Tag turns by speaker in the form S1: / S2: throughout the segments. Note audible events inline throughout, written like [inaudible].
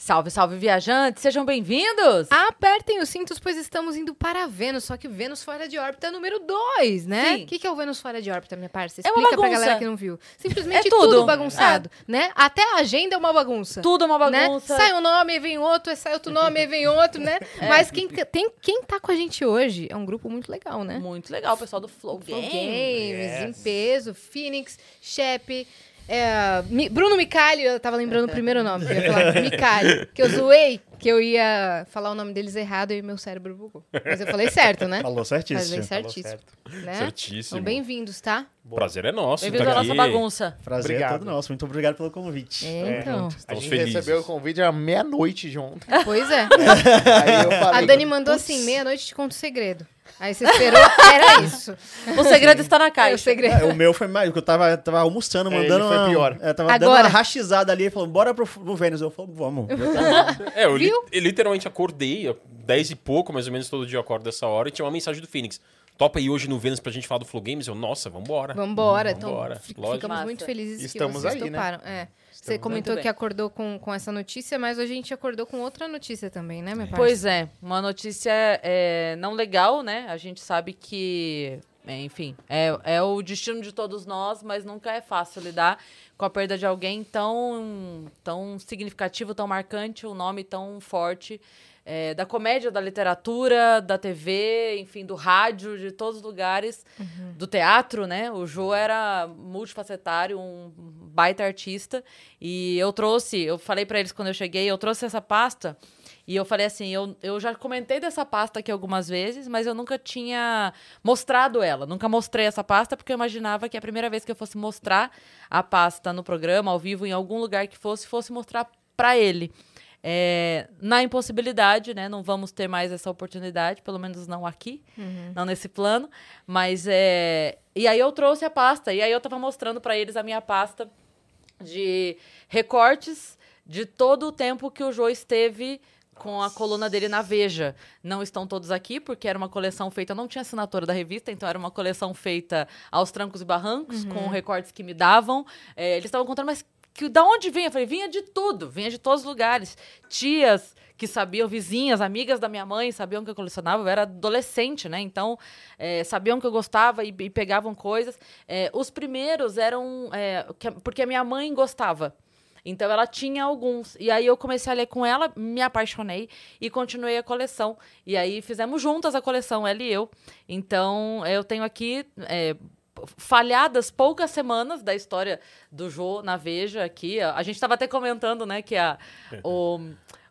S1: Salve, salve, viajantes! Sejam
S2: Ah,
S1: bem-vindos!
S2: Apertem os cintos, pois estamos indo para Vênus, só que Vênus fora de órbita é número 2, né?
S1: Sim.
S2: O que, que é o Vênus fora de órbita, minha parça?
S1: É uma
S2: Explica pra
S1: bagunça.
S2: galera que não viu. Simplesmente
S1: É tudo. É.
S2: bagunçado, né? Até a agenda é uma bagunça.
S1: Tudo é uma
S2: né?
S1: bagunça. É.
S2: Sai um nome, aí vem outro, aí sai outro nome, aí vem
S1: [laughs]
S2: outro, né? Mas quem, que- tem, quem tá com a gente hoje é um grupo muito legal, né?
S1: Muito legal, o pessoal do Flow
S2: Flow
S1: Game.
S2: Games,
S3: Yes.
S2: em peso, Phoenix, Shep. é, Mi- Bruno Micali, eu tava lembrando o primeiro nome, que eu ia
S3: [laughs]
S2: falar Micali, que eu zoei, que eu ia falar o nome deles errado e meu cérebro bugou. Mas eu falei certo, né?
S3: Falou certíssimo.
S2: Falei certíssimo,
S1: É?
S2: né? Então,
S4: Certíssimo.
S2: bem-vindos,
S3: [laughs]
S2: tá?
S4: Prazer é nosso.
S1: Bem-vindos
S4: tá
S1: à
S4: aqui.
S1: nossa bagunça.
S3: Prazer é
S4: Obrigado.
S3: todo nosso. Muito obrigado pelo convite.
S2: É, então,
S3: junto.
S4: Estamos
S3: A gente
S4: felizes.
S3: recebeu o convite à meia-noite de
S2: [laughs]
S3: ontem.
S2: pois é.
S3: Aí eu
S2: A
S3: falei,
S2: Dani mandou
S3: "Putz,
S2: assim, meia-noite te conta o segredo. Aí você esperou, era isso.
S1: O segredo está na caixa.
S2: [laughs] É o segredo.
S3: O meu foi mais, porque eu tava, tava almoçando,
S4: É,
S3: mandando.
S4: ele foi
S3: uma-
S4: pior.
S3: é, tava dando
S2: Agora.
S3: uma rachizada ali, falando, bora pro, pro Vênus. Eu falo, vamos. Eu tava-
S4: É, eu, li-
S2: Viu?
S4: eu literalmente acordei, eu- 10 e pouco, mais ou menos todo dia eu acordo dessa hora, e tinha uma mensagem do Phoenix. Topa aí hoje no Vênus pra gente falar do Flow Games? Eu, nossa, vambora.
S2: Vambora, então
S4: Vambora,
S2: fi-
S4: lógico.
S2: ficamos
S1: Massa.
S2: muito felizes
S3: Estamos
S2: que vocês
S3: aí, né?
S2: toparam. É. Você comentou
S1: aí.
S2: que acordou com, com essa notícia, mas hoje a gente acordou com outra notícia também, né, minha parça?
S1: Pois é, uma notícia é, não legal, né? A gente sabe que, é, enfim, é, é o destino de todos nós, mas nunca é fácil lidar com a perda de alguém tão, tão significativo, tão marcante, um nome tão forte é, da comédia, da literatura, da TV, enfim, do rádio, de todos os lugares, do teatro, né? O Jô era multifacetário, um baita artista. E eu trouxe, eu falei pra eles quando eu cheguei, eu trouxe essa pasta. E eu falei assim, eu, eu já comentei dessa pasta aqui algumas vezes, mas eu nunca tinha mostrado ela. Nunca mostrei essa pasta, porque eu imaginava que a primeira vez que eu fosse mostrar a pasta no programa, ao vivo, em algum lugar que fosse, fosse mostrar pra ele. É, na impossibilidade, né? Não vamos ter mais essa oportunidade, pelo menos não aqui, não nesse plano. Mas é. E aí eu trouxe a pasta, e aí eu tava mostrando pra eles a minha pasta de recortes de todo o tempo que o Jô esteve com a coluna dele na Veja. Não estão todos aqui, porque era uma coleção feita, não tinha assinatura da revista, então era uma coleção feita aos trancos e barrancos, com recortes que me davam. É, eles estavam contando, mas que, da onde vinha? Eu falei, vinha de tudo, vinha de todos os lugares. Tias que sabiam, vizinhas, amigas da minha mãe, sabiam que eu colecionava, eu era adolescente, né? Então, é, sabiam que eu gostava e, e pegavam coisas. É, os primeiros eram. é, que- porque a minha mãe gostava. Então ela tinha alguns. E aí eu comecei a ler com ela, me apaixonei e continuei a coleção. E aí fizemos juntas a coleção, ela e eu. Então eu tenho aqui é, falhadas poucas semanas da história do Jô na Veja aqui. A gente estava até comentando, né, que a, o,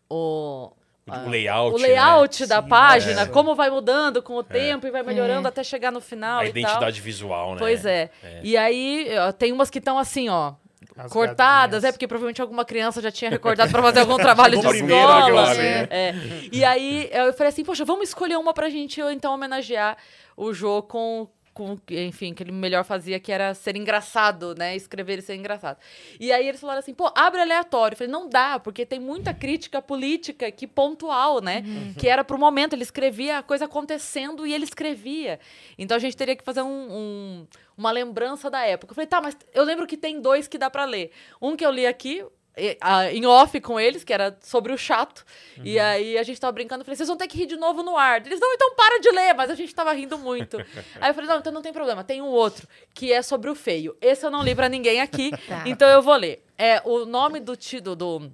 S1: o,
S4: O layout.
S1: o layout
S3: né?
S1: da
S3: Sim,
S1: página,
S3: é.
S1: como vai mudando com o tempo e vai melhorando até chegar no final
S4: Né? A
S1: e tal.
S4: identidade visual, né? [laughs]
S1: Pois é. E aí, ó, tem umas que estão assim, ó,
S3: Rasgadinhas.
S1: cortadas, é porque provavelmente alguma criança já tinha recordado pra fazer algum trabalho de
S4: Chegou primeiro
S1: escola.
S4: agora, né?
S1: É. E aí eu falei assim, poxa, vamos escolher uma pra gente eu, então homenagear o Jô com com, o que- enfim, que ele melhor fazia, que era ser engraçado, né? Escrever e ser engraçado. E aí eles falaram assim, pô, abre aleatório. Eu falei, não dá, porque tem muita crítica política que pontual, né? Que era pro momento, ele escrevia a coisa acontecendo e ele escrevia. Então a gente teria que fazer um- um- uma lembrança da época. Eu falei, tá, mas eu lembro que tem dois que dá pra ler. Um que eu li aqui, e- a- em off com eles, que era sobre o chato. E aí a gente tava brincando, eu falei, vocês vão ter que rir de novo no ar. Eles, não, então para de ler, mas a gente tava rindo muito. aí eu falei, não, então não tem problema, tem um outro, que é sobre o feio. Esse eu não li pra ninguém aqui,
S2: Tá.
S1: então eu vou ler. É, o nome do título do,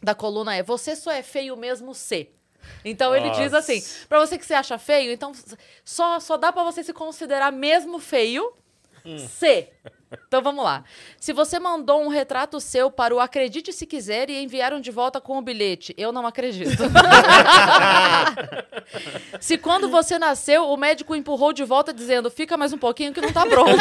S1: da coluna é Você só é feio mesmo ser. Então ele diz
S4: Nossa.
S1: assim, pra você que se acha feio, então só, só dá pra você se considerar mesmo feio C. Então vamos lá. Se você mandou um retrato seu para o Acredite Se Quiser e enviaram de volta com o bilhete, eu não acredito. se quando você nasceu, o médico empurrou de volta dizendo: fica mais um pouquinho que não tá pronto.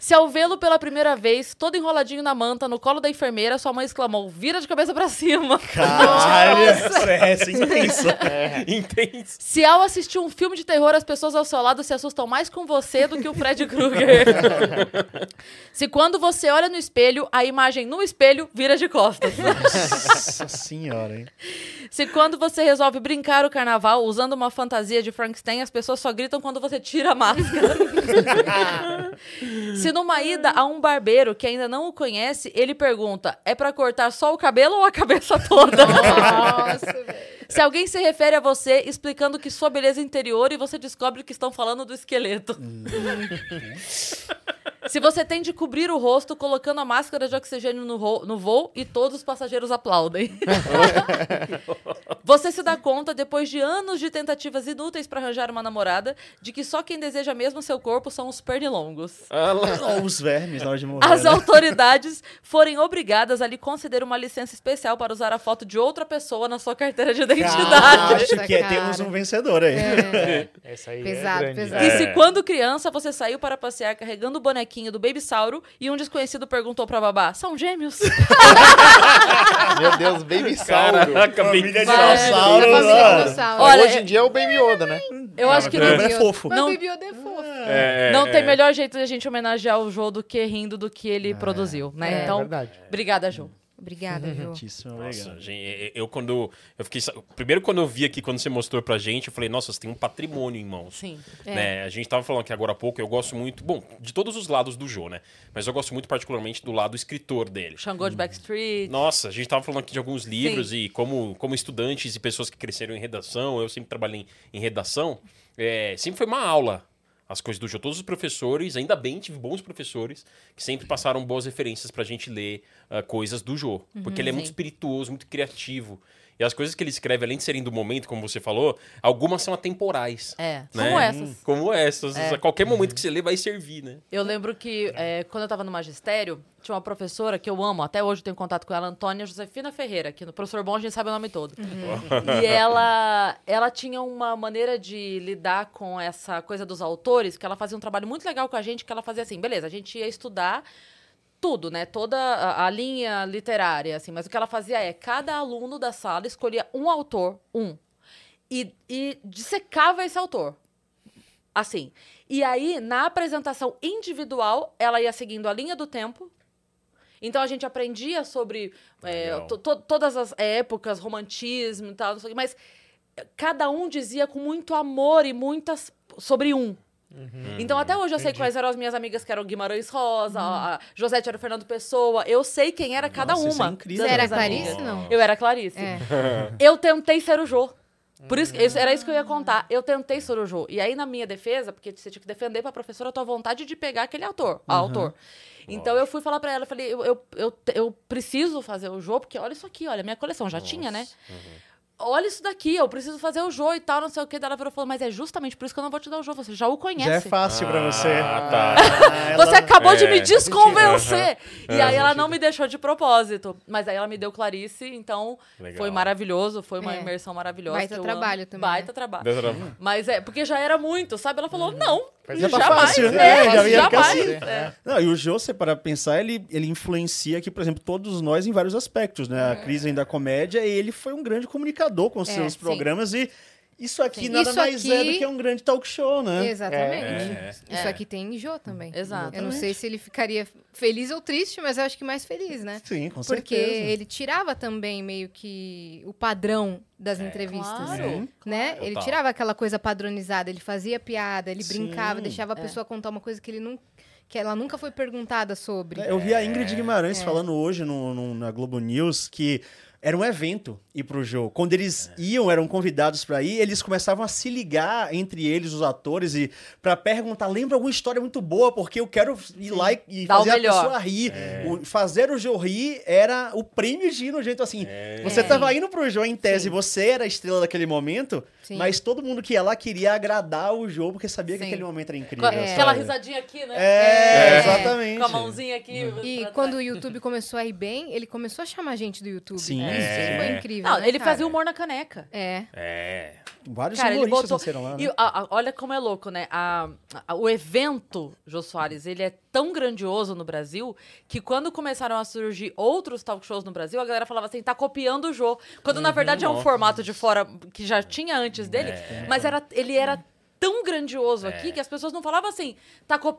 S1: Se ao vê-lo pela primeira vez, todo enroladinho na manta, no colo da enfermeira, sua mãe exclamou: vira de cabeça pra cima.
S3: Caralho, essa é essa é intensa.
S4: Intenso.
S1: Se ao assistir um filme de terror, as pessoas ao seu lado se assustam mais com você do que o Fred Krueger. Se quando você olha no espelho, a imagem no espelho vira de costas.
S3: Nossa senhora, hein?
S1: Se quando você resolve brincar o carnaval usando uma fantasia de Frankenstein, as pessoas só gritam quando você tira a máscara. Se Se numa ida a um barbeiro que ainda não o conhece, ele pergunta: é pra cortar só o cabelo ou a cabeça toda?
S2: Nossa, velho.
S1: Se alguém se refere a você explicando que sua beleza é interior e você descobre que estão falando do esqueleto. Se você tem de cobrir o rosto colocando a máscara de oxigênio no, ro- no voo e todos os passageiros aplaudem. você se dá conta, depois de anos de tentativas inúteis para arranjar uma namorada, de que só quem deseja mesmo seu corpo são os pernilongos.
S4: Ah, lá.
S3: Ou os vermes na hora de morrer.
S1: As
S3: né?
S1: autoridades forem obrigadas a lhe conceder uma licença especial para usar a foto de outra pessoa na sua carteira de identidade.
S3: Acho que é,
S2: Cara.
S3: temos um vencedor aí.
S5: Essa aí
S2: Pesado,
S5: é grande.
S2: pesado.
S1: E
S4: É.
S1: se quando criança você saiu para passear carregando o bonequinho do Baby Sauro e um desconhecido perguntou pra babá: são gêmeos?
S5: Meu Deus, Baby Sauro.
S2: [laughs]
S4: Caraca, bem
S3: Família
S1: Vai.
S3: dinossauro.
S2: Da família
S3: mano.
S2: dinossauro.
S1: Olha,
S5: Hoje em dia é o Baby Yoda, né?
S1: Eu acho que
S3: mas
S1: não,
S3: é fofo.
S2: Mas
S1: Não-
S2: o Baby Yoda é fofo.
S4: É,
S1: não
S4: é.
S1: tem melhor jeito de a gente homenagear o Jô do que rindo do que ele produziu, né?
S5: É
S1: então,
S5: verdade.
S1: obrigada, Jô.
S2: Obrigada, Jô.
S3: Muitíssimo
S4: Nossa,
S3: legal.
S4: gente, eu- eu quando. Eu fiquei. sa- Primeiro, quando eu vi aqui, quando você mostrou pra gente, eu falei, nossa, você tem um patrimônio em mãos.
S1: Sim.
S2: É.
S4: Né? A gente tava falando aqui agora há pouco, eu gosto muito, bom, de todos os lados do Jô, né? Mas eu gosto muito particularmente do lado escritor dele.
S1: Xangô de Backstreet.
S4: Nossa, a gente tava falando aqui de alguns livros e como, como estudantes e pessoas que cresceram em redação, eu sempre trabalhei em, em redação, é, sempre foi uma aula. As coisas do jogo, todos os professores, ainda bem tive bons professores que sempre passaram boas referências pra gente ler ah, coisas do jogo. porque ele é muito
S1: sim.
S4: espirituoso, muito criativo. E as coisas que ele escreve, além de serem do momento, como você falou, algumas são atemporais.
S1: É,
S4: né?
S1: como essas.
S4: Como essas. A qualquer momento que você lê vai servir, né?
S1: Eu lembro que é, quando eu tava no magistério, tinha uma professora que eu amo, até hoje eu tenho contato com ela, Antônia Josefina Ferreira, que no professor bom a gente sabe o nome todo. E ela, ela tinha uma maneira de lidar com essa coisa dos autores, que ela fazia um trabalho muito legal com a gente, que ela fazia assim, beleza, a gente ia estudar tudo, né? Toda a, a linha literária, assim. Mas o que ela fazia é, cada aluno da sala escolhia um autor, um. E, e dissecava esse autor. Assim. E aí, na apresentação individual, ela ia seguindo a linha do tempo. Então, a gente aprendia sobre é,
S4: Legal.
S1: to- to- todas as épocas, romantismo e tal, não sei o quê. Mas cada um dizia com muito amor e muitas... Sobre um.
S3: Uhum.
S1: Então, até hoje eu sei quais eram as minhas amigas, que eram Guimarães Rosa,
S2: Uhum.
S1: a a Josete era o Fernando Pessoa. Eu sei quem era cada
S3: Nossa, isso é
S1: uma.
S3: incrível.
S1: das
S2: Você era
S1: minhas amigas.
S2: Clarice, não?
S1: Eu era Clarice.
S2: É.
S1: Eu tentei ser o Jô. Por isso, isso- era isso que eu ia contar. Eu tentei ser o Jô. E aí, na minha defesa, porque você tinha que defender pra professora a tua vontade de pegar aquele autor.
S4: Uhum.
S1: a autor. Então, eu fui falar pra ela, eu falei, eu, eu, eu, eu preciso fazer o Jô, porque olha isso aqui, olha, minha coleção já tinha, né?
S4: Uhum.
S1: Olha isso daqui, eu preciso fazer o Jô e tal, não sei o que. Daí ela virou e falou, mas é justamente por isso que eu não vou te dar o Jô, você já o conhece.
S3: Já é fácil pra você.
S4: Ah, tá.
S3: Ah, ela-
S1: Você acabou de me
S4: É.
S1: desconvencer. E aí ela não me deixou de propósito. Mas aí ela me deu Clarice, então
S4: Legal.
S1: foi maravilhoso, foi uma
S2: É.
S1: imersão maravilhosa.
S2: Baita
S1: que eu
S2: trabalho
S1: amo.
S2: também,
S1: Baita
S2: né?
S1: trabalho. Mas é, porque já era muito, sabe? Ela falou, não,
S5: Mas
S3: já tá
S1: jamais.
S3: fácil,
S1: é,
S3: né? Já ia ficar né?
S1: jamais.
S5: assim.
S1: é.
S3: Não, e o Jô, se para pensar, ele, ele influencia aqui, por exemplo, todos nós em vários aspectos, né? A crise da comédia, e ele foi um grande comunicador com os
S2: É,
S3: seus
S2: sim.
S3: programas e isso aqui
S2: Sim.
S3: nada
S2: Isso
S3: mais é
S2: aqui-
S3: do que um grande talk show, né?
S2: Exatamente.
S4: É.
S2: Isso aqui tem Jô também.
S1: Exatamente.
S2: Eu não sei se ele ficaria feliz ou triste, mas eu acho que mais feliz, né?
S3: Sim, com
S2: Porque
S3: certeza.
S2: ele tirava também meio que o padrão das entrevistas.
S1: É, Claro.
S2: Né?
S4: Total.
S2: Ele tirava aquela coisa padronizada, ele fazia piada, ele
S3: Sim.
S2: brincava, deixava a
S1: É.
S2: pessoa contar uma coisa que, ele não, que ela nunca foi perguntada sobre.
S3: É, Eu vi a
S1: É,
S3: Ingrid Guimarães falando hoje no- no- na Globo News que era um evento ir pro jogo. Quando eles iam, eram convidados pra ir, eles começavam a se ligar entre eles, os atores, e para perguntar, lembra alguma história muito boa, porque eu quero ir lá e, e
S1: Dar o
S3: fazer a
S1: melhor.
S3: pessoa rir. O- fazer o Jô rir era o prêmio de ir no jeito assim. Você tava indo pro Jô em tese,
S2: Sim.
S3: você era a estrela daquele momento,
S2: Sim.
S3: mas todo mundo que ia lá queria agradar o Jô, porque sabia
S1: Sim. É.
S3: que aquele momento era incrível.
S1: Com Aquela
S3: sabe?
S1: risadinha aqui, né?
S3: É,
S2: É.
S3: exatamente.
S1: Com a mãozinha aqui. pra
S2: E
S1: trás.
S2: quando o YouTube começou a ir bem, ele começou a chamar gente do YouTube. né?
S3: Sim.
S2: Isso
S4: É.
S2: foi incrível.
S1: Não,
S2: né,
S1: ele
S2: cara?
S1: fazia humor na caneca.
S2: É.
S4: É.
S3: Vários
S1: Cara, ele
S3: humoristas
S1: botou-
S3: nasceram lá, né?
S1: E a- a- olha como é louco, né? A- a- o evento Jô Soares, ele é tão grandioso no Brasil que quando começaram a surgir outros talk shows no Brasil, a galera falava assim, tá copiando o Jô. Quando na verdade é um formato de fora que já tinha antes dele, mas era, ele era tão grandioso aqui que as pessoas não falavam assim, tá copiando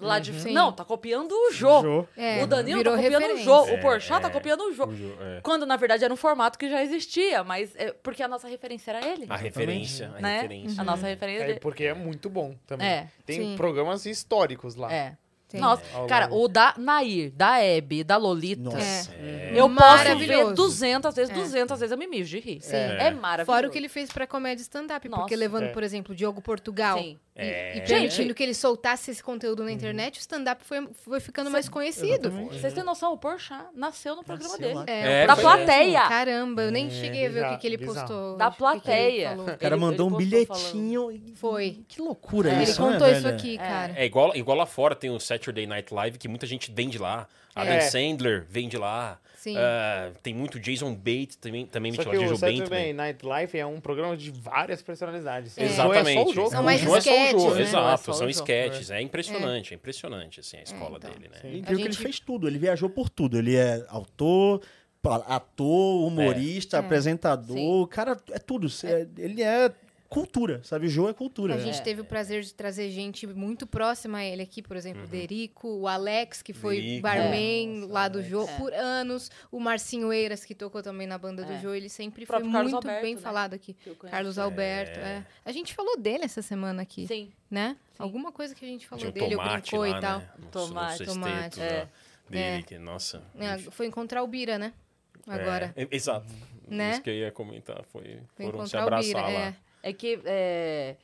S1: lá de fora.
S2: Uhum. Sim.
S1: Não, tá copiando o Jô.
S3: Jô.
S2: É,
S1: O Danilo
S2: virou
S1: tá copiando
S2: referência.
S1: o Jô,
S4: É,
S1: o Porchat tá
S4: é.
S1: copiando o Jô.
S4: O Jô, é.
S1: Quando, na verdade, era um formato que já existia, mas é porque a nossa referência era ele
S4: A referência, a
S1: né?
S4: referência.
S1: A nossa referência.
S3: né?
S5: É, porque é muito bom também.
S1: É,
S5: Tem
S2: sim.
S5: programas históricos lá.
S1: É.
S2: Tem.
S1: Nossa,
S5: Ao
S1: cara,
S5: longo.
S1: o da Nair, da Hebe, da Lolita.
S2: É.
S3: Nossa.
S4: É.
S1: Eu posso ver
S2: Maravilhoso.
S1: 200 vezes,
S2: É.
S1: 200 vezes eu me mijo de rir.
S2: Sim.
S1: É,
S4: É.
S1: maravilhoso.
S2: Fora o que ele fez pra comédia stand-up, porque
S1: Nossa.
S2: levando,
S5: É.
S2: por exemplo, o Diogo Portugal
S1: Sim.
S2: e,
S4: É.
S2: e permitindo que ele soltasse esse conteúdo
S3: Uhum.
S2: na internet, o stand-up foi, foi ficando mais conhecido.
S1: Vocês têm noção, o Porchat nasceu no programa
S3: Nasceu lá.
S1: dele.
S4: É,
S1: da
S4: foi
S1: plateia.
S2: Caramba, eu nem cheguei a ver o que,
S5: bizarro,
S2: que ele
S5: bizarro.
S2: postou.
S1: Da
S2: o que que ele
S1: plateia.
S2: falou.
S3: O cara
S1: Ele-
S3: mandou
S1: ele
S3: um
S1: postou
S3: bilhetinho e...
S2: Foi.
S3: Que loucura
S2: É, Ele
S3: isso, né,
S2: contou isso
S3: velho?
S2: aqui, cara.
S4: É igual, igual lá fora tem o Saturday Night Live, que muita gente vende lá. Adam
S5: É.
S4: Sandler vende lá.
S2: Sim.
S4: Ah, tem muito Jason Bates também, também
S5: Só
S4: vende
S5: que
S4: lá.
S5: o
S4: Jason Bates
S5: Saturday
S4: também.
S5: Night Live é um programa de várias personalidades.
S2: É.
S5: O jogo É só o
S4: Exatamente.
S5: jogo.
S2: São mais
S4: o João é só o
S2: esquetes, né?
S4: jogo.
S1: Não é só
S4: Exato,
S1: o
S4: são
S1: jogo.
S4: esquetes. É. impressionante, é impressionante assim, a escola
S2: então.
S4: dele, né?
S5: Sim.
S3: É
S2: A
S3: incrível que
S2: gente-
S3: ele fez tudo, ele viajou por tudo. Ele é autor, pa- ator, humorista,
S2: É.
S3: apresentador,
S1: Sim.
S3: cara, é tudo. Cê- Ele é cultura, sabe? O João é cultura.
S2: A
S3: né?
S2: gente teve o prazer de trazer gente muito próxima a ele aqui, por exemplo, o Derico, o Alex, que foi
S4: Derico.
S2: barman
S5: Nossa,
S2: lá do Jô por anos, o Marcinho Eiras, que tocou também na banda do
S1: É.
S2: Jô, ele sempre
S1: O
S2: foi
S1: próprio Carlos
S2: muito
S1: Alberto,
S2: bem
S1: né?
S2: falado aqui.
S1: Que eu conheço.
S2: Carlos Alberto, é. A gente falou dele essa semana aqui,
S1: Sim.
S2: né?
S1: Sim.
S2: Alguma coisa que a gente falou
S4: Tinha um
S2: dele, eu
S4: tomate
S2: brincou
S4: lá,
S2: e tal.
S4: né? No- no
S1: Tomate.
S4: sexteto
S2: Tomate.
S4: lá
S1: É.
S4: dele, que, nossa.
S2: É,
S4: enfim.
S2: Foi encontrar o Bira, né? Agora.
S4: né? É, é, exato.
S2: Né?
S4: Isso que eu ia comentar. Foi,
S2: Foi
S4: foram se
S2: encontrar o Bira.
S4: abraçar lá.
S2: É.
S1: É que. é,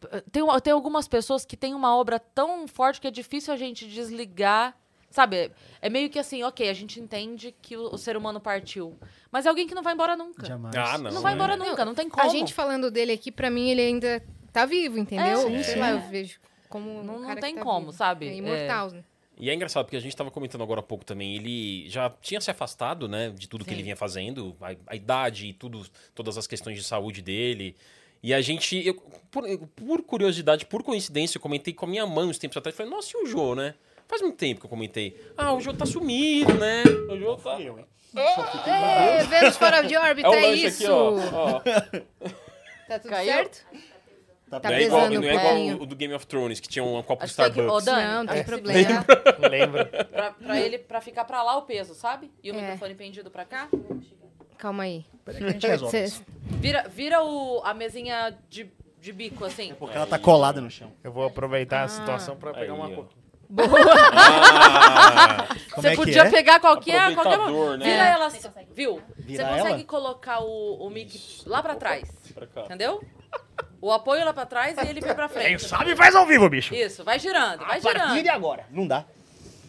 S1: p- Tem, uma- tem algumas pessoas que têm uma obra tão forte que é difícil a gente desligar. Sabe? É meio que assim, ok, a gente entende que o, o ser humano partiu. Mas é alguém que não vai embora nunca.
S3: Jamais.
S4: Ah,
S1: Não,
S4: Não,
S1: vai
S4: né?
S1: embora nunca, não tem como.
S2: A gente falando dele aqui, pra mim, ele ainda tá vivo, entendeu?
S1: É,
S2: Sei
S1: sim.
S2: lá, eu vejo como. um
S1: Não- não
S2: cara que
S1: tem
S2: tá
S1: como,
S2: vivo.
S1: sabe?
S2: É imortal. né?
S4: E é engraçado, porque a gente estava comentando agora há pouco também, ele já tinha se afastado, né, de tudo que
S1: Sim.
S4: ele vinha fazendo, a, a idade e tudo, todas as questões de saúde dele. E a gente, eu, por, eu- por curiosidade, por coincidência, eu comentei com a minha mãe uns tempos atrás, falei, nossa, e o Jô, né? Faz muito tempo que eu comentei. Ah, o Jô tá sumido, né? O Jô tá...
S2: É, Vênus fora de órbita,
S4: [laughs] É o
S2: é,
S4: lanche
S2: isso.
S4: aqui, ó. ó.
S2: Tá tudo
S1: Caiu?
S2: certo? Tá
S4: não é igual,
S2: pesando
S4: não
S2: um
S4: é igual
S2: pouquinho.
S4: o, o do Game of Thrones, que tinha um copo de
S1: Acho que
S2: é
S1: tem que. Ô,
S4: Starbucks.
S1: Dani,
S2: Não,
S1: acho
S2: não
S1: que
S2: tem
S1: você
S2: problema.
S1: precisa-
S5: É. Lembra?
S1: Pra, pra ele, pra ficar pra lá o peso, sabe? E o
S2: É.
S1: microfone pendido pra cá.
S2: Calma aí.
S3: Peraí que a gente resolve.
S2: Cê-
S3: isso.
S1: Vira, vira o, a mesinha de, de bico, assim.
S3: Porque ela tá colada no chão.
S5: Eu vou aproveitar
S2: Ah.
S5: a situação pra pegar
S4: Aí,
S5: uma
S4: ó.
S5: coca.
S4: Ah,
S3: Como
S1: Você
S3: é que
S1: podia
S3: é?
S1: pegar qualquer. qualquer...
S4: Aproveitador, né?
S1: Vira
S2: É.
S1: ela. assim, Viu?
S3: Vira
S1: você consegue
S3: ela?
S1: colocar o, o mic lá pra trás.
S4: pra cá.
S1: Entendeu? O apoio lá pra trás e ele vem pra frente.
S5: Sabe, faz ao vivo, bicho.
S1: Isso, vai girando, vai
S3: Partir de
S1: girando.
S3: agora. Não dá.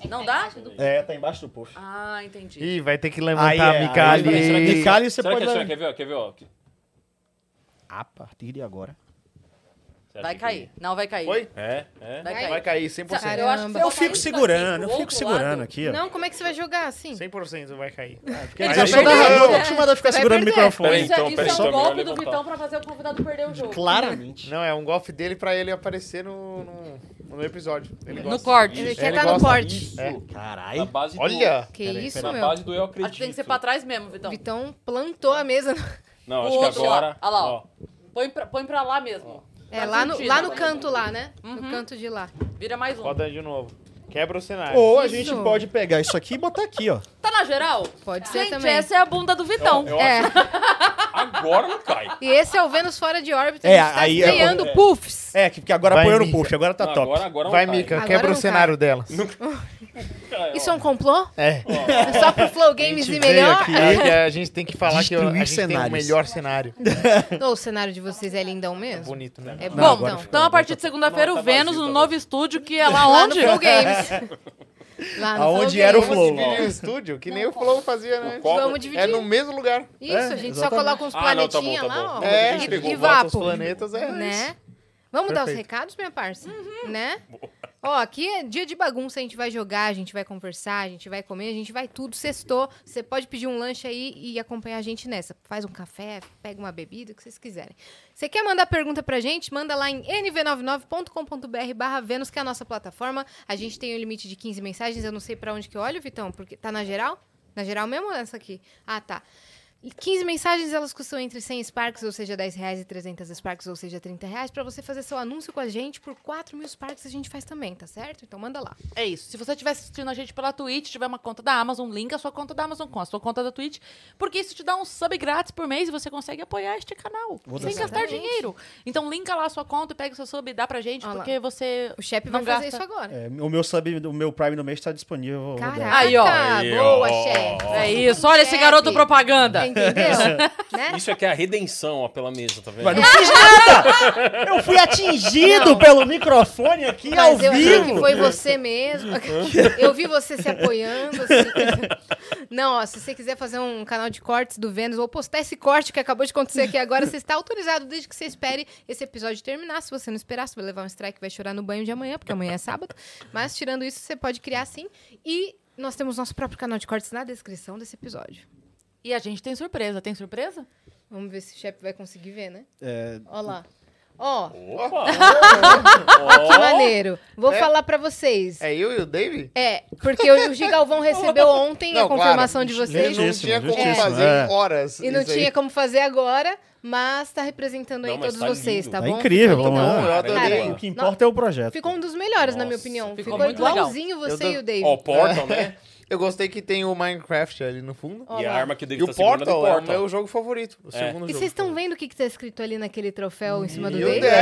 S1: Não dá?
S3: É, tá embaixo do post.
S1: Ah, entendi.
S5: Ih, vai ter que
S3: Aí,
S5: levantar
S3: é,
S5: a Micali.
S3: aí, será que- Micali você
S4: Será
S3: pode... um-
S4: que, é, será,
S3: levar.
S4: quer ver, ó, quer ver, ó?
S3: A partir de agora.
S4: Você acha
S1: Vai
S4: que-
S1: cair. Não, vai cair.
S5: Foi?
S4: É, é.
S1: Vai cair.
S5: Vai cair
S1: Sabe,
S5: 100%.
S1: Eu, acho que
S2: Caramba.
S1: se
S3: Eu
S1: botar
S3: fico
S1: isso
S3: segurando,
S1: assim,
S3: eu
S1: pro
S3: fico
S1: outro
S3: segurando
S1: lado-
S3: aqui, ó.
S2: Não, como é que você vai jogar assim?
S5: 100% vai cair.
S3: Ele
S5: Mas
S3: já
S5: aí
S3: sou
S5: vai-
S3: narrador,
S1: É.
S3: tô acostumado a ficar
S2: Vai
S3: segurando o
S2: perder.
S3: microfone.
S4: Peraí,
S1: Isso, é-
S4: então,
S1: isso
S4: peraí,
S1: é um
S4: então,
S1: golpe
S4: melhor
S1: do
S4: levantar.
S1: Vitão pra fazer o convidado perder o jogo.
S3: Claramente.
S5: Não, é um golfe dele pra ele aparecer no, no, no episódio. Ele
S1: No
S5: gosta.
S1: corte.
S2: Ele
S4: Isso.
S2: quer
S5: Ele
S2: estar no
S5: gosta É.
S2: corte.
S4: Isso. Na
S3: Caralho.
S4: base do-
S5: Olha!
S2: Que
S3: Peraí,
S2: isso,
S4: na
S2: meu?
S4: base do eu acredito.
S1: Acho que tem que ser pra trás mesmo, Vitão.
S2: Vitão plantou a mesa. no-
S4: Não,
S1: O
S4: acho que
S1: outro lá.
S4: agora.
S1: Olha lá, ó. Põe pra, põe pra lá mesmo.
S2: É,
S1: Tá
S2: lá no,
S1: curtindo
S2: lá no
S1: agora.
S2: canto lá, né?
S1: Uhum.
S2: No canto de lá.
S1: Vira mais um.
S5: Roda de novo. Quebra o cenário.
S3: Ou a
S2: Isso.
S3: gente pode pegar isso aqui e botar aqui, ó.
S1: Tá na geral?
S2: Pode ser
S1: Gente,
S2: também.
S1: essa é a bunda do Vitão.
S4: Eu- eu
S2: É.
S4: Agora não cai.
S2: E esse é o Vênus fora de órbita.
S3: É,
S2: a gente tá
S3: aí é-
S2: criando
S4: é.
S2: puffs.
S3: É, que- porque agora
S5: Vai,
S3: apoiou no
S5: Mica.
S3: post, agora tá
S4: Não,
S3: top.
S4: Agora, agora não
S5: Vai,
S4: cai.
S5: Mica,
S2: Agora
S5: quebra o
S2: não
S5: cenário dela.
S4: Cai, ó.
S2: Isso é um complô?
S5: É.
S2: Só
S5: [laughs]
S2: pro Flow Games e
S5: Veio
S2: melhor?
S5: aqui, é que a gente tem que falar que a
S3: Destruir
S5: gente tem o
S3: cenários.
S5: melhor [laughs] cenário.
S2: Ô, o cenário de vocês é lindão mesmo?
S5: Bonito, né?
S2: É bom,
S1: Bom,
S3: agora
S2: então.
S3: ficou.
S1: então a partir de segunda-feira
S4: Não,
S1: o
S4: tá vazio,
S1: Vênus no
S4: tá vazio.
S1: novo estúdio que é lá
S2: Lá no
S1: onde?
S2: Flow
S3: [laughs]
S2: Games. Lá no
S3: Aonde
S2: Flow
S3: era o
S2: Games.
S3: Flow?
S5: Que nem o estúdio, que nem o Flow fazia, né?
S4: copo-
S2: Vamos dividir.
S5: É no mesmo lugar.
S2: Isso,
S3: É,
S2: a gente só
S3: exatamente.
S2: coloca uns
S4: Ah, não, tá bom,
S2: planetinhas
S4: tá
S2: lá, ó.
S4: bom.
S5: É,
S2: e,
S5: pegou
S2: e
S5: volta os
S2: vapo.
S5: planetas, é isso.
S2: Né? Vamos dar os
S5: Perfeito.
S2: recados, minha parça? Né? Ó, aqui é dia de bagunça, a gente vai jogar, a gente vai conversar, a gente vai comer, a gente vai tudo, sextou. Você pode pedir um lanche aí e acompanhar a gente nessa. Faz um café, pega uma bebida, o que vocês quiserem. Você quer mandar pergunta pra gente? Manda lá em nv99.com.br barra Vênus, que é a nossa plataforma. A gente tem um limite de 15 mensagens, eu não sei pra onde que eu olho, Vitão, porque tá na geral? Na geral mesmo ou essa aqui? Ah, tá. 15 mensagens, elas custam entre 100 Sparks, ou seja, 10 reais, e 300 Sparks, ou seja, 30 reais. Pra você fazer seu anúncio com a gente, por 4 mil Sparks a gente faz também, tá certo? Então manda lá.
S1: É isso. Se você estiver assistindo a gente pela Twitch, tiver uma conta da Amazon, linka a sua conta da Amazon com a sua conta da Twitch, porque isso te dá um sub grátis por mês e você consegue apoiar este canal sem
S2: certo.
S1: gastar
S2: Exatamente.
S1: dinheiro. Então linka lá a sua conta e pega o seu sub e dá pra gente,
S2: Olha lá.
S1: porque você.
S2: O chefe vai
S1: Não
S2: fazer
S1: gasta.
S2: isso agora.
S3: É, o meu sub, o meu Prime no mês tá disponível. eu vou dar.
S2: Caraca,
S1: Aí, ó.
S4: Aí, ó.
S2: boa, chefe.
S1: É isso. Olha esse
S2: Chefe.
S1: garoto propaganda. [laughs]
S2: Entendeu? né?
S4: Isso é que é a redenção, ó, pela mesa, tá vendo?
S3: Mas não fiz nada! Eu fui atingido pelo microfone aqui ao
S2: Mas eu achei assim, que
S3: vivo!
S2: foi você mesmo. Eu vi você se apoiando. assim. Não, ó, se [laughs] você quiser fazer um canal de cortes do Vênus ou postar esse corte que acabou de acontecer aqui agora, você está autorizado desde que você espere esse episódio terminar. Se você não esperar, você vai levar um strike, vai chorar no banho de amanhã, porque amanhã é sábado. Mas tirando isso, você pode criar sim. E nós temos nosso próprio canal de cortes na descrição desse episódio.
S1: E a gente tem surpresa. Tem surpresa?
S2: Vamos ver se o chefe vai conseguir ver, né?
S3: É,
S2: Ó lá. Ó,
S1: [laughs]
S4: Opa!
S2: que maneiro. Vou
S5: É.
S2: falar pra vocês.
S5: É eu e o David?
S2: É, porque o Gigalvão recebeu ontem a
S5: Não,
S2: confirmação
S5: claro.
S2: de
S5: Ele
S2: vocês.
S5: não
S3: Justíssimo,
S5: tinha como
S3: justíssimo,
S5: fazer
S3: é.
S5: em horas.
S2: E não
S5: isso aí.
S2: tinha como fazer agora, mas tá representando aí
S4: Não, mas
S2: todos
S4: tá
S2: vocês,
S4: lindo.
S2: tá
S3: Tá
S2: bom?
S3: incrível,
S2: Tá
S3: vamos lá.
S2: lindo.
S5: Bom, eu adorei.
S2: Cara,
S3: o que importa é o projeto.
S2: Ficou um dos melhores, na minha
S4: Nossa,
S2: opinião.
S1: ficou
S2: Ficou,
S1: muito legal.
S2: igualzinho você
S5: Eu
S2: e
S5: tô-
S2: o David.
S4: Ó, o Portal, né?
S5: Eu gostei que tem o Minecraft ali no fundo.
S2: Ó
S4: E a
S2: lá.
S4: arma que o
S5: E
S4: David
S5: o
S4: tá segurando é do
S5: Portal é o
S4: Portal. É.
S5: meu jogo favorito. O segundo
S2: e
S5: jogo.
S2: vocês estão vendo o que, que tá escrito ali naquele troféu em cima do
S5: Meu
S2: David?
S5: Deus.
S2: Meu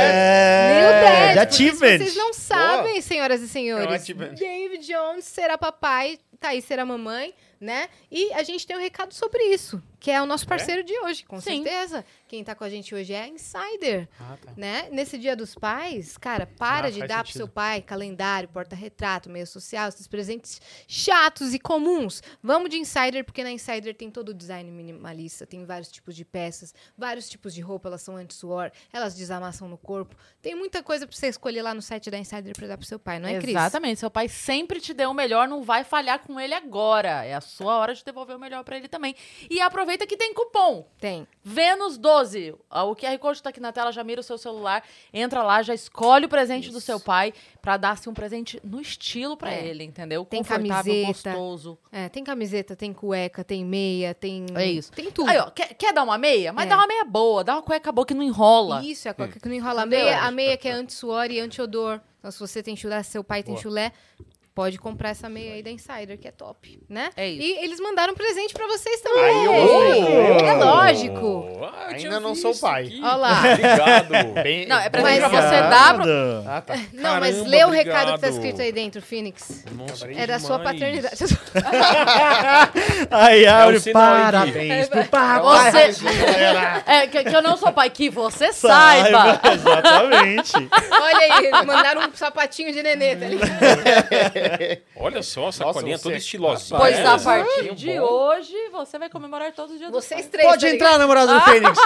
S2: Deus! porque
S3: É, de
S2: se
S3: achievement.
S2: Vocês não sabem, senhoras e
S5: É um
S2: senhores.
S5: achievement.
S2: David Jones será papai, Thaís será mamãe, né? E a gente tem um recado sobre isso, que é o nosso parceiro de hoje, com
S1: Sim.
S2: certeza. Quem tá com a gente hoje é a Insider,
S5: Ah, tá.
S2: né? Nesse dia dos pais, cara, para
S5: Ah,
S2: de
S5: faz
S2: dar pro
S5: sentido.
S2: seu pai calendário, porta-retrato, meio social, esses presentes chatos e comuns. Vamos de Insider, porque na Insider tem todo o design minimalista, tem vários tipos de peças, vários tipos de roupa, elas são anti-suor, elas desamassam no corpo. Tem muita coisa pra você escolher lá no site da Insider pra dar pro seu pai, não é, Cris?
S1: Exatamente. Seu pai sempre te deu o melhor, não vai falhar com ele agora. É a sua hora de devolver o melhor pra ele também. E aproveita que tem cupom.
S2: Tem.
S1: Vênus 12. Ah, O QR Code tá aqui na tela, já mira o seu celular, entra lá, já escolhe o presente do seu pai pra dar assim, um presente no estilo pra
S2: É.
S1: ele, entendeu?
S2: Tem
S1: Confortável,
S2: camiseta.
S1: gostoso.
S2: É, tem camiseta, tem cueca, tem meia, tem.
S1: É isso.
S2: Tem tudo.
S1: Aí, ó, quer, quer dar uma meia? Mas
S2: É.
S1: dá uma meia boa, dá uma cueca boa que não enrola.
S2: Isso, é a cueca que não enrola. A
S1: Hum. Entendeu?
S2: meia, a meia que é anti-suor e anti-odor. Então, se você tem chulé, se seu pai tem
S4: Boa.
S2: chulé, pode comprar essa meia aí da Insider, que é top, né?
S1: É isso.
S2: E eles mandaram presente pra vocês também.
S4: Aí eu gostei.
S2: É lógico.
S4: Oh, ah, eu
S5: Ainda
S4: tinha
S5: não
S4: visto
S5: sou o pai.
S4: aqui.
S2: Ó lá.
S1: [laughs]
S4: Obrigado.
S5: Bem-
S1: Não, é pra
S2: Mas-
S1: gente pra você É dar. Pra...
S3: Obrigado.
S5: Ah, tá.
S2: Não, mas
S4: Caramba,
S2: lê o recado que tá
S4: obrigado.
S2: escrito aí dentro, Phoenix.
S4: Nossa,
S2: É da sua
S4: demais.
S2: paternidade.
S3: Aí, Auri,
S4: sinal aí.
S3: parabéns pro papai.
S1: Você-
S5: Parabéns, galera.
S1: É, que, que eu não sou pai, que você saiba.
S3: [laughs] Exatamente.
S2: Olha aí, eles mandaram um sapatinho de nenê, tá ligado?
S4: Olha só, a sacolinha
S5: Nossa,
S4: toda
S5: você-
S4: estilosa.
S1: Pois
S4: é.
S1: a partir de hoje, você vai comemorar todos os dias do
S2: Vocês
S1: pai.
S2: três,
S3: Pode
S2: tá ligado?
S3: entrar, namorado do [laughs] Fênix.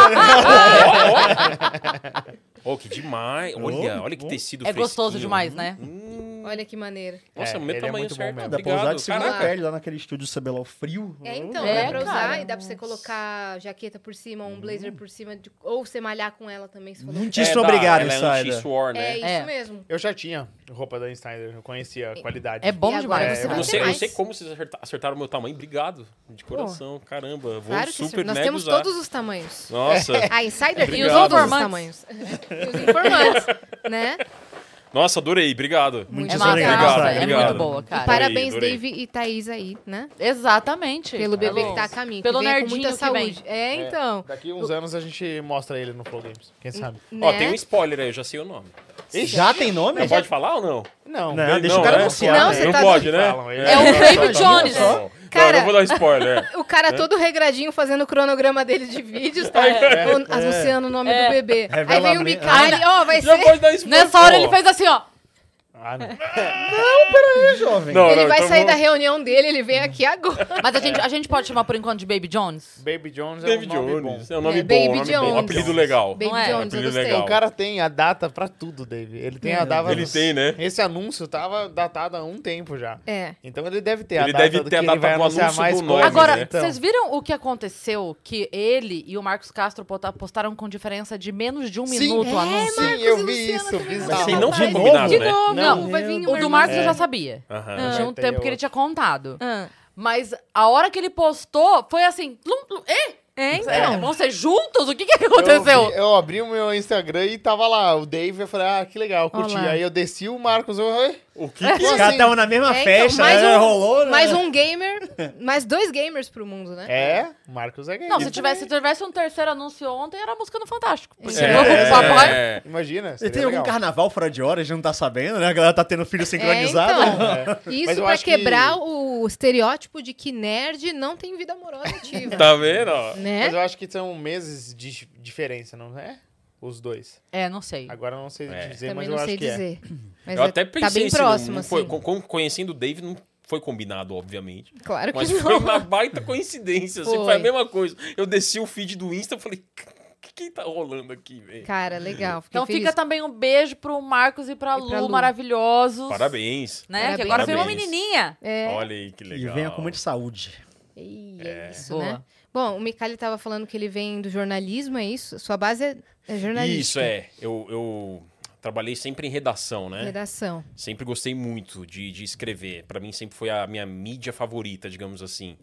S4: Oh, que demais. Olha,
S3: Oh,
S4: olha que
S3: bom.
S4: tecido
S1: É gostoso
S4: fresquinho.
S1: demais, né?
S4: Hum,
S2: Olha que maneiro.
S4: nossa,
S5: É,
S4: o meu
S5: ele é
S4: tamanho
S5: muito bom
S4: certo.
S5: mesmo.
S4: Obrigado.
S3: Dá pra usar de segunda
S4: Caraca. É,
S3: pele lá naquele estúdio Sabelão Frio. né?
S2: É,
S4: Hum,
S2: então,
S1: É,
S2: dá pra usar
S1: cara.
S2: e dá pra você colocar jaqueta por cima, um blazer por cima, de- ou você malhar com ela também, se for louco.
S4: É,
S3: Muitíssimo
S4: dá,
S3: obrigado,
S4: ela é
S3: Insider.
S4: anti-suor,
S2: É
S4: né?
S2: isso
S1: É.
S2: mesmo.
S5: Eu já tinha roupa da Insider, eu conhecia a qualidade.
S1: É bom
S2: E agora
S1: demais.
S5: você
S4: Eu
S5: vai
S4: não, sei, eu não
S2: mais.
S4: sei como vocês acerta- acertaram o meu tamanho. Obrigado. De coração. Caramba. Vou
S2: Claro que sim.
S4: super
S2: Nós
S4: mega
S2: temos
S4: usar.
S2: todos os tamanhos. [laughs]
S4: Nossa.
S2: A Insider tem
S4: Obrigado.
S2: todos os
S1: Informantes.
S2: tamanhos. [laughs] E os informantes, né?
S4: Nossa, adorei. Obrigado.
S2: Muito
S1: É
S3: Isso é
S1: massa,
S3: legal.
S1: é massa,
S4: Obrigado,
S1: é
S4: obrigado.
S1: muito boa,
S2: E
S1: cara.
S4: para-
S2: parabéns,
S4: adorei.
S2: Dave e Thaís aí, né?
S1: Exatamente.
S2: Pelo bebê que tá a caminho.
S1: Pelo
S2: que venha com
S1: nerdinho
S2: muita
S1: que vem.
S2: saúde. É, então.
S5: Daqui uns anos a gente mostra ele no Flow Games, quem sabe.
S4: Ó,
S2: né?
S4: tem um spoiler aí, eu já sei o nome.
S3: Já tem nome?
S4: Não pode falar ou não?
S5: Não,
S3: Não, deixa
S4: não,
S3: o cara
S4: né?
S3: anunciar.
S2: Não,
S3: né?
S2: você
S4: não
S2: tá-
S4: pode, né?
S5: Falam, ele-
S1: É o David
S4: Não,
S1: Jones.
S4: Não,
S2: Cara-
S4: não, não vou dar um spoiler. é.
S2: O
S5: É.
S2: cara todo regradinho fazendo o cronograma dele de vídeos, tá? O- Anunciando o nome
S1: É.
S2: do bebê. Aí vem o
S3: Revelamento.
S2: Micali, ó, vai
S4: Já
S2: ser.
S4: pode dar spoiler.
S1: Nessa hora ele
S4: pô.
S1: fez assim, ó.
S5: Ah, não.
S3: Ei, É jovem.
S4: Não,
S2: Ele
S4: não,
S2: vai
S4: então
S2: sair
S4: vou-
S2: da reunião dele, ele vem aqui agora.
S1: Mas a gente, a gente pode chamar por enquanto de Baby Jones?
S5: Baby Jones é
S4: David
S5: um nome
S4: Jones.
S5: bom.
S4: É um nome
S2: É,
S4: bom, um
S2: Baby
S4: nome bom. Um
S2: Jones.
S4: apelido legal.
S2: Baby
S1: Não é?
S2: Jones, eu
S4: Apelido
S2: gostei.
S4: legal.
S5: O cara tem a data pra tudo, Dave. Ele tem
S1: É.
S5: a data.
S4: Ele tem, né?
S5: Esse anúncio tava datado há um tempo já.
S2: É.
S5: Então ele deve ter a
S4: Ele
S5: data
S4: deve
S5: do
S4: ter a
S5: que
S4: data
S5: ele vai
S4: do
S5: anunciar
S4: anúncio
S5: mais
S4: do
S5: coisas,
S4: nome,
S1: Agora,
S4: né?
S5: então.
S1: vocês viram o que aconteceu? Que ele e o Marcos Castro pota- postaram com diferença de menos de um
S5: Sim.
S1: minuto o
S5: É,
S1: anúncio.
S5: Sim, eu vi isso,
S4: Mas
S5: bizarro.
S4: vocês não
S2: Rapaz,
S4: tinham combinado,
S2: de
S4: né?
S2: novo,
S5: Não.
S2: vai vir um
S1: O do Marcos eu
S2: irmão.
S1: já sabia.
S4: Aham. É.
S5: Ah,
S1: Tinha um
S5: tem
S1: tempo que ele
S5: outro.
S1: tinha contado.
S2: Ah.
S1: Mas a hora que ele postou, foi assim. Lum, lum, eh?
S2: É,
S1: É,
S2: então.
S1: vão ser juntos? O que, que
S5: Eu,
S1: aconteceu?
S5: vi- eu abri o meu Instagram e tava lá o Dave. Eu falei, ah, que legal, curti.
S2: Olá.
S5: Aí eu desci o Marcos. Eu, "Oi?"
S4: O que
S5: Como
S3: é? Os
S5: assim?
S3: caras estavam na mesma
S2: É, então,
S3: festa,
S2: mais
S3: né?
S2: um-
S3: rolou, né?
S2: Mais um gamer, mais dois gamers pro mundo, né?
S5: É, Marcos é gay.
S1: Não, se tivesse, se tivesse um terceiro anúncio ontem, era a música no Fantástico. Porque
S2: É.
S1: o papai.
S4: É.
S5: Imagina.
S3: E
S5: seria
S3: tem algum
S5: legal.
S3: carnaval fora de hora, a gente não tá sabendo, né? A galera tá tendo filho sincronizado.
S2: É, então, isso
S5: né? Mas eu
S2: pra
S5: acho que-
S2: quebrar o estereótipo de que nerd não tem vida amorosa ativa.
S4: Tá vendo? ó?
S5: Então, Mas
S2: Né?
S5: eu acho que são meses de dif- diferença, não é? Os dois.
S1: É, não sei.
S5: Agora eu não sei
S4: É.
S5: dizer,
S2: Também
S5: mas
S2: não
S5: eu acho
S2: sei
S5: que é.
S2: dizer. Mas
S4: eu
S2: é-
S4: até pensei
S2: Tá bem
S4: se não-
S2: próximo,
S4: não
S2: assim.
S4: foi- com- com- conhecendo o Dave, não foi combinado, obviamente.
S2: Claro que
S4: Mas
S2: não.
S4: foi uma baita coincidência, assim,
S2: Foi.
S4: foi a mesma coisa. Eu desci o feed do Insta e falei, o que, que tá rolando aqui, velho?
S2: Cara, legal. Fiquei
S1: Então
S2: feliz.
S1: fica também um beijo pro Marcos e pra,
S2: E
S1: Lu,
S2: pra Lu.
S1: maravilhosos.
S4: Parabéns.
S1: Né?
S2: Parabéns.
S1: Que agora veio uma
S4: Parabéns.
S1: menininha.
S2: É,
S4: Olha aí que
S3: E
S4: legal.
S3: venha com muita saúde.
S2: e é isso,
S1: Boa.
S2: né? Bom, o Micali tava falando que ele vem do jornalismo, é isso? Sua base é, é jornalismo.
S4: Isso, é. Eu, eu trabalhei sempre em redação, né?
S2: Redação.
S4: Sempre gostei muito de, de escrever. Pra mim sempre foi a minha mídia favorita, digamos assim.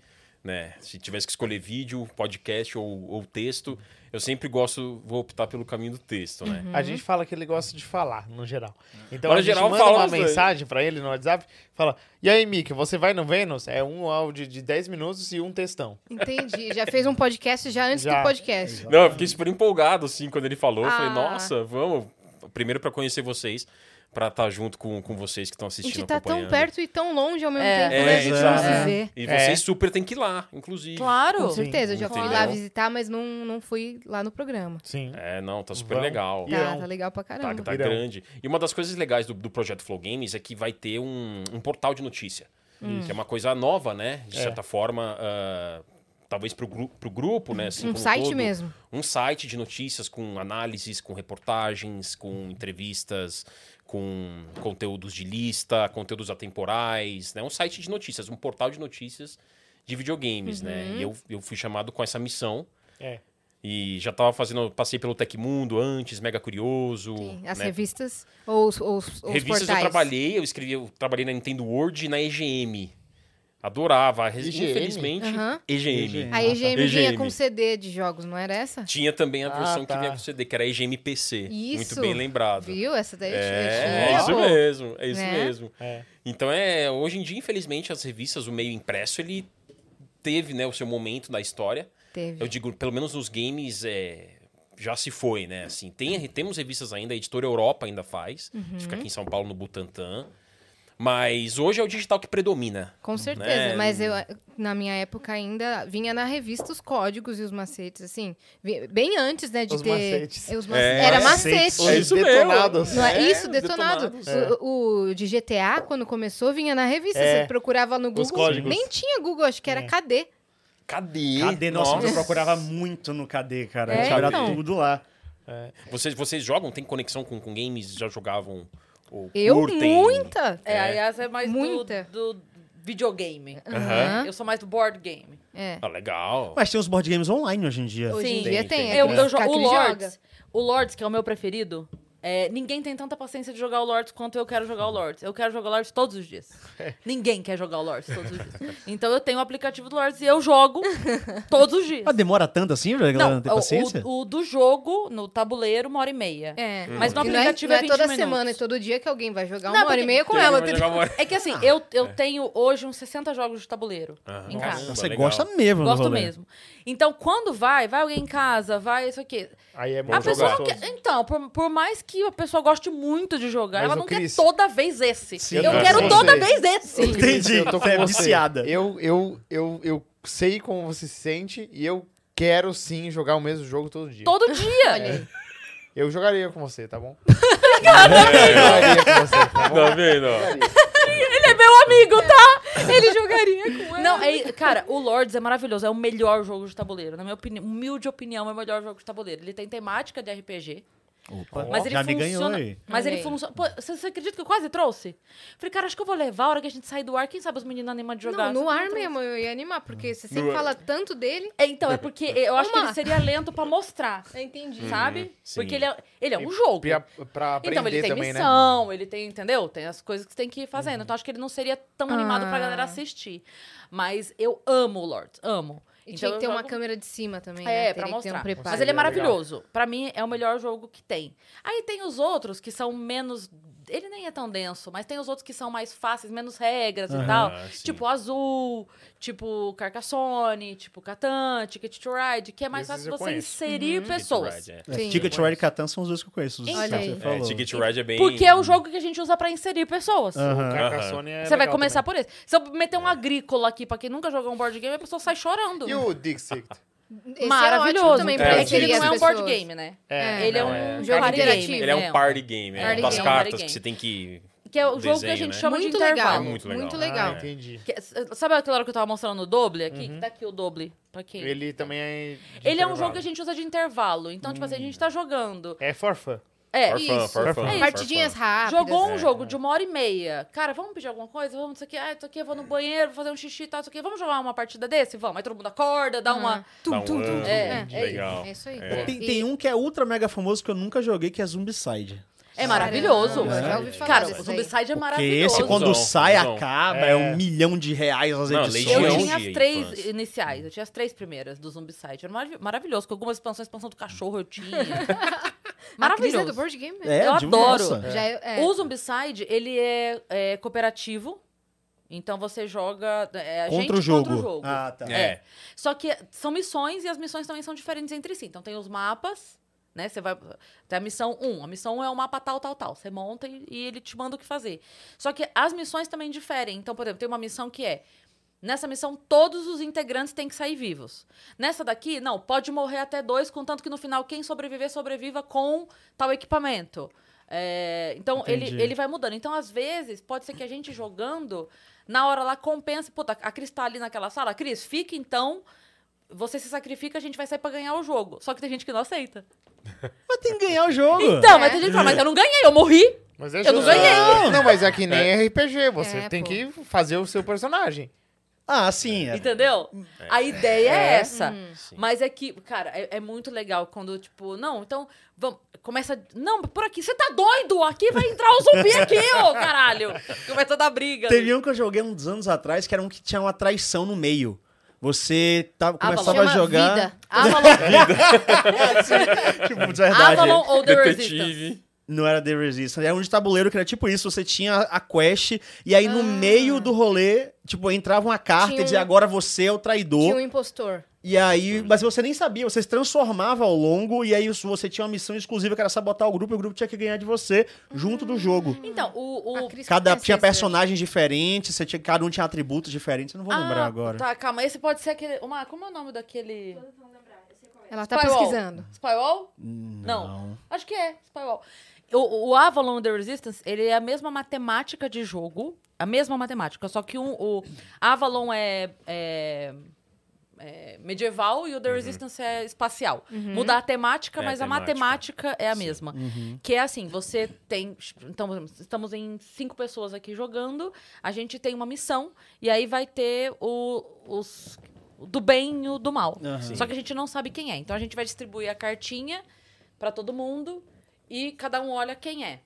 S4: Né? Se tivesse que escolher vídeo, podcast ou, ou texto, eu sempre gosto, vou optar pelo caminho do texto, né?
S2: Uhum.
S1: Uhum.
S5: A gente fala que ele gosta de falar, no geral. Então
S4: Mas, no
S5: a gente
S4: geral,
S5: manda
S4: fala
S5: uma
S4: os dois.
S5: mensagem pra ele no WhatsApp, fala, e aí, Mick, você vai no Vênus? É um áudio de 10 minutos e um textão.
S2: Entendi. Já fez um podcast já antes
S5: Já.
S2: do podcast.
S4: Não, eu fiquei super empolgado, assim, quando ele falou. Eu falei,
S2: Ah.
S4: nossa, vamos. Primeiro pra conhecer vocês, pra estar junto com, com vocês que
S2: A
S4: estão assistindo,
S2: gente tá tão
S4: acompanhando.
S2: perto e tão longe ao mesmo
S1: É.
S2: tempo,
S4: É,
S2: né?
S3: exato.
S2: Não se vê.
S4: E
S5: É.
S4: vocês super tem que ir lá, inclusive.
S1: Claro.
S2: Com certeza, eu já fui lá
S4: Entendeu?
S2: visitar, mas não, não fui lá no programa.
S5: Sim.
S4: É, não, tá super
S5: Vão.
S4: legal.
S5: E
S2: Tá,
S5: Irão.
S2: tá legal pra
S4: Tá,
S2: caramba.
S4: tá
S5: Irão.
S4: grande. E uma das coisas legais do, do projeto Flow Games é que vai ter um, um portal de notícia.
S2: Hum.
S4: Que é uma coisa nova, né? De
S5: É.
S4: certa forma, ah, talvez pro, gru pro grupo, né? assim
S2: Um
S4: como
S2: site
S4: todo.
S2: mesmo.
S4: Um site de notícias com análises, com reportagens, com entrevistas, com conteúdos de lista, conteúdos atemporais, né? Um site de notícias, um portal de notícias de videogames, né? E eu, eu fui chamado com essa missão.
S5: É.
S4: E já tava fazendo, passei pelo Tecmundo antes, Mega Curioso.
S2: Sim, as
S4: né?
S2: revistas ou os, ou os- ou os
S4: Revistas
S2: portais.
S4: eu trabalhei, eu escrevi, eu trabalhei na Nintendo World e na EGM. Adorava, a res-
S5: EGM?
S4: infelizmente.
S2: Aham.
S4: EGM.
S2: A EGM vinha
S4: EGM.
S2: com CD de jogos, não era essa?
S4: Tinha também a
S5: Ah,
S4: versão
S5: tá.
S4: que vinha com CD, que era EGM PC.
S2: Isso.
S4: Muito bem lembrado.
S2: Viu? Essa daí eu
S4: É, é
S2: tinha,
S4: isso
S2: pô.
S4: mesmo, é isso
S2: Né?
S4: mesmo.
S5: É.
S4: Então é, hoje em dia, infelizmente, as revistas, o meio impresso, ele teve, né, o seu momento na história.
S2: Teve.
S4: Eu digo, pelo menos nos games, é, já se foi, né? Assim, tem, temos revistas ainda, a Editora Europa ainda faz,
S2: Uhum.
S4: fica aqui em São Paulo, no Butantan. Mas hoje é o digital que predomina.
S2: Com certeza,
S4: né?
S2: mas eu, na minha época ainda, vinha na revista os códigos e os macetes, assim. Vi- Bem antes, né, de
S5: Os
S2: ter...
S5: macetes.
S2: É, os mace- Era
S3: Macetes.
S2: macete.
S4: É
S5: Os
S4: isso mesmo.
S5: detonados.
S2: Não é,
S4: É,
S2: isso,
S4: os
S2: detonado.
S4: detonados. é.
S2: O, o de GTA, quando começou, vinha na revista.
S5: É.
S2: Você procurava no
S5: Os
S2: Google.
S5: códigos.
S2: Nem tinha Google, acho que era KD.
S4: Cadê?
S3: Cadê? Nossa, eu procurava muito no Cadê, cara.
S2: É,
S3: Era
S2: então.
S3: tudo lá.
S4: Vocês, vocês jogam? Tem conexão com, com games? Já jogavam? Ou
S2: Eu,
S4: curtem?
S2: muita.
S1: É, a Yas é mais do-
S2: Muita.
S1: Do, videogame.
S2: Aham.
S1: Eu sou mais do board game.
S2: É.
S4: Ah, legal.
S3: Mas tem os board games online hoje em dia.
S2: Hoje em
S1: Sim.
S2: dia
S4: Tem,
S2: tem.
S4: tem.
S2: é
S1: eu,
S2: que
S1: eu jo-
S2: ficar
S1: o
S2: que joga.
S1: Lords. O Lords, que é o meu preferido. é, ninguém tem tanta paciência de jogar o Lords quanto eu quero jogar o Lords. Eu quero jogar o Lords todos os
S3: [laughs]
S1: dias. Ninguém quer jogar o Lords todos os dias. Então eu tenho o aplicativo do Lords e eu
S2: [laughs]
S1: jogo todos os dias.
S3: Mas demora tanto assim, velho? A galera
S1: Não,
S3: não tem paciência?
S1: o, o do jogo, no tabuleiro, uma hora e meia.
S2: É.
S4: Hum.
S1: Mas no
S2: Porque não é-
S1: aplicativo
S2: não é,
S1: é 20
S2: toda
S1: minutos.
S2: semana e todo dia que alguém vai jogar
S1: Não,
S2: uma hora
S1: porque-
S2: e meia com
S4: Tem
S2: ela.
S4: alguém
S2: entendeu?
S1: [laughs]
S4: jogava-
S1: É que assim, eu, eu tenho hoje uns 60 jogos de tabuleiro
S4: Aham.
S1: em
S4: Nossa,
S1: casa.
S3: Você
S4: legal.
S3: gosta mesmo, do
S1: Gosto
S3: rolê.
S1: mesmo. Então, quando vai, vai alguém em casa, vai isso aqui.
S5: Aí é
S1: a
S5: muito
S1: pessoa não
S5: gostoso.
S1: quer. Então, por, por mais que a pessoa goste muito de jogar,
S5: Mas
S1: ela
S5: o
S1: não
S5: Cris-
S1: quer toda vez esse.
S3: Sim,
S1: eu
S3: eu
S1: quero
S3: sei.
S1: toda
S5: Sei.
S1: vez esse.
S5: Eu
S3: Entendi,
S5: sei, eu tô
S3: você é
S5: com
S3: viciada.
S5: Eu, eu, eu, eu sei como você se sente e eu quero sim jogar o mesmo jogo todo dia.
S1: Todo dia.
S2: Olha aí.
S5: Eu jogaria com você, tá bom?
S1: [laughs]
S3: né?
S5: jogaria com você, tá bom?
S4: Tá vendo?
S1: Ele é meu amigo, tá?
S2: Ele jogaria com ela.
S1: Não, é, cara, o Lords é maravilhoso. É o melhor jogo de tabuleiro. Na minha opinião, humilde opinião, é o melhor jogo de tabuleiro. Ele tem temática de RPG.
S3: Opa,
S1: Mas ele
S3: já me
S1: funciona.
S3: ganhou aí.
S1: Mas
S2: Olha
S1: ele
S2: aí.
S1: funciona. Pô, você, você acredita que eu quase trouxe? Falei, cara, acho que eu vou levar a hora que a gente sair do ar. Quem sabe os meninos animam de jogar.
S2: Não, no
S1: Só que
S2: ar
S1: não trouxe.
S2: mesmo eu ia animar, porque você
S4: No
S2: sempre
S4: ar.
S2: fala tanto dele.
S1: É, então, é porque eu acho que
S2: Uma.
S1: ele seria lento pra mostrar.
S2: Eu entendi.
S1: Sabe?
S4: sim.
S1: Porque ele é, ele é um jogo.
S5: Uhum, Pra, pra aprender
S1: Então, ele tem
S5: também, né? Uhum.
S1: missão, ele tem, entendeu? Tem as coisas que você tem que ir fazendo. Então, acho que ele não seria tão animado pra
S2: Ah.
S1: galera assistir. Mas eu amo o Lord, amo.
S2: E
S1: Então
S2: tinha que
S1: eu
S2: ter uma
S1: jogo-
S2: câmera de cima também. né?
S1: É,
S2: Teria
S1: pra
S2: que ter um
S1: mostrar.
S2: preparo.
S1: Mas ele é
S4: Legal.
S1: maravilhoso. Pra mim, é o melhor jogo que tem. Aí tem os outros que são menos. Ele nem é tão denso, mas tem os outros que são mais fáceis, menos regras e tal.
S4: Ah, sim.
S1: Tipo Azul, tipo Carcassonne, tipo Catan, Ticket to Ride, que é mais
S5: Esses
S1: fácil
S5: eu
S1: você
S5: conheço. Uhum.
S1: inserir pessoas.
S4: Ticket Ride, é.
S2: Sim.
S3: Ticket to Ride e Catan são os dois que eu conheço. Os
S1: Olha
S3: que
S2: aí.
S3: você falou.
S4: É, Ticket to Ride é bem...
S1: Porque é o jogo que a gente usa pra inserir pessoas.
S5: O
S3: Aham.
S5: Carcassonne é
S1: você vai
S5: legal
S1: começar por esse. Se eu meter um
S4: É.
S1: agrícola aqui, pra quem nunca jogou um board game, a pessoa sai chorando.
S5: também. E o Dixit?
S2: Esse é
S1: Maravilhoso.
S2: ótimo
S4: então.
S2: também
S1: é,
S2: pra
S1: que ele
S2: inserir
S1: não é
S2: as
S1: um board
S2: pessoas.
S1: game, né?
S5: É,
S1: ele é
S5: não,
S1: um
S5: é.
S1: jogo
S2: Party
S1: interativo.
S2: game.
S4: Ele é um party game, é
S1: né? Party
S4: um das
S1: game,
S4: cartas
S1: party
S4: que você tem que...
S1: Que é o jogo que a
S4: desenho,
S1: gente
S4: né?
S1: chama
S2: Muito
S1: de intervalo.
S2: legal.
S4: É muito legal.
S2: Muito
S4: Ah,
S5: Ah,
S2: legal.
S5: entendi.
S1: Que- é, sabe aquela hora que eu tava mostrando o doble aqui? Tá aqui o doble. Pra quem? Ele,
S5: Uhum. Ele também é. de
S1: é um jogo
S5: intervalo.
S1: que a gente usa de intervalo. Então, tipo assim, a gente tá jogando.
S5: É forfã.
S1: É,
S4: Hum. For fun,
S2: isso.
S4: for fun,
S5: É
S4: for
S2: Partidinhas
S4: fun.
S2: rápidas.
S1: jogou um jogo de uma hora e meia. Cara, vamos pedir alguma coisa? Vamos, isso aqui. Ah, isso aqui, eu vou no banheiro, vou fazer um xixi e tal, isso aqui. Vamos jogar uma partida desse? Vamos. Aí todo mundo acorda, dá
S2: Ah.
S1: uma.
S4: Dá um up,
S1: É,
S2: é
S4: legal.
S2: É isso aí.
S4: É.
S3: Tem,
S2: E-
S3: tem um que é ultra mega famoso que eu nunca joguei, que é Zumbicide.
S1: É maravilhoso.
S2: Caramba, já ouvi falar
S1: Cara,
S2: desse
S1: o Zombicide é
S3: Porque
S1: maravilhoso.
S3: esse, quando
S4: Usão,
S3: sai,
S4: usão.
S3: acaba, é.
S5: É.
S3: um milhão de reais as
S4: Não,
S3: edições.
S4: Legião.
S1: Eu
S4: Legião.
S1: tinha as
S4: de
S1: três
S4: infância.
S1: iniciais, eu tinha as três primeiras do Zombicide. Era marav- maravilhoso, com algumas expansões, expansão do cachorro eu tinha.
S2: [laughs] A Cris é
S1: maravilhoso.
S2: do board game mesmo.
S3: É,
S1: Eu
S3: de
S1: adoro.
S3: massa.
S2: Já é, é.
S1: O Zombicide, ele é, é, cooperativo. Então você joga. É, a
S3: Contra
S1: gente
S3: o jogo.
S1: Contra o jogo.
S3: Ah, tá.
S4: É.
S1: Só que são missões e as missões também são diferentes entre si. Então tem os mapas, né? Você vai. Tem a missão 1. A missão 1 é o mapa tal, tal, tal. Você monta e, e ele te manda o que fazer. Só que as missões também diferem. Então, por exemplo, tem uma missão que é. Nessa missão, todos os integrantes têm que sair vivos. Nessa daqui, não, pode morrer até dois, contanto que no final quem sobreviver, sobreviva com tal equipamento. É, então, ele,
S3: Entendi.
S1: ele vai mudando. Então, às vezes, pode ser que a gente jogando, na hora lá, compensa. Puta, a Cris tá ali naquela sala. Cris, fica então. Você se sacrifica, a gente vai sair pra ganhar o jogo. Só que tem gente que não aceita.
S3: Mas tem que ganhar o jogo.
S1: Então, mas tem gente que fala, mas eu não ganhei, eu morri.
S5: Mas é
S1: Eu não
S5: justo.
S1: ganhei.
S5: Não, Não, mas é que nem RPG. Você
S2: É,
S5: tem
S2: pô.
S5: que fazer o seu personagem.
S3: Ah, sim. é.
S1: Entendeu? A ideia é,
S5: É.
S1: essa. Mas é que, cara, é, é muito legal quando, tipo, não, então, vamos, começa. Não, por aqui, você tá doido? Aqui vai entrar o zumbi aqui, ô caralho! Começa a dar briga. né?
S3: Teve um que eu joguei uns anos atrás, que era um que tinha uma traição no meio. Você tava,
S1: Avalon.
S3: começava a
S2: Chama
S3: jogar. [laughs]
S2: Vida.
S1: Avalon,
S3: tipo, de verdade.
S1: Avalon ou The Resistance.
S4: Detetive.
S3: Não era The Resistance. Era um de tabuleiro que era tipo isso. Você tinha a quest, e aí no meio do rolê, tipo, entrava uma carta
S2: Ah. Tinha
S3: e dizia
S2: um-
S3: agora você é o traidor.
S2: Tinha um Uhum. impostor.
S3: E aí, mas você nem sabia, você se transformava ao longo, e aí isso- você tinha uma missão exclusiva que era sabotar o grupo, e o grupo tinha que ganhar de você junto do
S2: Hum,
S3: jogo.
S1: Então, o. o...
S2: A Cris
S3: Cada
S2: conhece
S3: tinha
S2: esse, né?
S3: personagens diferentes, você tinha, cada um tinha atributos diferentes, eu não vou lembrar
S1: Ah,
S3: agora.
S1: Tá, calma, esse pode ser aquele. Uma, como é o nome daquele.
S2: Ela tá
S1: Firewall.
S2: pesquisando.
S1: Spywall?
S3: não.
S1: Acho que é Spywall. O, o Avalon The Resistance, ele é a mesma matemática de jogo. A mesma matemática, só que um, o Avalon é, é- é medieval e o The Resistance é espacial. Muda a temática,
S4: Uhum. É,
S1: mas a
S4: temática.
S1: matemática é a
S4: Sim. Uhum.
S1: mesma. Que é assim, você tem... Então, por exemplo, estamos em cinco pessoas aqui jogando, a gente tem uma missão, e aí vai ter o, os... o Do bem e o do mal.
S3: Aham.
S1: Só que a gente não sabe quem é. Então a gente vai distribuir a cartinha pra todo mundo e cada um olha quem é.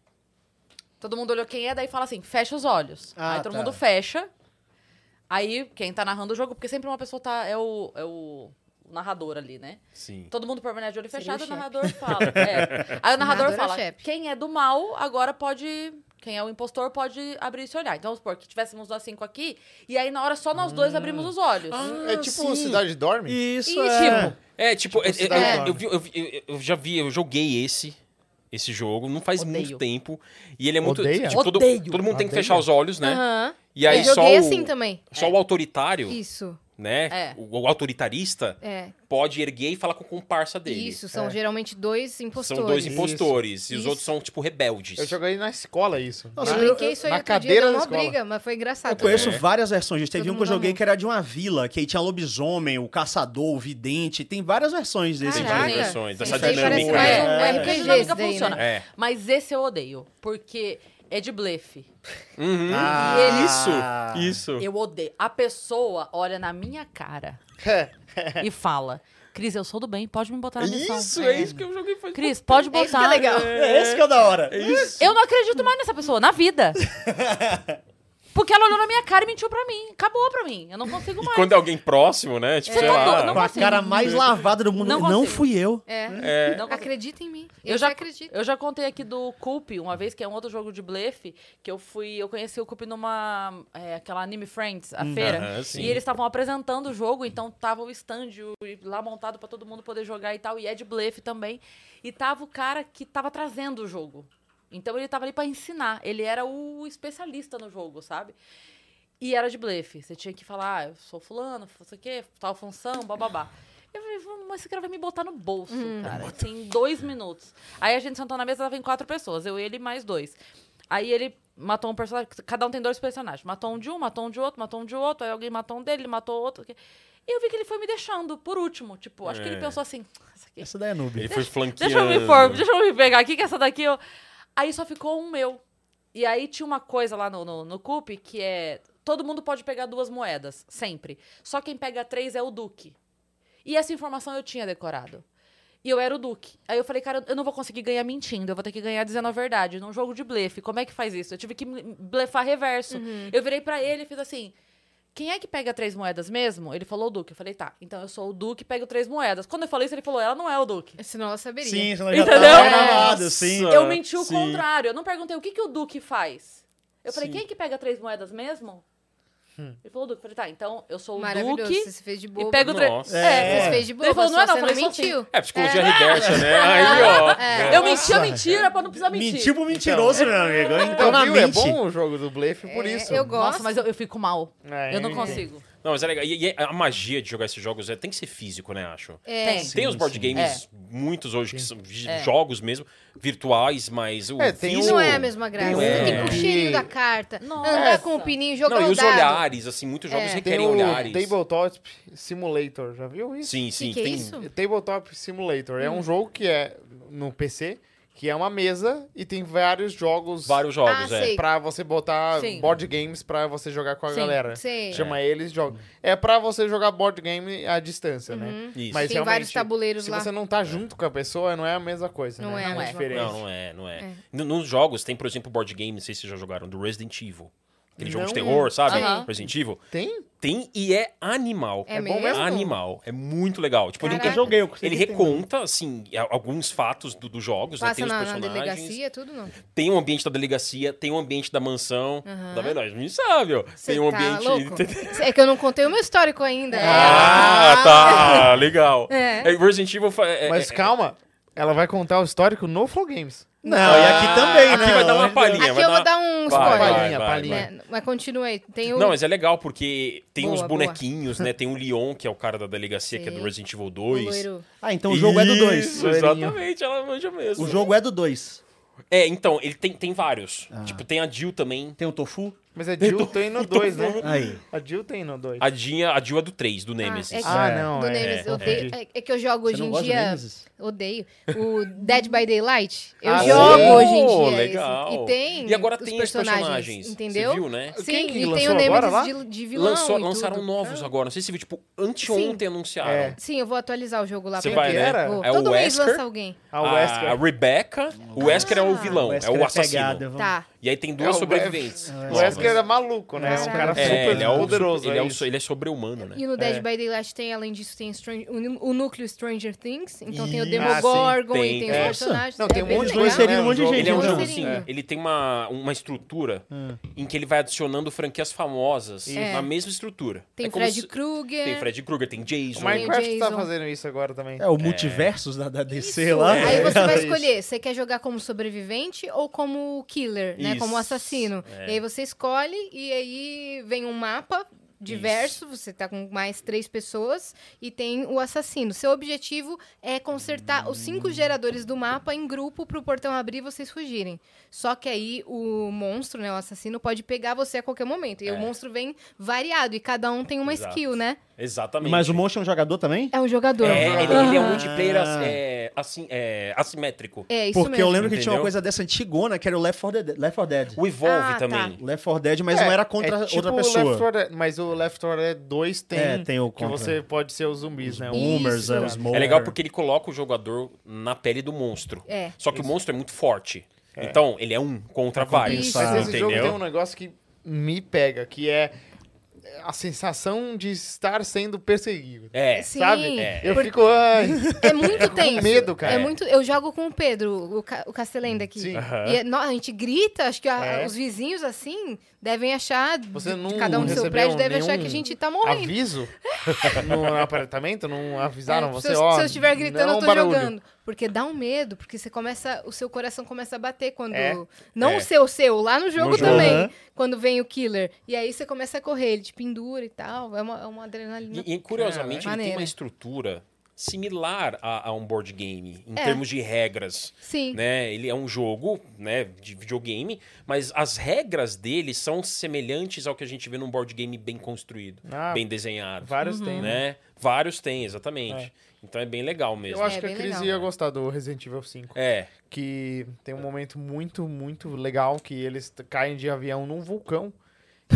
S1: Todo mundo olhou quem é, daí fala assim, fecha os olhos.
S3: Ah,
S1: aí todo
S3: tá.
S1: mundo fecha. Aí quem tá narrando o jogo, porque sempre uma pessoa tá... É o, é o narrador ali, né?
S4: Sim.
S1: Todo mundo permanece de olho
S2: Seria
S1: fechado,
S2: o
S1: o
S2: chefe.
S1: narrador fala. é. Aí o narrador
S2: Narrador é
S1: fala,
S2: chefe.
S1: quem é do mal, agora pode... Quem é o impostor pode abrir e se olhar. Então, vamos supor que tivéssemos nós cinco aqui, e aí na hora só nós
S4: Ah.
S1: dois abrimos os olhos.
S5: É tipo
S3: sim.
S5: Cidade Dorme.
S3: Isso,
S1: E,
S3: é.
S1: tipo,
S4: É, tipo, é- é-
S5: Cidade
S4: é,
S5: Dorme.
S4: eu, vi- eu vi- eu- eu já vi, eu joguei esse esse jogo, não faz
S1: Odeio.
S4: muito tempo. E ele é muito.
S5: Odeia?
S4: tipo, todo,
S1: Odeio.
S4: todo mundo tem que
S5: Odeia.
S4: fechar os olhos, né?
S2: Aham.
S4: E aí
S1: É,
S2: eu
S4: só
S2: joguei
S4: o,
S2: assim também.
S4: só o autoritário,
S2: Isso.
S4: né?
S1: É.
S4: O, o autoritarista
S2: É.
S4: pode erguer e falar com o comparsa dele. é.
S2: Isso, são geralmente dois impostores.
S4: São dois
S5: Isso.
S4: impostores. E os
S2: Isso.
S4: outros são, tipo, rebeldes.
S5: Eu joguei na escola isso.
S3: Nossa,
S2: Eu
S5: Na-
S2: brinquei isso aí
S5: na
S2: outro dia,
S5: cadeira
S2: deu
S5: da
S2: uma
S5: escola.
S2: briga, mas foi engraçado.
S3: Eu conheço
S4: É.
S3: várias versões disso. Teve
S2: Todo
S3: um que eu
S2: mundo
S3: joguei
S2: amou.
S3: que era de uma vila, que aí tinha lobisomem, o caçador, o vidente. Tem várias versões desse. tipo.
S4: Tem
S2: Caraca.
S4: várias tipo versões.
S2: Esse
S4: Essa
S2: aí parece
S4: dinâmica.
S2: mais
S4: é-
S2: um
S1: É, é,
S2: RPG
S1: a dinâmica
S2: esse daí,
S1: funciona.
S2: né?
S4: É.
S1: Mas esse eu odeio, porque é de blefe.
S4: Uhum.
S3: Ah,
S4: isso. Isso.
S1: Eu odeio. A pessoa olha na minha cara
S4: É.
S1: e fala: Cris, eu sou do bem, pode me botar na missão.
S4: Isso, é isso que eu joguei faz
S1: Cris, pode
S2: É
S1: botar.
S2: isso que é legal.
S3: É esse que é o da hora.
S4: É isso. [laughs]
S1: Eu não acredito mais nessa pessoa, na vida. Porque ela olhou na minha cara e mentiu pra mim. Acabou pra mim. Eu não consigo
S4: E
S1: mais.
S4: quando é alguém próximo, né? Tipo,
S1: Você
S4: sei
S1: tá
S4: lá.
S1: doido, não
S3: Com a
S1: consigo.
S3: cara mais lavada do mundo.
S1: Não
S3: Não,
S1: consigo.
S3: fui eu.
S2: É.
S1: Não consigo.
S2: Acredita em mim.
S1: Eu
S2: Eu,
S1: já-
S2: já acredito.
S1: Eu já contei aqui do Coop uma vez, que é um outro jogo de blefe, que eu fui. Eu conheci o Coop numa. é, aquela Anime Friends, a feira.
S4: Uhum. Aham, sim.
S1: e eles estavam apresentando o jogo, então tava o stand o- lá montado pra todo mundo poder jogar e tal. E é de blefe também. E tava o cara que tava trazendo o jogo. Então ele tava ali pra ensinar. Ele era o especialista no jogo, sabe? E era de blefe. Você tinha que falar, ah, eu sou fulano, não sei o quê, tal função, bababá. Eu falei, "Vamos, mas esse cara vai me botar no bolso, cara. Assim, em dois minutos. Aí a gente sentou na mesa, tava em quatro pessoas. Eu, ele e mais dois. Aí ele matou um personagem. Cada um tem dois personagens. Matou um de um, matou um de outro, matou um de outro. Aí alguém matou um dele, ele matou outro. E eu vi que ele foi me deixando, por último. Tipo, acho que ele
S4: É.
S1: pensou assim... "Essa aqui
S3: Essa daí é noob.
S4: Ele foi flanqueando.
S1: Deixa eu me pôr, deixa eu me pegar aqui, que essa daqui eu. Aí só ficou um meu. E aí tinha uma coisa lá no, no, no CUP que é. Todo mundo pode pegar duas moedas, sempre. Só quem pega três é o Duque. E essa informação eu tinha decorado. E eu era o Duque. Aí eu falei, cara, eu não vou conseguir ganhar mentindo, eu vou ter que ganhar dizendo a verdade. Num jogo de blefe, como é que faz isso? Eu tive que me- blefar reverso. Eu virei pra ele e fiz assim. Quem é que pega três moedas mesmo? Ele falou o Duque. Eu falei, tá, então eu sou o Duque e pego três moedas. Quando eu falei isso, ele falou, ela não é o Duque.
S2: Senão ela saberia.
S3: Sim, senão já
S1: Entendeu?
S3: tava
S1: É.
S3: gravado, sim.
S4: Nossa.
S1: Eu menti o
S3: É, sim.
S1: contrário. Eu não perguntei o que, que o Duque faz. Eu falei,
S3: Sim. Hum.
S1: quem que pega três moedas mesmo? Ele falou o Duque. Eu falei, tá, então eu sou o
S2: Maravilhoso.
S1: Duque
S2: Você se fez de bobo.
S1: e pego três.
S4: Nossa.
S1: É.
S2: Você se fez de bobo.
S1: Ele falou, não é
S2: só
S1: não,
S2: você
S1: eu falei, sou
S2: mentiu.
S4: É, psicologia reversa, né? Aí, ó.
S2: É.
S1: Eu menti a mentira pra não precisar mentir.
S3: Mentiu
S4: Então.
S3: pro mentiroso, meu amigo. Então,
S5: Então,
S3: na
S5: viu? É
S3: mente.
S5: bom o jogo do blefe por
S2: É,
S5: isso.
S2: Eu gosto.
S1: Nossa, mas eu, eu fico mal.
S5: É,
S1: eu não
S5: é.
S1: consigo.
S4: Não, mas é legal. E, e a magia de jogar esses jogos é, tem que ser físico, né, acho?
S2: É.
S1: Tem.
S4: tem os
S3: Sim,
S4: board
S3: sim.
S4: games, muitos hoje, que são j- jogos mesmo, virtuais, mas o
S5: É, tem
S2: E É.
S4: físico...
S2: não é a mesma graça.
S4: Tem
S2: Não
S4: um-
S2: tem com o cheirinho da carta.
S1: Nossa.
S2: Andar com o pininho, jogar
S4: Não, e
S2: o
S4: os
S2: dado.
S4: olhares, assim, muitos jogos
S2: É.
S5: Tem
S4: requerem
S5: o
S4: olhares.
S5: Tabletop Simulator, já viu isso?
S4: Sim, sim.
S2: que que é
S4: tem...
S2: isso? Hum.
S5: Tabletop Simulator é um jogo que é no PC, que é uma mesa e tem vários jogos
S4: Vários jogos,
S2: Ah,
S4: é.
S2: sei.
S5: pra você botar
S1: Sim.
S5: board games pra você jogar com a
S1: Sim,
S4: né?
S5: galera.
S2: Sim.
S5: Chama eles e joga. É pra você jogar board game à distância, né?
S4: Isso.
S5: Mas
S2: Tem vários
S5: realmente,
S2: tabuleiros
S5: Se
S2: Uhum. lá.
S5: você não tá junto com a pessoa, não é a mesma coisa,
S2: Não
S5: né?
S2: é a mesma
S5: diferente.
S4: Não, não é, não é. No- Nos jogos tem, por exemplo, board game, não sei se vocês já jogaram, do Resident Evil. Aquele jogo de
S5: Não.
S4: terror, sabe?
S1: Aham.
S4: Resident Evil.
S5: Tem?
S4: Tem e é animal.
S2: É
S5: bom
S2: mesmo?
S4: Animal. É muito legal. Tipo, ele,
S2: Caraca.
S4: ele,
S3: joguei. Eu sei que tem.
S4: reconta, assim, a- alguns fatos do- dos jogos, né?
S2: Passa
S4: Tem os
S2: na, na
S4: personagens.
S2: delegacia, tudo não.
S4: Tem o ambiente da delegacia, tem o ambiente da mansão. Tá vendo? A gente sabe, ó.
S2: Você
S4: tem um
S2: tá
S4: ambiente.
S2: louco? É que eu não contei o meu histórico ainda.
S4: [laughs] Ah, tá. Legal.
S2: É.
S4: É, Resident Evil fa- é,
S5: Mas
S4: é-
S5: calma, ela vai contar o histórico no Flow Games.
S3: Não, Ah, e aqui também,
S4: Ah, aqui
S3: né?
S4: vai dar uma palhinha.
S2: Aqui
S4: vai
S2: eu
S4: dar-
S2: vou dar um
S4: Vai,
S2: spoiler.
S4: vai,
S5: Palhinha,
S4: vai,
S5: palhinha.
S4: vai.
S2: né? Mas continua aí. Tem o...
S4: Não, mas é legal porque tem
S2: Boa,
S4: os
S2: boa.
S4: bonequinhos, né? Tem o Leon, que é o cara da delegacia, que é do
S2: Sim.
S4: Resident Evil
S2: o
S4: 2.
S2: loiro.
S3: Ah, então o jogo é do 2.
S4: Isso, Exatamente, ela manja mesmo.
S3: O jogo é do 2.
S4: É, então, ele tem, tem vários.
S5: Ah.
S4: Tipo, tem a Jill também.
S3: Tem Então o Tofu?
S5: Mas a Jill tem no 2, né?
S3: Aí.
S5: A Jill tem no 2.
S4: A, Dinha, a Jill é do 3, do Nemesis.
S2: que-
S5: Ah, não,
S2: Do
S5: é,
S2: Nemesis.
S5: é,
S2: eu odeio- é- é que eu jogo
S3: Você
S2: hoje
S3: não
S2: em
S3: gosta do
S2: dia.
S3: Nemesis?
S2: Odeio. O Dead by Daylight. Eu
S5: Ah,
S2: jogo
S5: sim.
S2: hoje em
S4: Oh,
S2: dia.
S4: legal.
S2: esse. E tem.
S4: E agora
S2: os
S4: tem os
S2: personagens,
S4: personagens.
S2: Entendeu?
S4: Você viu, né?
S2: Sim,
S5: Quem que
S2: e tem
S5: lançou
S2: o
S5: agora
S2: Nemesis
S5: lá?
S2: de, de vilão.
S4: Lançou,
S2: e tudo. Ah.
S4: lançaram um novos agora. Não sei se você viu, tipo, anteontem anunciaram.
S5: É.
S2: Sim, eu vou atualizar o jogo lá
S4: Você
S2: pra
S4: vai,
S5: Quem que
S4: né?
S5: era?
S2: Vou.
S4: É
S2: Todo
S4: o
S2: mês lança
S4: Wesker.
S2: alguém.
S5: A
S4: A
S5: Ah, Wesker.
S4: Rebecca. O Wesker é o
S2: Ah.
S4: vilão,
S3: Wesker
S4: é o
S3: é
S4: assassino.
S3: pegada, vamos-
S2: Tá.
S4: E aí tem
S5: É
S4: duas
S5: o
S4: sobreviventes.
S5: O Wesker era maluco, né? É um cara
S4: É,
S5: super
S4: ele é o
S5: poderoso.
S4: Ele é,
S5: é
S4: o-
S5: isso.
S4: ele é sobre-humano, né?
S2: E no Dead by Daylight tem, além disso, tem Strange- o, nu- o núcleo Stranger Things. Então tem o
S4: Ah,
S2: Demogorgon
S4: sim,
S2: e
S4: tem.
S2: tem os
S4: É.
S2: personagens.
S5: Não, tem um
S2: bem
S5: monte de
S2: legal.
S3: Eles
S5: coisa, né?
S3: inseriram um monte de
S5: No
S3: gente.
S4: Ele é um
S3: no
S4: jogo
S2: Rogerinho.
S4: assim, ele tem uma, uma estrutura
S5: Ah.
S4: em que ele vai adicionando franquias famosas na mesma estrutura.
S2: Tem
S4: É como
S2: Fred
S4: se-
S2: Krueger.
S4: Tem Fred Krueger, tem Jason.
S5: O Minecraft tá
S2: Jason.
S5: fazendo isso agora também.
S3: É o multiversos da, da DC
S2: Isso.
S3: lá. né?
S2: Aí você vai
S5: É isso.
S2: escolher, você quer jogar como sobrevivente ou como killer, né? Como
S4: Isso.
S2: assassino. E aí você escolhe e aí vem um mapa diverso, você tá com mais três pessoas e tem o assassino. Seu objetivo é consertar os cinco geradores do mapa em grupo pro portão abrir e vocês fugirem. Só que aí o monstro, né, o assassino pode pegar você a qualquer momento. E o monstro vem variado e cada um tem uma
S4: Exato.
S2: skill, né?
S4: Exatamente.
S3: Mas o monstro é um jogador também?
S2: É um jogador.
S4: É, ele, ele é um
S2: Aham.
S4: multiplayer ass- é, assim, é, assimétrico.
S2: É, isso
S3: Porque
S2: mesmo.
S3: eu lembro que tinha uma
S4: Entendeu?
S3: coisa dessa antigona, que era o Left 4 Dead. Left 4 Dead.
S4: O Evolve
S2: Ah, tá.
S4: também. É
S3: Left 4 Dead, mas
S5: É,
S3: não era contra
S5: é tipo
S3: outra
S5: o
S3: pessoa.
S5: Left 4 Dead, mas o Left 4 Dead 2 tem,
S3: É, tem o
S5: que
S3: contra.
S5: você pode ser os zumbis, né?
S2: Isso.
S3: Boomers, é, os
S4: É legal porque ele coloca o jogador na pele do monstro.
S2: É.
S4: Só que o monstro é muito forte. Então, ele é um contra vários.
S2: Isso.
S5: Mas esse jogo
S4: Entendeu?
S5: tem um negócio que me pega, que é a sensação de estar sendo perseguido.
S4: É.
S2: Sim.
S5: Sabe?
S4: É.
S5: Eu fico. Ai,
S2: É muito
S5: [laughs] com
S2: tenso.
S5: medo, cara.
S2: É muito... Eu jogo com o Pedro, o, Ca... o Castelenda aqui.
S5: Sim.
S4: Aham.
S2: E é- no- a gente grita, acho que a-
S5: É.
S2: os vizinhos, assim, devem achar...
S5: Você não
S2: cada um do seu
S5: recebeu
S2: prédio deve achar
S5: nenhum
S2: que a gente tá morrendo.
S5: aviso [laughs] no apartamento, não avisaram
S2: É,
S5: você,
S2: se, eu,
S5: ó.
S2: se eu estiver gritando,
S5: não é
S2: eu
S5: um
S2: tô
S5: barulho.
S2: jogando. Porque dá um medo, porque você começa... O seu coração começa a bater quando...
S5: É.
S2: Não
S4: É.
S2: o seu, o seu. Lá no jogo
S4: No jogo.
S2: também.
S3: Aham.
S2: Quando vem o killer. E aí você começa a correr, ele te pendura e tal. É uma, é uma adrenalina.
S4: E, e, curiosamente,
S2: Cara,
S4: ele tem
S2: maneiro.
S4: uma estrutura similar a, a um board game, em
S2: É.
S4: termos de regras.
S2: Sim.
S4: Né? Ele é um jogo né, de videogame, mas as regras dele são semelhantes ao que a gente vê num board game bem construído,
S5: Ah,
S4: bem desenhado.
S5: Vários
S2: Uhum.
S5: tem, né?
S4: né? Vários tem, exatamente. Então é bem legal mesmo.
S5: Eu acho
S2: É,
S5: que a
S2: bem
S5: Cris
S2: legal.
S5: ia gostar do Resident Evil 5.
S4: É,
S5: Que tem um momento muito, muito legal que eles t- caem de avião num vulcão.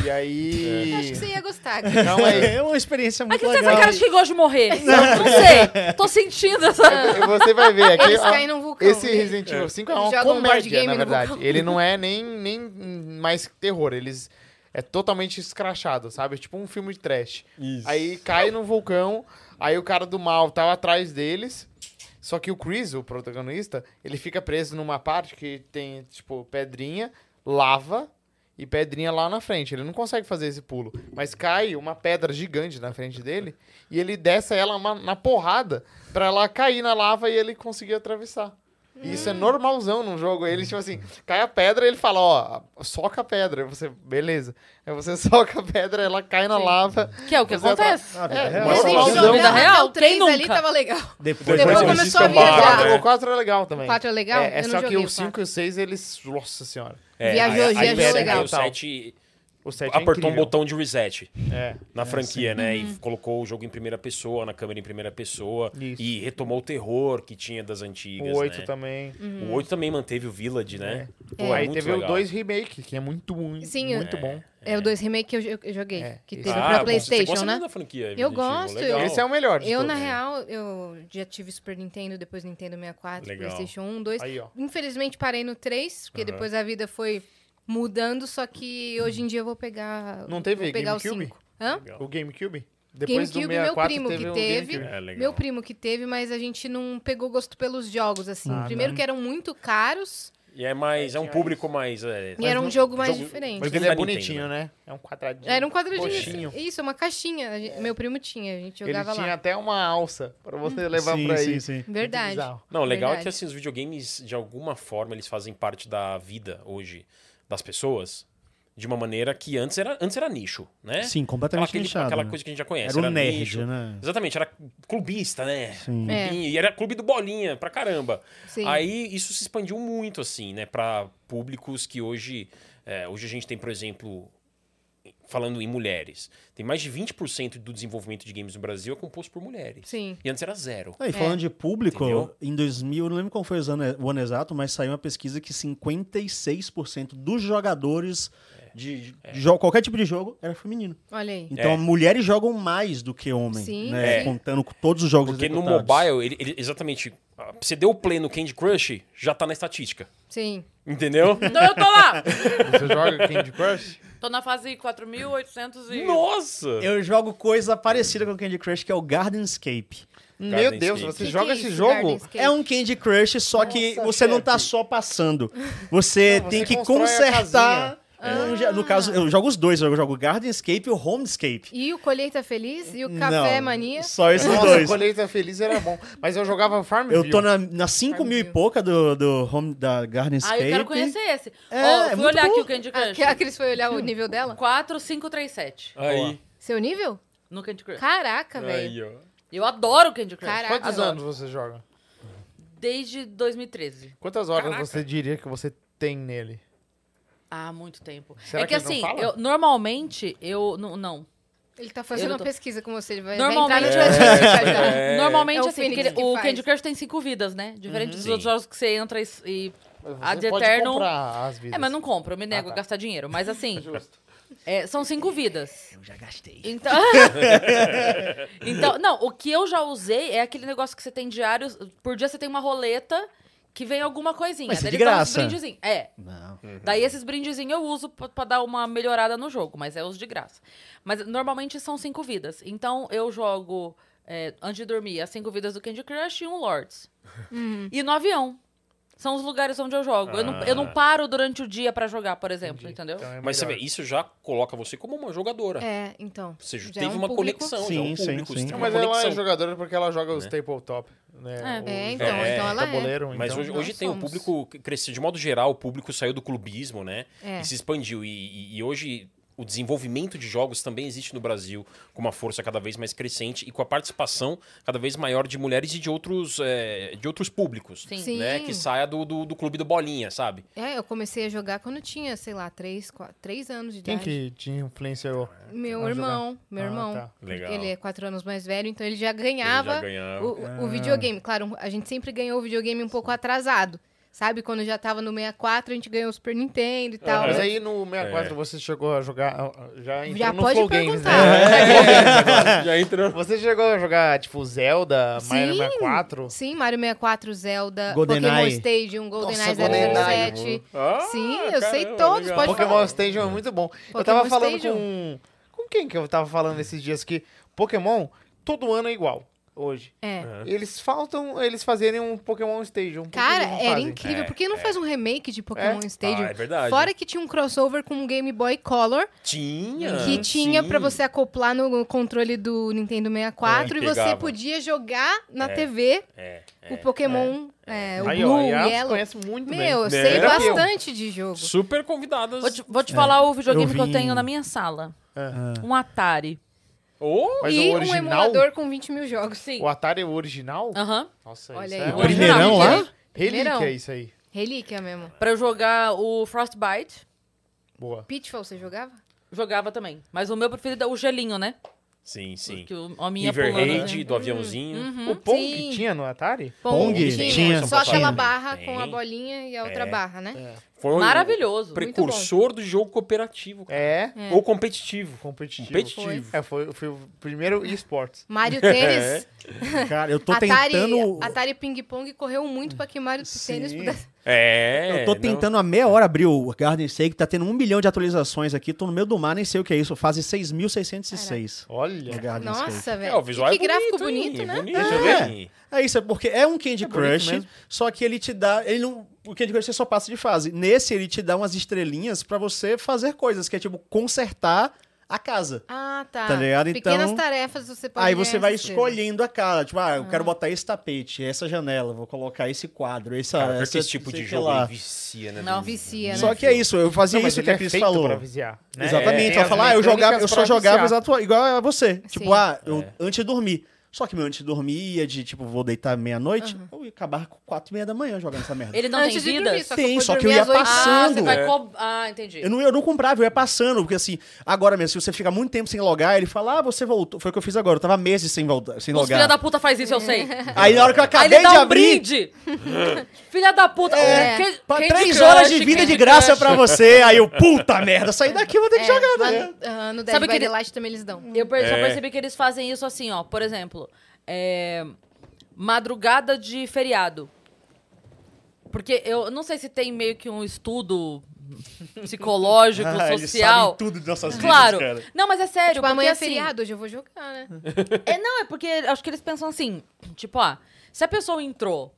S5: E aí.
S2: Eu acho que você ia gostar.
S5: Calma aí.
S3: É uma experiência
S1: Aqui
S3: muito
S1: você é
S3: legal.
S1: caras que gostam de morrer. Eu não sei. Tô sentindo essa.
S5: [laughs] Você vai ver aqui.
S2: Eles
S5: é ó,
S2: caem num vulcão.
S5: Esse
S2: né?
S5: Resident Evil 5 é
S2: Eles
S5: uma
S2: jogam um board
S5: comédia,
S2: game
S5: na
S2: no
S5: verdade.
S2: vulcão.
S5: Ele
S2: [laughs]
S5: não é nem, nem mais terror, eles é totalmente escrachado, sabe? Tipo um filme de trash.
S4: Isso.
S5: Aí cai no vulcão, aí o cara do mal tava atrás deles. Só que o Chris, o protagonista, ele fica preso numa parte que tem, tipo, pedrinha, lava e pedrinha lá na frente. Ele não consegue fazer esse pulo. Mas cai uma pedra gigante na frente dele e ele desce ela ma- na porrada pra ela cair na lava e ele conseguir atravessar. E Isso é normalzão num jogo. Ele, tipo assim, cai a pedra ele fala, ó, soca a pedra. Aí Você, beleza. Aí você [laughs] soca a pedra, ela cai na lava.
S1: [laughs] Que é o que
S5: Você atra-
S1: acontece.
S3: Ah,
S5: É,
S3: é,
S5: mas
S3: é,
S2: Resident
S5: tem Nossa,
S2: Evil
S5: não.
S2: até
S1: Na real,
S2: o 3
S1: quem
S2: ali
S1: nunca?
S2: tava legal.
S3: Depois,
S2: Depois
S3: você-
S2: começou a
S5: O
S2: viajar.
S5: quatro- O 4 é legal também.
S2: O 4 é legal?
S5: É, é
S2: eu não
S5: só que
S2: joguei
S5: o
S2: o 4.
S5: 5 e o 6, eles. Nossa senhora.
S4: é,
S2: Viajou,
S4: aí- aí
S2: viajou
S4: o sete-
S2: legal.
S4: aí O 7
S5: O 7 é
S4: apertou um
S5: incrível.
S4: botão de reset.
S5: É.
S4: na franquia, né?
S2: Uhum.
S4: E colocou o jogo em primeira pessoa, na câmera em primeira pessoa.
S5: Isso.
S4: E retomou o terror que tinha das antigas.
S5: O 8
S4: né?
S5: também.
S2: É. Uhum.
S4: O 8 também manteve o Village, né?
S5: Pô, aí
S4: muito
S5: teve o
S4: legal.
S5: 2 Remake, que é muito, muito,
S2: Sim,
S5: muito
S2: é.
S5: bom.
S2: É o 2 remake que eu, eu- eu joguei.
S5: É,
S2: que
S5: isso.
S2: teve
S4: Ah,
S2: pra
S4: bom, você
S2: Playstation,
S4: gosta
S2: né?
S4: muito da franquia,
S2: Eu
S4: Resident Evil,
S2: gosto,
S4: legal.
S5: Esse
S3: um
S5: é o melhor. um de
S2: Eu,
S5: todos.
S2: na real, eu já tive Super Nintendo, depois Nintendo 64,
S4: Legal.
S2: Playstation 1, 2.
S5: Aí, ó.
S2: Infelizmente parei no 3, porque
S4: Aham.
S2: depois a vida foi mudando, só que hoje em dia eu vou pegar.
S5: Não teve
S2: vou pegar o
S5: GameCube?
S2: 5. Hã?
S5: O GameCube? Depois
S2: GameCube,
S5: do
S2: meu
S5: 64
S2: primo
S5: teve
S2: que
S5: o
S2: teve.
S5: GameCube.
S4: É, legal.
S2: Meu primo que teve, mas a gente não pegou gosto pelos jogos, assim.
S5: Ah,
S2: Primeiro
S5: não.
S2: que eram muito caros
S4: E é mais, é um público mais. É,
S2: e era um
S5: não-
S2: jogo mais
S4: jogo-
S2: diferente.
S5: Mas
S4: Não
S5: ele
S4: dá
S5: é
S4: Nintendo,
S5: bonitinho, né? É um quadradinho.
S2: Era um quadradinho.
S5: Roxinho.
S2: Isso, uma caixinha. A gente- Meu primo tinha, a gente
S5: Ele
S2: jogava
S5: tinha
S2: lá.
S5: até uma alça pra você levar
S3: sim,
S5: pra
S3: sim,
S5: ele.
S3: sim.
S2: Verdade.
S5: Bizarro.
S4: Não, o legal é que
S2: Verdade.
S4: assim, os videogames, de alguma forma, eles fazem parte da vida hoje das pessoas. De uma maneira que antes era, antes era nicho, né?
S3: Sim,
S4: Aquela,
S3: completamente
S4: aquele-
S3: nichado.
S4: aquela
S3: né?
S4: coisa que a gente já conhece.
S3: Era um nerd,
S4: nicho.
S3: né?
S4: Exatamente, era clubista, né?
S3: Sim.
S2: É.
S4: Clubinho, E era clube do bolinha, pra caramba.
S2: Sim.
S4: Aí isso se expandiu muito, assim, né? Pra públicos que hoje... é, hoje a gente tem, por exemplo, falando em mulheres. Tem mais de 20% do desenvolvimento de games no Brasil é composto por mulheres.
S2: Sim.
S4: E antes era zero.
S3: Ah, e falando de público,
S4: Entendeu?
S3: em 2000, eu não lembro qual foi os ano- o ano exato, mas saiu uma pesquisa que 56% dos jogadores de, de jo- qualquer tipo de jogo era feminino.
S2: Olha aí.
S3: Então,
S4: É.
S3: mulheres jogam mais do que homens,
S2: Sim,
S3: né?
S2: É.
S3: Contando com todos os jogos
S4: Porque no
S3: executados.
S4: mobile, ele, ele- exatamente, ah, você deu o play no Candy Crush, já tá na estatística.
S2: Sim. [laughs]
S4: Entendeu? [laughs]
S1: Então eu tô
S3: [laughs]
S1: lá.
S5: Você joga Candy Crush?
S1: Tô na fase 4800 e.
S4: Nossa!
S3: Eu jogo coisa parecida com o Candy Crush, que é o Gardenscape.
S2: Hum.
S5: Meu Deus,
S4: Skate.
S5: você
S2: Que
S5: joga
S2: que é
S5: esse
S2: isso,
S5: jogo?
S2: Garden Skate?
S3: É um Candy Crush, só que
S5: Nossa,
S3: você não tá
S5: chefe.
S3: só passando. Você
S5: Não,
S3: tem
S5: você
S3: que
S5: constrói a
S3: consertar. um ja- no caso, eu jogo os dois. Eu jogo Gardenscape e o Homescape.
S2: E o Colheita Feliz e o Café
S3: Não,
S2: Mania.
S3: Só esses
S5: Nossa,
S3: dois.
S5: Colheita Feliz era bom. Mas eu jogava Farmville.
S3: Eu tô na, na 5 mil e
S2: Farmville.
S3: pouca do, do home, da
S1: Ah,
S3: Gardenscape.
S1: eu quero conhecer esse.
S3: É,
S1: Ó,
S3: é
S1: fui
S3: muito
S1: olhar
S3: bom.
S1: aqui é o Candy
S2: Ah,
S1: Crush.
S2: que a Cris foi olhar o nível dela?
S1: 4537
S4: Aí,
S2: Seu nível?
S1: no Candy Crush.
S2: Caraca, velho.
S4: aí, ó.
S1: Eu adoro Candy Crush.
S2: Caraca.
S5: Quantos
S2: Adoro.
S5: anos você joga?
S1: Desde 2013.
S5: Quantas horas
S4: Caraca.
S5: você diria que você tem nele?
S1: Há muito tempo.
S5: Será
S1: é que,
S5: que eles não
S1: assim,
S5: falam?
S1: eu- normalmente eu. Não. não.
S2: Ele tá fazendo
S1: Eu
S2: uma
S1: tô-
S2: pesquisa com você. Ele vai,
S1: Normalmente-
S2: vai [laughs] entrar no é,
S1: Normalmente,
S2: É o
S1: assim, porque
S2: Phoenix
S1: ele-
S2: que
S1: o
S2: faz.
S1: Candy Crush tem cinco vidas, né? Diferente dos
S4: Sim.
S1: outros jogos que você entra e- e
S5: Você
S1: Ad
S5: pode
S1: Eternum-
S5: comprar as vidas.
S1: É, mas não compro, eu me nego
S5: Ah, tá.
S1: a gastar dinheiro. Mas assim,
S5: Justo.
S1: é, são cinco vidas.
S3: Eu já gastei.
S1: Então... [laughs] então, não, o que eu já usei é aquele negócio que você tem diários. Por dia você tem uma roleta que vem alguma coisinha.
S3: Mas é
S1: Daí
S3: de
S1: eles dão uns
S3: graça.
S1: brindezinhos. É.
S3: Não.
S1: Daí esses brindezinhos eu uso pra pra dar uma melhorada no jogo, mas é os de graça. Mas normalmente são cinco vidas. Então eu jogo, é, antes de dormir, as cinco vidas do Candy Crush e um Lords. E no avião. São os lugares onde eu jogo. Eu, não, eu não
S4: Ah.
S1: paro durante o dia pra jogar, por exemplo, entendeu?
S5: Então é
S4: Mas você vê,
S5: melhor.
S4: isso já coloca você como uma jogadora.
S2: É, então.
S4: Você
S2: já
S4: teve
S2: é um
S4: uma
S2: público.
S4: conexão, já é
S3: Sim,
S4: um
S3: sim,
S4: público, você
S3: sim.
S4: tem
S5: Não,
S4: uma
S5: mas ela é
S4: conexão.
S5: jogadora porque ela joga os tabletop, né?
S1: É.
S5: Os-
S2: É, então,
S4: É,
S2: então ela é.
S5: tabuleiro,
S4: Mas
S5: então.
S4: hoje,
S2: nós
S4: hoje tem o
S2: somos.
S4: público cresceu de modo geral, o público saiu do clubismo, né?
S2: É.
S4: E se expandiu. E, e- e hoje o desenvolvimento de jogos também existe no Brasil com uma força cada vez mais crescente e com a participação cada vez maior de mulheres e de outros, é, de outros públicos.
S1: Sim.
S4: Né?
S2: Sim.
S4: Que saia do, do, do clube do bolinha, sabe?
S2: É, eu comecei a jogar quando eu tinha, sei lá, 3, 4, 3 anos de
S5: Quem
S2: idade.
S5: que te influenciou?
S2: Meu
S5: a jogar?
S2: irmão, meu
S5: Ah,
S2: irmão.
S5: tá.
S4: Legal.
S2: Ele é 4 anos mais velho, então ele já ganhava,
S4: Ele já ganhava.
S2: O, o videogame. Claro, a gente sempre ganhou o videogame um pouco atrasado. Sabe, quando já tava no 64, a gente ganhou o Super Nintendo e tal. né?
S5: Mas aí no 64
S4: É.
S5: você chegou a jogar. ah, Já entrou
S2: Tá, já
S5: no
S2: pode
S5: Flow Games, né?
S2: perguntar.
S4: [laughs] Já [laughs] entrou.
S5: Você chegou a jogar, tipo, Zelda, Mario
S2: Sim.
S5: 64?
S2: Sim, Mario 64, Zelda,
S3: GoldenEye.
S2: Pokémon Stadium, GoldenEye
S5: Nossa, GoldenEye.
S2: 007. Sim, eu sei todos, pode
S5: Pokémon Stadium é muito bom. eu
S2: Pokémon
S5: tava falando
S2: Stadium.
S5: com. Com quem que eu tava falando esses dias que Pokémon todo ano é igual, hoje.
S2: É.
S5: Eles faltam eles fazerem um Pokémon Stadium. Por que
S2: Cara,
S5: eles não
S2: era
S5: fazem?
S2: incrível.
S4: É,
S2: Por que não faz um remake de Pokémon Stadium?
S4: Ah, é verdade.
S2: Fora que tinha um crossover com o Game Boy Color,
S4: Tinha.
S2: que tinha
S4: sim.
S2: pra você acoplar no controle do Nintendo 64
S4: É,
S2: e você
S4: pegava.
S2: podia jogar na TV
S4: É,
S2: o Pokémon, é, o
S5: Aí, ó,
S2: Blue, o
S5: e É, elas
S2: Yellow.
S5: conhecem muito bem.
S2: Meu, eu
S4: Né?
S2: sei
S4: Era eu.
S2: bastante de jogo.
S4: Super convidadas.
S1: Vou te, vou te falar o videogame que eu
S3: vim-
S1: tenho na minha sala.
S5: É.
S1: Um Atari.
S4: Oh,
S5: Mas
S2: e
S5: o
S2: um
S5: original,
S2: emulador com 20 mil jogos. Sim.
S5: o Atari é original?
S1: Aham.
S5: Nossa,
S2: Olha
S5: isso
S2: aí.
S5: é
S1: O
S5: uma
S1: original.
S3: Primeirão lá?
S5: relíquia
S2: Primeirão.
S5: isso aí.
S2: Relíquia mesmo.
S1: Pra eu jogar o Frostbite,
S5: Boa.
S2: Pitfall, você jogava?
S1: jogava também. Mas o meu preferido é o gelinho, né?
S4: sim, sim.
S1: Que o hominho ia
S4: River
S1: pulando. né?
S4: Raid, do
S2: Uhum.
S4: aviãozinho.
S5: O Pong
S2: Sim.
S5: tinha no Atari?
S3: Pong,
S2: tinha.
S3: tinha,
S2: Só aquela
S3: tinha.
S2: barra
S4: Tem.
S2: com a bolinha e a outra barra, né?
S4: Foi um
S1: Maravilhoso.
S4: Precursor do jogo cooperativo. cara.
S5: É.
S2: Uhum.
S4: Ou competitivo.
S5: Competitivo.
S4: Competitivo.
S5: É, foi, foi o primeiro esportes.
S2: Mario Tênis.
S3: Cara, eu tô
S2: Atari,
S3: tentando.
S2: Atari Ping Pong correu muito pra que Mario Tênis
S3: Sim. tá
S2: pudesse.
S4: É.
S3: Eu tô
S4: não-
S3: tentando há meia hora abrir o Garden Shake, tá tendo um milhão de atualizações aqui, tô no meio do mar, nem sei o que é isso, fase 6.606.
S5: Olha.
S3: no Garden Shake.
S2: Nossa, velho.
S4: É, o visual
S2: E
S4: é
S2: que gráfico bonito,
S4: hein?
S2: né?
S4: Bonito,
S3: É.
S4: hein?
S3: É isso, é porque é um Candy
S5: É bonito
S3: Crush,
S5: mesmo.
S3: só que ele te dá. Ele não, o Candy Crush você só passa de fase. Nesse, ele te dá umas estrelinhas pra você fazer coisas, que é tipo consertar a casa.
S2: Ah, tá.
S3: Tá ligado?
S2: Pequenas
S3: Então,
S2: tarefas você pode
S3: Aí
S2: ganhar
S3: você vai
S2: essas coisas.
S3: escolhendo a cara. Tipo, ah, eu quero botar esse tapete, essa janela, vou colocar esse quadro, essa.
S4: Cara, pior que
S3: essa-
S4: esse tipo
S3: sei
S4: de
S3: que
S4: jogo
S3: lá.
S4: aí vicia, né?
S1: Não,
S4: Do-
S2: vicia, né?
S3: Só que é isso, eu fazia
S5: Não, mas
S3: isso
S5: ele
S3: que
S5: é
S3: a Cris
S5: feito
S3: falou.
S5: pra viciar, né?
S3: Exatamente.
S5: É,
S3: ela
S5: tem
S3: fala,
S5: as
S3: ah, eu, jogava, eu
S5: mecânicas
S3: só
S5: pra
S3: jogava
S5: viciar.
S3: exato, igual a você.
S2: Sim.
S3: Tipo, ah, eu, antes de dormir. Só que meu antes de dormir ia de, tipo, vou deitar meia-noite, eu ia acabar com quatro e meia da manhã jogando essa merda.
S1: Ele não tem
S2: Antes de
S1: vida?
S2: dormir, tá? só que
S3: Tem,
S2: eu fui
S3: só que eu
S2: dormir
S3: ia
S2: às oito.
S1: Ah, você
S3: Passando.
S1: vai
S4: É.
S1: co- Ah, entendi.
S3: Eu não, eu não comprava, eu ia passando, porque assim, agora mesmo, se você fica muito tempo sem logar, ele fala, ah, você voltou. Foi o que eu fiz agora, eu tava meses sem, voltar, sem
S1: Os filha
S3: logar.
S1: da puta faz isso, eu sei.
S3: Aí na hora que eu
S1: Aí ele
S3: acabei de
S1: dá um
S3: abrir, [laughs]
S1: brinde. filha da puta.
S2: É.
S1: Que-
S3: Pra
S1: Candy
S3: três
S1: Crush,
S3: horas de vida
S1: Candy
S3: de graça
S1: Crush.
S3: pra você. Aí eu, puta merda, sair daqui eu vou ter que
S2: É,
S3: jogar,
S2: lá
S3: né?
S2: no- ah, no Dead
S1: Sabe
S2: by
S1: que ele-
S2: Daylight também eles dão.
S1: Eu per- já
S4: É.
S1: percebi que eles fazem isso assim, ó. Por exemplo, é, madrugada de feriado. Porque eu não sei se tem meio que um estudo [laughs] psicológico,
S3: Ah, eles sabem
S1: social.
S3: tudo de nossas vidas,
S1: Claro.
S3: cara.
S1: Não, mas é sério,
S2: Tipo,
S1: porque
S2: amanhã é
S1: assim,
S2: feriado, hoje eu vou jogar, né?
S1: é, não, é porque acho que eles pensam assim, tipo, ah, se a pessoa entrou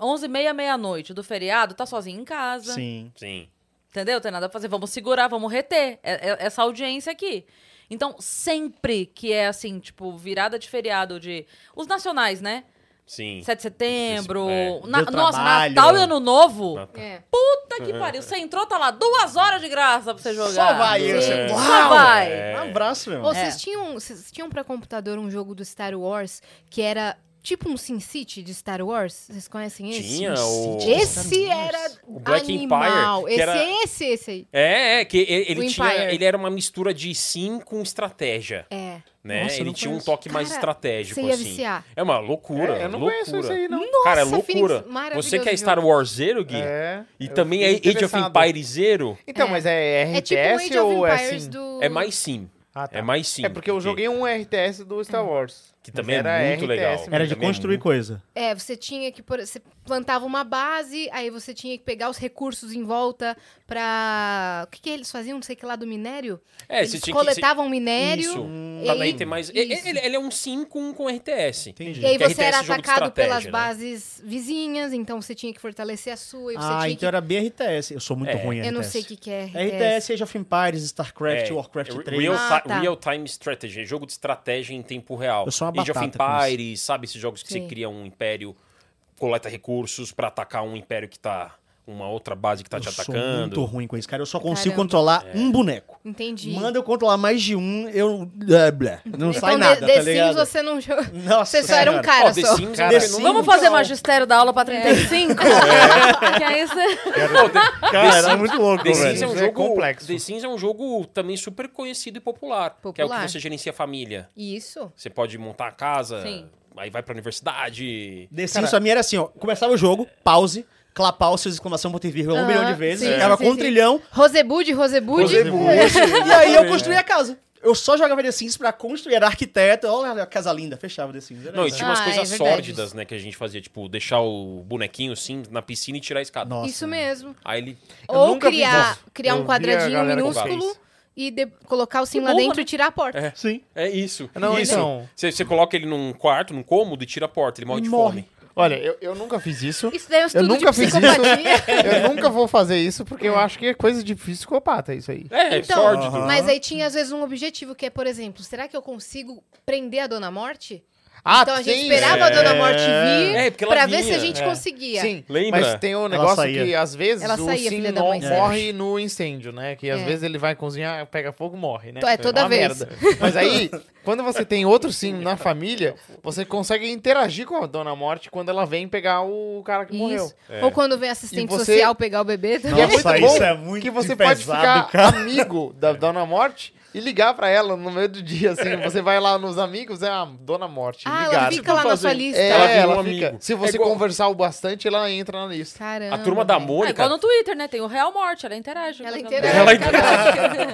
S1: 11 h 30 meia-noite do feriado, tá sozinha em casa.
S5: assim.
S3: Sim.
S4: Sim.
S1: Entendeu? Tem nada a fazer. Vamos segurar, vamos reter é- é- essa audiência aqui. Então, sempre que é assim, tipo, virada de feriado de. Os nacionais, né?
S4: Sim.
S1: 7 de setembro.
S4: Isso, é.
S1: na-
S3: Deu
S1: Nossa,
S3: trabalho.
S1: Natal e Ano Novo.
S4: Natal.
S2: É.
S1: Puta que pariu. Você entrou, tá lá duas horas de graça pra você jogar.
S3: Só vai
S1: Sim.
S3: isso.
S1: Só
S3: Uau!
S1: vai.
S4: É.
S3: Um abraço, meu.
S2: Ou vocês tinham, vocês tinham pra computador um jogo do Star Wars que era tipo um Sin City de Star Wars? Vocês conhecem esse?
S4: Tinha o.
S2: Esse era
S4: O Black
S2: animal.
S4: Empire,
S2: esse,
S4: que era-
S2: esse, esse aí.
S4: É, é, que e- ele,
S2: O
S4: tinha.
S2: Empire.
S4: Ele era uma mistura de sim com estratégia.
S2: É.
S4: Né?
S3: Nossa, eu
S4: ele
S3: não
S4: tinha
S3: conheço.
S4: um toque mais
S2: Cara,
S4: estratégico,
S2: Você ia
S4: assim.
S2: viciar.
S4: É uma loucura.
S5: É, eu não
S4: loucura.
S5: conheço isso aí, não.
S4: Cara, é
S2: Nossa,
S4: loucura.
S2: Phoenix, maravilhoso
S4: Você quer
S2: o
S4: Star
S2: jogo.
S4: Wars Zero, Gui?
S5: É.
S4: E
S5: eu
S4: também é
S5: fiquei
S4: Age of
S5: interessado.
S4: Empire Zero
S5: Então,
S2: É.
S5: mas é
S2: É tipo um
S5: RTS
S2: Age
S5: ou
S2: of
S5: é
S2: Empires
S5: assim?
S2: do...
S4: é mais sim.
S5: Ah, tá.
S4: É mais sim.
S2: Hum.
S5: É porque eu joguei um RTS do Star Wars.
S4: Que também
S5: era
S4: é muito
S5: RTS
S4: legal.
S5: mesmo.
S3: Era de
S4: Também é
S3: construir
S4: muito-
S3: coisa.
S2: É, você tinha que. por- Você plantava uma base, aí você tinha que pegar os recursos em volta pra. O que, que eles faziam? Não sei que lá do minério?
S4: É, você
S2: eles
S4: tinha que- você-
S2: coletavam minério.
S4: Isso.
S3: Hum.
S2: e
S4: Pra daí
S2: aí-
S4: ter mais. e-
S2: isso.
S4: Ele, ele é um sim com, com RTS.
S3: Entendi.
S2: E aí
S4: Que
S2: você
S4: RTS
S2: era
S4: é jogo de
S2: atacado pelas
S4: estratégia, né?
S2: bases vizinhas, então você tinha que fortalecer a sua. E você
S3: Ah,
S2: tinha
S3: então
S2: que...
S3: era BRTS. Eu sou muito
S4: É.
S3: ruim em RTS.
S2: Eu não sei o que, que é RTS.
S3: RTS, Age of Empires, StarCraft,
S4: É,
S3: Warcraft
S4: é
S3: 3.
S4: Real,
S2: Ah,
S4: ti-
S2: tá.
S4: real Time Strategy, é jogo de estratégia em tempo real.
S3: Eu sou uma
S4: Age of
S3: batata com
S4: Empires, sabe esses jogos que
S2: Sim.
S4: você cria um império, coleta recursos pra atacar um império que tá uma outra base que tá te
S3: eu sou
S4: atacando. É.
S3: muito ruim com isso, cara. Eu só consigo
S2: Caramba.
S3: controlar um boneco.
S2: Entendi.
S3: Manda eu controlar mais de um, eu... blá, blá. Não sai
S2: então,
S3: nada,
S2: The,
S3: tá
S2: The Sims
S3: ligado?
S2: você não jogou.
S3: Nossa,
S2: Você só era um
S3: senhora.
S2: cara
S4: Ó, The
S2: só.
S4: Sims é um
S3: Cara,
S4: fenômeno-
S1: Vamos fazer
S3: então.
S1: magistério da aula
S3: É.
S1: pra 35? [laughs]
S4: É.
S1: Que aí você...
S4: Pô, The-
S3: Cara, era muito louco,
S4: The
S5: velho.
S4: Sims é
S3: velho.
S4: um
S5: É
S4: jogo
S5: complexo.
S4: The Sims é um jogo também super conhecido e popular, que é o
S2: Popular.
S4: que você gerencia a família.
S2: Isso.
S4: Você pode montar a casa,
S1: Sim.
S4: aí vai pra universidade.
S3: The Sims pra mim era assim, ó. Começava o jogo, pause, clapar os seus exclamação, ponto e vírgula, um
S2: Aham,
S3: milhão de vezes.
S2: sim,
S3: ficava
S2: sim,
S3: com um
S2: sim. [laughs]
S3: trilhão.
S2: Rosebude, Rosebude. É,
S3: e aí eu construía a casa. Eu só jogava The Sims pra construir, era arquiteto. Olha a casa linda, fechava The Sims. Era
S4: Não, e
S3: isso.
S4: tinha umas
S2: Ah, é
S4: coisas
S2: verdade.
S4: sórdidas, né, que a gente fazia, tipo, deixar o bonequinho Sims na piscina e tirar a escada.
S3: Nossa,
S2: Isso
S3: mano.
S2: mesmo.
S4: Aí ele
S5: Eu
S2: Ou
S5: nunca vi
S2: criar,
S5: isso.
S2: criar
S5: Eu
S2: um
S5: vi a
S2: quadradinho
S5: galera que
S2: minúsculo
S5: fez.
S2: e de- colocar o sim
S1: Que
S2: lá
S1: burro,
S2: dentro
S1: né?
S2: e tirar a porta.
S4: É.
S3: Sim.
S4: É isso.
S5: Não,
S4: isso.
S5: então-
S4: Você, você coloca ele num quarto, num cômodo e tira a porta, ele morre de
S3: Morre.
S4: fome.
S5: Olha, eu, eu nunca fiz isso.
S2: Isso daí é um
S5: Eu
S2: estudo
S5: nunca
S2: de
S5: fiz isso.
S2: psicopatia.
S5: [laughs] Eu nunca vou fazer isso, porque eu acho que é coisa de psicopata isso aí.
S4: É,
S2: Então,
S4: sórdido.
S2: mas aí tinha às vezes um objetivo que é, por exemplo, será que eu consigo prender a Dona Morte?
S5: Ah,
S2: Então a gente
S5: sim,
S2: esperava a Dona Morte vir
S4: É, porque ela
S2: pra
S4: vinha.
S2: ver se a gente
S5: É.
S2: conseguia.
S5: Sim,
S4: Lembra?
S5: mas tem um negócio
S3: saía. É.
S5: que às vezes
S2: Ela
S5: o
S2: saía,
S5: sim
S2: filha da
S5: mo-
S2: mãe, sabe?
S5: morre no incêndio, né? Que às
S2: É.
S5: vezes ele vai cozinhar, pega fogo, morre, né?
S2: É, toda
S5: Uma
S2: vez.
S5: merda. [laughs] Mas aí, quando você tem outro sim na família, você consegue interagir com a Dona Morte quando ela vem pegar o cara que
S2: Isso.
S5: morreu.
S4: É.
S2: Ou quando vem assistente
S5: E você-
S2: social pegar o bebê.
S5: E é
S2: também.
S5: muito
S3: Nossa,
S5: bom
S3: isso é muito
S5: que você
S3: pesado,
S5: pode ficar
S3: cara.
S5: amigo da Dona Morte e ligar pra ela no meio do dia, assim. Você vai lá nos amigos, é a Dona Morte.
S2: Ah,
S5: ligaram.
S2: ela fica lá na sua
S4: fazendo-
S2: lista.
S5: É,
S4: Ela
S5: ela,
S4: vira um
S5: fica.
S4: amigo.
S5: Se
S4: É
S5: você
S4: igual-
S5: conversar o bastante, ela entra na lista.
S2: Caramba.
S4: A turma da
S2: velho.
S1: É
S4: Mônica.
S1: igual no Twitter, né? Tem o Real Morte, ela interage.
S2: Ela
S1: Ela-
S2: interage.
S4: Ela
S1: [laughs]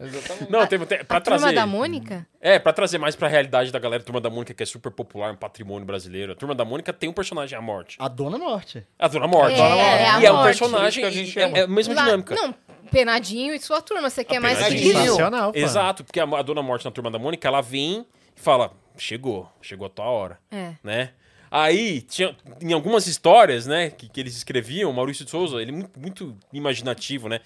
S5: Exatamente.
S4: Não, teve, te- pra
S2: A
S4: trazer.
S2: turma da Mônica?
S4: É, pra trazer mais pra realidade da galera, a Turma da Mônica, que é super popular, um patrimônio brasileiro. A Turma da Mônica tem um personagem, a Morte.
S3: A Dona Morte.
S4: A Dona Morte.
S2: É, é a
S4: e é um
S2: Morte.
S4: personagem,
S5: Por isso que a gente
S4: e é, é a mesma
S2: Lá-
S4: dinâmica.
S2: Não, penadinho e sua turma. Você quer mais que
S4: Penadinho.
S2: isso?
S3: É Sensacional, pô.
S4: É Exato, porque a, a Dona Morte na Turma da Mônica, ela vem e fala, chegou, chegou a tua hora.
S2: É.
S4: né? Aí, tinha, em algumas histórias, né, que, que eles escreviam, o Maurício de Souza, ele é muito, muito imaginativo, né?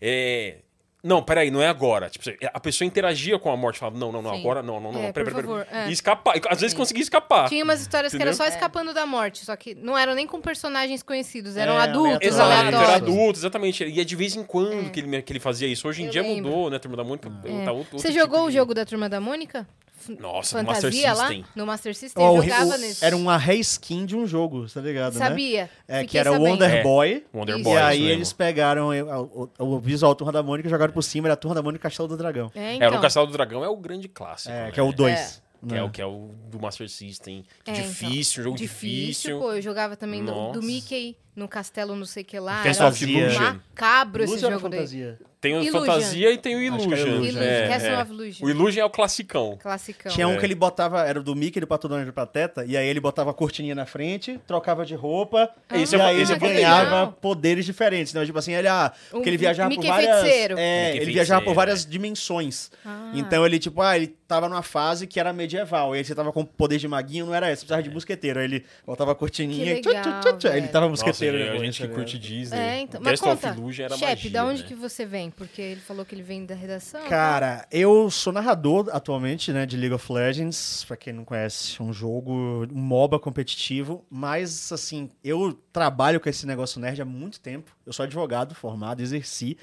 S4: É, não, peraí, não é agora. Tipo, a pessoa interagia com a morte, falava, não, não, não,
S1: Sim.
S4: agora não, não, não,
S2: É,
S4: peraí,
S2: por
S4: peraí.
S2: favor,
S4: peraí.
S2: é.
S4: E escapar, e às vezes conseguia escapar.
S2: Tinha umas histórias que era só
S4: Entendeu? É.
S2: escapando da morte, só que não eram nem com personagens conhecidos, eram
S3: É,
S2: adultos,
S4: Exato, era
S2: aleatórios.
S4: adulto, exatamente. E é de vez em quando que, ele, que ele fazia isso. Hoje em
S2: Eu
S4: dia
S2: lembro.
S4: mudou, né? A turma da Mônica.
S2: É.
S4: tá outro-
S2: Você
S4: outro
S2: jogou
S4: tipo
S2: o
S4: de-
S2: jogo da turma da Mônica? F-
S4: Nossa, no Master
S2: Fantasia lá?
S4: System.
S2: No Master System,
S3: Ó, o re-
S2: jogava
S3: o-
S2: nesse.
S3: Era uma reskin de um jogo, tá ligado, né?
S2: Sabia.
S3: É, que
S2: Fiquei
S3: era o
S2: sabendo.
S3: Wonder
S4: É.
S3: Boy.
S4: Wonder
S2: Isso.
S4: Boy,
S3: e
S4: isso
S3: aí
S4: mesmo.
S3: eles pegaram eh, o, o- o visual Turma da Mônica e jogaram por cima. Era a Turma da Mônica e Castelo do Dragão.
S2: É,
S4: É,
S2: então.
S4: no Castelo do Dragão é o grande clássico.
S3: É,
S4: né?
S3: que é o 2.
S4: Que é o que é o do Master System.
S2: né? É, então.
S4: difícil, um jogo difícil.
S2: Pô, eu jogava também do, do
S4: Nossa.
S2: Mickey no castelo não sei o que lá.
S4: Castle
S2: Era
S4: of
S3: Illusion.
S4: é
S2: macabro esse jogo daí.
S3: fantasia. né?
S4: Tem o
S2: Illusion.
S4: Fantasia e tem o
S3: Acho que
S4: Illusion.
S3: era Illusion.
S2: Illusion,
S4: É,
S2: Castle
S4: é.
S2: of Illusion.
S4: O Illusion é o classicão.
S2: Classicão.
S3: Tinha um
S4: É.
S3: que ele botava, era do Mickey, do Pato Donald e do Pateta, e aí ele botava a cortininha na frente, trocava de roupa,
S2: Ah,
S4: É,
S3: e
S4: isso é-
S3: aí
S4: isso
S3: ele
S4: é
S3: ganhava
S2: legal.
S3: poderes diferentes. Né? Tipo assim, ele, ah,
S4: um
S3: porque ele
S2: O
S3: viajava
S2: né? Um Mickey
S3: por várias...
S2: feiticeiro.
S3: É,
S4: Mickey
S3: ele viajava por
S4: feiticeiro,
S3: várias dimensões.
S2: Ah.
S3: Então ele, tipo, ah, ele tava numa fase que era medieval, e aí você tava com poder de maguinho, não era essa, precisava de mosqueteiro. Aí ele botava a cortininha,
S2: É. Que
S3: tchu, tchu, tchu, tchu, aí ele
S2: legal,
S3: tava
S4: Nossa,
S3: mosqueteiro.
S4: gente, a
S3: depois,
S4: gente que
S3: tá
S4: curte
S3: ligado?
S4: Disney.
S2: É, então. Mas
S4: assim, Castle
S2: conta,
S4: of Illusion era
S2: Shep,
S4: magia,
S2: da onde
S4: né?
S2: que você vem? Porque ele falou que ele vem da redação.
S3: Cara, eu sou narrador atualmente, né, de League of Legends, pra quem não conhece, um jogo, um MOBA competitivo, mas assim, eu trabalho com esse negócio nerd há muito tempo. Eu sou advogado formado, exerci,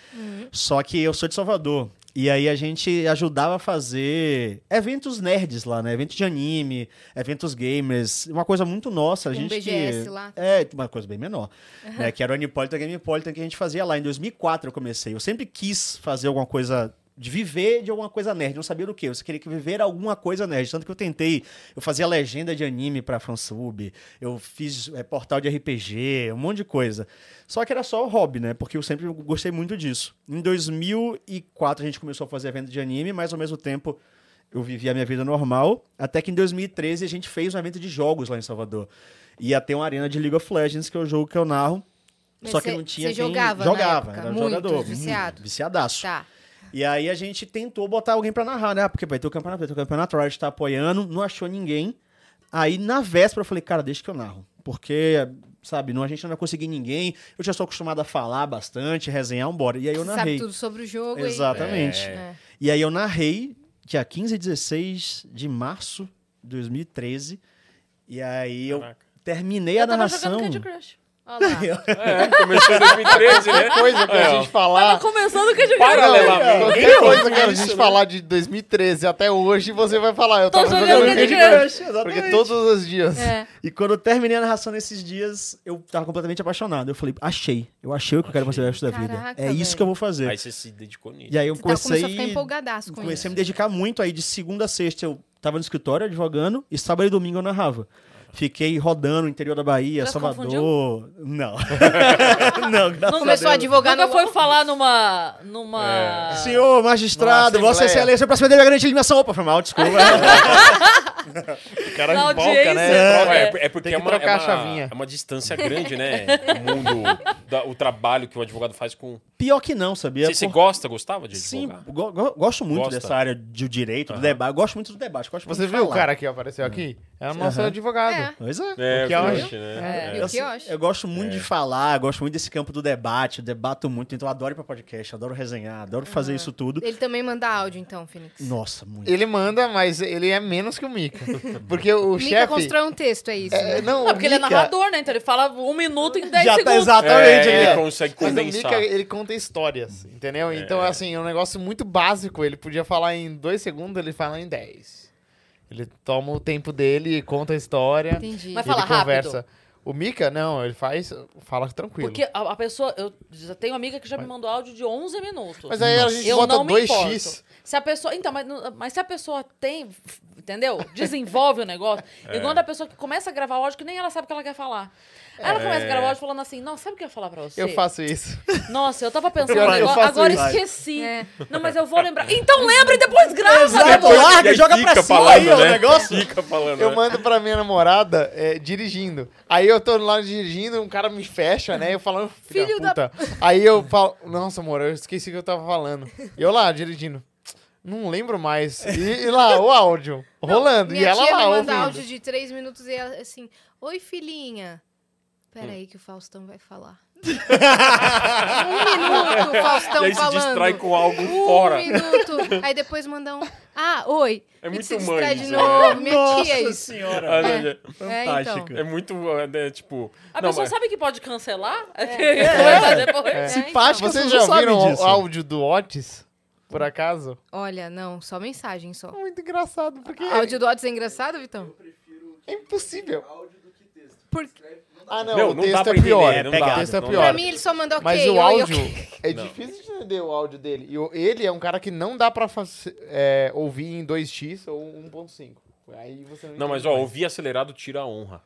S3: só que eu sou de Salvador. E aí a gente ajudava a fazer eventos nerds lá, né? Eventos de anime, eventos gamers, uma coisa muito nossa, a
S2: Um
S3: gente que-
S2: BGS lá.
S3: é, uma coisa bem menor. né, que era o Anipolitan Gamepolitan que a gente fazia lá. Em 2004 eu comecei. Eu sempre quis fazer alguma coisa. De viver de alguma coisa nerd, não sabia do que. Você queria que viver alguma coisa nerd. Tanto que eu tentei. Eu fazia legenda de anime pra fansub, eu fiz eh, portal de RPG, um monte de coisa. Só que era só hobby, né? Porque eu sempre gostei muito disso. Em 2004 a gente começou a fazer evento de anime, mas ao mesmo tempo eu vivia a minha vida normal, até que em 2013 a gente fez um evento de jogos lá em Salvador. Ia ter uma arena de League of Legends, que é o jogo que eu narro,
S2: Mas
S3: só que
S2: cê-
S3: não tinha
S2: cê
S3: quem...
S2: jogava na
S3: Jogava,
S2: época?
S3: era um
S2: Muito,
S3: jogador.
S2: viciado?
S3: Viciadaço.
S2: Tá.
S3: E aí a gente tentou botar alguém pra narrar, né? Ah, Porque vai ter o campeonato, vai ter o campeonato, a Riot tá apoiando, não achou ninguém. Aí na véspera eu falei, cara, deixa que eu narro. Porque, sabe, não, a gente não vai conseguir ninguém. Eu já sou acostumado a falar bastante, resenhar, embora. E aí eu
S2: Você
S3: narrei.
S2: sabe tudo sobre o jogo.
S3: Exatamente.
S2: E... É.
S3: E aí eu narrei dia 15 e 16 de março de 2013. E aí eu
S4: Caraca.
S3: terminei
S1: Eu
S3: a
S1: tava
S3: narração.
S1: jogando Candy Crush. Olha
S3: [laughs]
S1: lá.
S2: tá
S4: É, começou em 2013, [laughs] né?
S5: Coisa que
S4: É,
S5: a
S4: ó.
S5: gente falar.
S1: Tava começando Candy Crush.
S4: Paralelamente.
S5: Qualquer coisa que a gente falar de 2013 até hoje, você vai falar. Eu
S1: Tô
S5: tava
S1: jogando
S5: jogando
S1: Candy
S5: Candy
S1: Crush.
S5: Crush. Porque todos os dias.
S2: É.
S3: E quando eu terminei a narração nesses dias, eu tava completamente apaixonado. Eu falei, achei. Eu achei o que eu quero fazer o resto da vida.
S2: Caraca,
S3: é isso
S2: velho.
S3: que eu vou fazer.
S4: Aí você se dedicou nisso.
S3: E aí eu
S2: Você tá-
S3: comecei,
S2: começou a ficar empolgadaço com
S3: comecei a
S2: isso.
S3: me dedicar muito. Aí de segunda a sexta eu tava no escritório advogando e sábado e domingo eu narrava. Fiquei rodando o interior da Bahia,
S1: Já se
S3: Salvador. Não. [laughs] não, graças a
S2: Começou a
S3: Deus.
S2: advogar
S1: Nunca
S2: no
S1: foi falar numa.
S2: Ah.
S3: É.
S1: numa.
S3: Senhor magistrado,
S5: Numa
S3: Vossa
S5: assembleia.
S3: Excelência, para se a garante de eliminação. Opa, foi mal,
S2: [laughs]
S3: desculpa.
S5: O cara
S1: Na
S5: embolca, né?
S1: audiência.
S5: Troca-
S1: É.
S4: É, é porque
S5: Tem que
S4: é uma,
S5: trocar
S4: é
S5: a
S4: uma-
S5: chavinha.
S4: é uma distância grande, né? O mundo, da- o trabalho que o advogado faz com.
S3: Pior que não, sabia?
S4: Você, você
S3: é Por-
S4: gosta, gostava de
S3: Sim,
S4: advogar?
S3: go- go- gosto muito
S4: Gosta?
S3: dessa área de direito, do
S4: Aham.
S3: debate. Gosto muito do debate. Gosto
S5: Você
S3: muito de
S5: viu o
S3: falar.
S5: cara que apareceu aqui? É o nosso
S3: Aham.
S5: advogado.
S2: É.
S3: Pois é.
S4: É,
S5: Porque é
S4: verdade,
S5: hoje-
S4: né?
S2: É.
S4: É.
S2: E o
S3: Eu, assim,
S2: que eu acho?
S3: eu gosto muito de falar, gosto muito desse campo do debate, eu debato muito, então eu adoro ir pra podcast, adoro resenhar, adoro fazer isso tudo.
S2: É. Ele também manda áudio, então, Fênix.
S3: Nossa, muito.
S5: Ele manda, mas ele é menos que o Mika. Porque o
S2: O Mika
S5: chefe.
S2: constrói um texto, é isso.
S5: É,
S2: né?
S5: não,
S1: Ah, porque ele é
S5: Mika-
S1: narrador, né? Então ele fala um minuto em 10
S3: Já tá
S1: segundos.
S3: exatamente né?
S4: É,
S3: aqui,
S4: ele
S3: ó.
S4: consegue
S5: Mas o é
S4: condensar.
S5: Mika, ele conta histórias, entendeu? Então, assim, é um negócio muito básico. Ele podia falar em dois segundos, ele fala em dez. Ele toma o tempo dele, conta a história.
S2: Entendi.
S1: Mas
S5: e ele
S1: fala rápido.
S5: conversa. O Mika, não, ele faz, fala tranquilo.
S1: Porque a, a pessoa. Eu já tenho amiga que já me mandou áudio de 11 minutos.
S5: Mas aí a gente
S1: eu
S5: bota
S1: não me importo.
S5: 2x.
S1: Se a pessoa. Então, mas, não- mas se a pessoa tem. Entendeu? Desenvolve o negócio. Igual da pessoa que começa a gravar áudio que nem ela sabe o que ela quer falar. Aí ela começa a gravar áudio falando assim: Nossa, sabe o que eu ia falar pra você?
S5: Eu faço isso.
S1: Nossa, eu tava pensando
S5: Eu- eu
S1: no negócio,
S5: faço
S1: agora
S5: isso.
S1: esqueci.
S2: É.
S1: Não, mas eu vou lembrar. Então lembra e depois grava,
S5: [laughs]
S3: Exato,
S1: depois.
S3: larga,
S4: E aí
S3: Tá joga
S4: fica
S3: pra cima
S4: falando,
S3: aí, ó, o
S4: né?
S3: negócio.
S4: Fica falando.
S5: Eu [laughs]
S4: né?
S5: mando pra minha namorada é, dirigindo. Aí eu tô lá dirigindo, um cara me fecha, né? Eu falo, filho
S2: Filho
S5: da
S2: da-
S5: puta. Aí eu falo, nossa, amor, eu esqueci o que eu tava falando. E eu lá, dirigindo. Não lembro mais. E, e lá, o áudio, rolando.
S2: Minha
S5: e ela
S2: tia
S5: lá,
S2: me manda
S5: ouvindo.
S2: áudio de três minutos e ela assim, Oi, filhinha. Peraí que o Faustão vai falar. um minuto, o Faustão
S4: E aí se
S2: falando.
S4: distrai com algo
S2: um
S4: fora.
S2: minuto. Aí depois manda um, ah, oi.
S4: É
S2: E
S4: muito
S2: se distrai
S4: mãe,
S2: de
S4: isso.
S2: novo. Minha tia é
S3: Nossa
S2: isso.
S4: Ah,
S3: senhora.
S4: né?
S2: É,
S3: Fantástico.
S4: É muito, é, tipo...
S1: A
S4: não,
S1: pessoa
S4: mas-
S1: sabe que pode cancelar? [laughs] É. Depois.
S2: então.
S3: Simpático,
S5: Vocês
S3: vocês
S5: já
S3: não sabem
S5: ouviram o
S3: disso.
S5: áudio do Otis? Por acaso?
S2: Olha, não, só mensagem só.
S5: Muito engraçado, porque
S2: Áudio do Otis é engraçado, Vitão?
S5: é impossível.
S2: Por...
S5: Ah, não,
S4: Não,
S5: o
S4: não
S5: texto
S4: dá pra
S5: é pior.
S4: entender, não
S5: o
S3: dá.
S5: texto é
S4: Não
S5: pior.
S4: dá.
S2: Pra mim ele só manda ok.
S5: Mas o
S2: oi,
S5: áudio,
S2: ok.
S5: [laughs] é difícil de entender o áudio dele. E o- ele é um cara que não dá pra fac- é, ouvir em 2x ou 1.5. Aí você não,
S4: Não,
S5: entende
S4: mas ó,
S5: mais.
S4: ouvir acelerado tira a honra.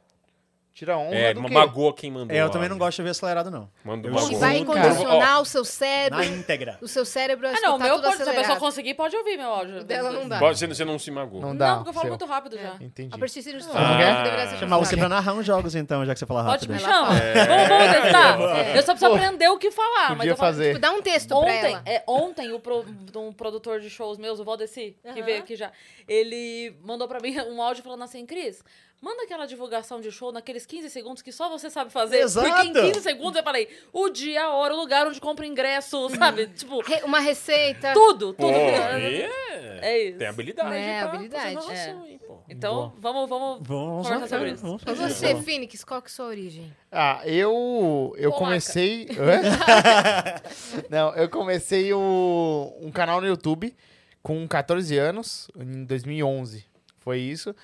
S5: Tira a honra
S4: É,
S5: do
S4: uma
S5: quê?
S4: magoa quem mandou.
S3: É, eu
S4: lá,
S3: também não
S4: né?
S3: gosto de ver acelerado, não.
S4: Manda
S3: Eu
S4: uma
S2: Que
S3: gosto.
S2: vai
S3: Muito.
S2: condicionar o seu
S3: Na
S2: cérebro,
S3: íntegra.
S2: o seu cérebro a
S1: Ah, não,
S2: escutar
S1: meu
S2: tá tudo
S1: pode. Se a pessoa
S2: acelerado.
S1: conseguir, pode ouvir meu áudio.
S2: Dela não dá.
S4: Pode ser você não se magoa.
S5: Não
S1: Não,
S5: dá.
S1: porque eu falo
S5: seu.
S1: muito rápido já.
S5: Entendi.
S2: A persistência do seu
S5: Ah.
S2: cérebro que deveria ser
S3: Chamar você pra
S2: condicionada.
S3: narrar uns jogos, então, já que você fala
S1: Pode
S3: rápido.
S1: me
S2: Ela
S1: chamar.
S2: fala.
S1: Vamos, vamos testar.
S2: É.
S1: Eu só preciso aprender o que falar. mas
S5: Podia
S1: eu falo,
S5: fazer.
S2: Tipo, dá um texto pra
S1: Ontem,
S2: ela.
S1: é, ontem o pro- um produtor de shows meus, o Valdeci, que
S2: Aham.
S1: veio aqui já, ele mandou pra mim [laughs] um áudio falando assim, Cris, manda aquela divulgação de show naqueles 15 segundos que só você sabe fazer. Porque em
S3: Exato.
S1: 15 segundos eu falei, o dia, a hora, o lugar onde compra
S2: Uhum.
S1: ingresso, sabe? tipo,
S2: Re- uma receita.
S1: tudo, tudo.
S4: Pô,
S1: tudo.
S4: aí é...
S1: É isso.
S4: Tem habilidade
S2: Né,
S4: pra
S2: habilidade,
S4: fazer
S2: é.
S4: narração, hein, pô.
S1: Então, vamos, vamos...
S3: Vamos
S1: Conversa
S3: lá,
S1: sobre
S3: cara,
S1: isso.
S3: vamos
S2: E
S3: fazer isso.
S2: você, Phoenix, qual que é a sua origem?
S5: Ah, eu. Eu
S1: Polaca.
S5: comecei.
S2: [laughs]
S5: Hã? Não, eu comecei o- um canal no YouTube com 14 anos, em 2011. Foi isso.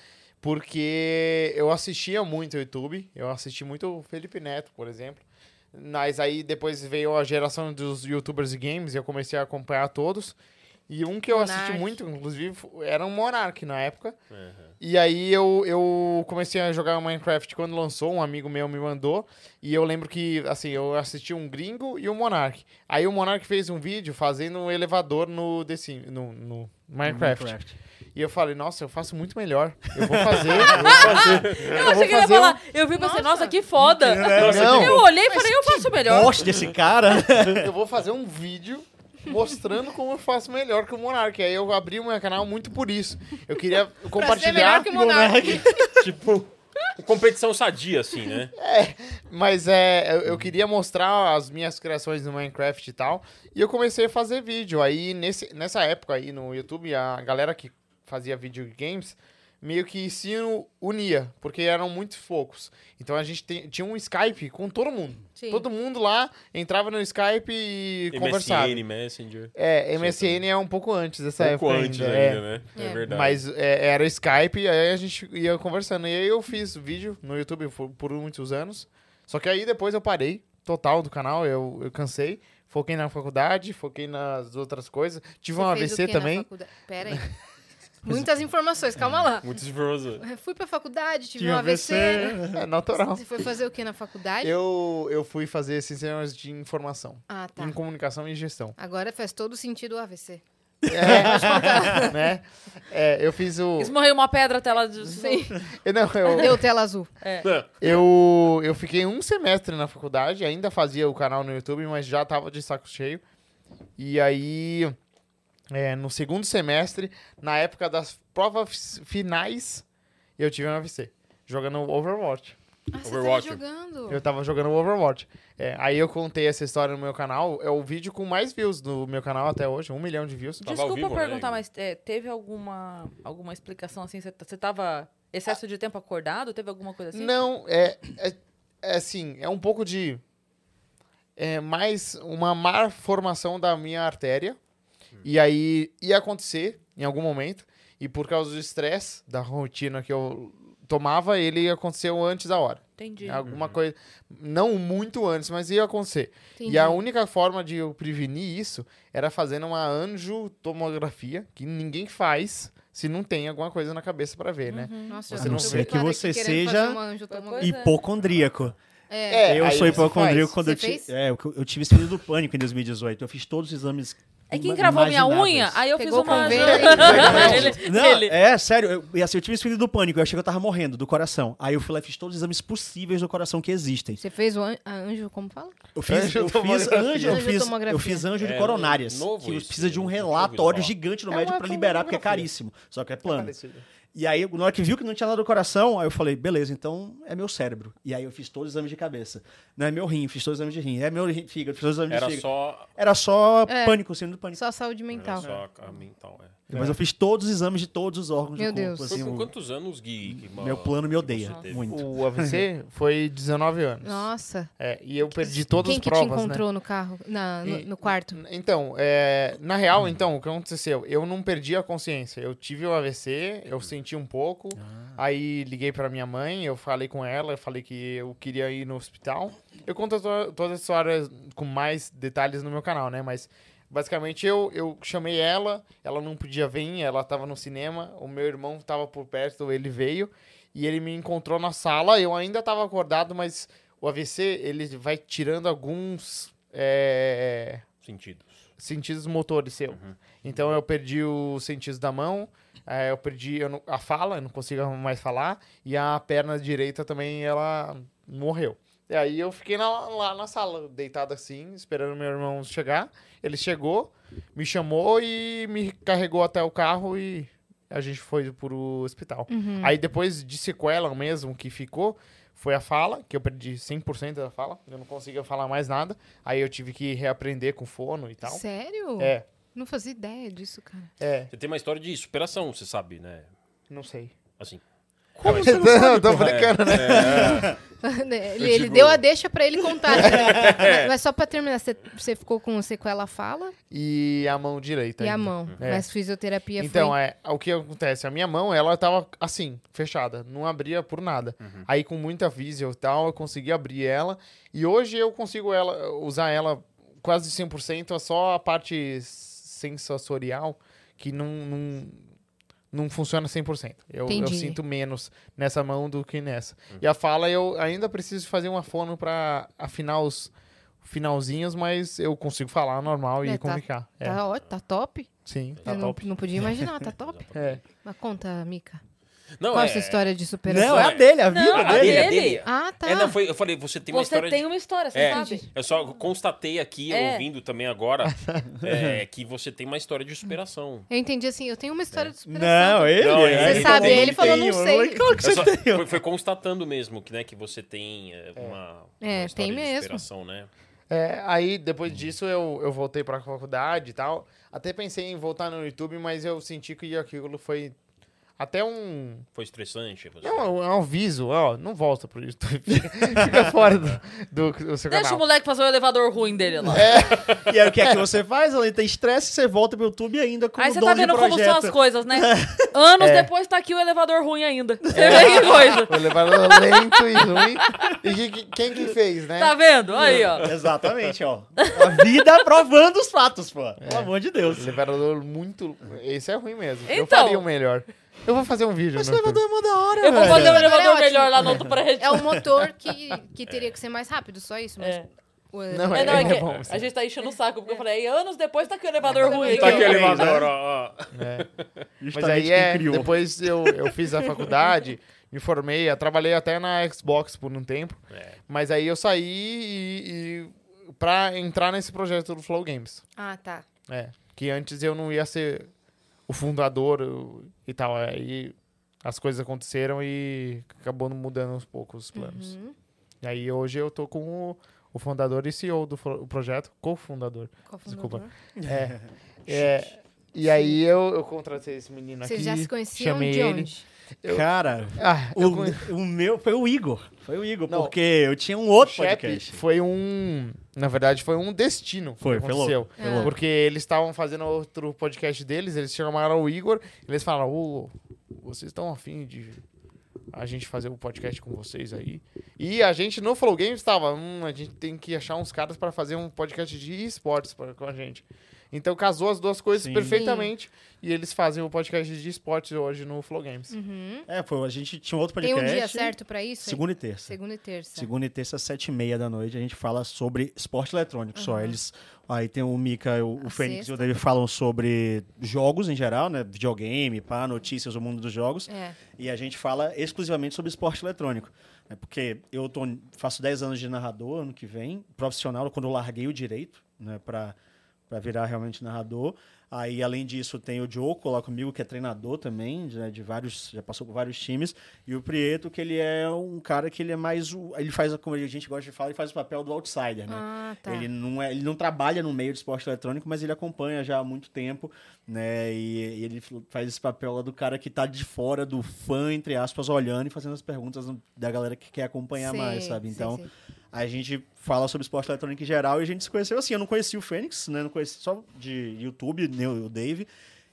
S5: Porque eu assistia muito o YouTube. Eu assisti muito o Felipe Neto, por exemplo. Mas aí depois veio a geração dos youtubers de games e eu comecei a acompanhar todos. E um que eu assisti
S2: Monark.
S5: muito, inclusive, fo- era um Monark na época. E aí eu, eu comecei a jogar Minecraft quando lançou, um amigo meu me mandou. E eu lembro que, assim, eu assisti um gringo e um Monark. Aí o Monark fez um vídeo fazendo um elevador no, The Sim- no, no Minecraft.
S3: Minecraft.
S5: E eu falei, nossa, eu faço muito melhor. Eu vou fazer, eu vou fazer.
S1: Eu, achei que ele ia
S5: fazer um-
S1: falar. Eu vi e pensei, nossa, que foda.
S4: Nossa,
S5: Não.
S1: Eu olhei e falei, eu faço melhor.
S3: Poste desse cara.
S5: eu vou fazer um vídeo mostrando como eu faço melhor que o Monark. Aí eu abri o meu canal muito por isso. Eu queria
S2: Pra ser melhor
S3: [laughs]
S5: compartilhar,
S2: que o Monark.
S4: tipo, competição sadia, assim, né?
S5: mas é, eu, eu queria mostrar as minhas criações no Minecraft e tal. E eu comecei a fazer vídeo. Aí nesse, nessa época aí no YouTube, a galera que fazia videogames meio que se unia, porque eram muitos focos. Então a gente tem- tinha um Skype com todo mundo.
S2: Sim.
S5: Todo mundo lá entrava no Skype e conversava.
S4: MSN, Messenger.
S5: É, MSN é um pouco antes dessa
S4: Pouco
S5: época
S4: antes
S5: ainda.
S4: ainda,
S5: é.
S4: né? É,
S2: É.
S4: verdade.
S5: Mas é, era Skype, aí a gente ia conversando. E aí eu fiz vídeo no YouTube por, por muitos anos. Só que aí depois eu parei total do canal, eu, eu cansei. Foquei na faculdade, foquei nas outras coisas. Tive um
S2: Você fez o
S5: AVC
S2: quê na
S5: também.
S2: faculdade?
S5: [laughs]
S2: Pera aí. Muitas informações, calma lá.
S4: Muito esforço.
S2: Fui pra faculdade, tive
S3: Tinha
S2: um AVC.
S5: É natural.
S2: Você foi fazer o que na faculdade?
S5: Eu, eu fui fazer sistemas de informação,
S2: Ah, tá.
S5: em comunicação
S2: [laughs]
S5: e gestão.
S2: Agora faz todo sentido o AVC.
S5: É, [laughs] né? É, eu fiz o.
S1: Esmorrei uma pedra até ela. Sim.
S5: Eu, não, eu,
S2: Deu tela azul.
S5: Eu, eu fiquei um semestre na faculdade, ainda fazia o canal no YouTube, mas já tava de saco cheio. E aí, é, no segundo semestre, na época das provas finais, eu tive um AVC, jogando Overwatch.
S2: Ah, você tava
S4: Overwatch.
S2: jogando.
S5: Eu tava jogando Overwatch. É, aí eu contei essa história no meu canal, é o vídeo com mais views do meu canal até hoje, um milhão de views.
S4: ao
S1: Desculpa
S4: vivo, né,
S1: perguntar,
S4: Igor?
S1: mas é, teve alguma, alguma explicação assim? Você você tava excesso de tempo acordado? Teve alguma coisa assim?
S5: Não, é, é, é assim, é um pouco de. É mais uma má formação da minha artéria.
S3: Hum.
S5: E aí ia acontecer em algum momento. E por causa do estresse da rotina que eu tomava, ele aconteceu antes da hora. né?
S1: Entendi.
S5: Alguma coisa. Não muito antes, mas ia acontecer.
S2: Entendi.
S5: E a única forma de eu prevenir isso era fazendo uma angiotomografia, que ninguém faz se não tem alguma coisa na cabeça pra ver,
S1: Uhum.
S5: né?
S2: Nossa,
S3: A
S2: já tô
S3: não ser que
S2: preocupada
S3: você
S2: querendo
S3: seja-
S2: fazer uma angiotomografia.
S1: Pois é.
S3: Hipocondríaco.
S2: É.
S5: É,
S3: eu
S5: aí
S3: sou
S5: você
S3: hipocondríaco
S5: faz.
S3: quando
S2: Você
S3: eu, ti-
S2: fez?
S3: é, eu eu tive esse período do pânico em 2018. Eu fiz todos os exames.
S1: É que
S3: ima-
S1: encravou minha
S3: imagináveis. É,
S1: unha, aí eu
S2: Pegou
S1: fiz uma.
S2: convênio
S1: [laughs]
S2: e-
S1: Ele-
S3: Não,
S1: ele-
S3: é sério. Eu, e assim, eu tive esse período do pânico. Eu achei que eu tava morrendo do coração. Aí eu fui lá e fiz todos os exames possíveis do coração que existem.
S2: Você fez o an- a anjo, como fala?
S3: Eu fiz, eu fiz
S5: Angiotomografia.
S3: anjo, eu fiz, eu
S2: Angiotomografia.
S3: fiz anjo de
S4: É,
S3: coronárias,
S4: novo
S3: que
S4: isso,
S3: precisa de um
S4: eu nunca ouvi
S3: relatório
S4: falar.
S3: gigante no
S5: É
S3: médico
S5: uma
S3: pra liberar, porque é
S5: tomografia.
S3: caríssimo. Só que é plano.
S5: Parecido.
S3: E aí, na hora que viu que não tinha nada do coração, aí eu falei, beleza, então é meu cérebro. E aí eu fiz todos os exames de cabeça. Não é meu rim, fiz todos os exames de rim. É meu rim- fígado, fiz todos os exames
S4: Era
S3: de fígado.
S4: só.
S3: Era só
S2: É.
S3: pânico, síndrome do pânico.
S2: Só saúde
S4: Era
S2: mental.
S4: só a mental, é.
S3: Mas eu fiz todos os exames de todos os órgãos
S2: Meu
S3: do corpo.
S2: Deus.
S4: Foi
S3: assim,
S4: com
S3: o-
S4: quantos anos, Gui? que ma-
S3: meu plano me odeia
S4: você teve?
S3: muito.
S5: O AVC foi 19 anos.
S2: Nossa.
S5: É, e eu perdi todas
S2: Quem
S5: as
S2: que
S5: provas, né?
S2: te encontrou no carro, na- no,
S5: E-
S2: no quarto?
S5: né? Então, é, na real, então, o que aconteceu? Eu não perdi a consciência. Eu tive o AVC, eu senti um pouco, aí liguei pra minha mãe, eu falei com ela, eu falei que eu queria ir no hospital. Eu conto to- toda essa história com mais detalhes no meu canal, né? Mas basicamente eu, eu chamei ela, ela não podia vir, ela tava no cinema, o meu irmão tava por perto, ele veio e ele me encontrou na sala. Eu ainda tava acordado, mas o AVC ele vai tirando alguns. é,
S4: Sentidos.
S5: sentidos motores seu. Então eu perdi os sentidos da mão, eh, eu perdi eu não- a fala, eu não consigo mais falar, e a perna direita também ela morreu. E aí eu fiquei na- lá na sala, deitado assim, esperando meu irmão chegar. Ele chegou, me chamou e me carregou até o carro e a gente foi pro hospital. Aí depois de sequela mesmo que ficou, foi a fala, que eu perdi 100% da fala, eu não conseguia falar mais nada. Aí eu tive que reaprender com fono e tal.
S2: Sério?
S5: É,
S2: Não fazia ideia disso, cara.
S5: é,
S4: Você tem uma história de superação, você sabe, né?
S5: não sei.
S4: Assim.
S5: Como você não, sabe, tô brincando, né?
S2: [laughs] Né, ele, ele
S4: digo-
S2: deu a deixa pra ele contar. mas, mas só pra terminar, você, você ficou com sequela fala
S5: E a mão direita.
S2: e a
S5: ainda.
S2: mão.
S5: É.
S2: Mas fisioterapia
S5: Então,
S2: foi...
S5: é, o que acontece? A minha mão, ela tava assim, fechada, não abria por nada. Aí, com muita visio e tal, eu consegui abrir ela. E hoje eu consigo ela, usar ela quase 100%, é só a parte sensorial que não, não, não funciona 100%. Eu, eu
S2: Entendi.
S5: sinto menos nessa Uhum. mão do que nessa. E a fala, eu ainda preciso fazer uma fono pra um afinar os finalzinhos, mas eu consigo falar normal
S2: É,
S5: e
S2: tá-
S5: comunicar. É,
S2: Tá ótimo, tá top.
S5: sim, tá
S2: eu
S5: top.
S2: Não, não podia imaginar, tá top.
S5: É.
S2: Mas conta, Mica.
S4: Não,
S2: Qual
S4: é,
S2: a sua história de superação?
S3: Não, é a dele, a vida
S1: Não, a
S3: dele.
S1: dele.
S2: Ah, tá.
S4: É, não, foi, eu falei, você tem uma
S1: Você
S4: história.
S1: tem
S4: de...
S1: uma história, você
S4: É.
S1: sabe?
S4: Eu só constatei aqui,
S1: É.
S4: ouvindo também agora, é, que você tem uma história de superação.
S2: Eu entendi assim, eu tenho uma história de superação.
S3: Não, ele.
S4: Não, ele
S3: ele
S4: Você
S2: sabe,
S3: falou,
S2: ele falou, não
S3: tenho. Eu
S2: sei.
S3: falei, Claro que
S4: Eu
S3: você
S4: só-
S3: tem.
S4: foi, foi constatando mesmo que, né, que você tem é, uma,
S2: É,
S4: uma história
S2: tem
S4: de
S2: mesmo.
S4: superação, né?
S5: É, aí depois disso eu, eu voltei pra faculdade e tal. Até pensei em voltar no YouTube, mas eu senti que aquilo foi até um
S4: Foi estressante. Você...
S5: Não, é um- é um aviso, ó, não volta pro YouTube. [laughs] Fica fora do, do, do seu
S1: Deixa o
S5: canal.
S1: moleque fazer o elevador ruim dele lá.
S3: E aí o que é que você faz? Além de ter estresse, você volta pro YouTube ainda com
S1: Aí
S3: o
S1: você
S3: dono
S1: tá
S3: de
S1: vendo como
S3: projeto.
S1: são as coisas, né? Anos depois tá aqui o elevador ruim ainda. Você vê que coisa.
S5: O um elevador lento e ruim. E que- que- quem que fez, né?
S1: Tá vendo? Aí, ó.
S3: Exatamente, ó. A vida provando os fatos,
S4: É.
S3: pô. Pelo amor de Deus.
S5: Elevador muito... Esse é ruim mesmo. eu
S1: Então.
S5: faria o melhor. Eu vou fazer um vídeo
S3: Mas
S5: no YouTube.
S3: elevador é uma da hora,
S1: Eu vou
S3: velho.
S1: fazer um elevador
S2: ótimo.
S1: melhor lá no outro prédio.
S2: É o motor que, que teria que ser mais rápido, só isso. Mas
S1: É.
S2: o-
S5: Não,
S1: É, não, é que
S5: é bom,
S1: a gente tá enchendo o saco, porque eu falei, anos depois tá aqui o elevador ruim.
S4: Tá
S1: aqui,
S4: aqui o
S1: ó.
S5: né?
S4: elevador, ó, ó.
S5: É. Mas
S3: Justamente
S5: aí
S3: quem
S5: é,
S3: criou.
S5: depois eu, eu fiz
S3: [laughs]
S5: a faculdade, me formei, eu trabalhei até na Xbox por um tempo.
S4: É.
S5: Mas aí eu saí e, e pra entrar nesse projeto do Flow Games.
S2: Ah, tá.
S5: É, que antes eu não ia ser o fundador o- e tal. Aí as coisas aconteceram e acabou mudando aos poucos os planos.
S2: Uhum.
S5: E aí hoje eu tô com o, o fundador e CEO do fro- o projeto, co-fundador.
S2: Qual foi o
S5: Desculpa.
S2: motor?
S5: É, é, e aí eu, eu contratei esse menino aqui.
S2: Vocês já se conheciam
S5: é chamei
S2: de
S5: ele.
S2: onde?
S3: Cara,
S5: Ah, eu conhe-
S3: o, o meu foi o Igor. Foi o Igor,
S5: Não.
S3: porque eu tinha um outro
S5: Shep
S3: podcast.
S5: foi um. Na verdade, foi um destino. que
S3: Foi, foi louco,
S5: aconteceu.
S2: foi louco.
S5: Porque eles estavam fazendo outro podcast deles, eles chamaram o Igor, eles falaram: Ô, vocês estão afim de a gente fazer um podcast com vocês aí? E a gente no Flow Games estava, hum, a gente tem que achar uns caras para fazer um podcast de esportes pra- com a gente. Então casou as duas coisas
S3: Sim.
S5: perfeitamente e eles fazem o podcast de esportes hoje no Flow Games.
S2: Uhum.
S3: É, foi, a gente tinha um outro
S2: Tem
S3: podcast.
S2: um dia certo pra isso?
S3: Segunda e terça.
S2: Segunda e terça.
S3: Segunda e terça, sete e meia da noite, a gente fala sobre esporte eletrônico só. Eles. Aí tem o Mika, o,
S2: A
S3: o Fênix e
S2: sexta.
S3: o David falam sobre jogos em geral, né? Videogame, pá, notícias, o mundo dos jogos.
S2: É.
S3: E a gente fala exclusivamente sobre esporte eletrônico. Né? Porque eu tô, faço 10 anos de narrador ano que vem, profissional, quando eu larguei o direito, né? Pra, pra virar realmente narrador. Aí, além disso, tem o Diogo lá comigo, que é treinador também, né, de vários, já passou por vários times. E o Prieto, que ele é um cara que ele é mais o. Ele faz, como a gente gosta de falar, ele faz o papel do outsider, né?
S2: Ah, tá.
S3: Ele, não é, ele não trabalha no meio do esporte eletrônico, mas ele acompanha já há muito tempo, né? E, e ele f- faz esse papel lá do cara que tá de fora, do fã, entre aspas, olhando e fazendo as perguntas da galera que quer acompanhar
S2: Sei,
S3: mais, sabe?
S2: sei,
S3: Então,
S2: sei.
S3: a gente fala sobre esporte eletrônico em geral e a gente se conheceu assim. Eu não conhecia o Fênix, né? Não conhecia só de YouTube, nem o Dave.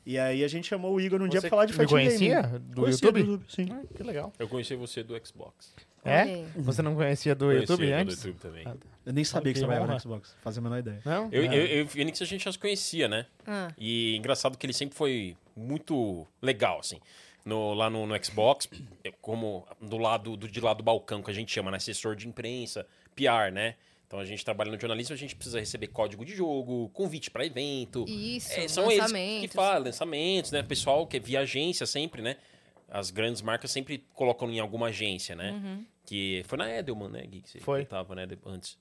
S3: E aí a gente chamou o Igor num dia
S5: Você
S3: pra falar de
S5: me
S3: fighting game.
S5: conhecia do
S3: Conhecia
S5: YouTube?
S3: do YouTube, sim.
S5: Ah, que legal.
S4: Eu conheci você do Xbox.
S5: É?
S2: Olha aí.
S5: Você não conhecia do
S4: Conheci
S5: YouTube
S4: do
S5: antes?
S4: YouTube também.
S3: Eu nem sabia que você
S5: Ok,
S3: trabalhava
S5: honra.
S3: no Xbox. Fazia a menor ideia.
S5: Não?
S4: Eu,
S5: Não.
S4: eu, eu e o Phoenix a gente já se conhecia, né?
S2: Ah.
S4: E engraçado que ele sempre foi muito legal, assim. No, lá no, no Xbox, eu- como do lado do, de lá do balcão, que a gente chama, né? Assessor de imprensa, PR, né? Então a gente trabalha no jornalismo, a gente precisa receber código de jogo, convite para evento.
S2: Isso,
S4: É, são eles que- que
S2: lançamentos.
S4: falam, lançamentos, né? Pessoal que via agência sempre, né? As grandes marcas sempre colocam em alguma agência, né? Que foi na Edelman, né, Gui? Que você
S5: Foi.
S4: tava, né, de- antes.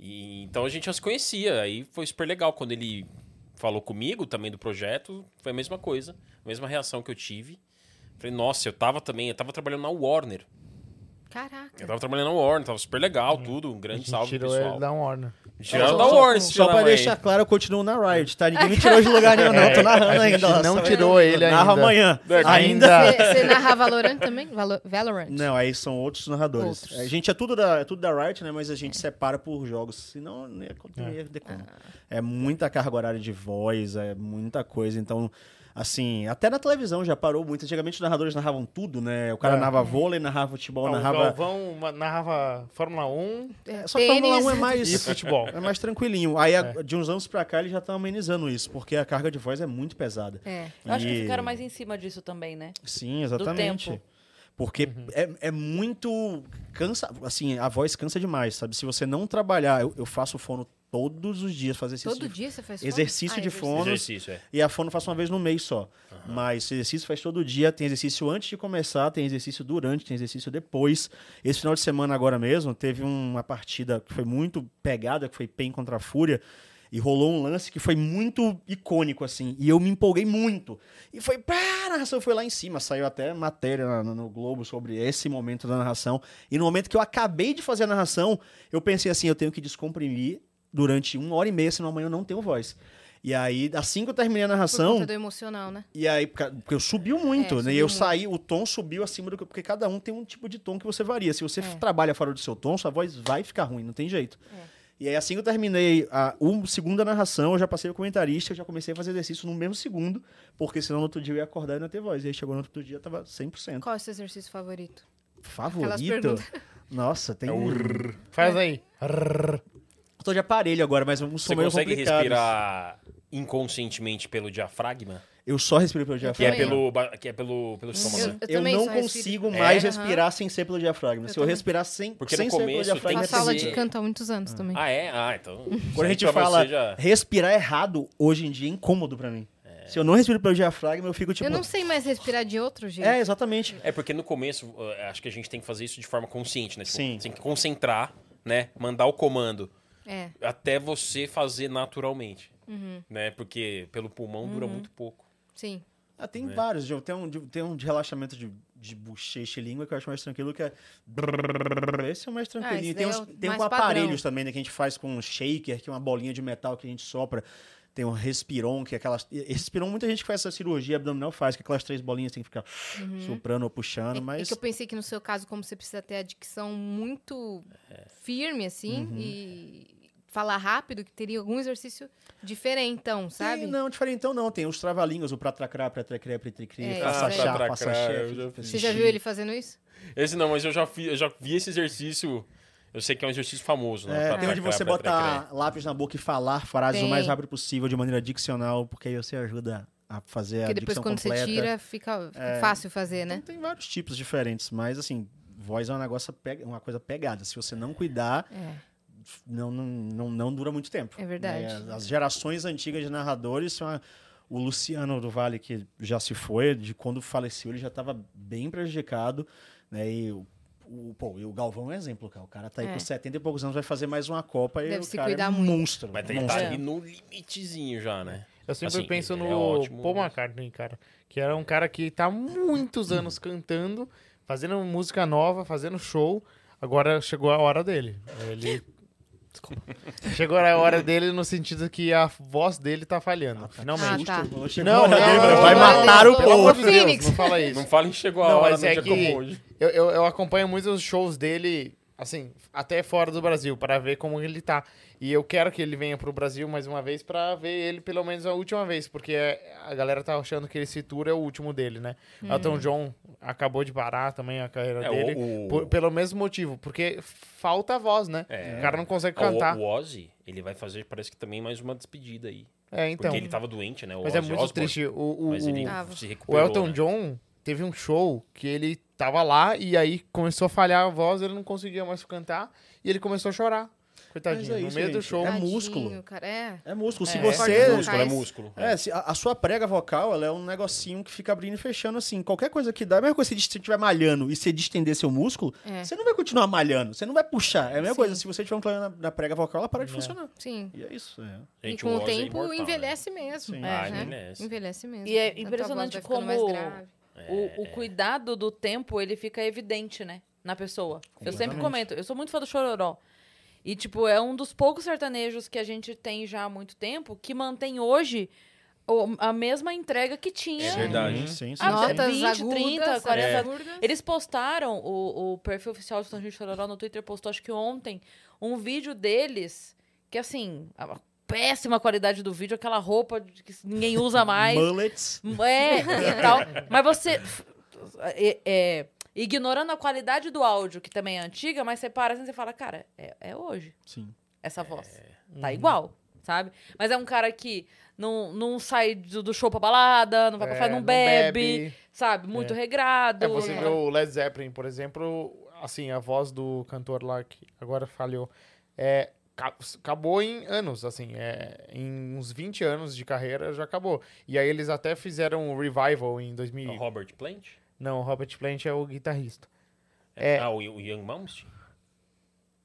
S4: E, então a gente já se conhecia. Aí foi super legal. Quando ele falou comigo também do projeto, foi a mesma coisa. A mesma reação que eu tive. Falei, nossa, eu tava também, eu tava trabalhando na Warner. Eu
S2: Caraca.
S4: tava trabalhando na Warner, tava super legal, tudo. Um
S5: Uhum. A
S4: grande
S5: gente
S4: salve, pro
S5: tirou ele
S4: pessoal.
S5: da Warner.
S4: Tiraram
S3: Só-
S4: da
S3: só-
S4: Warner, esse
S3: Só pra
S4: filão aí.
S3: deixar claro, eu continuo na Riot, tá? Ninguém me tirou de lugar nenhum, não. Tô narrando
S5: É, a gente
S3: ainda. ó,
S5: não
S3: só-
S5: tirou ele ainda. É.
S3: Narra amanhã.
S5: Ainda.
S2: Você
S5: [laughs]
S2: você narra Valorant também? Valo- Valorant?
S3: Não, aí são outros narradores.
S2: Outros.
S3: A gente é tudo da, é tudo da Riot, né? Mas a gente separa por jogos. Senão não ia, não ia ter como. É muita carga horária de voz, é muita coisa. Então, assim, até na televisão já parou muito. Antigamente os narradores narravam tudo, né? O cara
S5: É.
S3: narrava vôlei, narrava futebol,
S5: Então,
S3: narrava.
S5: O Galvão ma- narrava Fórmula 1
S2: É,
S3: Só que a Fórmula
S2: tênis.
S3: 1 é mais.
S5: e futebol.
S3: É mais tranquilinho. Aí,
S5: É.
S3: a- de uns anos pra cá, eles já estão amenizando isso, porque a carga de voz é muito pesada.
S2: É.
S1: Eu acho que
S3: E-
S1: ficaram mais em cima disso também, né?
S3: Sim, exatamente.
S1: tempo.
S3: Porque é, é muito. Cansa. Assim, a voz cansa demais, sabe? Se você não trabalhar, eu, eu faço fono todos os dias, fazer exercício.
S2: Todo
S3: de-
S2: dia você faz fono?
S3: Exercício
S2: Ah,
S3: de
S2: exercício.
S3: fono.
S4: Exercício, é.
S3: E a fono eu faço uma vez no mês só. Mas esse exercício faz todo dia. Tem exercício antes de começar, tem exercício durante, tem exercício depois. Esse final de semana agora mesmo, teve uma partida que foi muito pegada, que foi PEN contra a Fúria. E rolou um lance que foi muito icônico, assim. E eu me empolguei muito. E foi, pá, a narração foi lá em cima. Saiu até matéria na- no, no Globo sobre esse momento da narração. E no momento que eu acabei de fazer a narração, eu pensei assim, eu tenho que descomprimir durante uma hora e meia, senão amanhã eu não tenho voz. E aí, assim que eu terminei a
S2: Por
S3: narração,
S2: conta do emocional, né?
S3: e aí, por ca- porque eu subiu muito,
S2: É,
S3: né?
S2: subiu
S3: e eu
S2: muito.
S3: saí, o tom subiu acima do que. Porque cada um tem um tipo de tom que você varia. Se você
S2: É.
S3: trabalha fora do seu tom, sua voz vai ficar ruim, não tem jeito. E aí, assim que eu terminei a um, segunda narração, eu já passei o comentarista, eu já comecei a fazer exercício no mesmo segundo, porque senão no outro dia eu ia acordar e não ia ter voz. E aí chegou no outro dia, eu tava 100%.
S2: Qual é o seu exercício favorito?
S3: Favorito?
S2: perguntas. [laughs]
S3: Nossa,
S4: É
S3: tem um. Eu
S5: Faz aí.
S3: tô de aparelho agora, mas um
S4: Você
S3: som meio
S4: consegue
S3: complicado.
S4: respirar inconscientemente pelo diafragma?
S3: Eu só respiro pelo
S4: Que é
S3: diafragma.
S2: Também.
S4: pelo, ba- que é pelo, pelo estômago, né?
S2: Eu
S3: Eu,
S2: também
S3: não
S2: só respiro.
S3: consigo
S4: É?
S3: mais
S2: Aham.
S3: respirar sem ser pelo diafragma.
S2: Eu
S3: Se eu
S2: também.
S3: respirar sem,
S4: Porque no
S3: sem ser pelo
S4: começo tem
S3: diafragma,
S4: que
S3: é
S2: Faço aula
S4: ser-
S2: de
S3: terrível.
S2: canto há muitos anos também.
S4: Ah, é? Ah, então.
S3: Quando a gente
S4: Pra você
S3: fala
S4: já- É.
S3: respirar errado, hoje em dia é incômodo pra mim. Se eu não respiro pelo diafragma, eu fico tipo.
S2: Eu não sei mais respirar de outro jeito.
S3: É, exatamente.
S4: É porque no começo, uh, acho que a gente tem que fazer isso de forma consciente, né? Tipo,
S3: Sim.
S4: Tem que concentrar, né? Mandar o comando
S2: É.
S4: até você fazer naturalmente, né? Porque pelo pulmão dura muito pouco.
S2: Sim.
S3: Ah, tem
S4: é?
S3: vários. João. Tem um, de- tem um de relaxamento de, de bochecha e língua que eu acho mais tranquilo, que é. Esse é o mais tranquilinho.
S2: esse daí
S3: tem
S2: é
S3: uns-
S2: o
S3: tem um
S2: mais
S3: com
S2: padrão.
S3: aparelhos também, né? Que a gente faz com um shaker, que é uma bolinha de metal que a gente sopra. Tem um respiron, que é aquelas. e- Respiron, muita gente que faz essa cirurgia abdominal faz, que é aquelas três bolinhas que tem que ficar soprando ou
S2: Uhum.
S3: puxando,
S2: É-
S3: Ah, mas.
S2: É que eu pensei que no seu caso, como você precisa ter a dicção muito firme, assim,
S3: Uhum.
S2: e falar rápido, que teria algum exercício diferentão, sabe?
S3: Tem, não, diferentão não. Tem os trava-línguas, o pratracrá, pratracré, pritricri,
S2: É,
S3: faça
S2: isso aí.
S3: chá,
S4: Pratracrá,
S3: faça
S4: eu já
S3: chefe.
S4: fiz.
S2: Você já viu ele fazendo isso?
S3: É,
S4: Esse não, mas eu já, fi- eu já vi esse exercício. Eu sei que é um exercício famoso, né?
S3: É,
S4: Pra-
S3: tem onde
S4: pra- né?
S3: você
S4: pra- pra- pra-
S3: botar lápis na boca e falar frases o
S2: Tem.
S3: mais rápido possível, de maneira diccional, porque aí você ajuda a fazer
S2: Porque
S3: a
S2: depois
S3: dicção
S2: quando
S3: completa.
S2: você tira, fica, fica fácil fazer,
S3: Então,
S2: né?
S3: tem vários tipos diferentes, mas assim, voz é um negócio pe- uma coisa pegada. Se você não cuidar,
S2: É.
S3: não, não, não, não dura muito tempo.
S2: É verdade.
S3: Né? As- As gerações antigas de narradores são a- o Luciano do Vale, que já se foi, de quando faleceu, ele já estava bem prejudicado, né? E o, o- pô, e o Galvão é um exemplo, cara. O cara tá aí
S2: É.
S3: com 70 e poucos anos, vai fazer mais uma Copa e
S2: Deve
S3: o
S2: se
S3: cara é
S2: cuidar
S3: um
S2: muito.
S3: monstro.
S4: Mas tem que
S3: monstro.
S4: estar ali no limitezinho já, né?
S5: Eu sempre
S4: Assim,
S5: penso
S4: ele é
S5: no
S4: ótimo,
S5: Paul
S4: mas-
S5: McCartney, cara. Que era um cara que tá há muitos anos cantando, fazendo música nova, fazendo show. Agora chegou a hora dele. Ele... Desculpa. Chegou a hora dele no sentido que a voz dele tá falhando. Finalmente.
S2: Ah, tá.
S3: Chegou
S5: Não,
S3: a hora
S5: não,
S3: dele,
S5: não,
S3: mas
S5: não,
S3: vai
S5: não,
S3: matar
S2: não,
S3: o
S2: não,
S5: Pelo
S3: povo.
S5: amor de Deus,
S2: Phoenix.
S5: não fala isso.
S4: Não falem que chegou a
S5: Não,
S4: hora
S5: mas
S4: no
S5: é
S4: dia
S5: que-
S4: como hoje.
S5: Eu, eu, eu acompanho muitos shows dele, assim, até fora do Brasil, para ver como ele tá. E eu quero que ele venha pro Brasil mais uma vez para ver ele pelo menos a última vez, porque é- a galera tá achando que esse tour é o último dele, né? Elton John acabou de parar também a carreira
S4: É, o-
S5: dele,
S4: o-
S5: por- pelo mesmo motivo, porque falta a voz, né?
S4: É.
S5: O cara não consegue
S4: Ó,
S5: cantar.
S4: O, o Ozzy, ele vai fazer, parece que também mais uma despedida aí.
S5: É,
S4: Porque
S5: então.
S4: ele tava doente, né? O
S5: Mas é
S4: Ozzy
S5: muito
S4: Osbourne.
S5: triste. O, o,
S4: Mas ele
S5: o-
S2: Ah,
S4: se
S5: O
S4: recuperou.
S5: Elton
S4: né?
S5: John teve um show que ele tava lá e aí começou a falhar a voz, ele não conseguia mais cantar e ele começou a chorar.
S3: Mas
S5: Coitadinho,
S3: é
S5: no
S3: isso,
S5: meio do
S3: gente.
S5: show.
S3: É
S2: Tadinho,
S3: músculo.
S2: cara, é.
S3: É músculo. Se
S2: É.
S4: É
S3: você
S2: Concordo.
S4: músculo, é músculo.
S3: É, se- a, a sua prega vocal, ela é um negocinho que fica abrindo e fechando, assim. Qualquer coisa que dá, é a mesma coisa se você estiver malhando e você distender seu músculo,
S2: É.
S3: você não vai continuar malhando, você não vai puxar. É a mesma
S2: Sim.
S3: coisa, se você tiver um problema na, na prega vocal, ela para de funcionar.
S2: Sim.
S3: E é isso, é.
S4: Gente,
S2: e com o
S4: Ozzy é
S2: tempo
S4: imortal, né?
S2: envelhece mesmo.
S3: Sim.
S2: né?
S4: Ah, envelhece. É.
S2: Envelhece mesmo. Então,
S1: E é
S2: Tanto a voz
S1: impressionante
S2: vai tá ficando mais
S1: como-
S2: grave.
S1: O, o cuidado do tempo, ele fica evidente, né? Na pessoa. Eu sempre
S3: Completamente.
S1: comento, eu sou muito fã do Chororó. E, tipo, é um dos poucos sertanejos que a gente tem já há muito tempo que mantém hoje o- a mesma entrega que tinha.
S4: É verdade.
S3: Sim, sim, sim.
S1: Ah,
S3: sim.
S1: tá.
S2: Notas
S1: 20, 30,
S2: agudas, é.
S1: 40.
S2: agudas.
S1: Eles postaram, o, o perfil oficial do Sanjinho Chororó no Twitter postou, acho que ontem, um vídeo deles que, assim, a péssima qualidade do vídeo, aquela roupa de- que ninguém usa mais.
S3: Mullets.
S1: É, e tal. Mas você. é, é, ignorando a qualidade do áudio, que também é antiga, mas você para assim e você fala, cara, é, é hoje
S3: Sim.
S5: uhum.
S1: essa voz. Tá igual. sabe? Mas é um cara que não, não sai do, do show pra balada, não vai pra
S5: É,
S1: festa, não,
S5: não
S1: bebe,
S5: bebe.
S1: sabe? Muito regrado.
S5: É, você
S1: não-
S5: vê o Led Zeppelin, por exemplo, assim, a voz do cantor lá que agora falhou, é, ca- acabou em anos, assim, é, em uns 20 anos de carreira já acabou. E aí eles até fizeram um revival em 2000.
S4: O Robert Plant?
S5: Não, o Robert Plant é o guitarrista. É.
S4: Ah, o, o Young Malmsteen?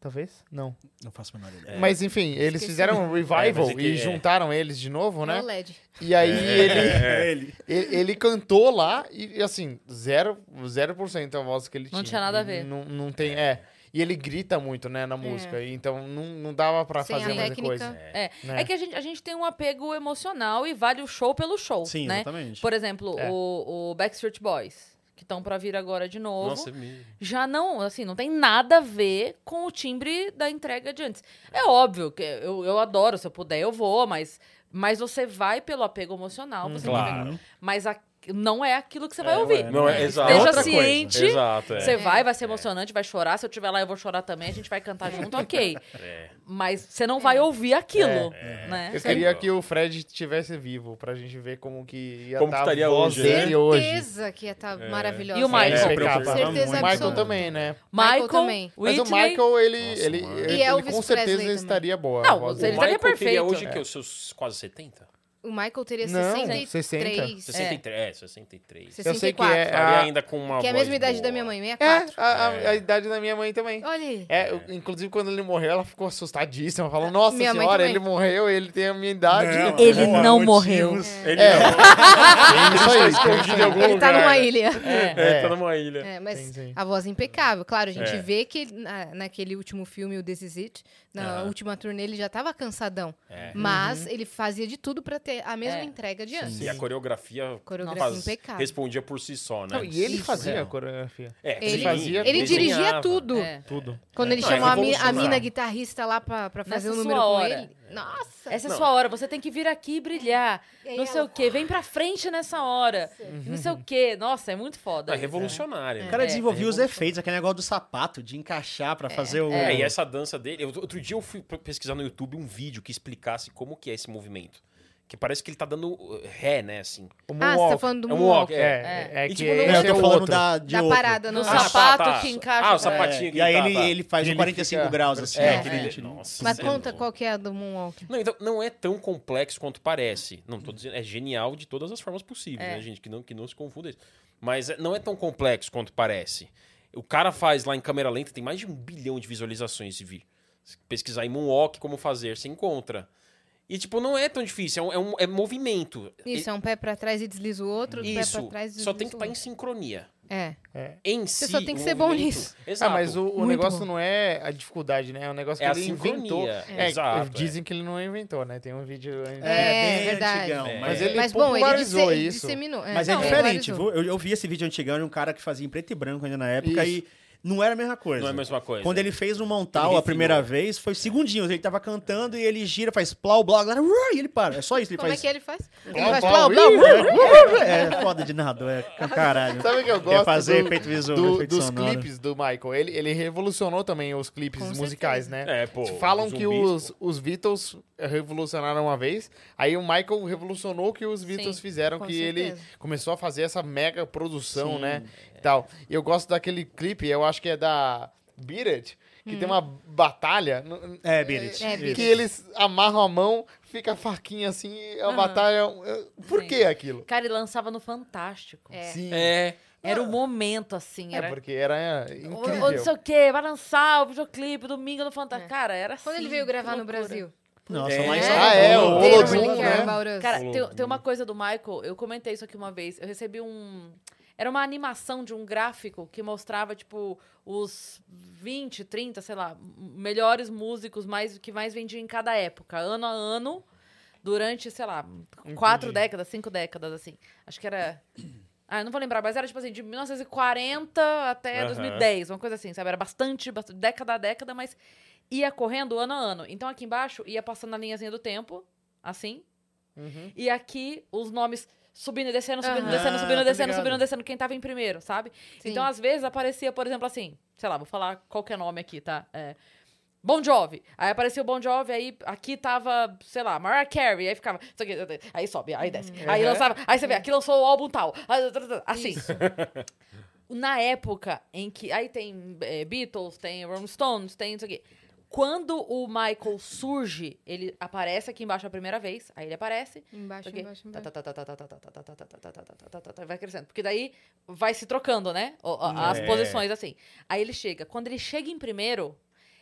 S5: Talvez? Não.
S3: Não faço a menor ideia.
S5: Mas enfim, eles fizeram um revival
S4: mas é que-
S5: e
S4: é.
S5: juntaram eles de novo,
S2: É
S5: né?
S2: o LED.
S5: E aí ele
S3: É ele.
S5: Ele, ele cantou lá e, assim, zero, zero por cento a voz que ele tinha.
S1: Não tinha nada a ver.
S5: Não, não tem, é. E ele grita muito, né, na música. e Então não, não dava pra
S2: É. Sem
S5: fazer
S2: a
S5: muita
S2: técnica.
S5: coisa.
S1: É,
S5: né?
S1: é que a gente, a gente tem um apego emocional e vale o show pelo show,
S3: Sim,
S1: né?
S3: exatamente.
S1: Por exemplo,
S5: É.
S1: o, o Backstreet Boys, que estão pra vir agora de novo,
S4: Nossa, é me-
S1: já não, assim, não tem nada a ver com o timbre da entrega de antes. É óbvio que eu, eu adoro, se eu puder eu vou, mas, mas você vai pelo apego emocional, você vai
S4: Hum, claro.
S1: pelo- mas a- não é aquilo que você vai
S5: não
S1: ouvir.
S5: é,
S4: Não, é, exato.
S1: Esteja
S4: É outra coisa.
S1: ciente.
S4: Exato, é.
S1: Você vai, vai ser emocionante, vai chorar. Se eu estiver lá, eu vou chorar também. A gente vai cantar junto, ok.
S4: É.
S1: Mas você não vai ouvir aquilo, né?
S5: Eu
S1: Você-
S5: queria que o Fred estivesse vivo pra gente ver como que ia
S4: Como que
S5: tá
S4: estaria
S5: a voz
S4: hoje, né?
S5: dele hoje.
S2: Certeza que ia estar maravilhosa.
S1: E o Michael?
S5: É,
S3: preocupava
S2: Certeza
S3: muito.
S5: O Michael
S2: absoluta.
S5: também, né?
S1: Michael,
S2: Michael também.
S5: Mas o
S1: Whitney-
S5: Michael, ele,
S4: Nossa,
S5: ele,
S4: mano.
S5: ele,
S2: E Elvis
S5: com certeza
S2: Presley também.
S5: estaria boa.
S1: Não,
S5: a voz
S1: você-
S5: dele.
S1: ele estaria
S4: Michael teria
S1: perfeito.
S4: hoje que os seus quase 70?
S2: O Michael teria
S5: Não,
S2: 63.
S5: 60.
S4: 63, é, 63.
S5: Eu sei que
S2: 64.
S5: é
S4: Faria
S5: a,
S4: ainda com uma
S2: Que é a
S4: voz
S2: mesma idade
S4: boa.
S2: da minha mãe,
S5: é,
S2: 64.
S5: a, a- a idade da minha mãe também.
S2: Olha aí.
S5: É, eu- inclusive quando ele morreu, ela ficou assustadíssima. Falou, nossa
S2: Minha mãe
S5: senhora,
S2: também.
S5: ele morreu, ele tem a minha idade. [laughs]
S3: Não,
S1: Ele
S3: porra,
S1: não
S3: motivos.
S1: morreu.
S4: Ele
S5: É.
S4: isso aí, escondido em algum
S2: Ele tá
S4: lugar.
S2: numa ilha.
S1: É.
S4: É, tá numa ilha.
S2: É, mas
S5: Sim, sim.
S2: a voz impecável. Claro, a gente
S4: É.
S2: vê que na- naquele último filme, o This Is It, na
S4: Aham.
S2: última turnê, ele já tava cansadão.
S4: É.
S2: Mas ele fazia de tudo pra ter a mesma
S1: É.
S2: entrega de antes.
S4: E a coreografia,
S2: Coreografia impecável.
S4: respondia por si só, né?
S5: Não, e ele
S2: Isso,
S5: fazia
S4: é.
S5: a coreografia.
S4: É,
S2: Ele-
S4: sim,
S5: fazia,
S2: Ele dirigia
S4: desenhava.
S2: tudo.
S1: É.
S5: Tudo.
S2: Quando ele
S4: Não,
S2: chamou
S4: é
S2: a, mi- a
S4: revolucionário.
S2: mina guitarrista lá pra, pra fazer
S1: Nessa
S2: um número
S1: sua
S2: com
S1: hora.
S2: ele. Nossa!
S1: Essa é a sua hora, você tem que vir aqui e brilhar.
S2: E aí
S1: Não sei
S2: ela-
S1: o quê, vem pra frente nessa hora. Não sei o quê. Nossa, é muito foda.
S5: Tá
S4: É
S1: isso, né?
S4: revolucionário.
S3: O
S4: né?
S3: cara
S1: É,
S3: desenvolvia os efeitos, aquele negócio do sapato, de encaixar pra fazer o...
S4: É, e essa dança dele. eu- Outro dia eu fui p- pesquisar no YouTube um vídeo que explicasse como que é esse movimento. Que parece que ele tá dando uh, ré, né, assim.
S5: O
S2: Ah, você tá
S5: Moonwalk.
S2: falando do
S4: É um
S2: Moonwalk.
S4: walk,
S5: É, é,
S4: É.
S5: é
S4: E,
S5: que
S4: tipo, não-
S5: esse
S3: Não, eu
S5: é
S3: tô
S5: o
S3: falando
S5: outro.
S3: da, de
S2: Da
S3: outro.
S2: parada no
S1: No
S4: tá,
S2: sapato.
S1: sapato
S4: tá.
S1: que encaixa.
S4: Ah,
S1: pra-
S4: o sapatinho.
S3: É,
S4: que
S3: e aí
S4: tá,
S3: ele,
S4: tá.
S3: ele faz um
S5: Ele
S3: 45
S5: fica-
S3: graus, assim,
S4: É,
S3: na
S4: que ele-
S3: frente.
S4: Nossa,
S2: Mas
S4: cê é
S2: conta
S4: louco.
S2: qual que é a do Moonwalk.
S4: Não, então, não é tão complexo quanto parece. Não
S2: Uhum.
S4: tô dizendo, é genial de todas as formas possíveis,
S2: É.
S4: né, gente? Que não, que não se confunda isso. Mas é- não é tão complexo quanto parece. O cara faz lá em câmera lenta, tem mais de um bilhão de visualizações esse vídeo. Se pesquisar em Moonwalk, como fazer, você encontra. E, tipo, não é tão difícil, é, um, é, um- é movimento.
S2: Isso, é um pé pra trás e desliza o outro, outro pé
S4: Isso,
S2: pra trás e desliza
S4: só tem que
S2: o
S4: estar em
S2: outro.
S4: sincronia.
S2: É.
S4: Em
S2: Você
S4: si,
S2: só tem que
S4: o
S2: ser bom
S4: movimento-
S2: nisso.
S4: [laughs]
S5: Ah,
S4: Exato.
S5: mas o, o
S2: Muito
S5: negócio
S2: bom.
S5: não é a dificuldade, né? É um negócio
S4: É
S5: que
S4: a
S5: ele
S4: sincronia.
S5: inventou.
S4: É. Exato,
S5: Dizem que ele não inventou, né? Tem um vídeo...
S2: É,
S3: bem
S2: verdade.
S3: antigão,
S4: É.
S3: Mas,
S5: Mas
S3: ele...
S5: ele-
S2: Mas bom, ele
S5: popularizou
S2: disse,
S5: isso.
S2: disseminou.
S3: mas é
S2: não,
S3: diferente.
S2: popularizou.
S3: viu? Eu, eu vi esse vídeo antigão de um cara que fazia em preto e branco ainda na época
S5: Isso.
S3: e não era a mesma coisa.
S4: Não é a mesma coisa.
S3: Quando ele fez o
S4: Ele
S3: Montal a
S4: refinou.
S3: primeira vez, foi segundinhos. Ele tava cantando e ele gira, faz plau, blá, blá, blá, e ele para. É só isso, ele
S2: Como é
S3: faz.
S2: que ele faz? Ele
S5: Blá,
S2: faz blá,
S5: blá,
S2: blá,
S5: ui.
S2: blá, blá.
S3: É foda de nada, é caralho.
S5: Sabe o que eu gosto?
S3: Quer fazer
S5: do-
S3: efeito visual,
S5: do-
S3: efeito
S5: dos
S3: sonoro.
S5: clipes do Michael. Ele, ele revolucionou também os clipes
S2: Com
S5: musicais, né?
S4: É, pô,
S5: Falam
S4: os
S5: que
S4: zumbis,
S5: os, os Beatles revolucionaram uma vez, aí o Michael revolucionou o que os Beatles
S1: Sim,
S5: fizeram,
S2: com
S5: que ele
S2: certeza.
S5: começou a fazer essa mega produção, né?
S4: é.
S5: E tal. E eu gosto daquele clipe, eu acho que é da Beat It, que
S1: Hum.
S5: tem uma batalha. no-
S3: É, Birit.
S2: É, Beat It.
S5: Que eles amarram a mão, fica a faquinha assim, e a batalha. é, Por
S1: Sim.
S5: que aquilo?
S1: Cara, ele lançava no Fantástico.
S2: É. Ah.
S5: Sim.
S4: É.
S1: Era o momento, assim.
S5: É
S1: Era...
S5: porque era
S1: Ou-
S5: incrível.
S1: Ou não sei o quê, vai lançar o videoclipe, domingo no Fantástico.
S2: É.
S1: Cara, era assim.
S2: Quando ele veio gravar
S1: que
S2: no
S1: loucura.
S2: Brasil. Né?
S3: Nossa,
S4: É.
S3: lá em
S5: Ah,
S3: Salvador.
S5: é, o
S2: They don't
S5: Olodum,
S2: really care
S5: né?
S2: about us.
S1: Cara,
S4: Falou.
S1: tem, tem uma coisa do Michael, eu comentei isso aqui uma vez. Eu recebi um. Era uma animação de um gráfico que mostrava, tipo, os 20, 30, sei lá, m- melhores músicos mais que mais vendiam em cada época, ano a ano, durante, sei lá, quatro décadas, cinco décadas, assim. Acho que era. [coughs] Ah, eu não vou lembrar, mas era tipo assim, de 1940 até
S4: Aham.
S1: 2010, uma coisa assim, sabe? Era bastante, bastante, década a década, mas ia correndo ano a ano. Então aqui embaixo ia passando a linhazinha do tempo, assim,
S5: Uhum.
S1: e aqui os nomes subindo e descendo, subindo e
S2: Aham.
S1: descendo,
S3: Ah,
S1: subindo e
S3: tô
S1: descendo,
S3: ligado.
S1: subindo e descendo, quem tava em primeiro, sabe?
S2: Sim.
S1: Então, às vezes, aparecia, por exemplo, assim, sei lá, vou falar qualquer nome aqui, tá? É, Bon Jovi. Aí apareceu Bon Jovi, aí aqui tava, sei lá, Mariah Carey, aí ficava, isso aqui, aí sobe, aí desce.
S2: Uhum.
S1: Aí lançava, aí você vê, aqui lançou o álbum tal. Assim. [laughs] Na época em que. Aí tem é, Beatles, tem Rolling Stones, tem isso aqui. Quando o Michael surge, ele aparece aqui embaixo a primeira vez, aí ele aparece.
S2: Embaixo,
S1: Ok.
S2: embaixo,
S1: Tá, tá,
S2: embaixo.
S1: tá, tá, tá, tá, tá, tá, tá, tá, tá, tá, tá, tá, tá, tá, tá, tá, Vai crescendo. Porque daí vai se trocando, né? O- a- As
S4: É.
S1: posições, assim. Aí ele chega. Quando ele chega em primeiro,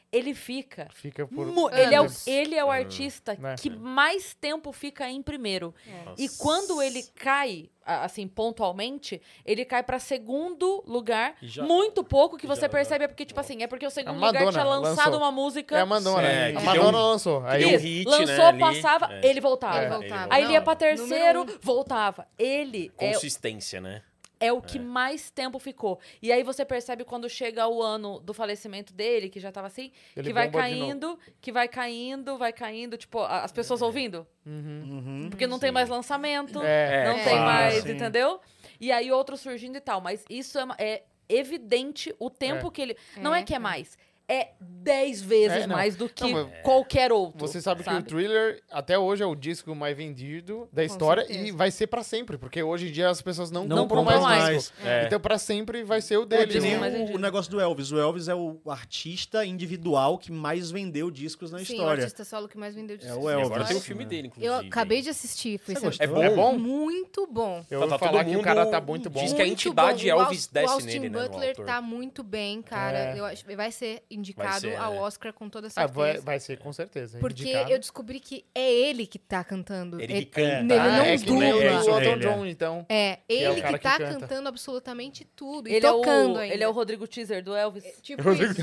S1: ele fica.
S5: Fica por.
S1: mu- Ele é, o,
S5: anos.
S1: ele
S4: Uhum.
S1: é o artista
S5: Né?
S1: que mais tempo fica em primeiro. E
S4: Nossa.
S1: quando ele cai, a- assim, pontualmente, ele cai pra segundo lugar.
S4: E já-
S1: muito pouco que
S4: e
S1: você
S4: já-
S1: percebe. É porque, tipo assim, é porque o segundo lugar
S5: Madonna
S1: tinha lançado
S5: lançou.
S1: uma música.
S5: É a Madonna.
S4: É,
S5: a
S4: que
S5: Madonna
S4: deu um-
S5: lançou. Aí
S4: deu
S5: eu-
S4: um hit, né,
S1: lançou,
S4: ali.
S1: passava,
S4: É.
S1: ele voltava.
S5: É,
S2: voltava.
S1: tá. Aí
S4: Não,
S1: ele ia pra
S2: número
S1: terceiro,
S2: um.
S1: voltava. Ele é,
S4: Consistência, né?
S1: é o que mais tempo ficou. E aí você percebe quando chega o ano do falecimento dele, que já tava assim,
S5: Ele
S1: que vai
S5: bomba de novo.
S1: caindo, que vai caindo, vai caindo, tipo, a- as pessoas ouvindo.
S3: Uhum.
S1: Porque não tem mais lançamento,
S5: É,
S1: não
S4: é,
S1: tem
S4: claro,
S1: mais,
S5: sim.
S1: entendeu? E aí outros surgindo e tal. Mas isso é, uma- é evidente o tempo que ele. Não é que é mais. É 10 vezes
S5: É, não.
S1: mais do que
S5: mas-
S1: qualquer outro.
S5: Você sabe, que o Thriller até hoje é o disco mais vendido da história e
S2: certeza.
S5: vai ser pra sempre, porque hoje em dia as pessoas não,
S3: Não
S5: compram,
S1: compram
S5: mais,
S1: mais.
S5: disco.
S4: É.
S5: Então pra sempre vai ser o
S3: Pô, é
S5: dele.
S3: que nem
S1: Sim, mas
S3: o, o negócio do Elvis. O Elvis é o artista individual que mais vendeu
S1: é
S3: discos na
S2: Sim, o
S3: história.
S2: artista solo que mais vendeu de
S3: É o
S4: E
S3: Elvis.
S4: agora tem
S3: Claro.
S4: o filme dele, inclusive.
S2: Eu acabei de assistir. Foi
S3: Você
S2: seu-
S3: gostou?
S4: É bom?
S5: É bom?
S2: Muito bom.
S4: Tá-
S5: Eu vou
S4: tá todo
S5: falar que o
S4: mundo-
S5: cara tá muito bom.
S4: Diz que a
S2: Muito
S4: entidade
S2: bom. O
S4: Elvis
S2: Aus-
S4: desce
S2: O Austin
S4: nele, né, no
S2: Butler
S4: ator.
S2: tá muito bem, cara.
S5: É.
S2: Eu acho, vai ser indicado
S4: Vai ser,
S2: ao
S4: é.
S2: Oscar com toda
S5: Ah,
S2: certeza.
S5: vai, vai ser, com certeza.
S2: Porque
S5: indicado.
S2: eu descobri que é ele que tá cantando.
S4: Ele
S2: É-
S4: que canta.
S2: Ele não
S5: é que nem
S2: dubla.
S5: o do
S3: É
S5: Elton
S3: ele, é.
S5: John, então.
S2: É,
S5: é o
S2: ele que
S5: cara que
S2: tá
S5: canta.
S2: cantando absolutamente tudo. e
S1: Ele é, o,
S2: tocando ainda.
S1: ele é o Rodrigo Teaser do Elvis.
S2: É, Tipo isso.
S3: Rodrigo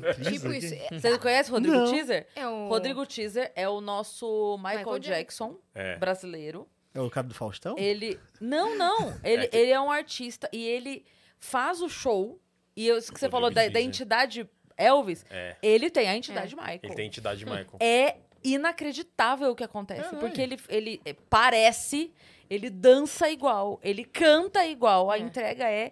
S3: Teaser.
S2: Tipo isso. É,
S1: Você não conhece o Rodrigo
S3: Não.
S1: Teaser?
S2: é o...
S1: Rodrigo Teaser é o nosso Michael,
S2: Michael
S1: Jackson,
S4: É.
S1: brasileiro.
S3: É o cara do Faustão?
S1: Ele. Não, não. Ele é,
S4: que-
S1: ele é um artista e ele faz o show. E eu- isso que você
S4: Rodrigo
S1: falou da, da
S4: Teaser.
S1: entidade Elvis,
S4: É.
S1: ele tem a entidade Michael.
S4: Ele tem a entidade Michael.
S1: É inacreditável o que acontece.
S5: Caralho.
S1: Porque ele, ele é, parece, ele dança igual, ele canta igual. A
S2: É.
S1: entrega é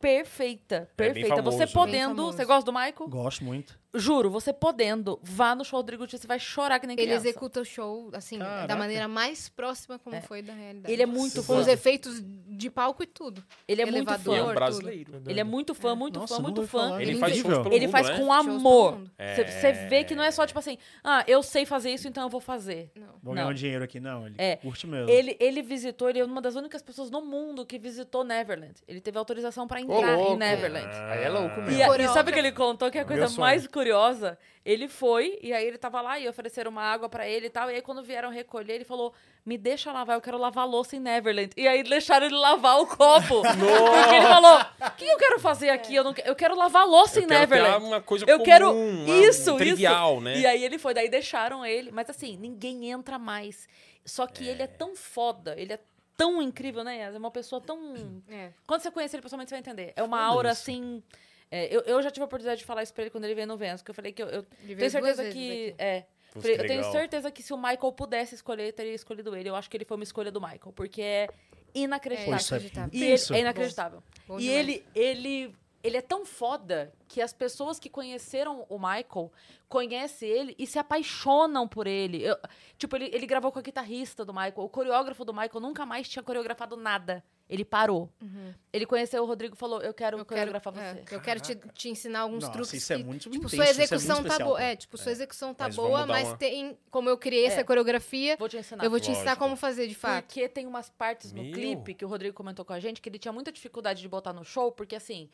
S1: perfeita.
S4: É bem
S1: Perfeita.
S4: famoso,
S1: você
S4: né?
S1: podendo.
S2: Bem
S1: Você
S2: famoso.
S1: gosta do Michael?
S3: Gosto muito.
S1: Juro, você podendo, vá no show do Rodrigo Tio, você vai chorar que nem
S2: Ele
S1: criança.
S2: executa o show, assim,
S3: Caraca.
S2: da maneira mais próxima como foi da realidade.
S1: Ele é muito
S2: Com
S1: fã.
S2: os efeitos de palco e tudo.
S1: Ele é muito
S2: elevador.
S4: E é
S1: fã.
S4: um brasileiro.
S1: Ele é muito fã, muito
S3: Nossa,
S1: fã,
S3: nunca
S1: muito
S3: ouvi
S1: fã.
S3: falar.
S4: Ele
S2: Ele
S4: faz
S2: faz
S4: shows pelo
S1: Ele
S4: mundo,
S1: faz
S4: né?
S1: com
S2: Shows pelo
S1: amor.
S2: mundo.
S4: É.
S1: Você vê que não é só tipo assim, ah, eu sei fazer isso, então eu vou fazer.
S2: Não.
S3: Vou ganhar
S1: Não.
S3: um dinheiro aqui, não. Ele
S1: É.
S3: curte mesmo.
S1: Ele, ele visitou, ele é uma das únicas pessoas no mundo que visitou Neverland. Ele teve autorização pra
S5: Ô,
S1: entrar em
S5: louco.
S1: Neverland.
S5: Aí é
S1: Ah. E,
S5: louco mesmo.
S1: a- e
S2: Coreógrafo.
S1: sabe o que ele contou? Que é a coisa
S5: Meu sonho.
S1: mais curiosa, ele foi, e aí ele tava lá e ofereceram uma água pra ele e tal. E aí quando vieram recolher, ele falou: Me deixa lavar, eu quero lavar louça em Neverland. E aí deixaram ele lavar o copo. porque ele falou: O que eu quero fazer aqui? Eu, não, que- eu quero lavar louça em
S4: Eu quero ter
S1: Neverland.
S4: uma coisa
S1: né, eu
S4: comum,
S1: quero
S4: uma-
S1: isso,
S4: um
S1: isso.
S4: trivial, né?
S1: E é aí ele foi, daí deixaram ele. Mas assim, ninguém entra mais. Só que ele é tão foda, ele é tão incrível, né? É uma pessoa tão
S2: É.
S1: quando você conhecer ele pessoalmente, você vai entender. É uma aura assim. é, eu, eu já tive a oportunidade de falar isso pra ele quando ele veio no Vênus, que eu falei que eu, eu
S2: veio
S1: tenho certeza
S2: duas vezes
S1: que.
S2: aqui.
S1: É.
S4: Putz,
S1: falei,
S4: que
S1: eu tenho
S4: legal.
S1: certeza que se o Michael pudesse escolher, ele teria escolhido ele. Eu acho que ele foi uma escolha do Michael, porque é
S3: Pô,
S1: inacreditável.
S3: isso é
S2: Inacreditável.
S1: e ele,
S3: intenso.
S1: é inacreditável.
S2: Bom
S1: e
S2: demais.
S1: ele, ele, ele é tão foda que as pessoas que conheceram o Michael conhecem ele e se apaixonam por ele. Eu- tipo, ele, ele gravou com a guitarrista do Michael. O coreógrafo do Michael nunca mais tinha coreografado nada. Ele parou. Ele conheceu o Rodrigo e falou: Eu quero
S2: Uhum. Eu quero,
S1: coreografar
S2: é,
S1: você.
S2: eu quero te, te ensinar alguns
S3: Nossa,
S2: truques.
S3: isso é
S2: que,
S3: muito
S2: tipo,
S3: intenso,
S2: sua
S3: isso é muito
S2: execução tá
S3: especial.
S2: boa. É, tipo, sua execução tá
S4: Mas vamos
S2: boa,
S4: dar
S2: mas
S4: uma-
S2: tem. Como eu criei essa coreografia,
S1: É. Vou te ensinar.
S2: eu vou te ensinar
S4: Lógico.
S2: como fazer, de fato.
S1: Porque tem umas partes no
S4: Meu.
S1: clipe que o Rodrigo comentou com a gente que ele tinha muita dificuldade de botar no show, porque assim.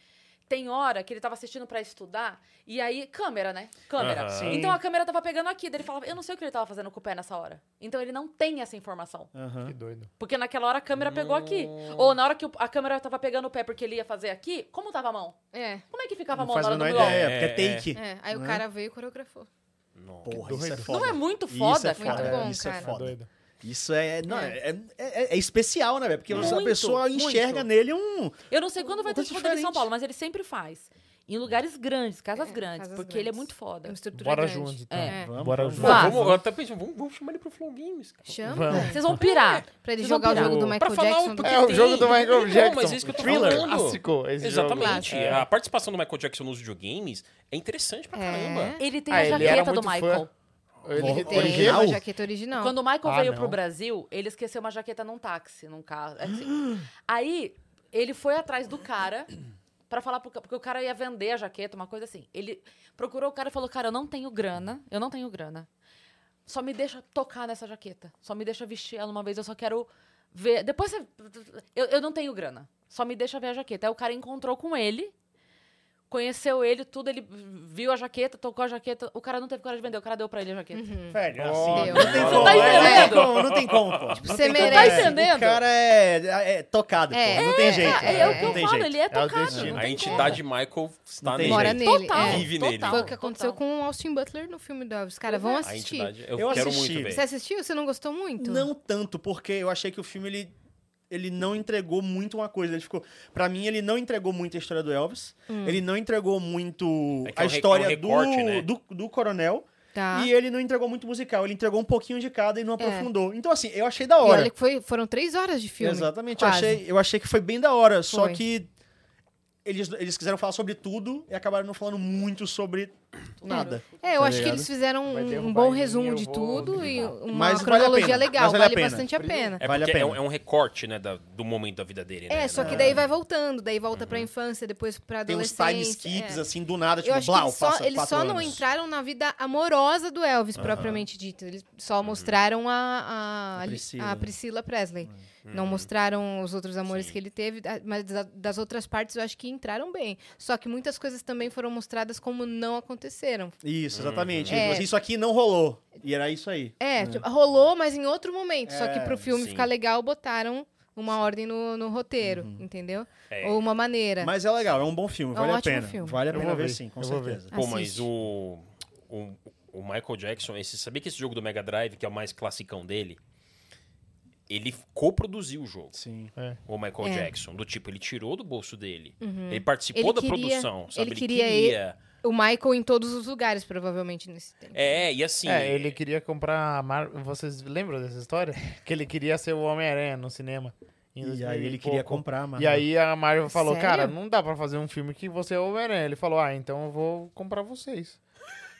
S1: Tem hora que ele tava assistindo pra estudar, e aí, câmera, né? Câmera.
S4: Aham.
S3: Sim.
S1: Então a câmera tava pegando aqui, daí ele falava, eu não sei o que ele tava fazendo com o pé nessa hora. Então ele não tem essa informação.
S3: Aham.
S5: Que Tá doido.
S1: Porque naquela hora a câmera pegou aqui. Ou na hora que o- a câmera tava pegando o pé porque ele ia fazer aqui, como tava a mão?
S2: É,
S1: Como é que ficava
S3: Não
S1: a mão
S3: faz
S1: na
S3: a
S1: hora do
S3: menor
S1: gol?
S3: ideia,
S4: É,
S3: porque é take.
S2: é. Aí o
S3: Né?
S2: cara veio e coreografou.
S4: Não.
S3: Porra, isso é
S5: doido.
S3: foda.
S1: Não é muito
S3: Isso
S1: foda, cara?
S3: é foda.
S2: Muito bom,
S3: isso é
S2: cara.
S5: Tá
S3: foda.
S5: doido.
S3: Isso é, não, é. É, é- é especial, né, velho? Porque a
S1: Muito,
S3: pessoa enxerga
S1: muito.
S3: nele um.
S1: Eu não sei quando vai
S3: Uma
S1: ter
S3: coisa
S1: show dele em São
S3: diferente.
S1: Paulo, mas ele sempre faz. em lugares grandes, casas
S2: É,
S1: grandes,
S2: casas
S1: porque ele é
S2: grandes.
S1: muito
S2: É
S1: foda.
S2: uma estrutura
S5: Bora
S2: grande.
S5: junto, então.
S2: É.
S3: Vamos,
S5: Bora
S3: vamos.
S5: junto.
S4: Pô,
S1: Vá.
S4: vamos, eu até pensei, vamos, vamos chamar ele pro Flow Games, cara.
S2: Chama. velho.
S1: Vocês vão pirar.
S2: Pra ele
S1: Vocês
S2: jogar o
S1: vão
S2: jogo do
S1: pirar.
S2: Michael
S4: pra falar
S3: um
S2: Jackson.
S4: o
S2: tá?
S1: porque
S5: É o
S1: tem.
S5: jogo do Michael Jackson.
S4: Não, mas é isso que eu tô
S5: Thriller.
S4: falando.
S5: Clássico esse
S4: Exatamente. É.
S5: jogo.
S3: é
S4: A participação do Michael Jackson nos videogames é interessante pra caramba.
S1: Ele tem
S5: Ah,
S1: a
S5: ele era
S1: jaqueta do
S5: muito fã.
S1: Michael.
S5: Ele
S3: Bom,
S5: tem-
S3: original?
S2: uma jaqueta original.
S1: Quando o Michael
S5: Ah,
S1: veio
S5: não.
S1: pro Brasil, ele esqueceu uma jaqueta num táxi, num carro.
S5: [gasps]
S1: assim. Aí, ele foi atrás do cara pra falar pro ca- porque o cara ia vender a jaqueta, uma coisa assim. Ele procurou o cara e falou: "Cara, eu não tenho grana, eu não tenho grana. Só me deixa tocar nessa jaqueta. Só me deixa vestir ela uma vez, eu só quero ver. Depois você eu, eu não tenho grana. Só me deixa ver a jaqueta". Aí o cara encontrou com ele, conheceu ele, tudo, ele viu a jaqueta, tocou a jaqueta. O cara não teve coragem de vender, o cara deu pra ele a jaqueta.
S3: Velho,
S5: Oh,
S3: assim,
S2: meu
S3: não tem
S5: Deus.
S3: como,
S1: Hum. Tá
S3: é, não tem
S1: entendendo?
S3: como, não tem como, pô. Não
S2: você
S3: tem como. né?
S2: merece.
S1: Tá entendendo?
S3: O cara é, é- é tocado,
S2: É.
S3: pô. Não tem jeito.
S1: É, é o que
S3: não
S1: eu
S3: tem
S1: falo,
S3: jeito.
S1: ele é tocado.
S5: destino.
S1: não
S4: A
S1: tem
S4: entidade Michael está
S3: Não tem
S4: nele.
S2: Mora
S1: como.
S2: nele.
S1: Total.
S2: é.
S4: Vive
S1: total. Uhum.
S4: nele.
S2: Foi o que aconteceu
S1: Total.
S2: com o Austin Butler no filme do Elvis. Cara, vão
S4: A
S2: assistir.
S4: entidade. Eu,
S3: Eu
S4: quero
S3: assisti.
S4: muito
S2: Você
S4: ver.
S2: assistiu? Você não gostou muito?
S3: Não tanto, porque eu achei que o filme ele, ele não entregou muito uma coisa. Ele ficou, para mim ele não entregou muito a história do Elvis.
S2: Hum.
S3: Ele não entregou muito
S4: É que é
S3: a
S4: um re-
S3: história
S4: é um recorte,
S3: do,
S4: né?
S3: do do coronel
S2: Tá.
S3: e ele não entregou muito musical. Ele entregou um pouquinho de cada e não
S2: É.
S3: aprofundou. Então assim, eu achei da
S2: E
S3: hora.
S2: olha que foi, foram três horas de filme.
S3: Exatamente. Eu
S2: quase.
S3: achei, eu achei que foi bem da hora, só
S2: Foi.
S3: que eles, eles quiseram falar sobre tudo e acabaram não falando muito sobre nada.
S2: É, eu
S3: Tá
S2: acho que
S3: ligado?
S2: eles fizeram
S5: Vai
S2: um, um
S5: derrubar
S2: bom
S5: em mim,
S2: resumo
S5: eu
S2: de
S5: vou
S2: tudo e
S5: derrubar.
S2: uma
S3: Mas vale a
S2: cronologia
S3: pena,
S2: legal.
S3: mas vale a pena.
S2: bastante a pena.
S4: É
S3: Vale a
S4: porque é
S3: pena.
S4: um, é um recorte, né, da- do momento da vida dele, né?
S2: É, só que
S4: Não-
S2: daí vai voltando. Daí volta
S5: Uhum.
S2: pra infância, depois pra
S3: Tem uns
S2: adolescência.
S3: time skips
S2: é.
S3: assim do nada,
S2: eu
S3: tipo,
S2: acho
S3: blau,
S2: que eles só,
S3: passa
S2: eles
S3: quatro
S2: só não
S3: anos.
S2: entraram na vida amorosa do Elvis, propriamente dito. Eles só
S4: Uhum.
S2: mostraram a, a,
S3: A
S2: a Priscila,
S3: Priscila.
S2: Presley.
S4: Uhum.
S2: Não mostraram os outros amores que ele teve, a- mas da- das outras partes eu acho que entraram bem. Só que muitas coisas também foram mostradas como não aconteceram.
S3: Isso, exatamente.
S2: Uhum.
S3: Tipo
S2: É.
S3: assim, Isso aqui não rolou. E era isso aí.
S2: É, tipo, rolou, mas em outro momento. Só que
S3: É,
S2: pro filme
S4: sim.
S2: ficar legal, botaram uma ordem no, no roteiro, entendeu?
S4: É.
S2: Ou uma maneira.
S3: Uhum. Mas é legal, é um bom filme,
S2: É um
S3: vale a
S2: ótimo
S3: pena.
S2: filme.
S3: Vale a
S5: Eu
S3: pena
S5: vou
S3: ver
S5: ver,
S3: sim, com
S5: eu vou ver.
S3: certeza.
S4: Pô,
S2: Assiste.
S4: mas o, o, o Michael Jackson, esse, sabia que esse jogo do Mega Drive, que é o mais classicão dele, ele coproduziu o jogo,
S3: Sim.
S4: o Michael
S2: É. Uhum.
S4: Jackson. Do tipo, ele tirou do bolso dele. Ele participou
S2: Ele
S4: da
S2: queria-
S4: produção, sabe?
S2: ele queria O Michael em todos os lugares, provavelmente, nesse tempo.
S4: É, e assim...
S5: É, ele queria comprar a Mar... Vocês lembram dessa história? [laughs] Que ele queria ser o Homem-Aranha no cinema. em
S3: E
S5: 2000
S3: aí ele queria
S5: pouco.
S3: comprar, mas.
S5: E aí a Marvel falou,
S2: Sério?
S5: cara, não dá pra fazer um filme que você é o Homem-Aranha. Ele falou, ah, então eu vou comprar vocês.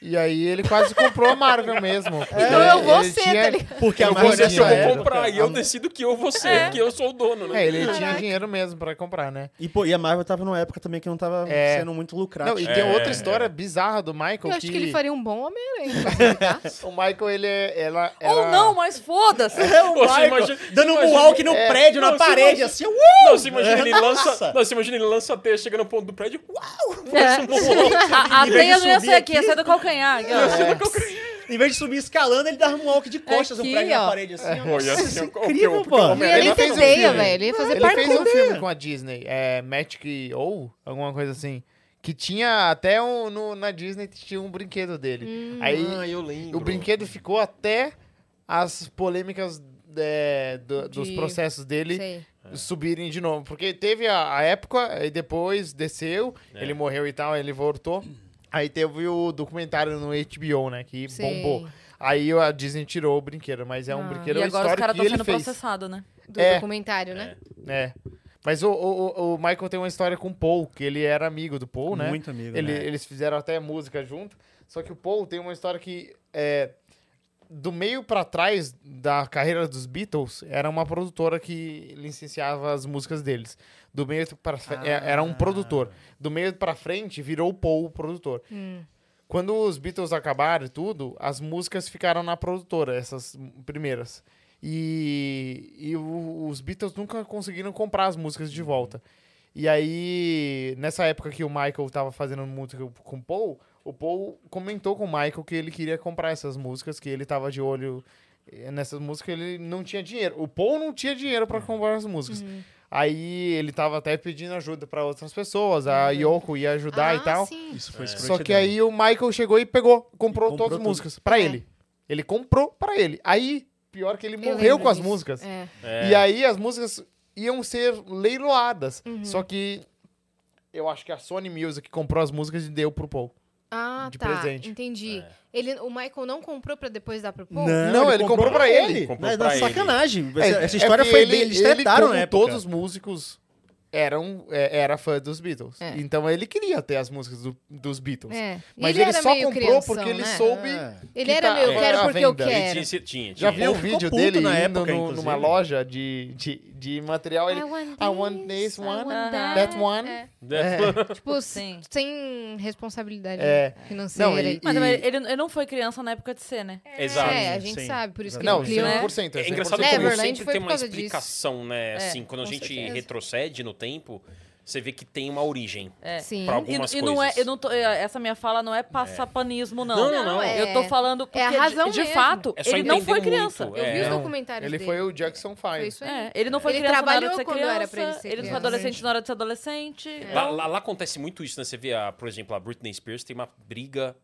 S5: E aí ele quase comprou a Marvel mesmo.
S2: Então eu vou ser, tá ligado?
S3: Porque a
S5: Eu vou
S3: maioria
S5: nessa
S4: Você
S3: só
S5: época-
S4: eu
S3: é.
S4: vou comprar e eu decido que eu vou ser, que eu sou o dono, né?
S5: É, ele tinha
S2: Caraca.
S5: dinheiro mesmo pra comprar, né?
S3: E, pô, e a Marvel tava numa época também que não tava
S5: É.
S3: sendo muito
S5: Não,
S3: lucrativa.
S5: e tem outra história bizarra do Michael
S2: Eu
S5: que...
S2: acho que ele faria um bom Homem-Aranha.
S5: [laughs]
S2: inclusive, tá?
S5: O Michael, ele é... Ela,
S1: Ou
S5: ela-
S1: não, mas
S2: [laughs]
S1: foda-se.
S3: É o
S4: Você
S3: Michael
S4: imagina-
S3: dando um
S4: imagina-
S3: walk no
S4: é,
S3: prédio, na
S4: não, você
S3: parede,
S4: imagina-
S3: assim, uh!
S4: Não, você imagina, ele lança,
S3: Nossa!
S4: não, você imagina ele lança a teia, chega no ponto do prédio, uau!
S1: É. A, a
S3: Em vez de
S1: teia não ia
S3: subir
S1: ser aqui, ia
S3: aqui-
S1: ser do calcanhar. aqui, ó.
S3: Em vez de subir escalando, ele dava um walk de costas
S1: Aqui,
S3: no prédio,
S1: ó.
S3: na parede, assim. ó.
S4: Olha, assim,
S2: é
S4: [laughs] o- o-
S3: incrível,
S4: o-
S3: pô.
S4: o-
S2: E
S5: Ele
S2: ele
S5: fez um
S2: entendeia,
S5: filme.
S2: velho. Ele ia fazer
S5: Ele
S2: parte
S5: fez
S2: com
S5: um filme com a Disney, é Magic ou alguma coisa assim, que tinha até um, no- na Disney tinha um brinquedo dele. Aí
S4: Ah, eu lembro.
S5: o brinquedo ficou até as polêmicas é, do- dos
S2: De-
S5: processos dele
S2: Sei.
S5: subirem de novo, porque teve a, a época e depois desceu,
S4: É.
S5: ele morreu e tal, ele voltou. Aí teve o documentário no HBO, né, que
S2: Sei.
S5: bombou. Aí a Disney tirou o brinquedo, mas é um
S2: Ah.
S5: brinquedo
S1: E agora os
S5: histórico
S1: caras
S5: que
S1: estão
S5: ele
S1: sendo
S5: fez.
S1: processados, né?
S2: Do
S5: É.
S2: documentário, né?
S5: É. Mas o, o, o- o Michael tem uma história com o Paul, que ele era amigo do Paul, né?
S3: Muito amigo,
S5: Ele-
S3: né?
S5: Eles fizeram até música junto. Só que o Paul tem uma história que é. Do meio pra trás da carreira dos Beatles, era uma produtora que licenciava as músicas deles. Do meio pra fre- é, era
S3: Ah.
S5: um produtor. Do meio pra frente, virou o Paul o produtor. Quando os Beatles acabaram e tudo, as músicas ficaram na produtora, essas primeiras. E, e o- os Beatles nunca conseguiram comprar as músicas de volta. E aí, nessa época que o Michael tava fazendo música com o Paul, o Paul comentou com o Michael que ele queria comprar essas músicas, que ele tava de olho eh, nessas músicas, ele não tinha dinheiro. O Paul não tinha dinheiro pra comprar as músicas.
S2: Uhum.
S5: Aí ele tava até pedindo ajuda pra outras pessoas, a Yoko ia ajudar
S2: ah,
S5: e tal.
S2: Sim.
S3: Isso foi
S5: Só que
S3: escrotidão.
S5: aí o Michael chegou e pegou, comprou,
S3: Comprou
S5: todas as
S3: tudo.
S5: músicas pra
S2: É.
S5: ele. Ele comprou pra ele. Aí, pior que ele
S2: Eu
S5: morreu
S2: lembro
S5: com as
S2: disso.
S5: músicas.
S2: É.
S4: É.
S2: Uhum.
S5: E aí as músicas iam ser leiloadas. Só que eu acho que a Sony Music comprou as músicas e deu pro Paul.
S2: Ah,
S5: De
S2: tá.
S5: presente. É.
S2: Entendi. Ele, o Michael não comprou pra depois dar pro Paul?
S5: Não, ele comprou pra ele.
S4: Comprou
S3: é,
S4: pra
S3: da
S4: ele.
S3: sacanagem. Essa,
S5: É,
S3: essa
S5: é
S3: história
S5: que
S3: foi
S5: ele-
S3: bem. Eles
S5: ele,
S3: tretaram,
S5: como
S3: né?
S5: todos os músicos eram é, era fã dos Beatles.
S2: É.
S5: Então ele queria ter as músicas do- dos Beatles.
S2: É. E
S5: Mas ele,
S2: era
S5: só
S2: meio
S5: comprou
S2: crianção,
S5: porque ele
S2: né?
S5: soube.
S2: Ele
S5: que
S2: era
S5: tá-
S2: meu,
S5: é,
S2: quero
S5: à
S2: porque eu
S5: venda.
S4: Ele
S2: quero.
S4: tinha, esse- tinha, tinha.
S5: Já viu o
S3: Ele ficou
S5: vídeo
S3: puto
S5: dele
S3: na
S5: indo
S3: época,
S5: no-
S3: inclusive.
S5: numa loja de, de, de material? Ele, I want this one,
S1: that,
S5: that one.
S2: É.
S4: É.
S2: Tipo,
S1: Sim.
S2: sem responsabilidade
S5: É.
S2: financeira.
S5: Não,
S2: e-
S5: e-
S1: Mas, mas ele, ele não foi criança na época de ser, né?
S4: Exato.
S2: É, a gente
S3: Sim.
S2: sabe, por isso que
S5: Não,
S2: ele criou.
S3: Então,
S5: 100%.
S4: É engraçado
S2: 100%.
S4: como
S2: Neverland
S4: sempre
S2: foi
S4: tem
S2: por
S4: uma
S2: causa disso.
S4: explicação, né? Assim, quando a
S1: É, com
S4: gente
S1: certeza.
S4: retrocede no tempo, você vê que tem uma origem.
S1: É.
S2: Sim.
S1: E-
S4: Pra algumas
S1: e,
S4: coisas.
S1: não é, eu não tô, eu- essa minha fala não é passapanismo, não.
S4: Não, não, não.
S2: é-
S1: Eu tô falando porque,
S2: é a razão
S1: de, de
S2: mesmo.
S1: fato,
S4: É só
S1: ele não
S4: entender
S1: foi
S4: muito,
S1: criança.
S4: é.
S2: Eu vi os
S4: Não.
S2: documentários
S5: Ele
S2: dele.
S5: foi o Jackson
S2: Foi
S5: 5.
S2: isso aí.
S1: É, ele não foi
S2: Ele
S1: criança na hora de
S2: trabalhou
S1: ser
S2: quando
S1: criança.
S2: era pra ele ser
S1: não foi
S2: criança. É.
S1: adolescente na hora de ser adolescente.
S4: Lá, lá- lá acontece muito isso, né? Você vê, a, por exemplo, a Britney Spears tem uma briga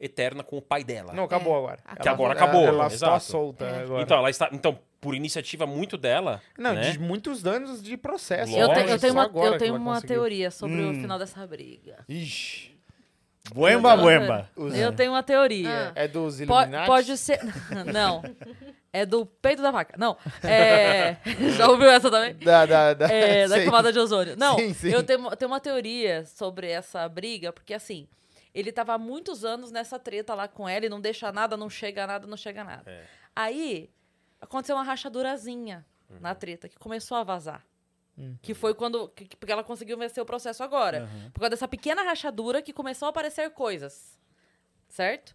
S4: eterna com o pai dela.
S5: Não, acabou agora. É,
S2: Acabou.
S4: Agora acabou,
S5: Ela está
S4: exato.
S5: solta agora.
S4: Então, ela está. Então, por iniciativa muito dela.
S5: não,
S4: né?
S5: de muitos danos de
S1: Eu, te-
S5: processo.
S1: eu tenho
S4: Lógico,
S5: Só
S1: uma,
S5: agora
S1: eu
S5: que
S1: tenho
S5: ela
S1: uma
S5: conseguiu.
S1: teoria sobre
S4: Hum.
S1: o final dessa briga.
S5: Ixi.
S3: Buemba, buemba.
S4: é.
S1: Eu tenho uma
S2: Ah.
S1: teoria.
S5: É dos
S1: Po-
S5: Illuminati?
S1: pode ser. [laughs] Não. É do peito da vaca. Não. É... [laughs] Já ouviu essa também?
S5: Da, da, da, [laughs]
S1: É, da
S5: sei.
S1: camada de ozônio. Não,
S5: Sim, sim.
S1: eu tenho, tenho uma teoria sobre essa briga, porque assim, ele tava há muitos anos nessa treta lá com ela e não deixa nada, não chega nada, não chega nada.
S4: É.
S1: Aí, aconteceu uma rachadurazinha
S5: Uhum.
S1: na treta, que começou a vazar. Que foi quando. que- que- porque ela conseguiu vencer o processo
S3: Uhum.
S1: agora. Por causa dessa pequena rachadura que começou a aparecer coisas. Certo?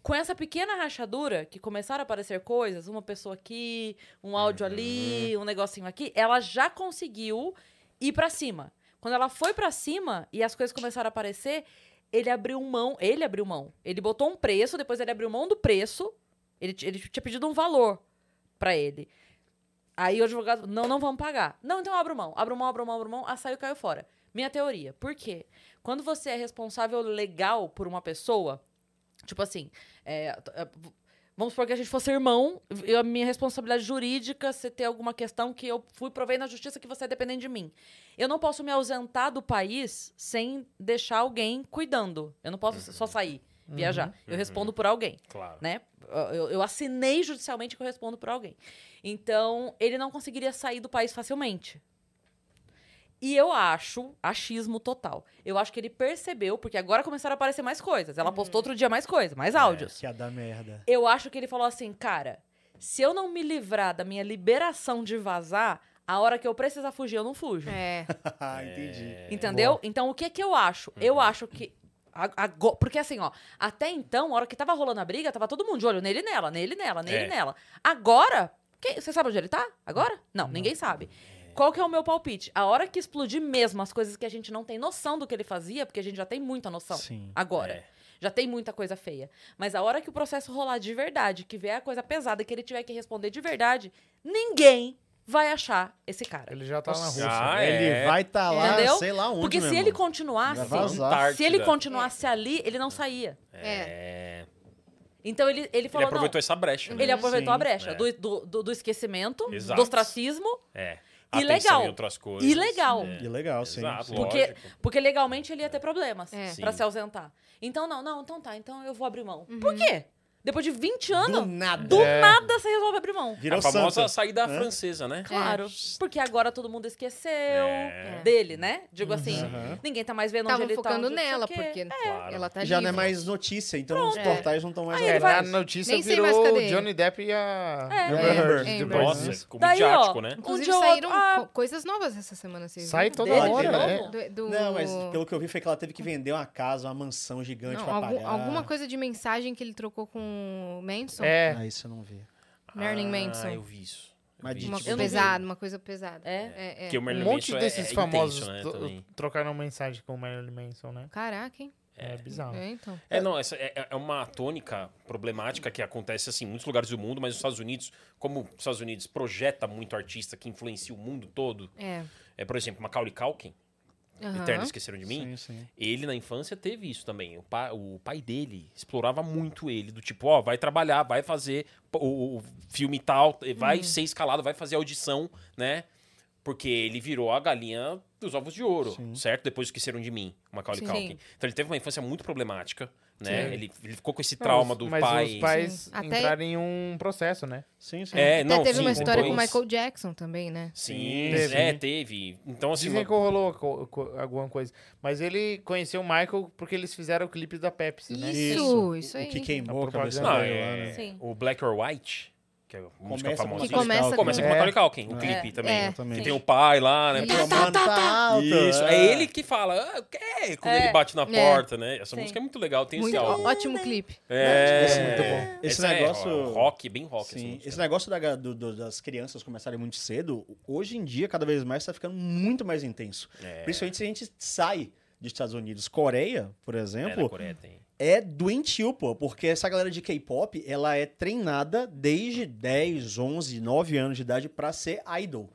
S1: Com essa pequena rachadura, que começaram a aparecer coisas, uma pessoa aqui, um áudio ali, um negocinho aqui, ela já conseguiu ir pra cima. Quando ela foi pra cima e as coisas começaram a aparecer, ele abriu mão, ele abriu mão. Ele botou um preço, depois ele abriu mão do preço. Ele, t- ele tinha pedido um valor pra ele. Aí o advogado, não, não vamos pagar. Não, então abro mão, abro mão, abro mão, abro mão, ah, saiu, caiu fora. Minha teoria, por quê? Quando você é responsável legal por uma pessoa, tipo assim, é, t- é, v- vamos supor que a gente fosse irmão, eu- a minha responsabilidade jurídica, se ter alguma questão que eu fui provei na justiça que você é dependente de mim. Eu não posso me ausentar do país sem deixar alguém cuidando. Eu não posso só sair, viajar. Eu respondo por alguém
S4: Claro.
S1: né? Eu, eu assinei judicialmente que eu respondo por alguém. Então, ele não conseguiria sair do país facilmente. E eu acho, achismo total, eu acho que ele percebeu, porque agora começaram a aparecer mais coisas. Ela postou outro dia mais coisas, mais áudios.
S3: Que ia dar merda.
S1: Eu acho que ele falou assim, cara, se eu não me livrar da minha liberação de vazar, a hora que eu precisar fugir, eu não fujo.
S2: É.
S3: [laughs] Ah, entendi.
S1: Entendeu? Então, o que que eu acho? Eu acho que... a- ago- porque assim, ó, até então, a hora que tava rolando a briga, tava todo mundo de olho nele e nela, nele e nela, nele e
S4: É.
S1: nela. Agora, quem- você sabe onde ele tá? Agora? Não, ninguém sabe. Qual que é o meu palpite? A hora que explodir mesmo as coisas que a gente não tem noção do que ele fazia, porque a gente já tem muita noção
S3: Sim.
S1: agora.
S4: É.
S1: Já tem muita coisa feia. Mas a hora que o processo rolar de verdade, que vier a coisa pesada, que ele tiver que responder de verdade, ninguém vai achar esse cara.
S5: Ele já tá na
S3: Nossa,
S5: Rússia.
S4: Ah,
S3: ele
S4: é.
S3: vai estar lá,
S1: Entendeu?
S3: sei lá onde,
S1: Porque
S3: meu
S1: se
S3: irmão.
S1: ele continuasse,
S3: Vai vazar.
S1: se ele
S4: Antártida.
S1: continuasse ali, ele não saía.
S4: É.
S1: Então ele, ele
S4: Ele
S1: falou, não,
S4: aproveitou essa brecha. né?
S1: ele aproveitou
S3: Sim.
S1: a brecha
S4: É.
S1: do, do, do- do esquecimento,
S4: Exato.
S1: do ostracismo,
S4: É.
S1: E
S4: Atenção
S1: legal.
S4: Em outras coisas.
S1: e legal.
S4: É.
S3: E legal, sim.
S4: Exato,
S3: sim.
S1: Porque,
S4: lógico.
S1: porque legalmente ele ia ter problemas
S2: É.
S1: pra
S4: Sim.
S1: se ausentar. Então, não, não, então tá, então eu vou abrir mão.
S2: Uhum.
S1: Por quê? Depois de 20 anos,
S3: Do
S1: do,
S3: nada.
S5: É.
S1: nada você resolve abrir mão.
S2: É.
S3: Virou
S4: a famosa
S3: santa.
S4: saída francesa, né?
S1: Claro. Porque agora todo mundo esqueceu
S4: É.
S1: dele, né? Digo assim,
S3: Aham.
S1: ninguém tá mais vendo onde
S2: Estavam
S1: ele tá.
S2: Uhum. focando
S1: onde não sei o
S2: nela,
S1: quê.
S2: porque
S4: Claro.
S2: ela tá
S3: Já não é
S2: livre.
S3: mais notícia, então os portais não estão mais
S1: Aí ele
S5: É,
S1: vai-
S5: na notícia
S2: Nem sei mais
S5: virou
S2: cadê ele.
S5: Johnny Depp e a...
S3: Amber
S2: É,
S3: Heard.
S2: Amber.
S3: depois,
S4: Nossa,
S3: né?
S4: ficou
S1: Daí,
S4: midiático,
S1: ó,
S4: né?
S1: Onde
S2: Inclusive,
S1: eu-
S2: saíram
S1: ah.
S2: co- coisas novas essa semana, vocês
S5: Sai
S2: viram?
S5: toda
S1: Dele,
S5: hora,
S1: de
S5: né?
S1: novo?
S2: Do, do-
S3: Não, mas pelo que eu vi foi que ela teve que vender uma casa, uma mansão gigante
S2: Não,
S3: pra
S2: algum-
S3: pagar.
S2: alguma coisa de mensagem que ele trocou com o Manson.
S5: É.
S3: Ah, isso eu não vi.
S2: Marilyn
S4: Ah,
S2: Manson.
S4: eu vi isso. Eu
S3: Mas
S4: vi
S3: de-
S2: Uma
S4: isso.
S1: Eu
S2: coisa
S1: não vi.
S2: pesada, uma coisa pesada.
S1: É.
S2: É, é.
S4: Porque o
S5: Um
S4: Marilyn
S5: monte
S4: Manson é-
S5: desses
S4: é
S5: famosos
S4: intenso, né,
S5: to-
S4: também.
S5: trocaram mensagem com o Marilyn Manson, né?
S2: Hum. Caraca, hein?
S5: É, bizarro.
S2: É, então.
S4: É, não, essa é, é- é uma tônica problemática que acontece assim, em muitos lugares do mundo, mas os Estados Unidos, como os Estados Unidos projeta muito artista que influencia o mundo todo,
S2: É.
S4: é, por exemplo, Macaulay Culkin,
S2: Aham.
S4: Eterno Esqueceram de
S3: Sim,
S4: Mim,
S3: sim.
S4: ele na infância teve isso também. O, pa- o pai dele explorava muito ele, do tipo, ó, vai trabalhar, vai fazer o, o filme tal, vai ser escalado, vai fazer audição, né? Porque ele virou a galinha dos ovos de ouro, certo? Depois esqueceram de mim, o Macaulay
S1: Sim.
S4: Culkin.
S1: Sim.
S4: Então ele teve uma infância muito problemática, né?
S5: Sim.
S4: Ele, ele ficou com esse trauma do
S5: mas
S4: pai.
S5: os pais
S2: Sim. Até-
S5: entraram em um processo, né?
S3: Sim, sim.
S4: É,
S2: Até
S4: não,
S2: teve
S4: sim,
S2: uma história com o
S4: depois-
S2: Michael Jackson também, né?
S4: Sim,
S5: Teve,
S4: é,
S5: né?
S4: teve. Então, assim,
S5: Dizem
S4: uma-
S5: que rolou co- co- alguma coisa. Mas ele conheceu o Michael porque eles fizeram o clipe da Pepsi, né?
S2: Isso, isso aí.
S3: O que queimou
S5: A
S3: a cabeça
S5: propaganda.
S4: Não,
S3: dele lá,
S4: é,
S3: né?
S1: Sim.
S4: o Black or White, que é uma música
S3: com
S4: famosa. né?
S2: Que começa
S4: Começa com,
S2: com-
S4: o Macaulay Culkin, o
S3: É.
S4: clipe também.
S2: É,
S3: Exatamente.
S4: Que
S2: sim.
S4: tem o pai lá, né?
S2: Sim.
S4: Pô,
S3: Tá,
S4: mano,
S3: tá, tá, tá. alto,
S4: Isso, é. ele que fala, ah, o quê? Quando
S1: É.
S4: ele bate na porta, né? Essa
S1: Sim.
S4: música é muito legal, tem
S2: Muito
S4: esse álbum.
S2: ó- ótimo clipe.
S4: É,
S3: Esse é muito bom. Esse
S4: Essa é
S3: negócio-
S4: rock, bem rock,
S3: Sim,
S4: assim.
S3: esse negócio da ga- do- do- das crianças começarem muito cedo, hoje em dia, cada vez mais, está ficando muito mais intenso.
S4: É.
S3: Principalmente se a gente sai dos Estados Unidos. Coreia, por
S4: É, na
S3: exemplo,
S4: Coreia tem.
S3: é, doentio, pô, porque essa galera de K-pop, ela é treinada desde 10, 11, 9 anos de idade para ser idol.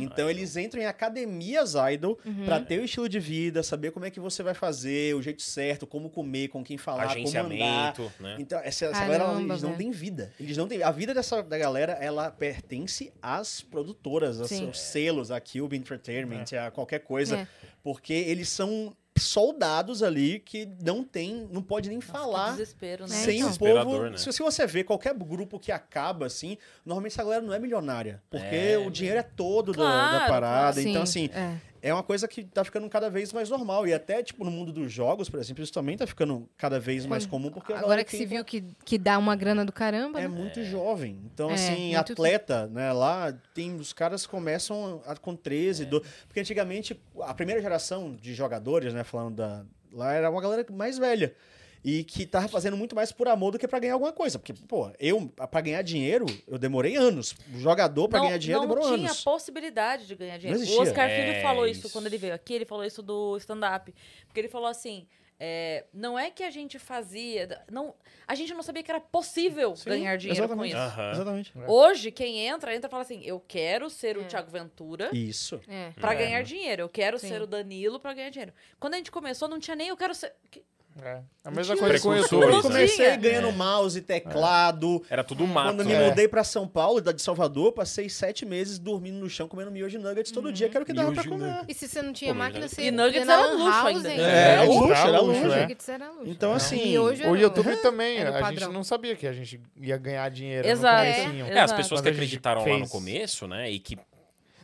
S3: Então eles entram em academias idol pra para ter o estilo de vida, saber como é que você vai fazer, o jeito certo, como comer, com quem falar, como andar.
S4: Agenciamento, né?
S3: Então, essa, essa
S2: Caramba,
S3: galera, ela- eles não
S2: velho.
S3: têm vida. Eles não têm... A vida dessa da galera, ela pertence às produtoras, aos
S2: Sim.
S3: aos selos, à Cube Entertainment, a qualquer coisa.
S2: É.
S3: Porque eles são soldados ali que não tem... Não pode nem falar
S1: Desespero, né?
S3: sem
S2: então.
S3: o povo...
S4: Desesperador, né?
S3: Se, se você vê qualquer grupo que acaba, assim, normalmente essa galera não é milionária. Porque
S4: É,
S3: o dinheiro é todo da- da,
S1: Claro,
S3: parada.
S2: Sim,
S3: Então, assim,
S2: é.
S3: é uma coisa que tá ficando cada vez mais normal. E até, tipo, no mundo dos jogos, por exemplo, isso também tá ficando cada vez mais
S2: Quando-
S3: comum. Porque a
S2: É. Agora
S3: galera
S2: que
S3: tem
S2: se viu que, que dá uma grana do caramba,
S3: é
S2: né?
S3: muito jovem. Então,
S2: É,
S3: assim,
S2: muito-
S3: atleta, né? Lá tem. Os caras começam a- com
S1: É.
S3: 13, 12. Porque antigamente, a primeira geração de jogadores, né? Falando da. Lá era uma galera mais velha. E que tava fazendo muito mais por amor do que pra ganhar alguma coisa. Porque, pô, eu, pra ganhar dinheiro, eu demorei anos. O jogador, pra
S1: não,
S3: ganhar dinheiro,
S1: não
S3: demorou
S1: tinha
S3: anos.
S1: possibilidade de ganhar dinheiro.
S3: Não
S1: O
S3: existia.
S1: Oscar
S4: É,
S1: Filho falou isso,
S4: isso.
S1: quando ele veio aqui, ele falou isso do stand-up. Porque ele falou assim: é, não é que a gente fazia. Não, a gente não sabia que era possível
S3: Sim,
S1: ganhar dinheiro com
S3: exatamente.
S1: isso.
S4: Aham.
S3: Exatamente.
S1: Hoje, quem entra, entra e fala assim: eu quero ser o Thiago Ventura.
S3: Isso.
S2: É.
S1: Pra
S4: É.
S1: ganhar dinheiro, eu quero
S2: Sim.
S1: ser o Danilo pra ganhar dinheiro. Quando a gente começou, não tinha nem eu quero ser. que-
S5: É. A mesma
S3: Tinha
S5: coisa com o
S4: precursores,
S5: YouTube.
S3: Eu
S1: Não
S3: comecei
S1: tinha.
S3: ganhando mouse, teclado,
S4: Era tudo mato.
S3: Quando eu me
S4: né?
S3: mudei pra São Paulo, da de Salvador, passei sete meses dormindo no chão, comendo miojo e nuggets todo
S4: Hum.
S3: dia, que era o que dava
S4: Miojo
S3: pra
S4: e
S3: comer.
S2: E se você não tinha
S4: Pô,
S2: máquina,
S4: mas
S2: você
S1: E nuggets
S2: ia na
S1: era um
S2: lan
S1: luxo
S2: house
S1: ainda.
S2: ainda.
S3: É,
S5: É,
S3: luxo,
S5: tá,
S3: era
S5: luxo,
S3: luxo.
S5: é.
S2: Nuggets era um luxo.
S3: Então, assim,
S2: E hoje
S5: O YouTube também,
S2: Era o
S5: a gente
S2: padrão.
S5: não sabia que a gente ia ganhar dinheiro
S1: Exato.
S5: no comecinho.
S1: É.
S4: É, as
S1: Exato.
S4: pessoas
S5: Quando
S4: que
S5: a gente
S4: acreditaram lá no
S5: fez.
S4: começo, né? E que,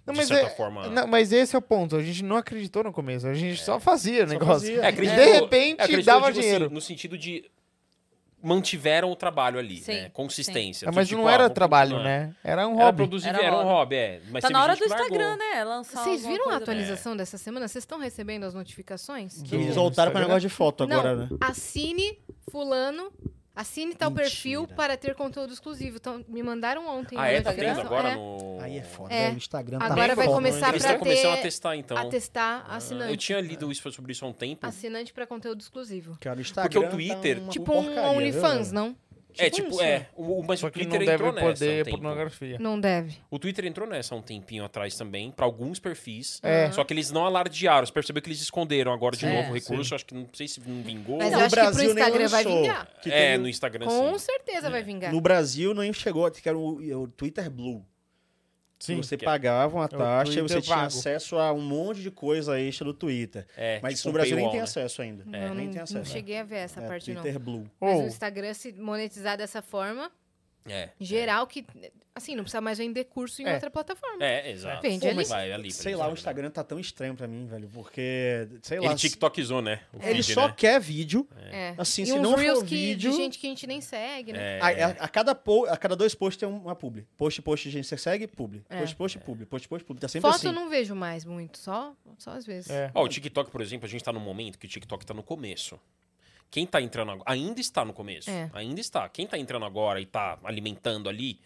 S5: Não,
S4: de
S5: mas
S4: certa
S5: é-
S4: forma...
S5: Não, mas esse é o ponto. A gente não acreditou no começo. A gente só fazia o
S3: Só
S5: negócio.
S3: fazia.
S4: É, acreditou-
S5: De repente,
S4: é, acreditou,
S5: dava
S4: eu digo
S5: dinheiro.
S4: assim, no sentido de mantiveram o trabalho ali,
S1: Sim,
S4: né? Consistência.
S5: Ah, mas
S4: Tipo,
S5: não
S4: ah,
S5: era
S4: vou
S5: trabalho,
S4: continuar.
S5: né? Era um
S4: Era
S5: hobby.
S4: produzir,
S1: Era
S4: era, um
S1: hobby.
S4: hobby, é. Mas
S1: tá
S4: teve
S1: na hora do
S4: gente que largou.
S1: Instagram, né? Lançar
S2: Vocês
S1: alguma
S2: viram a
S1: coisa, né?
S2: atualização dessa semana? Vocês estão recebendo as notificações?
S5: Que
S3: Eles
S5: Do
S3: voltaram pra
S5: Instagram?
S3: negócio de foto agora, né?
S2: não, assine fulano, assine tal
S3: Mentira.
S2: perfil para ter conteúdo exclusivo. Então, me mandaram ontem.
S4: Ah,
S2: a
S4: é? Tá
S2: notificação.
S4: tendo agora
S2: É,
S4: no...
S3: Aí é foda,
S2: É.
S3: né? o Instagram tá
S2: Agora vai
S3: foda.
S2: começar
S4: Eles
S2: pra
S4: estão começando
S2: ter-
S4: a testar, então.
S2: a testar
S4: Ah, Eu
S2: assinante.
S4: tinha lido isso sobre isso há um tempo.
S2: Assinante para conteúdo exclusivo.
S3: Cara, o
S4: Porque
S3: Instagram
S4: o Twitter-
S3: tá uma
S2: Tipo um
S3: porcaria,
S2: OnlyFans,
S3: viu,
S2: não?
S4: é,
S3: tipo
S4: tipo,
S3: isso,
S2: né?
S4: é. O, mas
S5: Só
S4: o
S5: que
S4: Twitter
S5: não deve
S4: entrou nessa. há um
S5: poder
S4: tempo.
S5: pornografia.
S2: Não deve.
S4: O Twitter entrou nessa há um tempinho atrás também, pra alguns perfis.
S5: É.
S4: Só que eles não alardearam. Você percebeu que eles esconderam agora de
S1: É,
S4: novo o recurso. Acho que não sei se não vingou.
S2: Mas
S3: No
S2: eu acho que pro
S3: Brasil nem
S2: Instagram vai
S3: lançou,
S2: vingar.
S3: que
S4: é,
S3: tem-
S4: no Instagram
S2: Com
S4: sim.
S2: certeza vai vingar.
S3: No Brasil É. não chegou, que era o, o Twitter Blue.
S5: Sim.
S3: você
S4: que é-
S3: pagava uma taxa e
S5: Twitter
S3: você tinha
S5: pago.
S3: acesso a um monte de coisa extra do Twitter.
S4: É,
S3: Mas
S4: tipo
S3: no Brasil nem
S4: paywall,
S3: tem
S4: né?
S3: acesso ainda.
S2: É. não,
S3: nem
S2: não-
S3: tem acesso.
S2: não cheguei a ver essa
S3: É, Oh.
S2: parte, não.
S3: Twitter Blue.
S2: Mas o
S5: Ou-
S2: Instagram se monetizar dessa forma,
S4: É.
S2: geral, que. Assim, não precisa mais vender curso em
S5: É.
S2: outra plataforma.
S4: É, exato.
S2: Vende
S4: Pô,
S2: ali.
S4: mas vai ali pra
S3: Sei
S4: eles,
S3: lá,
S4: né?
S3: o Instagram tá tão estranho pra mim, velho, porque, sei lá...
S4: Ele tiktokizou, né? O
S3: Ele
S4: feed,
S3: só
S4: né?
S3: quer vídeo.
S2: É.
S3: Assim,
S2: e
S3: se
S2: uns
S3: não for
S2: reels que,
S3: vídeo-
S2: de gente que a gente nem segue, né?
S4: É,
S3: A, a- a cada po- a cada dois posts tem uma publi. Post, post, gente, você segue, publi.
S2: É.
S3: Post, post, publi. Post, post, publi. Tá sempre
S2: Foto
S3: assim.
S2: eu não vejo mais muito, só, só às vezes.
S5: É.
S4: Ó, o TikTok, por exemplo, a gente tá num momento que o TikTok tá no começo. Quem tá entrando agora. Ainda está no começo.
S2: É.
S4: Ainda está. Quem tá entrando agora e tá alimentando ali,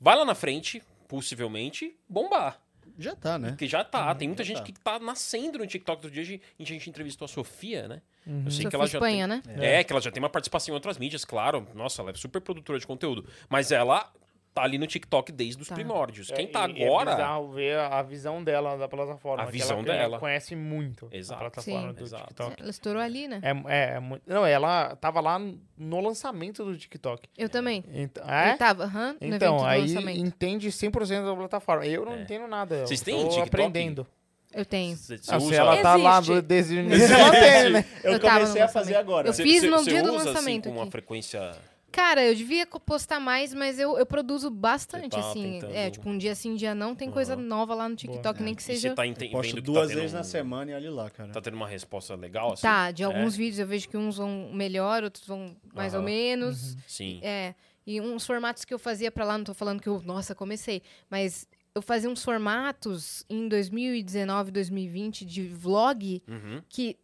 S4: vai lá na frente, possivelmente, bombar.
S3: Já tá, né?
S4: Porque já tá.
S2: Uhum.
S4: tem muita
S3: já
S4: gente
S3: tá.
S4: que tá nascendo no TikTok. Outro dia a gente, a gente entrevistou a Sofia, né? Eu sei
S2: Sofia
S4: que ela já
S2: Espanha, né?
S4: tem... É, que ela já tem uma participação em outras mídias, claro. Nossa, ela é super produtora de conteúdo. Mas ela tá ali no TikTok desde os
S2: Tá.
S4: primórdios. Quem tá
S5: e- e É
S4: agora...
S5: bizarro ver a a visão dela da plataforma.
S4: A
S5: que
S4: visão
S5: ela,
S4: dela.
S5: conhece muito
S4: Exato.
S5: a plataforma
S2: Sim.
S5: do
S4: Exato.
S5: TikTok.
S2: Ela estourou ali, né?
S5: É, é, é muito- não, ela tava lá no lançamento do TikTok.
S2: Eu também.
S5: Então,
S2: Eu
S5: é?
S2: tava, aham, tá no evento
S5: Então,
S2: do
S5: aí
S2: lançamento.
S5: entende 100% da plataforma. Eu não
S4: É.
S5: entendo nada. eu
S4: Vocês têm
S5: tô
S4: TikTok?
S5: aprendendo.
S2: Eu tenho.
S4: Você, você
S5: Ah, se
S4: usa-
S5: ela tá lá
S1: Existe.
S5: desde o início, ela tem, né?
S3: Eu,
S2: Eu tava
S3: comecei
S2: no
S3: a fazer
S2: lançamento.
S3: agora.
S2: Eu-
S4: Você-
S2: fiz
S4: você-
S2: no
S4: você
S2: dia do
S4: usa,
S2: lançamento
S4: Assim, com uma
S2: aqui.
S4: frequência.
S2: Cara, eu devia co- postar mais, mas eu, eu produzo bastante,
S4: Você tá
S2: assim.
S4: tentando-
S2: É, tipo, um dia sim, dia não, tem coisa nova lá no TikTok, nem que
S4: E
S2: seja.
S4: você tá entendendo
S3: Posto
S4: que
S3: duas
S4: tá tendo
S3: vezes
S4: um-
S3: na semana e olha lá, cara.
S4: Tá tendo uma resposta legal, assim?
S2: Tá, de alguns
S4: É,
S2: vídeos eu vejo que uns vão melhor, outros vão mais ou
S4: Aham.
S2: menos.
S5: Uhum.
S4: sim.
S2: É. E uns formatos que eu fazia pra lá, não tô falando que eu, nossa, comecei, mas eu fazia uns formatos em 2019, 2020 de vlog
S4: Uhum.
S2: que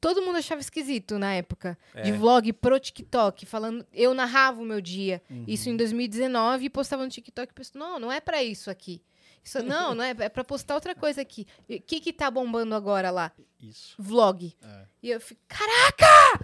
S2: todo mundo achava esquisito na época.
S4: É.
S2: De vlog pro TikTok, falando. Eu narrava o meu dia.
S3: Uhum.
S2: Isso em 2019 e postava no TikTok e pensava, não, não é pra isso aqui. Isso, não, não é, é pra postar outra coisa aqui. O que que tá bombando agora lá?
S3: Isso.
S2: Vlog.
S3: É.
S2: E eu fico, caraca!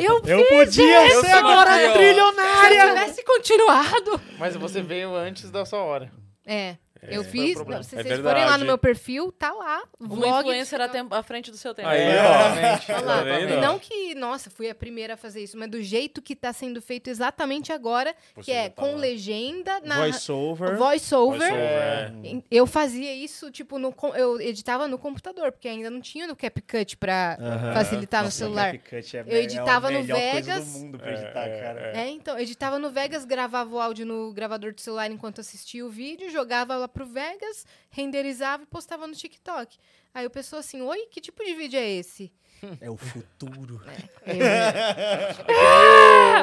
S2: Eu,
S3: Eu podia
S4: Eu
S3: ser
S4: tava
S3: agora
S4: aqui, ó.
S2: se eu
S3: trilionária!
S2: tivesse continuado.
S5: Mas você veio antes da sua hora.
S2: É, eu
S5: foi o
S2: fiz.
S5: problema.
S2: Se
S4: É
S2: vocês forem lá
S4: verdade.
S2: no meu perfil, tá lá.
S1: Uma
S2: Vlog.
S1: influencer à, tem- à frente do seu tempo.
S4: Aí,
S5: É,
S4: ó.
S5: realmente.
S2: Tá lá.
S4: Tá
S3: né?
S4: vendo, ó?
S2: E não que, nossa, fui a primeira a fazer isso, mas do jeito que tá sendo feito exatamente agora,
S4: Você
S2: que é
S4: já tá
S2: com
S4: lá.
S2: legenda, na
S3: Voiceover.
S2: voice-over.
S4: Voice over,
S5: É.
S4: é.
S2: Eu fazia isso, tipo, no, com- eu editava no computador, porque ainda não tinha no CapCut pra
S3: Aham.
S2: facilitar no
S3: Nossa,
S2: celular.
S3: CapCut é a
S2: Eu
S3: me- é a
S2: editava no
S3: melhor coisa
S2: Vegas.
S3: do mundo pra editar, cara.
S2: É, então, eu editava no Vegas, gravava o áudio no gravador de celular enquanto assistia o vídeo, jogava lá pro Vegas, renderizava e postava no TikTok. Aí o pessoal assim, oi, que tipo de vídeo é esse?
S3: É o futuro.
S2: Eu-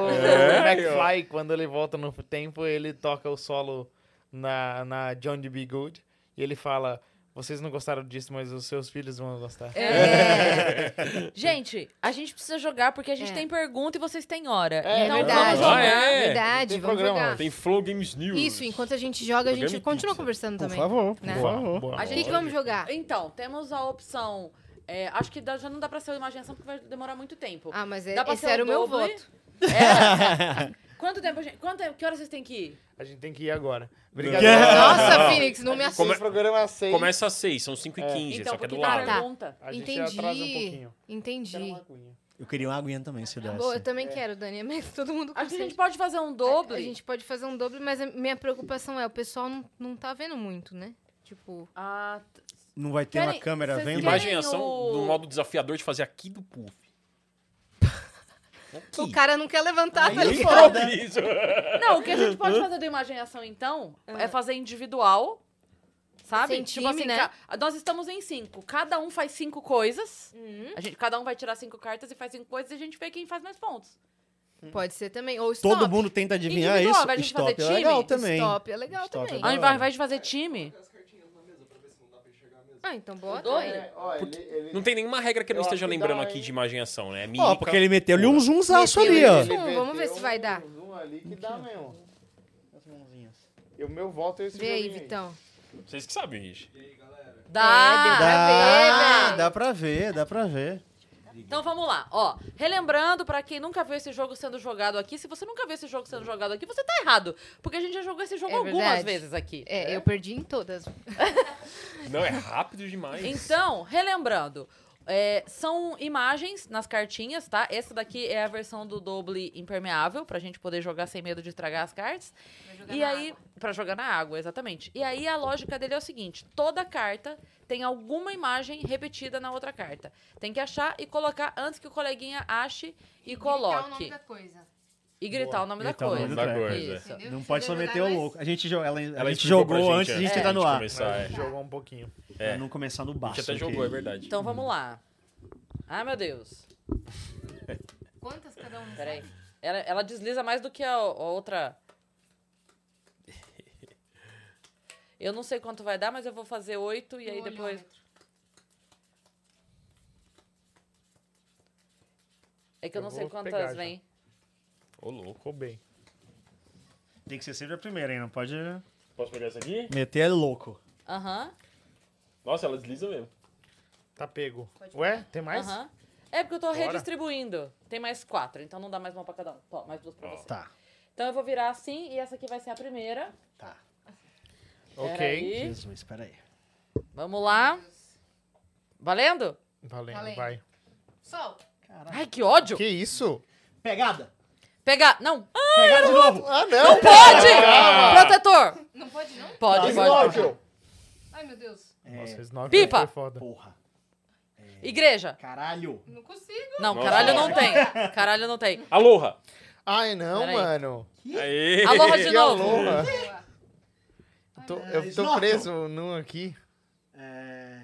S5: O McFly, quando ele volta no tempo, ele toca o solo na, na John D. B. Good. E ele fala: Vocês não gostaram disso, mas os seus filhos vão gostar.
S1: É. Gente, a gente precisa jogar porque a gente
S2: É.
S1: tem pergunta e vocês têm hora.
S5: É
S1: então
S2: verdade,
S1: vamos jogar.
S4: Ah, é?
S2: verdade,
S5: Tem
S2: vamos
S5: programa,
S2: jogar.
S4: Tem Flow Games News.
S2: Isso, enquanto a gente joga, a
S4: Programa
S2: gente
S4: e
S2: continua
S4: pizza.
S2: conversando também.
S3: favor,
S2: Né?
S5: Boa, boa.
S2: O que, que vamos jogar?
S1: Então, temos a opção. é, acho que dá- já não dá pra ser a imaginação porque vai demorar muito tempo.
S2: Ah, mas é,
S1: Dá pra
S2: esse
S1: ser o
S2: era o meu
S1: dobro, hein?
S2: voto.
S1: É. [laughs] Quanto tempo, a gente, quanto tempo? Que horas vocês têm que ir?
S5: A gente tem que ir agora. Obrigado.
S1: [laughs]
S2: [laughs] Nossa, Phoenix, não me
S5: Como é
S2: assusta.
S5: o programa 6.
S4: Começa às 6, são 5 e 15,
S1: então,
S4: só que é
S1: porque
S4: do
S1: dá
S4: lado.
S2: Tá.
S1: pergunta.
S5: A gente
S2: Entendi.
S5: atrasa um pouquinho. Quero
S2: Entendi.
S5: uma aguinha.
S3: Eu queria uma aguinha também, se desse.
S2: Boa, eu também quero, Dani. [laughs] Mas todo mundo
S1: Acho que a
S2: consegue.
S1: gente pode fazer um doble.
S2: A gente pode fazer um dobro, mas a minha preocupação é, o pessoal não, não tá vendo muito, né? Tipo,
S1: Ah, t-
S3: Não vai ter uma
S1: Querem-
S3: câmera
S1: vocês
S3: vendo?
S1: querem-
S4: Imagem e ação
S1: o-
S4: no modo desafiador de fazer aqui do puff. Aqui.
S2: o cara não quer levantar, tá
S3: Aí,
S2: ligado?
S4: Improviso.
S1: Não, o que a gente
S4: [laughs]
S1: pode fazer do imaginação, então, é fazer individual. Sabe?
S2: Sem
S1: tipo
S2: time,
S1: assim,
S2: né?
S1: ca- nós estamos em cinco. Cada um faz cinco coisas. A gente, cada um vai tirar cinco cartas e faz cinco coisas e a gente vê quem faz mais pontos.
S2: Uhum. Pode ser também. Ou stop.
S3: Todo mundo tenta adivinhar
S1: Individual,
S3: isso.
S1: vai a gente fazer
S3: Stop é
S1: time?
S3: legal também.
S2: Stop, é legal
S3: Stop é
S2: também.
S3: da
S1: Ao
S3: legal.
S1: invés, ao
S3: hora.
S1: invés de fazer time.
S2: É, Ah, então bota.
S1: Dois.
S2: aí.
S4: Não tem nenhuma regra que eu não
S5: Eu
S4: esteja
S5: acho que
S4: lembrando
S5: dá,
S4: aqui
S5: hein?
S4: de imagem e ação, né? É
S3: Ó,
S4: mímica.
S3: porque ele meteu ali um zoomzaço ali,
S2: Meteu
S3: ó.
S2: ele- Zoom, vamos ver se vai dar.
S5: Um ali que dá mesmo. E o meu voto é esse
S2: Vê aí,
S5: joguinho
S2: Vitão.
S4: Vocês que sabem, gente.
S2: É,
S1: Dá!
S2: dá. pra ver,
S3: Dá,
S2: velho.
S3: dá pra ver, dá pra ver.
S1: Então vamos lá, ó. Relembrando, pra quem nunca viu esse jogo sendo jogado aqui, se você nunca viu esse jogo sendo jogado aqui, você tá errado. Porque a gente já jogou esse jogo
S2: É
S1: algumas
S2: verdade.
S1: vezes aqui.
S2: É, eu perdi em todas.
S4: Não, é rápido demais.
S1: Então, relembrando, é, são imagens nas cartinhas, tá? Essa daqui é a versão do doble impermeável, pra gente poder jogar sem medo de tragar as cartas. E aí, pra jogar na água, exatamente. E aí a lógica dele é o seguinte: toda carta tem alguma imagem repetida na outra carta. Tem que achar e colocar antes que o coleguinha ache e, coloque.
S2: coisa.
S1: E gritar o nome da
S3: Gritar o nome
S1: coisa.
S3: da
S4: Da coisa.
S1: Isso.
S2: Entendeu?
S3: Não
S2: Vocês
S3: pode só
S2: vão
S3: meter
S2: jogar
S3: o
S2: nós?
S3: louco. A gente, jo- ela, a
S4: Ela
S3: gente
S4: explicou
S3: jogou
S4: pra
S3: antes de a gente
S4: é,
S3: entrar Tá no ar.
S4: começar,
S5: A
S4: é.
S5: gente jogou um pouquinho.
S3: Pra não começar no
S4: A
S3: baixo.
S4: gente até jogou, é verdade.
S1: Então vamos lá. Ah, meu Deus.
S2: Quantas cada um?
S1: Peraí. Ela, ela desliza mais do que a, a outra. Eu não sei quanto vai dar, mas eu vou fazer oito e aí
S2: Um
S1: depois. É que eu,
S5: Eu
S1: não sei
S5: vou
S1: quantas
S5: pegar já.
S1: vem.
S4: Ô, louco.
S5: Ficou bem.
S3: Tem que ser sempre a primeira, hein? Não pode
S4: Posso pegar essa aqui?
S3: meter é louco.
S1: Aham.
S4: Nossa, ela desliza mesmo.
S5: Tá pego. Ué, tem mais?
S1: Aham. É porque eu tô
S5: Bora.
S1: redistribuindo. Tem mais quatro, então não dá mais uma pra cada um. Tó, mais duas pra você.
S3: Tá,
S1: Então eu vou virar assim e essa aqui vai ser a primeira.
S3: tá.
S5: Ok.
S1: Peraí.
S3: Jesus, peraí.
S1: Vamos lá. Valendo?
S5: Valendo,
S2: Valendo.
S5: vai.
S2: Sol.
S1: Ai, que ódio!
S5: Que isso?
S3: Pegada!
S1: Pegar. Não! Ah,
S3: Pegada de novo!
S5: Ah, não!
S1: pode! Protetor!
S2: Não pode, não?
S5: Tá
S1: Pode, pode.
S5: Slógio!
S2: Ai, meu Deus.
S5: Nossa, esse nove
S1: Pipa!
S5: foi é foda.
S3: Porra.
S1: Igreja.
S3: Caralho.
S2: Não consigo.
S1: Não,
S4: Nossa.
S1: caralho não tem. Caralho não tem.
S4: Aloha!
S5: Ai, não,
S1: Peraí.
S5: mano.
S4: Aê!
S1: Aloha
S5: [laughs]
S1: de
S5: Que
S1: novo.
S5: aloha. Eu tô, eu tô
S3: Snorkel.
S5: preso num aqui.
S3: É...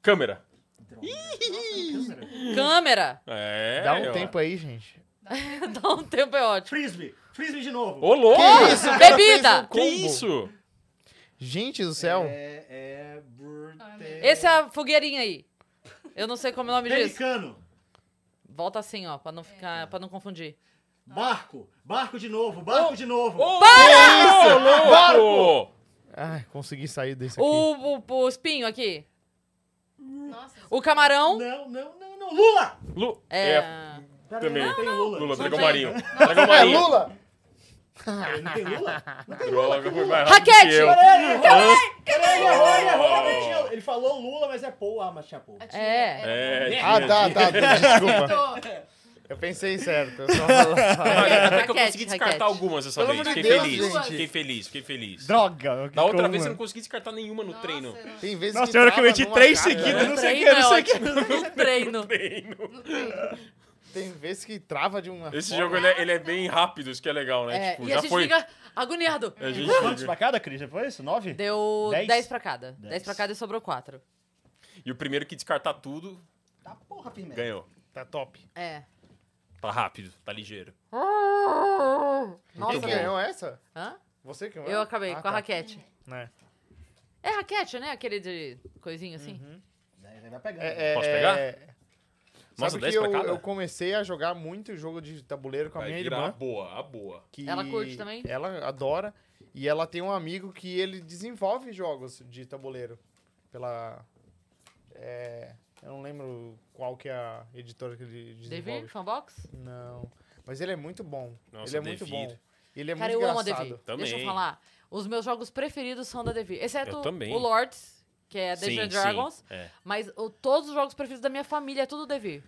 S4: Câmera.
S3: droga. Nossa, câmera.
S1: Câmera. [laughs]
S4: É.
S5: Dá um
S4: ó.
S5: tempo aí, gente.
S1: Dá um tempo, é ótimo.
S3: Frisbee. Frisbee de novo.
S4: Ô, louco!
S5: Que isso, cara,
S1: Bebida!
S4: Que
S5: fez um combo.
S4: isso?
S5: Gente do céu.
S3: É... é... Burte...
S1: Esse é a fogueirinha aí. Eu não sei como é o nome disso.
S3: Pelicano.
S1: Volta assim, ó, pra não
S5: É.
S1: ficar, pra não confundir.
S3: Barco. Barco de novo. Barco de novo.
S4: Para! louco!
S5: Ai, consegui sair desse aqui.
S1: O, o, o espinho aqui.
S2: Nossa.
S1: O camarão.
S3: Não, não, não, não. Lula.
S4: Lu...
S1: É.
S4: É,
S3: Pera,
S4: Também.
S3: Não, tem Lula.
S4: Lula,
S3: Não
S4: dragão
S3: tem.
S4: marinho. Dragão marinho.
S5: É, Lula?
S3: Não tem Lula? Não tem Lula.
S4: Droga, foi mais rápido
S1: Raquete!
S4: que eu.
S3: Ele errou, ele errou, ele errou. Ele falou Lula, mas é Paul. Ah, mas tinha Paul.
S1: É.
S4: É,
S5: Ah,
S4: tinha-
S5: tá, tá, tá,
S1: [laughs]
S5: Desculpa.
S2: Tô.
S5: Eu pensei certo. Eu só falava. [laughs]
S4: Olha, até que eu
S1: Raquete,
S4: consegui descartar
S1: raquete.
S4: algumas dessa
S5: Pelo
S4: vez.
S5: amor de
S4: Fiquei
S5: Deus,
S4: feliz,
S5: gente.
S4: fiquei feliz, fiquei feliz.
S5: Droga.
S4: Da outra vez eu não consegui descartar nenhuma no treino.
S2: Nossa,
S5: Tem vezes
S6: Nossa,
S5: que
S6: tem hora que
S5: trava
S6: eu meti
S5: numa
S6: três
S5: cara,
S6: seguidas,
S5: né?
S6: não sei o que,
S1: Treino
S6: não sei o que.
S1: é ótimo. [laughs] Treino.
S4: Treino.
S2: não tem.
S5: Tem vezes que trava de uma
S4: Esse
S5: forma.
S4: jogo ele é, ele é bem rápido, isso que é legal, né?
S1: É,
S4: tipo,
S1: e a
S4: já
S1: gente
S4: foi. É,
S1: fica assim, né? agoniado.
S4: A gente
S6: Quantos
S4: fica-
S6: pra cada, Cris? Já Foi isso? Nove?
S1: Deu
S6: Dez?
S1: 10 pra cada. 10
S6: Dez.
S1: pra cada e sobrou 4.
S4: E o primeiro que descartar tudo
S3: Tá porra, firmeza.
S4: ganhou.
S5: Tá top.
S1: É.
S4: Tá rápido, tá ligeiro.
S5: Nossa,
S4: bom.
S5: ganhou essa?
S1: Hã?
S5: Você que ganhou?
S1: Eu acabei
S5: Tá Ah,
S1: com a
S5: tá.
S1: raquete.
S5: É.
S1: É raquete, né? Aquele de coisinha assim.
S4: Uhum.
S3: Daí Vai pegar.
S5: É, é,
S4: Posso pegar?
S5: é.
S4: Nossa,
S5: Sabe
S4: 10
S5: que
S4: pra
S5: eu,
S4: cada?
S5: eu comecei a jogar muito jogo de tabuleiro com a
S4: Vai
S5: minha
S4: virar a
S5: irmã.
S4: boa, a boa.
S5: que
S1: Ela curte também?
S5: Ela adora. E ela tem um amigo que ele desenvolve jogos de tabuleiro. Pela. É, eu não lembro qual que é a editora que ele desenvolve.
S1: Devir? Fanbox?
S5: Não. Mas ele é muito bom.
S4: Nossa,
S5: ele é muito
S4: Devir.
S5: bom. Ele é
S1: Cara,
S5: muito
S1: eu amo a
S5: engraçado.
S1: Devir.
S4: Também.
S1: Deixa eu falar. Os meus jogos preferidos são da Devir. Exceto
S4: Eu também.
S1: o Lords, que é
S4: Sim,
S1: Dungeons and Dragons.
S4: sim, é.
S1: Mas o- todos os jogos preferidos da minha família é tudo Devir.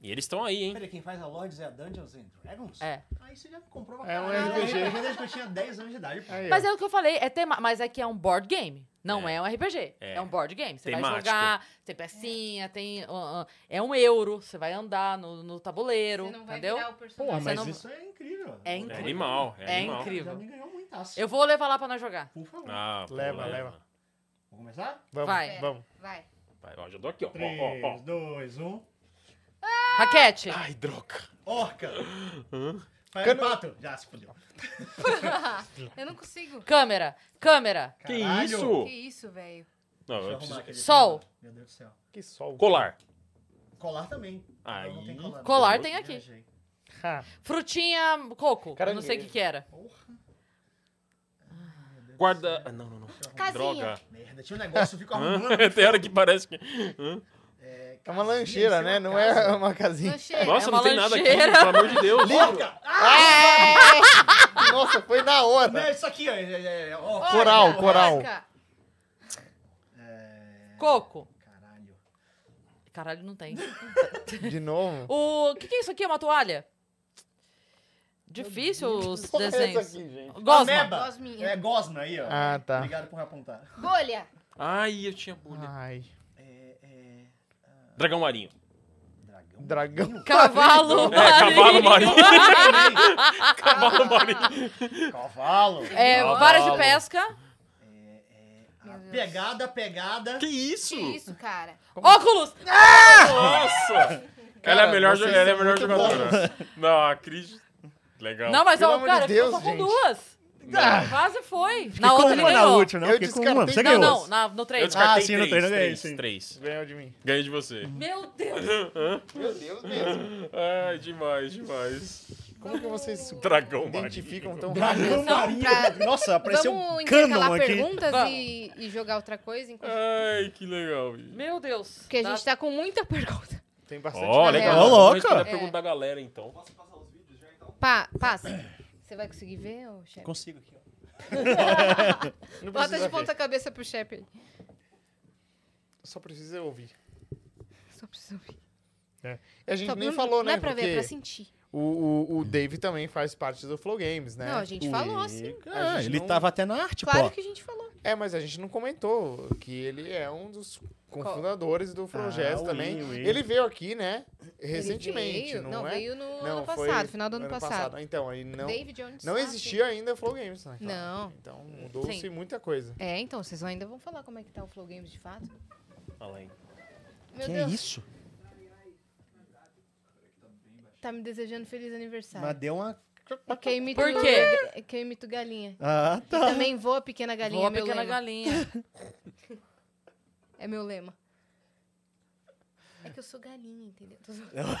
S4: E eles estão aí, hein?
S3: Peraí, quem faz a Lords é a Dungeons and Dragons?
S1: É.
S3: Aí você Ah, já comprou uma
S5: É um
S3: caralho.
S5: RPG.
S3: Eu joguei desde que eu tinha 10 anos de idade. pô.
S5: Aí,
S1: Mas
S5: ó.
S1: é o que eu falei, é tema, mas é que é um board game. Não
S4: É.
S1: é, um RPG.
S4: É.
S1: É. um board game. Você vai
S4: Temático.
S1: jogar, tem pecinha, tem. ah, ah, é um euro, você vai andar no, no tabuleiro,
S2: Você não vai
S1: entendeu?
S2: virar o
S6: Porra,
S2: personagem.
S1: Você
S6: mas
S1: não-
S6: isso...
S3: Isso é incrível.
S1: É
S4: É
S1: incrível.
S4: animal, é,
S1: É
S4: animal.
S1: incrível.
S3: Já me ganhou muitaço.
S1: Eu vou levar lá pra nós jogar.
S3: Por favor.
S4: Ah, pô,
S5: Leva, leva.
S3: Vamos começar?
S5: é- Vamos,
S1: vai.
S5: vamos.
S1: [laughs]
S2: Vai.
S4: Vai, ó, já dou aqui, ó. ó,
S3: 3,
S4: ó, ó.
S3: 2, 1.
S1: Raquete!
S4: Ai, droga.
S3: Orca. Vai,
S5: Cano-
S3: pato. Já se fodeu.
S2: Eu não consigo.
S1: Câmera! Câmera!
S4: Que
S3: Caralho.
S4: isso?
S2: Que isso, velho.
S3: Deixa eu
S4: Não, eu
S3: arrumar
S4: preciso...
S3: aquele
S1: Sol.
S3: celular. Meu Deus do céu.
S5: Que sol.
S4: Colar.
S3: Colar também. Então,
S4: Aí.
S3: Não tem colar.
S1: Colar tem aqui.
S3: Viajei.
S5: Ha.
S1: Frutinha coco.
S5: Caranguejo.
S1: eu não sei o que, que era.
S4: Guarda. Ah, não, não, não.
S2: Casinha.
S4: Droga.
S3: Merda, tinha um negócio, eu fico arrumando.
S4: [laughs] Hã? Tem hora que parece que.
S3: É,
S5: É uma
S3: casinha,
S5: lancheira,
S3: isso
S5: né? Não
S3: casa.
S5: é uma casinha.
S2: Lancheira.
S4: Nossa,
S1: é
S4: não
S1: uma
S4: tem nada aqui,
S1: lancheira.
S4: pelo amor de Deus.
S5: é
S3: Orca!
S5: [laughs]
S3: Ah,
S5: Nossa, foi na
S3: não,
S5: hora.
S4: Né?
S3: isso aqui, ó. É, é, é, ó.
S5: Coral, coral.
S2: Caraca.
S3: É,
S1: Coco.
S3: Caralho.
S1: Caralho, não tem.
S5: De novo.
S1: O que, que é isso aqui? É uma toalha? Difícil os
S5: Porra, é essa
S1: desenhos.
S5: aqui, gente?
S1: Gosma.
S3: Ameba.
S2: Gosminha.
S3: É gosma aí, ó.
S5: Ah, tá.
S3: Obrigado por apontar.
S4: [laughs]
S2: Bolha.
S4: Ai, eu tinha bolha.
S5: Ai.
S3: É, é,
S4: Dragão marinho.
S3: Dragão.
S5: Dragão.
S1: Cavalo [laughs]
S4: É, cavalo marinho. cavalo marinho.
S3: Cavalo.
S2: [laughs]
S1: É,
S4: Cavalo.
S1: vara de pesca.
S3: Ah,
S2: Deus.
S3: Pegada, pegada.
S4: Que isso?
S2: Que isso, cara.
S1: Óculos.
S4: Nossa! ela é a
S5: Cara,
S4: melhor,
S5: vocês
S4: jo- ela é a
S5: são
S4: melhor
S5: muito
S4: jogadora. Não, a Cris. Legal.
S1: Não, mas
S5: Pelo
S1: ó,
S5: amor
S1: o
S5: de
S1: cara ficou
S5: Deus,
S1: só com
S5: gente.
S1: duas. Quase foi. na
S6: Ah. Ficou
S1: outra ele
S6: uma na
S1: ganhou.
S6: última, não?
S5: Eu
S6: Fiquei com uma.
S5: descartei-
S6: Você
S1: Não,
S6: ganhou.
S1: não, na, no
S4: eu
S1: treino.
S4: descartei
S6: Ah, sim, no
S4: três,
S6: treino eu ganhei,
S4: três,
S6: sim.
S4: três.
S5: Ganhou de mim.
S4: Ganhei de você.
S1: Meu Deus.
S5: Meu Deus mesmo.
S4: Ai, demais, demais.
S5: Como que vocês
S4: Dragão
S5: identificam tão rápido?
S3: Dragão marinho. Nossa, apareceu um
S2: Vamos
S3: cânon
S2: intercalar
S3: aqui.
S2: perguntas
S1: Vamos.
S2: e, e jogar outra coisa
S4: Ah.
S2: enquanto...
S4: Ai, que legal. bicho.
S1: Meu Deus.
S2: Porque a
S1: Dá-
S2: gente tá com muita [laughs] pergunta.
S5: Tem bastante.
S4: Ó,
S2: na
S4: legal.
S2: real.
S4: Vamos
S6: Louca.
S4: responder a
S2: É.
S4: pergunta da galera, então.
S2: Pá, passa. Você vai conseguir ver, ô, chefe?
S3: Consigo aqui, ó.
S5: Não
S2: Bota
S5: precisa
S2: de
S5: ver.
S2: ponta cabeça pro chefe aí.
S5: Só precisa ouvir.
S2: Só precisa ouvir.
S5: E a gente
S2: Só
S5: nem
S2: não-
S5: falou, né?
S2: Não é pra
S5: porque
S2: ver, é pra sentir.
S5: o, o, o Dave também faz parte do Flow Games, né? tipo,
S2: Não, a gente falou assim.
S5: A
S6: Ah,
S5: gente
S6: ele
S5: não-
S6: tava até na arte,
S2: Claro
S6: pô.
S2: que a gente falou.
S5: É, mas a gente não comentou que ele é um dos cofundadores do Frogés
S3: Ah, o
S5: também.
S3: Will, Will.
S5: ele veio aqui, né?
S2: Ele
S5: Recentemente,
S2: veio-
S5: não,
S2: não,
S5: é?
S2: veio no
S5: Não,
S2: ano
S5: foi
S2: passado, final do ano,
S5: ano
S2: passado.
S5: Então, aí não,
S2: David Jones.
S5: não
S2: Safi.
S5: existia ainda o Flow Games. Naquela
S2: Não.
S5: época. Então mudou-se
S1: Sim.
S5: muita coisa.
S2: É, então, vocês ainda vão falar como é que tá o Flow Games de fato.
S4: Fala aí.
S2: Meu
S3: que é
S2: Deus,
S3: isso?
S2: tá me desejando feliz aniversário.
S3: Mas deu uma.
S5: tá
S2: Quem imita
S1: Por
S2: o-
S1: quê?
S2: Quem imita o galinha.
S3: Ah,
S2: E
S3: tá.
S2: também voa pequena galinha,
S1: Vou a
S2: é meu
S1: pequena
S2: lema.
S1: galinha.
S2: [laughs] É meu lema. É que eu sou galinha, entendeu? Tô zoando.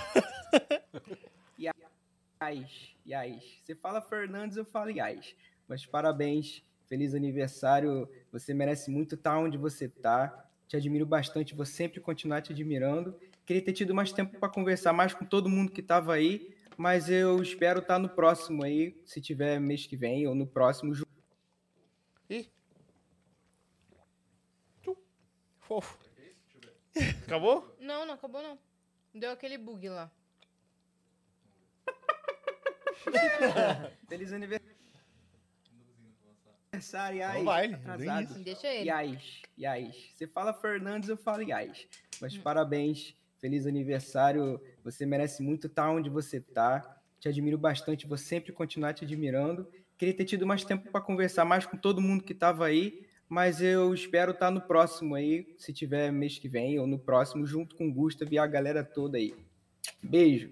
S6: Yais, Yais. Você fala Fernandes, eu falo Yais. Mas parabéns, feliz aniversário. Você merece muito estar onde você tá. Te admiro bastante, vou sempre continuar te admirando. Queria ter tido mais tempo para conversar mais com todo mundo que estava aí, mas eu espero estar no próximo aí, se tiver mês que vem ou no próximo. ju-
S5: Ih. Tchum. Fofo. Acabou?
S2: Não, não acabou não. Deu aquele bug lá.
S6: Feliz aniversário, Yais.
S3: Vamos lá, ele.
S6: Atrasado.
S3: Bem
S2: Deixa ele.
S6: Yais, Yais. Você fala Fernandes, eu falo Yais. Mas parabéns, feliz aniversário. Você merece muito estar onde você tá. Te admiro bastante, vou sempre continuar te admirando. Queria ter tido mais tempo para conversar mais com todo mundo que estava aí, mas eu espero estar no próximo aí, se tiver mês que vem ou no próximo, junto com o Gustavo e a galera toda aí. Beijo.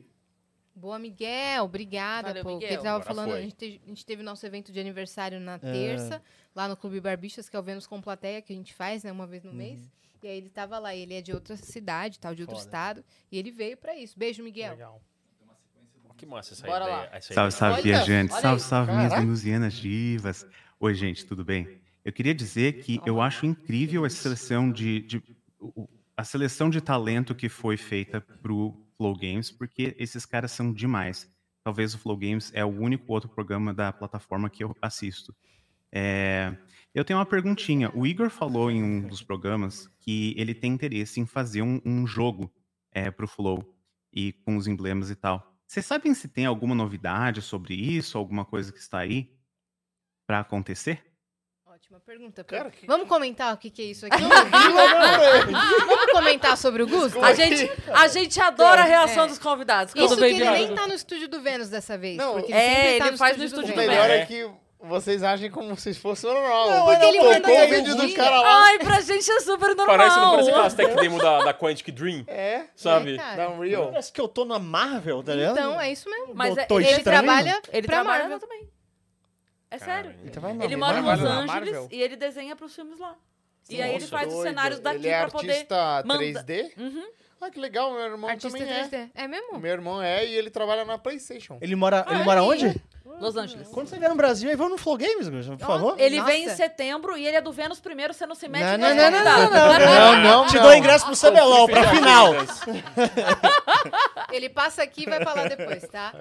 S2: Boa, Miguel. Obrigada,
S1: Valeu,
S2: pô. Porque
S1: Miguel.
S2: eu tava
S4: Agora
S2: falando, a
S4: foi.
S2: gente, te- a gente teve nosso evento de aniversário na terça, lá no Clube Barbixas, que é o Vênus com Plateia, que a gente faz, né, uma vez no mês. E aí ele tava lá, e ele é de outra cidade, tal, de outro
S3: Foda.
S2: estado, e ele veio pra isso. Beijo, Miguel.
S5: Legal.
S4: Ó, Que massa essa
S1: Bora
S4: ideia.
S1: lá.
S4: Essa
S7: Salve,
S4: ideia.
S7: salve,
S1: Olha,
S7: viajantes.
S1: olha
S7: Salve,
S1: aí.
S7: salve, minhas
S5: Caraca.
S7: venusianas divas. Oi, gente, tudo bem? Eu queria dizer que eu acho incrível a seleção de, de- o- o- a seleção de talento que foi feita pro Flow Games, porque esses caras são demais. Talvez o Flow Games é o único outro programa da plataforma que eu assisto. É, Eu tenho uma perguntinha. O Igor falou em um dos programas que ele tem interesse em fazer um, um jogo é, pro Flow e com os emblemas e tal. Vocês sabem se tem alguma novidade sobre isso, alguma coisa que está aí para acontecer?
S2: Ótima pergunta.
S5: Cara,
S2: Pedro.
S1: [laughs]
S5: que-
S2: Vamos comentar o que, que é isso aqui?
S5: Ih, loucura.
S2: Vamos comentar sobre o Gusto?
S1: a, gente, a gente adora a reação
S2: É.
S1: dos convidados. Quando
S2: Isso que
S1: vem
S2: ele
S1: de-
S2: nem tá no estúdio do Vênus dessa vez.
S5: Não,
S2: porque
S1: é,
S2: sempre tá
S1: ele faz no
S5: o
S1: estúdio
S2: Vênus.
S5: melhor
S4: bem.
S5: é que vocês agem como se fosse normal.
S2: porque ele manda
S5: Tocou o
S2: todo
S5: vídeo do
S2: dia.
S5: cara lá.
S1: Ai, pra gente é super normal.
S4: Parece, não parece aquelas tech demo da, da Quantic Dream,
S5: É.
S4: sabe?
S2: cara.
S5: Da Unreal.
S3: Parece que eu tô na Marvel, tá ligado?
S2: Então, é isso mesmo.
S1: Mas é-
S3: Tô
S1: ele,
S2: ele
S3: estranho.
S2: trabalha
S1: ele
S2: pra
S1: trabalha
S2: Marvel.
S1: também. É
S4: Cara,
S1: sério.
S4: ele-
S5: Então vai na-
S1: Ele
S5: na
S1: mora em Los
S5: Marvel, na
S1: Angeles
S5: Marvel.
S1: e ele desenha pros filmes lá. e aí ele
S4: Nossa.
S1: faz os cenários daqui
S5: ele é
S1: pra poder. Uhum.
S5: artista
S1: manda-
S5: 3D? Ah, que legal, meu irmão
S2: Artista
S5: também é.
S2: 3D. É mesmo?
S5: Meu irmão é e ele trabalha na PlayStation.
S3: Ele mora,
S2: Ah,
S3: ele
S2: é
S3: mora onde?
S1: Los Angeles.
S3: Quando você vier no Brasil, aí vamos no Flow Games, meu, por favor.
S1: Ele
S2: Nossa.
S1: vem em setembro e ele é do Vênus primeiro, você não se mete
S3: Não,
S1: nos
S3: não, não, não,
S1: convidados.
S3: não,
S5: Não, não,
S3: Te
S5: não.
S3: dou ingresso pro CBLOL, pra final.
S2: Ele passa aqui e vai falar depois,
S5: [laughs]
S2: tá?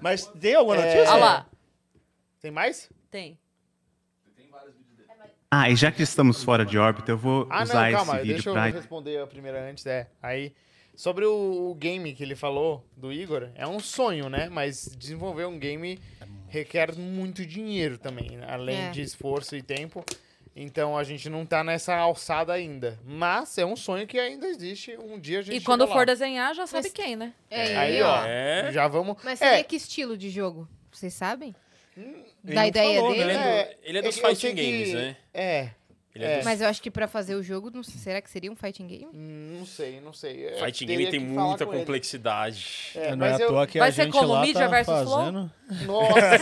S3: Mas tem alguma notícia?
S2: É.
S1: Olha lá,
S5: Tem mais?
S1: tem.
S7: Ah, e já que estamos fora de órbita, eu vou
S5: Ah,
S7: usar
S5: não, calma,
S7: esse vídeo
S5: deixa eu
S7: para
S5: responder a primeira antes, é. Aí, sobre o, o game que ele falou, do Igor, é um sonho, né? Mas desenvolver um game requer muito dinheiro também, né? além
S2: É.
S5: de esforço e tempo. Então a gente não tá nessa alçada ainda. Mas é um sonho que ainda existe. Um dia a gente
S1: E quando
S5: chega
S1: for
S5: lá.
S1: desenhar, já sabe
S2: Mas-
S1: quem, né?
S2: É,
S5: Aí,
S2: ele,
S5: ó,
S4: É.
S5: já vamos...
S2: Mas
S5: é,
S2: seria que estilo de jogo? Vocês sabem?
S5: Hum,
S3: Ele
S2: Da
S3: não
S2: ideia
S3: falou,
S2: dele?
S4: Ele
S5: né?
S4: é, do- ele é dos
S5: eu sei
S4: fighting
S5: que-
S4: games, né?
S5: É,
S4: Ele é,
S5: É.
S4: dos...
S2: Mas eu acho que pra fazer o jogo, não sei, será que seria um fighting game?
S5: não sei, não sei. Eu
S4: Fighting
S5: teria
S4: game tem
S5: que falar
S4: muita
S5: com ele.
S4: complexidade.
S3: [laughs]
S5: É,
S3: Não é
S5: mas
S3: à
S5: eu,
S3: toa que
S1: Vai
S3: a
S1: ser
S3: gente
S1: como
S3: lá
S1: mídia
S3: tá
S1: versus Flow?
S3: fazendo...
S5: Nossa,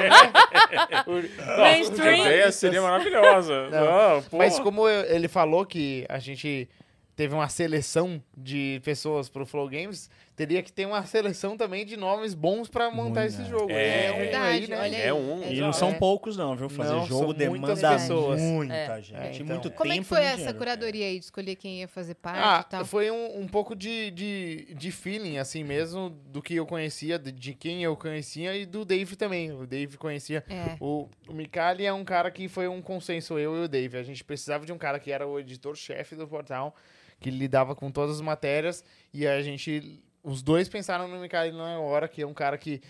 S5: seria louco, né?
S4: A
S1: Mainstream.
S4: ideia seria maravilhosa. não, pô.
S5: Mas como eu- ele falou que a gente teve uma seleção de pessoas pro Flow Games, teria que ter uma seleção também de nomes bons pra montar
S3: Muito,
S5: esse
S3: né?
S5: jogo.
S4: É,
S5: um
S2: verdade,
S5: aí, né?
S2: olha aí.
S4: É um.
S2: É
S3: E não
S5: Exato.
S3: são
S5: É.
S3: poucos, não, viu? Fazer
S5: Não,
S3: jogo
S5: são muitas
S3: demanda
S5: pessoas.
S3: muita
S1: É.
S3: gente,
S5: É, então.
S3: muito tempo.
S2: Como é que foi
S3: e
S2: essa
S3: dinheiro.
S2: curadoria aí de escolher quem ia fazer parte
S5: Ah,
S2: e tal?
S5: foi um, um pouco de, de, de feeling, assim mesmo, do que eu conhecia, de, de quem eu conhecia e do Dave também. O Dave conhecia.
S2: É.
S5: O, o Mikali é um cara que foi um consenso, eu e o Dave. A gente precisava de um cara que era o editor-chefe do portal, que lidava com todas as matérias, e a gente. Os dois pensaram no Mikali na hora, que é um cara que.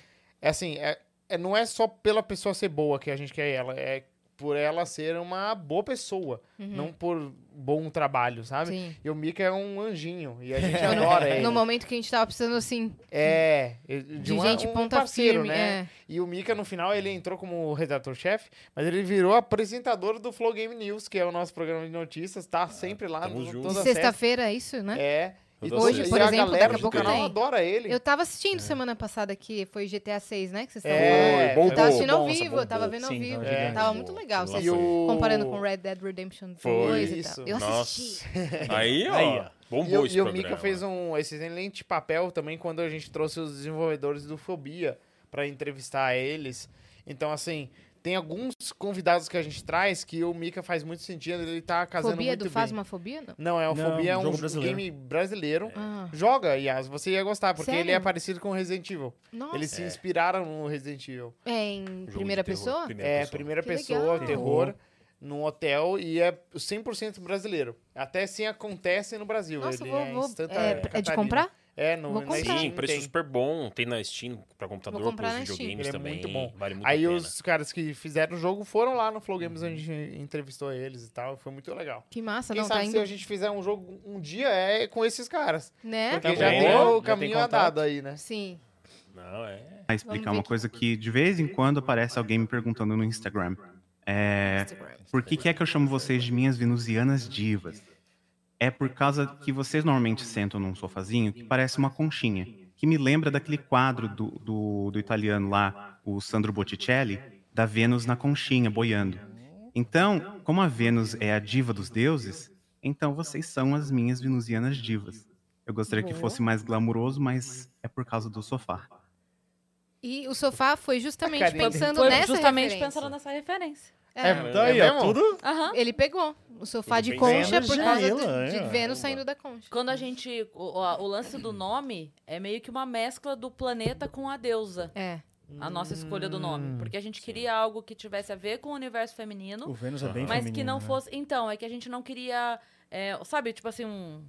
S5: É assim, é, é- não é só pela pessoa ser boa que a gente quer ela, é por ela ser uma boa pessoa, não por bom trabalho, sabe?
S2: Uhum.
S5: É,
S2: Sim.
S5: E o Mika é um anjinho,
S2: [laughs]
S5: e a gente adora ele.
S2: No momento que a gente tava precisando, assim,
S5: É,
S2: de
S5: de uma,
S2: gente
S5: um
S2: ponta
S5: parceiro,
S2: firme. é.
S5: né? E o Mika, no final, ele entrou como redator-chefe, mas ele virou apresentador do Flow Game News, que é o nosso programa de notícias, tá sempre lá,
S4: Ah, tamo
S5: no-
S4: junto.
S2: é.
S5: toda
S2: Sexta-feira é isso, né?
S5: É.
S4: Toda
S5: toda-
S4: Hoje,
S5: e
S4: por
S5: a
S2: exemplo,
S5: galera
S2: daqui a
S5: do
S2: pouco
S5: canal
S2: tem.
S5: adora ele.
S2: Eu tava assistindo semana passada que foi GTA 6, né? Que vocês estavam
S5: É,
S4: Foi,
S5: eu
S2: Eu tava
S4: bombou,
S2: assistindo ao
S4: nossa,
S2: vivo, eu tava
S4: bombou.
S2: vendo ao
S3: Sim,
S2: vivo.
S3: tava gigante.
S2: Tava muito legal,
S4: Nossa,
S2: vocês
S4: foi.
S2: comparando com Red Dead Redemption 2
S4: Foi.
S2: e tal. Eu assisti.
S4: Nossa.
S2: [laughs]
S4: Aí, ó.
S3: Aí, ó.
S5: E, o-
S4: Bombou esse
S5: e o
S4: Um programa.
S5: Mika fez um excelente papel também quando a gente trouxe os desenvolvedores do Fobia pra entrevistar eles. Então, assim, tem alguns convidados que a gente traz que o Mika faz muito sentido, ele tá casando
S2: Fobia
S5: muito
S2: do
S5: bem.
S2: Fasmafobia, não?
S5: Não, é o
S3: Não,
S5: Fobia é um
S3: jogo brasileiro.
S5: game
S4: É.
S5: brasileiro.
S2: Ah,
S5: Joga, Yas, você ia gostar, porque
S2: Sério?
S5: ele é parecido com Resident Evil.
S2: nossa.
S5: Eles
S4: É.
S5: se inspiraram no Resident Evil.
S2: É em
S4: Jogo de
S2: primeira
S4: terror,
S2: pessoa?
S4: Primeira
S5: um É,
S4: pessoa.
S5: primeira
S2: Que
S5: pessoa,
S2: legal.
S5: terror, num hotel e é 100% brasileiro. Até assim acontece no Brasil.
S2: Nossa,
S5: Ele
S2: vou,
S5: é,
S2: vou-
S5: instantâneo,
S2: é,
S5: pra
S2: é de
S5: Catarina.
S2: comprar?
S5: É, no,
S2: Vou
S5: na
S2: comprar.
S5: Steam
S4: Sim, preço
S5: tem.
S4: super bom. Tem na Steam pra computador,
S2: Vou comprar
S4: pros
S2: na Steam.
S4: videogames
S5: Ele é
S4: também.
S5: muito bom.
S4: Vale muito né?
S5: Aí
S4: a pena.
S5: os caras que fizeram o jogo foram lá no Flow Games, onde a gente entrevistou eles e tal. Foi muito legal.
S2: Que massa,
S5: Quem
S2: não,
S5: sabe
S2: tá
S5: se
S2: indo.
S5: a gente fizer um jogo um dia é com esses caras.
S2: Né?
S5: Porque
S4: Tá
S5: já
S4: bom,
S5: tem
S4: né? Já
S5: o
S4: tem
S5: caminho
S4: contato.
S5: andado aí, né?
S2: Sim.
S4: Não,
S5: [laughs]
S4: é...
S7: a explicar
S2: Vamos ver
S7: uma
S2: que-
S7: coisa que de vez em quando aparece alguém me perguntando no Instagram. É, por que, que é que eu chamo vocês de minhas venusianas divas? É por causa que vocês normalmente sentam num sofazinho que parece uma conchinha, que me lembra daquele quadro do, do, do italiano lá, o Sandro Botticelli, da Vênus na conchinha, boiando. Então, como a Vênus é a diva dos deuses, então vocês são as minhas venusianas divas. Eu gostaria que
S2: Boa.
S7: fosse mais glamuroso, mas é por causa do sofá.
S2: E o sofá foi justamente
S5: A Karine-
S2: pensando
S1: Foi
S2: nessa
S1: justamente
S2: é referência.
S1: pensando nessa referência.
S2: É.
S3: Tá aí, ó,
S5: mesmo?
S3: tudo.
S1: Aham.
S2: Ele pegou o sofá
S4: Tudo
S2: de
S4: bem.
S2: concha
S3: Vênus
S2: por
S3: já
S2: causa
S3: ela,
S2: de, de
S3: é.
S2: Vênus saindo da concha.
S1: Quando a gente. O, o- o lance do nome é meio que uma mescla do planeta com a deusa.
S2: É.
S1: A nossa escolha do nome. Porque a gente queria algo que tivesse a ver com o universo feminino.
S3: Hum, O Vênus é bem
S1: Mas
S3: feminino,
S1: que não
S3: né?
S1: fosse. Então, é que a gente não queria. é, sabe, tipo assim, um.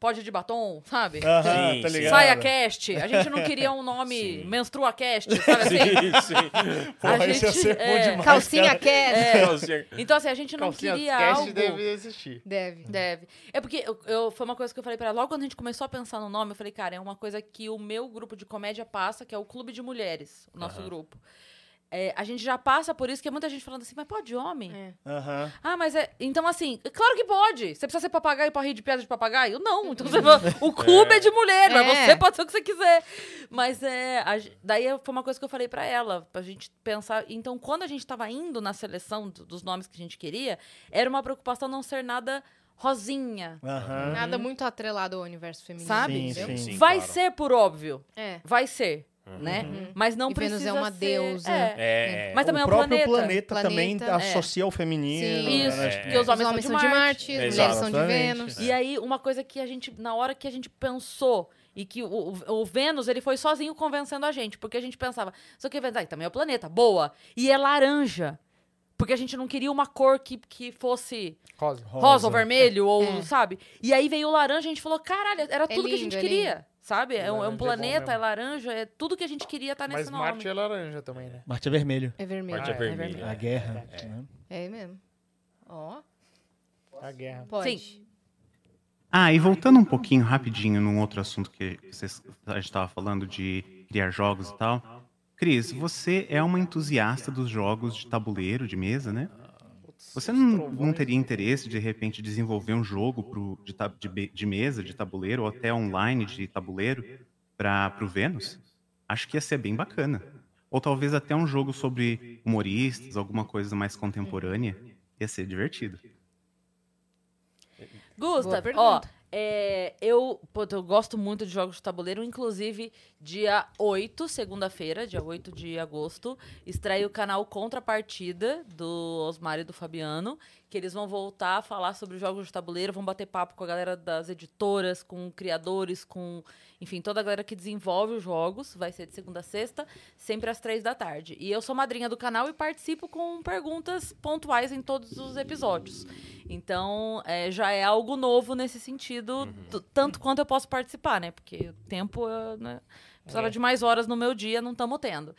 S1: Pódio de batom, sabe?
S3: Aham,
S4: Sim,
S3: tá
S4: sim.
S3: ligado?
S1: Saia cast. A gente não queria um nome
S4: [laughs] Sim.
S1: menstrua cast, sabe assim?
S4: Sim, sim.
S1: A
S3: Porra, isso ia
S1: gente-
S3: ser bom
S1: é.
S3: demais,
S2: Calcinha
S3: cara.
S2: quer.
S5: é.
S4: Calcinha-
S1: Então, assim, a gente não
S5: Calcinha
S1: queria
S5: Cast
S1: algo.
S5: deve existir.
S2: Deve.
S1: Deve. É porque eu, eu- foi uma coisa que eu falei pra ela. Logo quando a gente começou a pensar no nome, eu falei, cara, é uma coisa que o meu grupo de comédia passa, que é o Clube de Mulheres, o nosso
S4: Aham.
S1: grupo. É, a gente já passa por isso, que é muita gente falando assim, mas pode homem?
S2: É.
S3: Aham.
S1: Ah, mas é. Então, assim, é claro que pode. Você precisa ser papagaio pra rir de piada de papagaio? Não. Então você
S2: [laughs]
S1: fala, o clube é, de mulher, mas
S2: É.
S1: você pode ser o que você quiser. Mas é. a gen- daí eu- foi uma coisa que eu falei pra ela, pra gente pensar. Então, quando a gente tava indo na seleção do- dos nomes que a gente queria, era uma preocupação não ser nada rosinha.
S4: Ah,
S3: Aham.
S2: Nada
S5: Uhum.
S2: muito atrelado ao universo feminino.
S1: Sabe?
S3: Sim,
S2: entendeu?
S3: sim.
S4: Sim,
S1: Vai
S4: claro.
S1: ser por óbvio.
S2: É.
S1: Vai ser, né? Mas não
S2: E Vênus
S1: precisa.
S2: é uma
S1: ser-
S2: deusa.
S1: É.
S4: É,
S1: Mas também
S3: o
S1: é um
S3: próprio
S1: planeta.
S3: planeta, também
S2: Planeta,
S1: é.
S3: associa o feminino.
S2: Sim.
S1: Isso,
S3: né?
S4: É.
S1: porque os homens, são de Marte.
S2: as
S4: É,
S2: mulheres são de
S3: exatamente.
S2: Vênus.
S5: É.
S1: E aí, uma coisa que a gente, na hora que a gente pensou, e que o, o- o Vênus, ele foi sozinho convencendo a gente, porque a gente pensava, só que Vênus, ai, também é o planeta, boa. E é laranja. Porque a gente não queria uma cor que, que fosse
S5: Rosa.
S1: rosa, ou vermelho, ou
S2: É.
S1: sabe? E aí veio o laranja, a gente falou, caralho, era tudo que a
S2: lindo,
S1: gente
S2: é
S1: queria, sabe? É um, é um
S5: Laranja é bom
S1: planeta,
S5: mesmo.
S1: é, laranja, é tudo que a gente queria tá nesse
S5: Mas
S1: nome.
S5: Marte é laranja também, né?
S3: Marte é vermelho.
S2: É vermelho.
S4: Marte é
S5: Ah, é
S4: vermelho.
S2: vermelho.
S4: é.
S3: A guerra. né?
S2: É mesmo. Ó,
S5: A guerra.
S2: pode.
S1: Sim.
S7: Ah, e voltando um pouquinho rapidinho num outro assunto que vocês, a gente estava falando de criar jogos e tal. Cris, você é uma entusiasta dos jogos de tabuleiro, de mesa, né? Você não, não teria interesse de, de repente desenvolver um jogo pro, de, ta- de be- de mesa, de tabuleiro, ou até online de tabuleiro para o Vênus? Acho que ia ser bem bacana. Ou talvez até um jogo sobre humoristas, alguma coisa mais contemporânea. Ia ser divertido.
S2: Boa
S1: Gustav, ó,
S2: pergunta.
S1: é, eu, pô, eu gosto muito de jogos de tabuleiro, inclusive dia 8, segunda-feira, dia 8 de agosto, estreia o canal Contrapartida do Osmar e do Fabiano, que eles vão voltar a falar sobre jogos de tabuleiro, vão bater papo com a galera das editoras, com criadores, com, enfim, toda a galera que desenvolve os jogos, vai ser de segunda a sexta, sempre às três da tarde. E eu sou madrinha do canal e participo com perguntas pontuais em todos os episódios. Então, é, já é algo novo nesse sentido, t- tanto quanto eu posso participar, né? Porque o tempo, eu, né, precisava de mais horas no meu dia, não estamos tendo.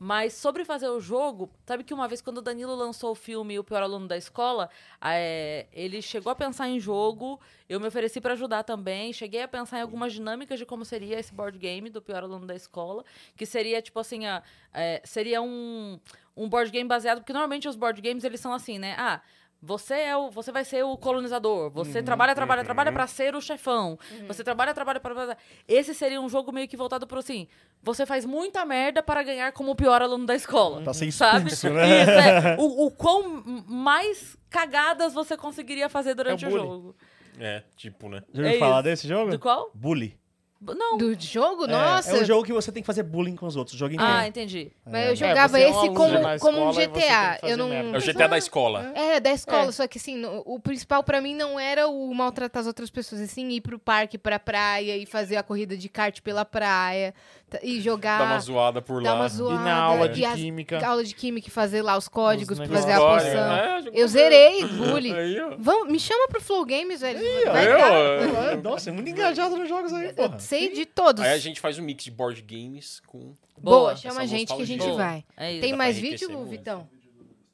S1: Mas sobre fazer o jogo, sabe que uma vez quando o Danilo lançou o filme O Pior Aluno da Escola, é, ele chegou a pensar em jogo, eu me ofereci para ajudar também, cheguei a pensar em algumas dinâmicas de como seria esse board game do Pior Aluno da Escola, que seria tipo assim, a, é, seria um, um board game baseado, porque normalmente os board games eles são assim, né? Ah, você é o, você vai ser o colonizador. Você trabalha, trabalha, trabalha para ser o chefão. Você trabalha, trabalha para Esse seria um jogo meio que voltado para assim, você faz muita merda para ganhar como o pior aluno da escola.
S3: Pra ser
S1: sabe?
S3: expulso, né?
S1: Isso, é. [laughs] O, o quão mais cagadas você conseguiria fazer durante
S5: É um
S1: o
S5: bullying.
S1: jogo.
S4: É, tipo, né?
S3: Já ouviu
S1: É
S3: falar
S1: isso.
S3: desse jogo?
S1: Do qual?
S3: Bully.
S1: B- Não.
S2: Do jogo?
S3: É,
S2: Nossa.
S3: É, um jogo que você tem que fazer bullying com os outros. O jogo inteiro.
S1: Ah, entendi.
S2: Mas eu
S5: você é um
S2: jogava esse
S5: aluno na
S2: como, como um
S5: escola e você tem
S2: GTA.
S5: que fazer
S2: Eu não.
S5: merda.
S4: É o GTA da escola.
S2: É, da escola,
S5: É.
S2: só que assim, no- o principal pra mim não era o maltratar as outras pessoas, e sim ir pro parque, pra praia, e fazer a corrida de kart pela praia, t- e jogar,
S4: Dá uma zoada por
S2: dar
S4: lá.
S2: Ah, uma
S5: E
S2: zoada,
S5: na aula
S2: e
S5: de
S2: as-
S5: química.
S2: aula de química, e fazer lá os códigos,
S5: Os
S2: pra
S5: negócios. É.
S2: fazer a
S5: Olha,
S2: poção.
S4: né? Jogo-
S2: Eu zerei, bully.
S4: Aí, ó.
S2: Vamos, me chama pro Flow Games, velho. Vai
S4: Aí,
S2: dar.
S4: ó.
S3: Ah, [laughs] Nossa, é muito engajado nos jogos aí,
S2: Eu
S3: porra.
S2: sei de todos.
S4: Aí a gente faz um mix de board games com.
S2: Boa,
S1: Boa,
S2: chama a
S4: essa
S2: gente que a gente
S4: nostalgia.
S2: vai.
S1: É isso.
S2: Tem
S4: pra
S2: mais
S4: enriquecer
S2: vídeo,
S4: muito. assim.
S2: Vitão?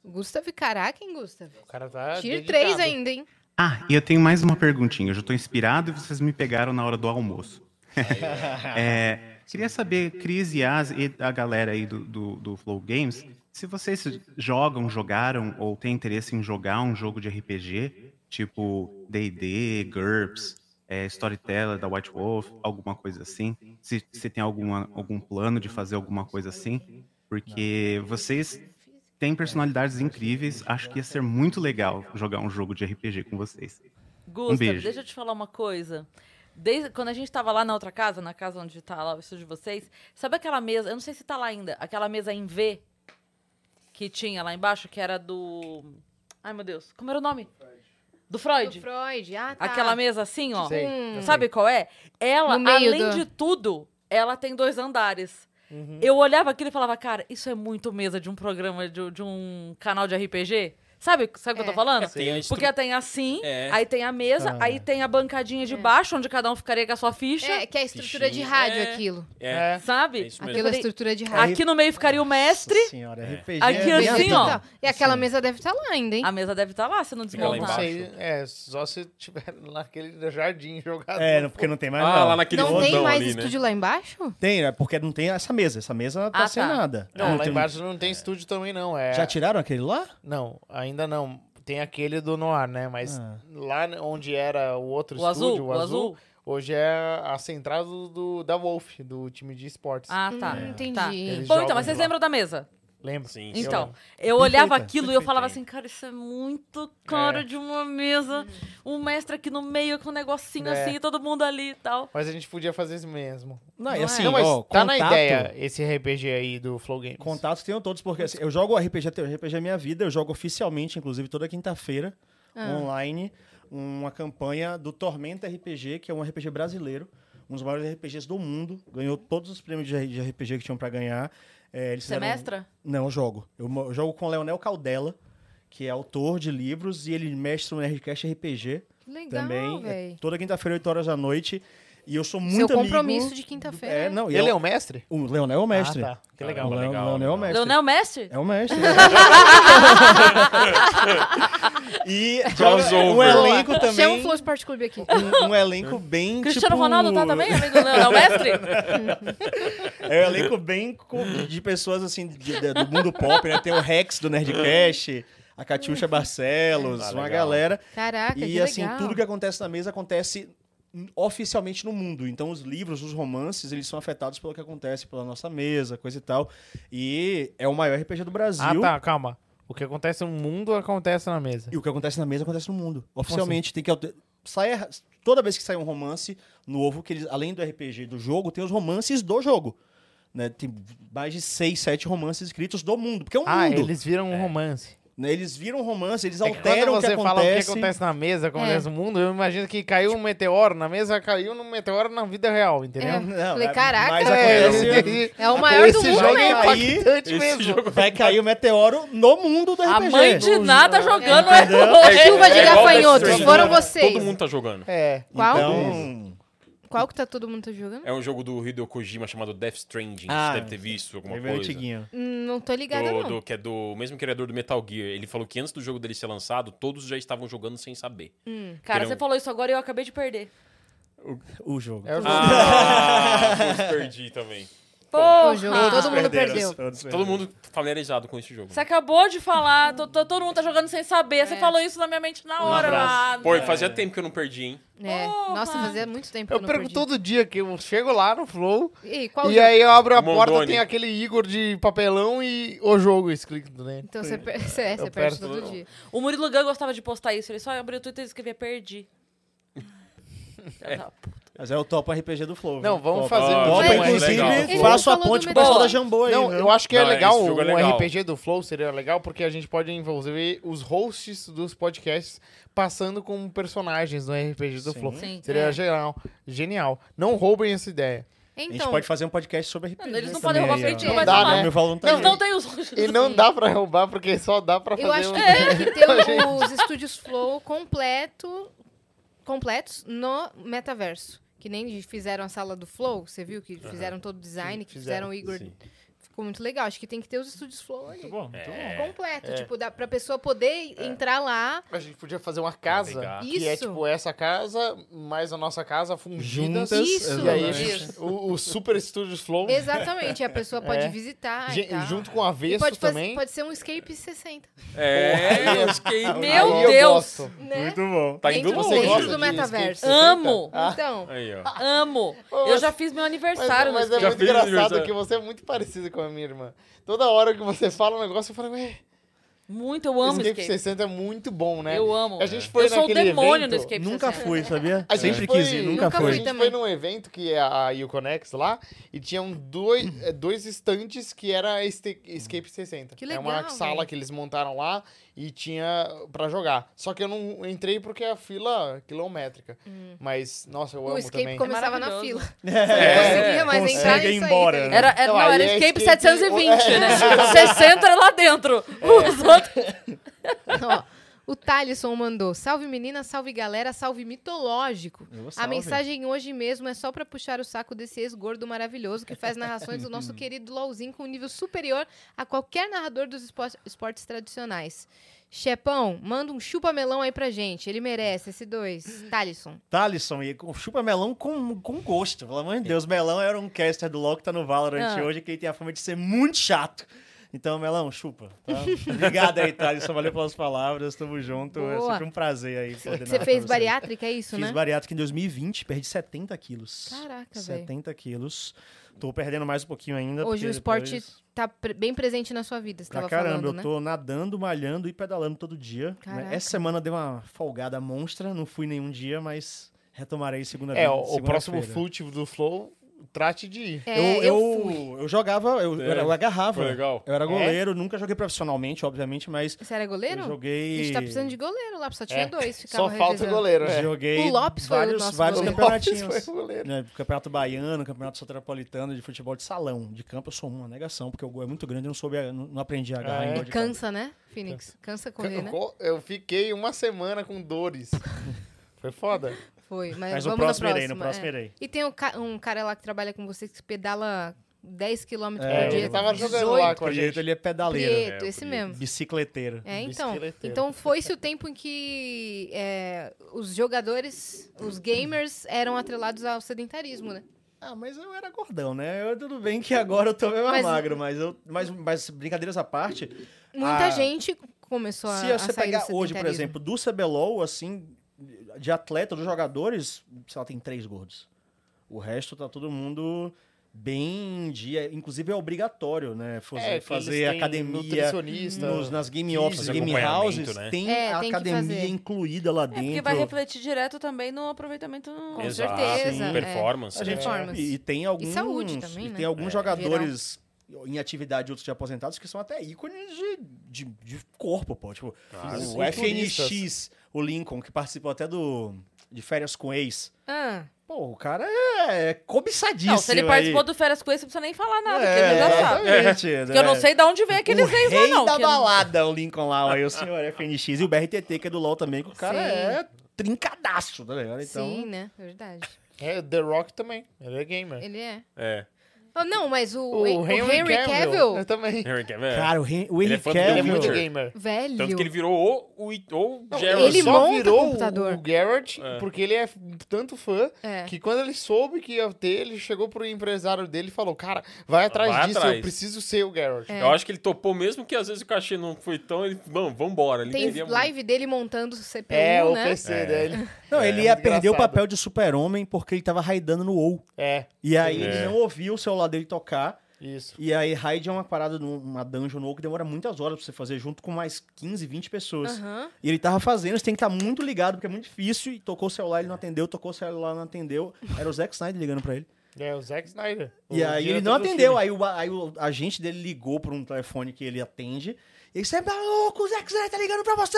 S2: Gustavo, caraca, hein, Gustavo?
S5: O cara tá.
S2: Tire
S5: dedicado.
S2: três
S5: [laughs]
S2: ainda, hein?
S7: Ah, e eu tenho mais uma perguntinha. Eu já estou inspirado e vocês me pegaram na hora do almoço. É, queria saber, Cris e As e a galera aí do, do, do Flow Games, se vocês jogam, jogaram ou têm interesse em jogar um jogo de RPG, tipo D&D, GURPS, é, Storyteller da White Wolf, alguma coisa assim. Se, se tem alguma, algum plano de fazer alguma coisa assim, porque vocês têm personalidades incríveis, acho que ia ser muito legal jogar um jogo de RPG com vocês.
S2: Um
S1: Gusta,
S7: beijo.
S1: deixa eu te falar uma coisa. Desde, quando a gente tava lá na outra casa, na casa onde tá lá o estúdio de vocês, sabe aquela mesa, eu não sei se tá lá ainda, aquela mesa em V que tinha lá embaixo, que era do. Ai meu Deus, como era o nome? Do Freud.
S2: Do Freud, ah, tá.
S1: Aquela mesa assim, ó.
S5: Sei.
S2: Hum.
S1: Sabe qual é? Ela,
S2: No meio
S1: além
S2: do-
S1: de tudo, ela tem dois andares. Eu olhava aquilo e falava, cara, isso é muito mesa de um programa, de, de um canal de RPG. Sabe, sabe o que eu
S2: É.
S1: tô falando?
S4: Tem a estru-
S1: Porque tem assim,
S4: É.
S1: aí tem a mesa,
S3: Ah.
S1: aí tem a bancadinha de baixo, onde cada um ficaria com a sua ficha,
S2: É, que é a estrutura de
S4: Fichinha.
S2: rádio,
S4: É.
S2: aquilo.
S4: É.
S5: É.
S1: sabe?
S4: É isso mesmo.
S2: Aquilo é a estrutura de rádio.
S1: Aqui no meio ficaria o mestre,
S3: Nossa senhora, RPG.
S1: Aqui
S3: é bem
S1: assim,
S3: adulto.
S1: ó.
S2: Tá. E aquela mesa deve estar lá ainda, hein?
S1: a mesa deve estar lá, se não
S4: Fica lá
S5: Não
S1: desmontar.
S4: embaixo.
S5: sei, é, só se tiver [laughs] naquele jardim jogado.
S3: É,
S5: no
S3: não, porque não tem mais
S4: Ah,
S3: não.
S4: lá naquele
S3: Não
S2: Não tem
S4: rodão
S2: mais
S4: ali, né?
S2: estúdio lá embaixo?
S3: Tem, é porque não tem essa mesa. Essa mesa tá
S1: Ah,
S3: sem
S1: tá.
S3: nada.
S5: Não, lá
S3: tem-
S5: embaixo não tem estúdio também, não. É...
S3: Já tiraram aquele lá?
S5: Não, ainda não. Tem aquele do Noir, né? Mas
S3: Ah.
S5: lá onde era o outro
S1: O
S5: estúdio,
S1: azul,
S5: o, azul, hoje é a central do, do- da Wolf, do time de esportes.
S1: Ah, tá.
S2: Hum, entendi.
S1: Tá.
S5: Eles
S1: Bom, então,
S5: jogam
S1: mas vocês
S5: lá.
S1: lembram da mesa?
S5: Lembra?
S4: Sim, sim.
S1: Então,
S4: lembro.
S1: eu olhava
S3: Perfeita,
S1: aquilo e eu falava
S4: perfeita.
S1: assim, cara, isso é muito cara
S5: É.
S1: de uma mesa. Um mestre aqui no meio com um negocinho
S5: É.
S1: assim, todo mundo ali e tal.
S5: Mas a gente podia fazer isso mesmo.
S1: é.
S3: Não, e assim,
S5: não, mas
S3: ó,
S5: tá
S3: contato,
S5: na ideia esse RPG aí do Flow Games.
S3: Contatos tenho todos, porque assim, eu jogo RPG, até- RPG é minha vida, eu jogo oficialmente, inclusive, toda quinta-feira,
S1: Ah.
S3: online, uma campanha do Tormenta RPG, que é um RPG brasileiro, um dos maiores RPGs do mundo, ganhou todos os prêmios de de RPG que tinham pra ganhar. É, eles
S1: Você
S3: fizeram-
S1: mestra?
S3: Não, eu jogo. Eu, mo- eu jogo com o Leonel Caldela, que é autor de livros, e ele mestra um Nerdcast RPG
S2: Que legal,
S3: também. É
S2: velho.
S3: toda quinta-feira, 8 horas da noite. E eu sou
S2: Seu
S3: muito amigo...
S2: compromisso de
S3: É,
S2: quinta-feira.
S3: não, e
S5: Ele
S3: eu-
S5: é o mestre?
S3: o Leonel é o mestre.
S5: Ah, tá. Que
S4: Cara,
S5: legal.
S3: O Leon-
S4: legal,
S3: Leonel é o
S4: legal.
S3: mestre.
S1: Leonel mestre?
S3: É o mestre.
S5: [laughs]
S3: e um
S4: Crossover.
S3: elenco também.
S2: Chama o Flow Sport Clube aqui.
S3: Um, um elenco bem.
S1: Cristiano
S3: tipo,
S1: Ronaldo tá também, amigo do Leonel mestre?
S3: É um elenco bem co- de pessoas assim de- de- do mundo pop, né? Tem o Rex do Nerdcast, a Catiuxa Barcelos,
S4: Ah,
S3: uma
S4: legal.
S3: galera.
S2: Caraca, Ah, que
S3: e
S2: legal.
S3: assim, tudo que acontece na mesa acontece n- oficialmente no mundo. Então os livros, os romances, eles são afetados pelo que acontece pela nossa mesa, coisa e tal. E é o maior RPG do Brasil.
S5: Ah, tá, calma. O que acontece no mundo acontece na mesa.
S3: E o que acontece na mesa acontece no mundo.
S5: assim?
S3: Oficialmente tem que alter- sai a- toda vez que sai um romance novo que eles além do RPG do jogo tem os romances do jogo. Né? Tem mais de seis, sete romances escritos do mundo, porque é um
S5: Ah,
S3: mundo.
S5: eles viram um romance.
S3: né? Eles viram romance, eles
S5: É que quando
S3: alteram o que
S5: você fala o que
S3: acontece.
S5: acontece na mesa,
S2: É.
S5: acontece no mundo, eu imagino que caiu um meteoro na mesa, caiu um meteoro na vida real, entendeu?
S2: É.
S3: Não,
S2: Falei,
S3: é-
S2: caraca,
S3: mas
S2: velho.
S5: [laughs]
S3: acontece-
S2: É
S3: Ah,
S2: o maior do
S5: Esse
S2: mundo,
S5: jogo
S3: vai
S5: é
S2: né?
S3: cair,
S5: impactante
S4: Esse
S5: mesmo.
S4: jogo
S3: vai cair o meteoro no mundo do
S1: A
S3: RPG.
S1: mãe de nada jogando
S2: É,
S1: é.
S2: Chuva de
S4: é igual Death
S2: gafanhotos,
S4: Stranding.
S2: foram vocês.
S4: Todo mundo tá jogando.
S5: É.
S2: Qual?
S3: Então,
S2: Qual que tá todo mundo tá jogando?
S4: É um jogo do Hideo Kojima chamado Death Stranding.
S3: Ah,
S4: você deve ter visto alguma
S3: É bem
S4: coisa.
S3: antiguinho.
S2: Não tô ligada,
S4: Do,
S2: não.
S4: do- que é do mesmo criador do Metal Gear. Ele falou que antes do jogo dele ser lançado, todos já estavam jogando sem saber.
S1: Cara,
S4: Querão-
S1: você falou isso agora e eu acabei de perder.
S3: O jogo.
S5: É o jogo.
S4: [laughs] Ah, putz, perdi também.
S1: Porra!
S2: O jogo, todo mundo perdeu.
S3: é.
S4: Todo mundo familiarizado com esse jogo.
S1: Você acabou de falar, tô- tô- todo mundo tá jogando sem saber. Você falou isso na minha mente na hora. mano.
S4: Pô, e fazia tempo que eu não perdi, hein?
S2: É. Nossa,
S1: Porra.
S2: fazia muito tempo que eu
S5: Eu
S2: não
S5: perco
S2: perdi.
S5: todo dia que eu chego lá no Flow
S2: Ei, qual
S5: e
S2: jogo?
S5: aí eu abro a porta,
S4: Mondoni.
S5: tem aquele Igor de papelão e o jogo escrito né? dentro.
S2: Então você, per... [laughs] você, é, você
S5: Eu
S2: perde
S5: perco
S2: todo
S5: todo-
S2: dia.
S1: O Murilo Gun gostava de postar isso. Ele só abriu o Twitter e escrevia perdi. Então, tá.
S3: Mas é o top RPG do Flow.
S5: Não,
S3: viu? Top.
S5: vamos fazer um
S4: Ó,
S3: Top,
S4: Mas,
S5: jogo
S3: inclusive,
S4: legal.
S2: Ele
S3: faço a
S2: falou
S3: ponte
S2: do
S3: com o pessoal
S1: Metal-
S3: da Jambô aí.
S5: Não,
S3: viu?
S5: eu acho que é
S4: Não, esse
S5: legal
S4: jogo é
S5: um
S4: legal.
S5: RPG do Flow, seria legal, porque a gente pode envolver os hosts dos podcasts passando como personagens no RPG do
S3: Sim.
S5: Flow.
S1: Sim.
S5: Seria
S1: É.
S5: genial. Genial. Não roubem essa ideia.
S3: A
S2: Então,
S3: gente pode fazer um podcast sobre RPG.
S1: Eles não
S3: também
S1: podem roubar
S3: aí,
S1: porque a gente
S3: ó.
S1: não vai
S5: Dá,
S1: falar.
S5: né?
S3: Meu valor não tá
S1: Eles
S3: aí.
S1: não têm os rostos.
S5: E não dá pra roubar, porque só dá pra fazer
S2: eu acho
S5: um...
S2: que é. tem
S5: [laughs]
S2: que ter um- os estúdios Flow completo, completos no metaverso. Que nem fizeram a sala do Flow, você viu? Que fizeram todo o design, que fizeram,
S5: fizeram,
S2: o Igor.
S4: sim.
S2: Ficou muito legal. Acho que tem que ter os estúdios Flow ali.
S3: Muito bom,
S4: então
S3: muito bom.
S5: É,
S2: Completo. Tipo, dá pra pessoa poder entrar lá.
S5: A gente podia fazer uma casa,
S4: Legal.
S5: que é
S2: Isso.
S5: tipo essa casa, mais a nossa casa, fungidas.
S3: Juntas,
S2: Isso.
S5: E aí, a
S3: exatamente.
S5: gente- o, o Super Studios Flow,
S2: Exatamente. A pessoa pode
S5: [laughs] É.
S2: visitar. e
S5: gen-
S2: tal.
S5: junto com a
S2: tá. E
S5: Avesso
S2: pode, fazer-
S5: também.
S2: pode ser um escape 60.
S4: É, eu fiquei...
S1: Meu
S5: Aí eu
S1: Deus.
S5: gosto.
S2: Né?
S3: Muito bom.
S4: Tá
S2: Dentro
S4: indo
S2: do-
S4: você
S2: dentro
S4: gosta
S2: do
S4: disso?
S2: metaverso.
S5: 60?
S1: Amo!
S5: Ah.
S2: Então,
S4: Aí, ó.
S1: Amo!
S5: Ô,
S1: Eu
S5: mas-
S1: já fiz meu
S5: Mas,
S1: aniversário
S5: mas
S1: no
S5: é
S4: Já
S5: muito
S4: fez
S5: engraçado
S4: aniversário.
S5: que você é muito parecido com a minha irmã. Toda hora que você fala um negócio, eu falo, ué,
S1: Muito, eu amo
S5: Escape
S1: Escape.
S5: 60 é muito bom, né?
S1: Eu amo.
S5: A gente foi
S1: eu sou o
S5: naquele
S1: demônio
S5: evento.
S1: do Escape
S3: Nunca
S1: 60.
S3: fui, sabia?
S5: A gente
S3: Sempre
S5: foi-
S3: quis ir, nunca,
S2: nunca
S5: A
S3: fui.
S5: gente
S2: também.
S5: foi num evento que é a Uconex lá e tinham dois, eh, dois estantes que era este- Escape 60.
S2: Que
S5: É
S2: legal,
S5: uma sala
S2: velho.
S5: que eles montaram lá e tinha pra jogar. Só que eu não entrei porque a fila quilométrica. Mas, nossa, eu
S2: o
S5: amo
S2: escape
S5: também.
S2: começava na
S1: maravilhoso.
S2: fila. Não conseguia mais
S3: É. Consegue
S2: entrar
S3: ir
S2: nisso aí,
S3: embora,
S2: tá ligado?
S3: né?
S1: Era, era,
S5: Então,
S1: não,
S5: aí
S1: era
S5: é
S1: Escape
S5: escape-
S1: 720, né? 60 era lá dentro. Os outros...
S2: [laughs] Ó, o Talisson mandou: salve menina, salve galera, salve mitológico.
S3: Eu vou
S2: A
S3: salve.
S2: mensagem hoje mesmo é só pra puxar o saco desse ex-gordo maravilhoso que faz narrações
S3: [laughs]
S2: do nosso querido LOLzinho com um nível superior a qualquer narrador dos espo- esportes tradicionais. Chepão, manda um chupa-melão aí pra gente. Ele merece esse dois. Talisson.
S3: Talisson, e com- chupa melão com, com gosto, pelo
S2: É.
S3: amor de Deus. Melão era um caster do LoL que tá no Valorant
S1: Ah.
S3: hoje, que ele tem a fama de ser muito chato. Então, Melão, chupa. tá? Obrigado aí, Thales. Valeu pelas palavras. Tamo junto. É
S2: Boa.
S3: sempre um prazer aí. poder narrar
S2: Você
S3: pra
S2: fez
S3: vocês.
S2: bariátrica, é isso,
S3: Fiz
S2: né?
S3: bariátrica em 2020, perdi 70 quilos.
S2: Caraca, velho.
S3: 70 quilos. Tô perdendo mais um pouquinho ainda.
S2: Hoje
S3: porque
S2: o esporte
S3: depois-
S2: tá pre- bem presente na sua vida, você
S3: Pra
S2: tava
S3: Tá caramba,
S2: falando, né?
S3: eu tô nadando, malhando e pedalando todo dia. né?
S2: Caraca.
S3: Essa semana deu uma folgada monstra, não fui nenhum dia, mas retomarei segunda
S5: É, o, o
S3: segunda-feira.
S5: próximo flute do Flow, trate de ir.
S2: É,
S3: eu,
S2: eu
S3: eu,
S2: fui.
S3: eu jogava, eu,
S4: É,
S3: eu era- eu agarrava.
S4: Foi legal.
S3: Eu
S5: É?
S3: era goleiro, nunca joguei profissionalmente, obviamente, mas
S2: Você era goleiro?
S3: eu
S2: A
S3: joguei.
S2: gente tá precisando de goleiro lá, só tinha
S5: É.
S2: dois. Ficava
S5: Só falta o
S2: revezando.
S5: goleiro, [laughs] é.
S3: Joguei
S2: O Lopes foi o
S3: vários,
S2: nosso
S3: vários
S2: goleiro.
S3: campeonatinhos.
S5: Foi o
S3: [laughs]
S5: goleiro.
S3: né, campeonato baiano, campeonato soteropolitano de futebol de salão. De campo eu sou uma negação, porque o gol é muito grande, eu não soube, a- não, não aprendi a agarrar
S5: Ah,
S3: em
S5: é?
S3: gol de campo.
S2: Cansa, né, Phoenix? Cansa correr, né?
S5: Eu- Eu fiquei uma semana
S3: [laughs]
S5: com dores. Foi foda.
S2: Foi, mas,
S3: Mas no
S2: vamos
S3: próximo
S2: na
S3: irei,
S2: próxima.
S3: no próximo
S2: é.
S3: irei.
S2: E tem um, ca- um cara lá que trabalha com você que pedala 10 km
S5: É,
S2: por dia.
S5: ele tava jogando
S2: 18.
S5: lá com a
S3: Prieto,
S5: gente.
S3: ele é pedaleiro.
S2: Preto,
S4: É, o
S2: esse
S4: Prieto.
S2: mesmo.
S3: Bicicleteiro.
S2: É, então,
S5: Bisqueleteiro.
S2: então foi-se o tempo em que é, os jogadores, os gamers, eram atrelados ao sedentarismo, né?
S3: Ah, mas eu era gordão, né? Eu, tudo bem que agora eu tô meio
S2: Mas-
S3: magro, mas eu. Mas, mas brincadeiras à parte,
S2: Muita
S3: Ah.
S2: gente começou a
S3: se
S2: a sair
S3: você
S2: do
S3: pegar hoje, por
S2: sedentarismo.
S3: exemplo, do CBLOL, assim, de atleta, dos jogadores, sei lá, tem três gordos. O resto tá todo mundo bem em dia. Inclusive é obrigatório, né? Fazer,
S5: É, que
S3: fazer
S5: eles têm
S3: academia.
S5: Nutricionista.
S3: Nos, nas game
S5: físico.
S3: offices,
S4: Fazer
S3: game
S4: acompanhamento,
S3: houses,
S4: né?
S3: tem
S2: É,
S3: a
S2: tem que
S3: academia
S2: fazer.
S3: incluída lá
S1: É,
S3: dentro.
S1: porque vai refletir direto também no aproveitamento...
S2: Com
S4: Exato,
S2: certeza,
S4: sim.
S2: é.
S4: Performance.
S3: A gente-
S2: Performance.
S3: e, e tem alguns,
S2: saúde também,
S3: e
S2: né?
S3: tem alguns
S2: É.
S3: jogadores em atividade, outros de aposentados, que são até ícones de, de, de corpo, pô. Tipo,
S4: Claro.
S3: o FNX, o Lincoln, que participou até do de férias com ex.
S2: Ah,
S3: Pô, o cara é cobiçadíssimo.
S1: Não, se ele participou do Férias com esse, não precisa nem falar nada,
S3: É,
S1: porque ele já sabe.
S3: exatamente,
S1: Porque eu não
S3: né?
S1: sei é de onde vem aqueles
S3: o
S1: reis lá,
S3: rei
S1: não.
S3: da
S1: que eu não-
S3: balada, o Lincoln lá, aí o senhor FNX e o BRTT, que é do LoL também, que o cara
S2: Sim.
S3: é trincadaço, tá ligado? Então,
S2: sim, né? Verdade.
S5: É, The Rock também. Ele é gamer.
S2: Ele é.
S4: É.
S2: Oh, não, mas o, o Henry, Cavill,
S5: Eu também.
S4: Henry Cavill. é.
S3: Cara, o Hen- o
S4: Ele é
S3: Henry
S4: fã do Henry
S5: Ele é
S4: Cavill.
S5: muito
S3: Cavill.
S5: gamer.
S2: velho.
S4: Tanto que ele virou o, o, o
S5: Não,
S4: Geralt.
S2: ele
S5: só
S2: monta
S5: virou
S2: computador.
S5: o Garrett
S4: É.
S5: porque ele é f- tanto fã
S2: É.
S5: que quando ele soube que ia ter, ele chegou pro empresário dele e falou: Cara, vai atrás
S4: Vai
S5: disso,
S4: atrás."
S5: eu preciso ser o Garrett.
S1: É.
S4: Eu acho que ele topou, mesmo que às vezes o cachê não foi tão. Ele, vamos, vambora. Ele
S2: Tem
S1: é
S4: queria muito. [laughs]
S2: live dele montando o CPU,
S5: É, o
S2: né?
S5: PC dele.
S3: Não,
S5: É,
S3: ele ia
S5: muito
S3: perder o
S5: engraçado.
S3: papel de super-homem porque ele tava raidando no WoW.
S5: É,
S3: E aí
S4: É.
S3: ele não ouvia o celular dele tocar.
S5: isso.
S3: E aí raid é uma parada, num- uma dungeon no WoW que demora muitas horas pra você fazer, junto com mais 15, 20 pessoas.
S2: Aham.
S3: E ele tava fazendo, você tem que estar muito ligado, porque é muito difícil. E tocou o celular, ele não atendeu, tocou o celular, não atendeu. Era o Zack Snyder ligando pra ele.
S5: É o Zack Snyder.
S3: E
S5: o
S3: aí ele
S5: diretor
S3: não
S5: do
S3: atendeu.
S5: filme.
S3: Aí o, aí o agente dele ligou por um telefone que ele atende. E ele, você é maluco, o Zack Snyder tá ligando pra você!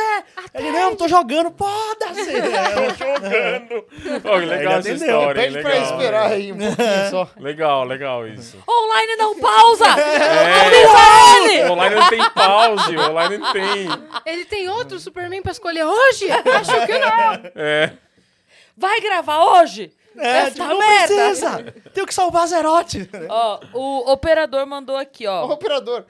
S3: Ele, não, tô jogando,
S5: [laughs]
S3: foda-se!
S5: É,
S4: Tô jogando. Ó, que legal
S3: Ele
S4: essa
S3: atendeu.
S4: história. hein?
S5: Pede pra
S4: é legal,
S5: esperar aí
S3: [laughs]
S5: um pouquinho só.
S4: Legal, legal isso.
S1: Online não pausa!
S4: É, online não tem pause, online não tem.
S1: Ah.
S2: Ele tem outro Superman pra escolher hoje? Acho
S1: [laughs]
S2: que não.
S4: É,
S1: Vai gravar hoje?
S3: É,
S1: Essa
S2: tá
S3: tipo, não
S1: merda!
S3: precisa! Tenho que salvar Zerote!
S5: É.
S1: Ó, o operador mandou aqui,
S5: O
S1: ó.
S5: operador.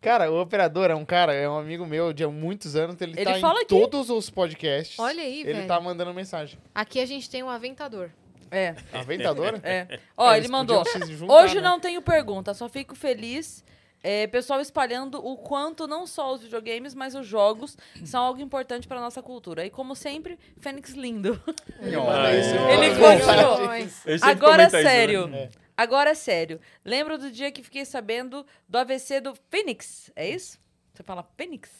S5: Cara, o operador é um cara, é um amigo meu de há muitos anos. Ele,
S1: Ele
S5: tá
S1: fala
S5: em
S1: aqui.
S5: todos os podcasts.
S2: Olha aí,
S5: Ele
S2: velho.
S5: tá mandando mensagem.
S2: Aqui a gente tem um aventador.
S1: É, [laughs]
S5: A vendedora?
S1: é. Ó, ele
S5: Eles
S1: mandou.
S5: podiam se juntar,
S1: Hoje
S5: né?
S1: não tenho pergunta, só fico feliz. É, pessoal espalhando o quanto não só os videogames, mas os jogos são algo importante para nossa cultura. E como sempre, Fênix lindo.
S5: Ele manda isso.
S1: Ele
S5: manda
S1: continuou.
S5: mensagem.
S4: É. ele sempre
S1: Agora
S4: comenta isso, né?
S1: sério.
S5: né? É.
S1: Agora sério. Lembro do dia que fiquei sabendo do AVC do Fênix. É isso? Você fala Fênix?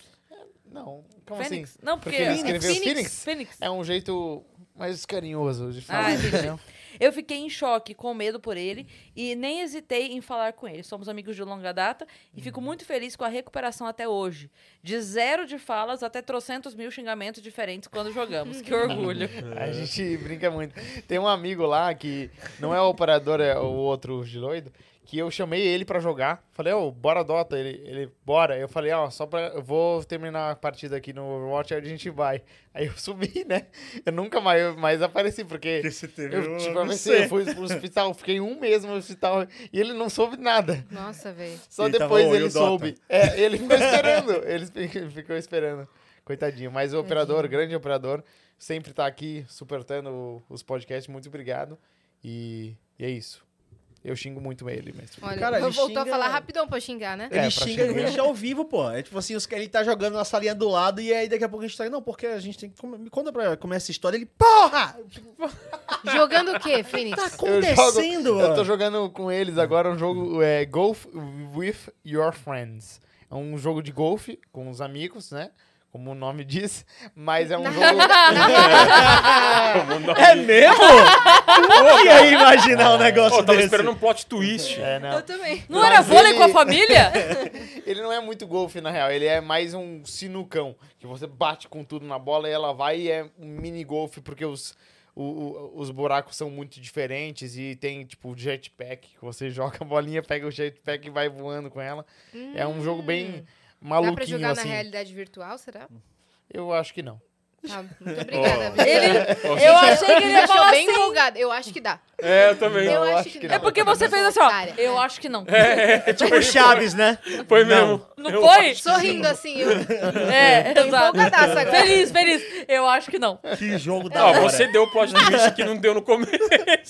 S5: Não, como
S1: Fênix?
S5: assim?
S1: Não, porque.
S5: Porque ele escreveu
S1: Fênix.
S5: Phoenix.
S1: Fênix.
S5: É um jeito mais carinhoso de falar.
S1: Ah, entendi.
S5: entendeu?
S1: Eu fiquei em choque, com medo por ele, e nem hesitei em falar com ele. Somos amigos de longa data e fico muito feliz com a recuperação até hoje. De zero de falas até trocentos mil xingamentos diferentes quando jogamos. Que orgulho.
S5: A gente brinca muito. Tem um amigo lá que não é o operador, é o outro giloido, que eu chamei ele pra jogar. Falei, ô, bora Dota. Ele, ele, bora. Eu falei, ó, só pra. Eu vou terminar a partida aqui no Overwatch, aí a gente vai. Aí eu [laughs] subi, né? Eu nunca mais, mais apareci, porque.
S3: Porque você teve
S5: Eu,
S3: um
S5: tipo,
S3: AVC.
S5: eu fui pro hospital, fiquei um mês no hospital e ele não soube nada.
S2: Nossa, velho.
S5: Só
S3: Ele tava,
S5: depois
S3: "Oi,
S5: ele
S3: o Dota."
S5: soube. É, ele ficou esperando. [laughs] Ele fi- ficou esperando. Coitadinho. Mas o operador, grande operador, sempre tá aqui supertando o- os podcasts. Muito obrigado. E, e é isso. Eu xingo muito ele, mas.
S2: Olha,
S3: Cara, ele
S2: eu voltou
S3: xinga-
S2: a falar rapidão pra xingar, né?
S5: É,
S3: Ele
S5: pra
S3: xinga a
S5: xingar.
S3: gente ao vivo, pô. É tipo assim, os- ele tá jogando na salinha do lado e aí daqui a pouco a gente tá. Não, porque a gente tem que. come- Me conta pra comer essa história. Ele. Porra! O que
S2: Jogando o quê, Phoenix?
S3: tá
S5: Eu,
S3: acontecendo,
S5: eu tô
S3: mano?
S5: jogando com eles agora um jogo é, Golf with Your Friends. É um jogo de golfe com os amigos, né? Como o nome [laughs] diz, mas é um jogo. [laughs]
S3: É mesmo? Eu ia imaginar um negócio
S4: Pô, tava
S3: desse.
S4: esperando um plot twist.
S5: É, não.
S2: Eu também.
S1: [laughs] Não
S5: Mas
S1: era vôlei
S5: ele-
S1: com a família?
S5: Ele não é muito golfe, na real. Ele é mais um sinucão. Que você bate com tudo na bola e ela vai e é um mini golfe, porque os, o- o- os buracos são muito diferentes e tem, tipo, jetpack. Que você [laughs] joga a bolinha, pega o jetpack e vai voando com ela. É um jogo bem
S2: Hum. Dá Hum, pra
S5: maluquinho,
S2: jogar na
S5: assim.
S2: realidade virtual, será?
S5: Eu acho que não.
S2: Tá, muito obrigada.
S4: Ó.
S2: velho.
S1: Ele-
S4: Ó,
S1: eu achei que ele
S2: Me
S1: ia
S2: deixou
S1: falar
S2: bem
S1: assim.
S2: empolgada. Eu acho que dá.
S4: É, eu também.
S2: eu
S5: acho
S2: acho
S5: que
S2: que
S5: não.
S2: dá.
S1: É porque você fez assim, ó.
S2: Otária.
S1: Eu acho que não.
S4: É,
S3: Tipo o Chaves, né?
S4: foi
S3: Não.
S4: mesmo.
S1: Não
S4: Eu
S1: foi?
S2: Sorrindo assim, eu
S1: É,
S2: tô
S1: exato.
S2: empolgadaça agora.
S1: Feliz, feliz. Eu acho que não.
S3: Que jogo da
S4: Ó,
S3: hora.
S4: você deu o plot twist que não deu
S5: [laughs]
S4: no começo.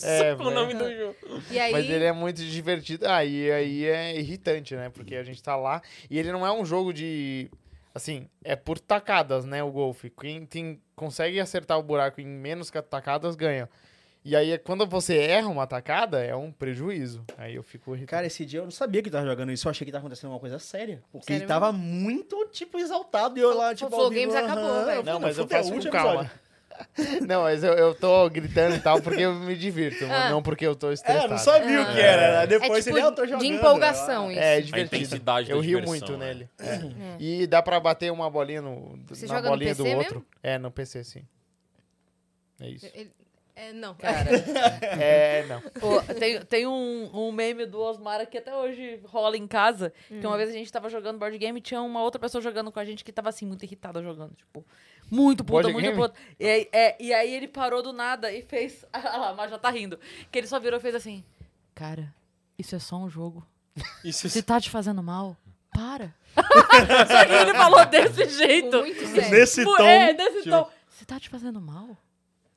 S5: É,
S4: o nome do jogo.
S2: E aí,
S5: Mas ele é muito divertido. Ah, e aí é irritante, né? Porque a gente tá lá. E ele não é um jogo de. Assim, é por tacadas, né? O golfe. Quem tem- consegue acertar o buraco em menos ca- tacadas ganha. E aí, é quando você erra uma tacada, é um prejuízo. Aí eu fico irritado.
S3: Cara, esse dia eu não sabia que ele tava jogando isso, eu achei que tava acontecendo uma coisa séria. Porque
S2: Sério
S3: ele tava muito, tipo, exaltado e eu lá,
S2: O
S3: tipo,
S2: Flow
S3: ao vivo,
S2: Games
S3: aham.
S2: acabou, velho.
S3: falei,
S5: não, mas eu
S3: fudeu,
S5: faço com
S3: último
S5: calma.
S3: episódio.
S5: [laughs] não, mas eu, eu tô gritando e tal porque eu me [laughs] divirto, mas não porque eu tô
S3: É,
S5: estressado.
S3: eu não sabia o que era. né?
S2: é
S3: Depois
S2: tipo
S3: ele, ah, eu tô jogando. né,
S2: de empolgação isso.
S5: É, é
S4: A
S5: divertido.
S4: intensidade da
S5: Eu rio
S4: diversão,
S5: muito
S4: né?
S5: nele.
S3: É.
S5: E dá pra bater uma bolinha no,
S2: É. Você
S5: na
S2: joga no
S5: bolinha
S2: PC [laughs]
S5: do outro. É, no PC, sim. É isso.
S2: Ele- É, não.
S1: Cara,
S5: É, não.
S1: Pô, tem, tem um, um meme do Osmara que até hoje rola em casa. Que uma vez a gente tava jogando board game e tinha uma outra pessoa jogando com a gente que tava assim, muito irritada jogando. Tipo, muito puta,
S5: Board
S1: muito
S5: game?
S1: puta. E, aí- é, e aí ele parou do nada e fez. [laughs] Ah lá, mas já tá rindo. Que ele só virou e fez assim: Cara, isso é só um jogo.
S4: Isso é
S1: Se tá te fazendo mal, para. [laughs] só que ele falou desse jeito.
S2: Ficou muito sério.
S3: Nesse
S1: Pô,
S3: tom.
S1: É, desse
S4: Tipo-
S1: tom. Se tá te fazendo mal?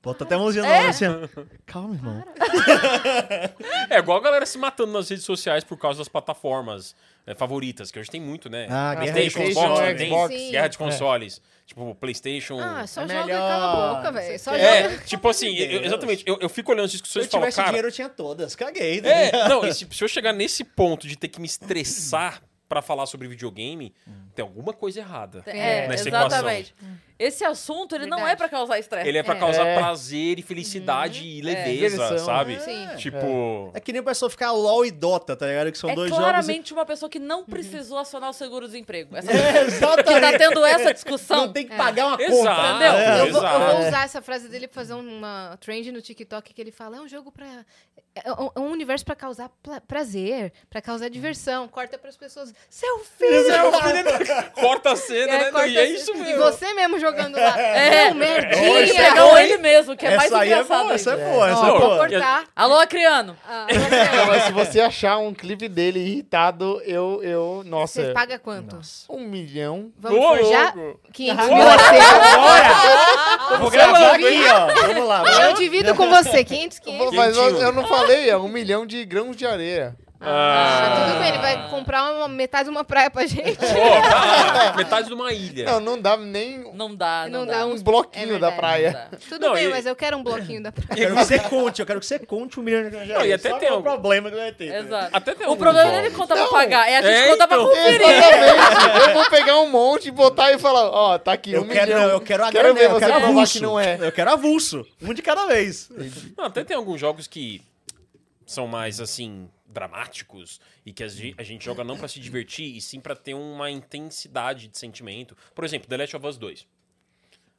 S3: Bota até a mãozinha na hora assim. ó. Calma, irmão.
S4: É igual a galera se matando nas redes sociais por causa das plataformas é, favoritas, que hoje tem muito, né?
S3: Ah, guerra de É.
S4: PlayStation,
S5: console,
S4: Xbox,
S5: né?
S4: tem
S5: Xbox.
S2: Sim.
S4: guerra de consoles. Tipo, PlayStation.
S2: Ah, só
S5: É
S2: joga e
S5: melhor.
S2: cala a boca, velho. Só joga.
S4: é, tipo assim,
S3: Deus.
S4: eu- exatamente. Eu, eu fico olhando as
S3: Se
S4: discussões
S3: eu
S4: e falo,
S3: tivesse
S4: cara.
S3: dinheiro, eu tinha todas. Caguei. tá ligado?
S4: É, não, e se, se eu chegar nesse ponto de ter que me estressar [laughs] pra falar sobre videogame,
S3: Hum.
S4: tem alguma coisa errada.
S1: É,
S4: Nessa equação.
S1: exatamente. Esse assunto, ele não
S2: Verdade.
S1: é pra causar estresse.
S4: Ele é
S2: É.
S4: pra
S2: Uhum.
S4: causar
S5: É.
S4: prazer e felicidade e leveza,
S5: diversão.
S4: É, sabe?
S2: Sim.
S4: Tipo.
S3: né? É que nem o pessoal ficar LOL e Dota, tá ligado? Que são
S1: é
S3: dois jogos.
S1: claramente uma pessoa que não precisou acionar o seguro-desemprego. Essa
S3: [laughs] É,
S1: [laughs] que tá
S3: exatamente.
S1: tendo essa discussão.
S3: Não tem que pagar uma
S4: Exato.
S3: conta.
S1: Entendeu?
S4: É,
S2: eu, vou, eu
S4: exato.
S2: vou usar essa frase dele pra fazer um, uma trend no TikTok que ele fala: é um jogo pra. É um- é um universo pra causar pla- prazer, pra causar diversão. Corta pras pessoas. Seu filho!
S4: É,
S2: [laughs]
S4: o filho- [laughs] corta a cena,
S2: É,
S4: né? Não,
S2: corta
S4: e é
S2: esse-
S4: isso
S2: E
S4: mesmo.
S2: você mesmo jogando lá.
S1: É.
S2: Seu merdinha!
S1: Ele pegou ele mesmo, que é mais
S3: Essa aí é
S1: engraçado.
S3: boa, essa
S1: ainda.
S3: é boa, essa
S4: Não,
S2: Vou
S3: é boa.
S2: cortar.
S1: Alô, Acriano.
S2: Ah,
S5: Não, mas se você achar um clipe dele irritado, eu. eu nossa.
S2: você paga quanto?
S5: Um milhão.
S2: Vamos
S4: Ô,
S2: forjar
S4: louco.
S2: 500 mil acervos.
S3: Bora! Vou
S2: um
S3: gravar aqui, ó. Vamos lá. vamos lá.
S2: Eu divido com você 500,
S5: Eu
S2: 500.
S5: vou- Mas eu,
S4: Quentinho.
S5: eu não falei, é um milhão de grãos de areia.
S2: Ah, tudo bem, ele vai comprar uma- metade de uma praia pra gente. [laughs]
S4: Pô, tá, metade de uma ilha.
S5: Não, não dá nem um
S1: Não dá, não,
S2: Não
S1: dá.
S2: dá
S5: um
S2: É
S5: bloquinho
S2: verdade.
S5: da praia.
S1: Não dá.
S2: Tudo
S4: Não,
S2: bem,
S4: e-
S2: mas eu quero um bloquinho da praia.
S3: Eu quero que você conte, eu quero que você conte o milhão de reais.
S4: Não, e até
S3: Só
S4: tem
S3: qual é
S4: um-
S3: o problema que vai ter. tá ligado?
S1: Exato.
S4: Até tem
S1: O
S4: alguns
S1: problema não é
S4: jogos.
S1: ele conta pra
S5: Não.
S1: pagar, é a gente
S4: É,
S1: conta pra
S4: então.
S1: conferir.
S5: [laughs] Exatamente. Eu vou pegar um monte, botar e falar, ó, tá aqui
S3: Eu
S5: um
S3: quero,
S5: milhão.
S3: eu quero a
S5: Quero
S3: grana,
S5: ver
S3: eu
S5: você
S3: quero
S5: provar
S3: avulso.
S5: que não é.
S3: Eu quero avulso. Um de cada vez.
S4: Não, até tem alguns jogos que são mais, assim, dramáticos e que a ge- a gente joga não pra se divertir e sim pra ter uma intensidade de sentimento. Por exemplo, The Last of Us 2.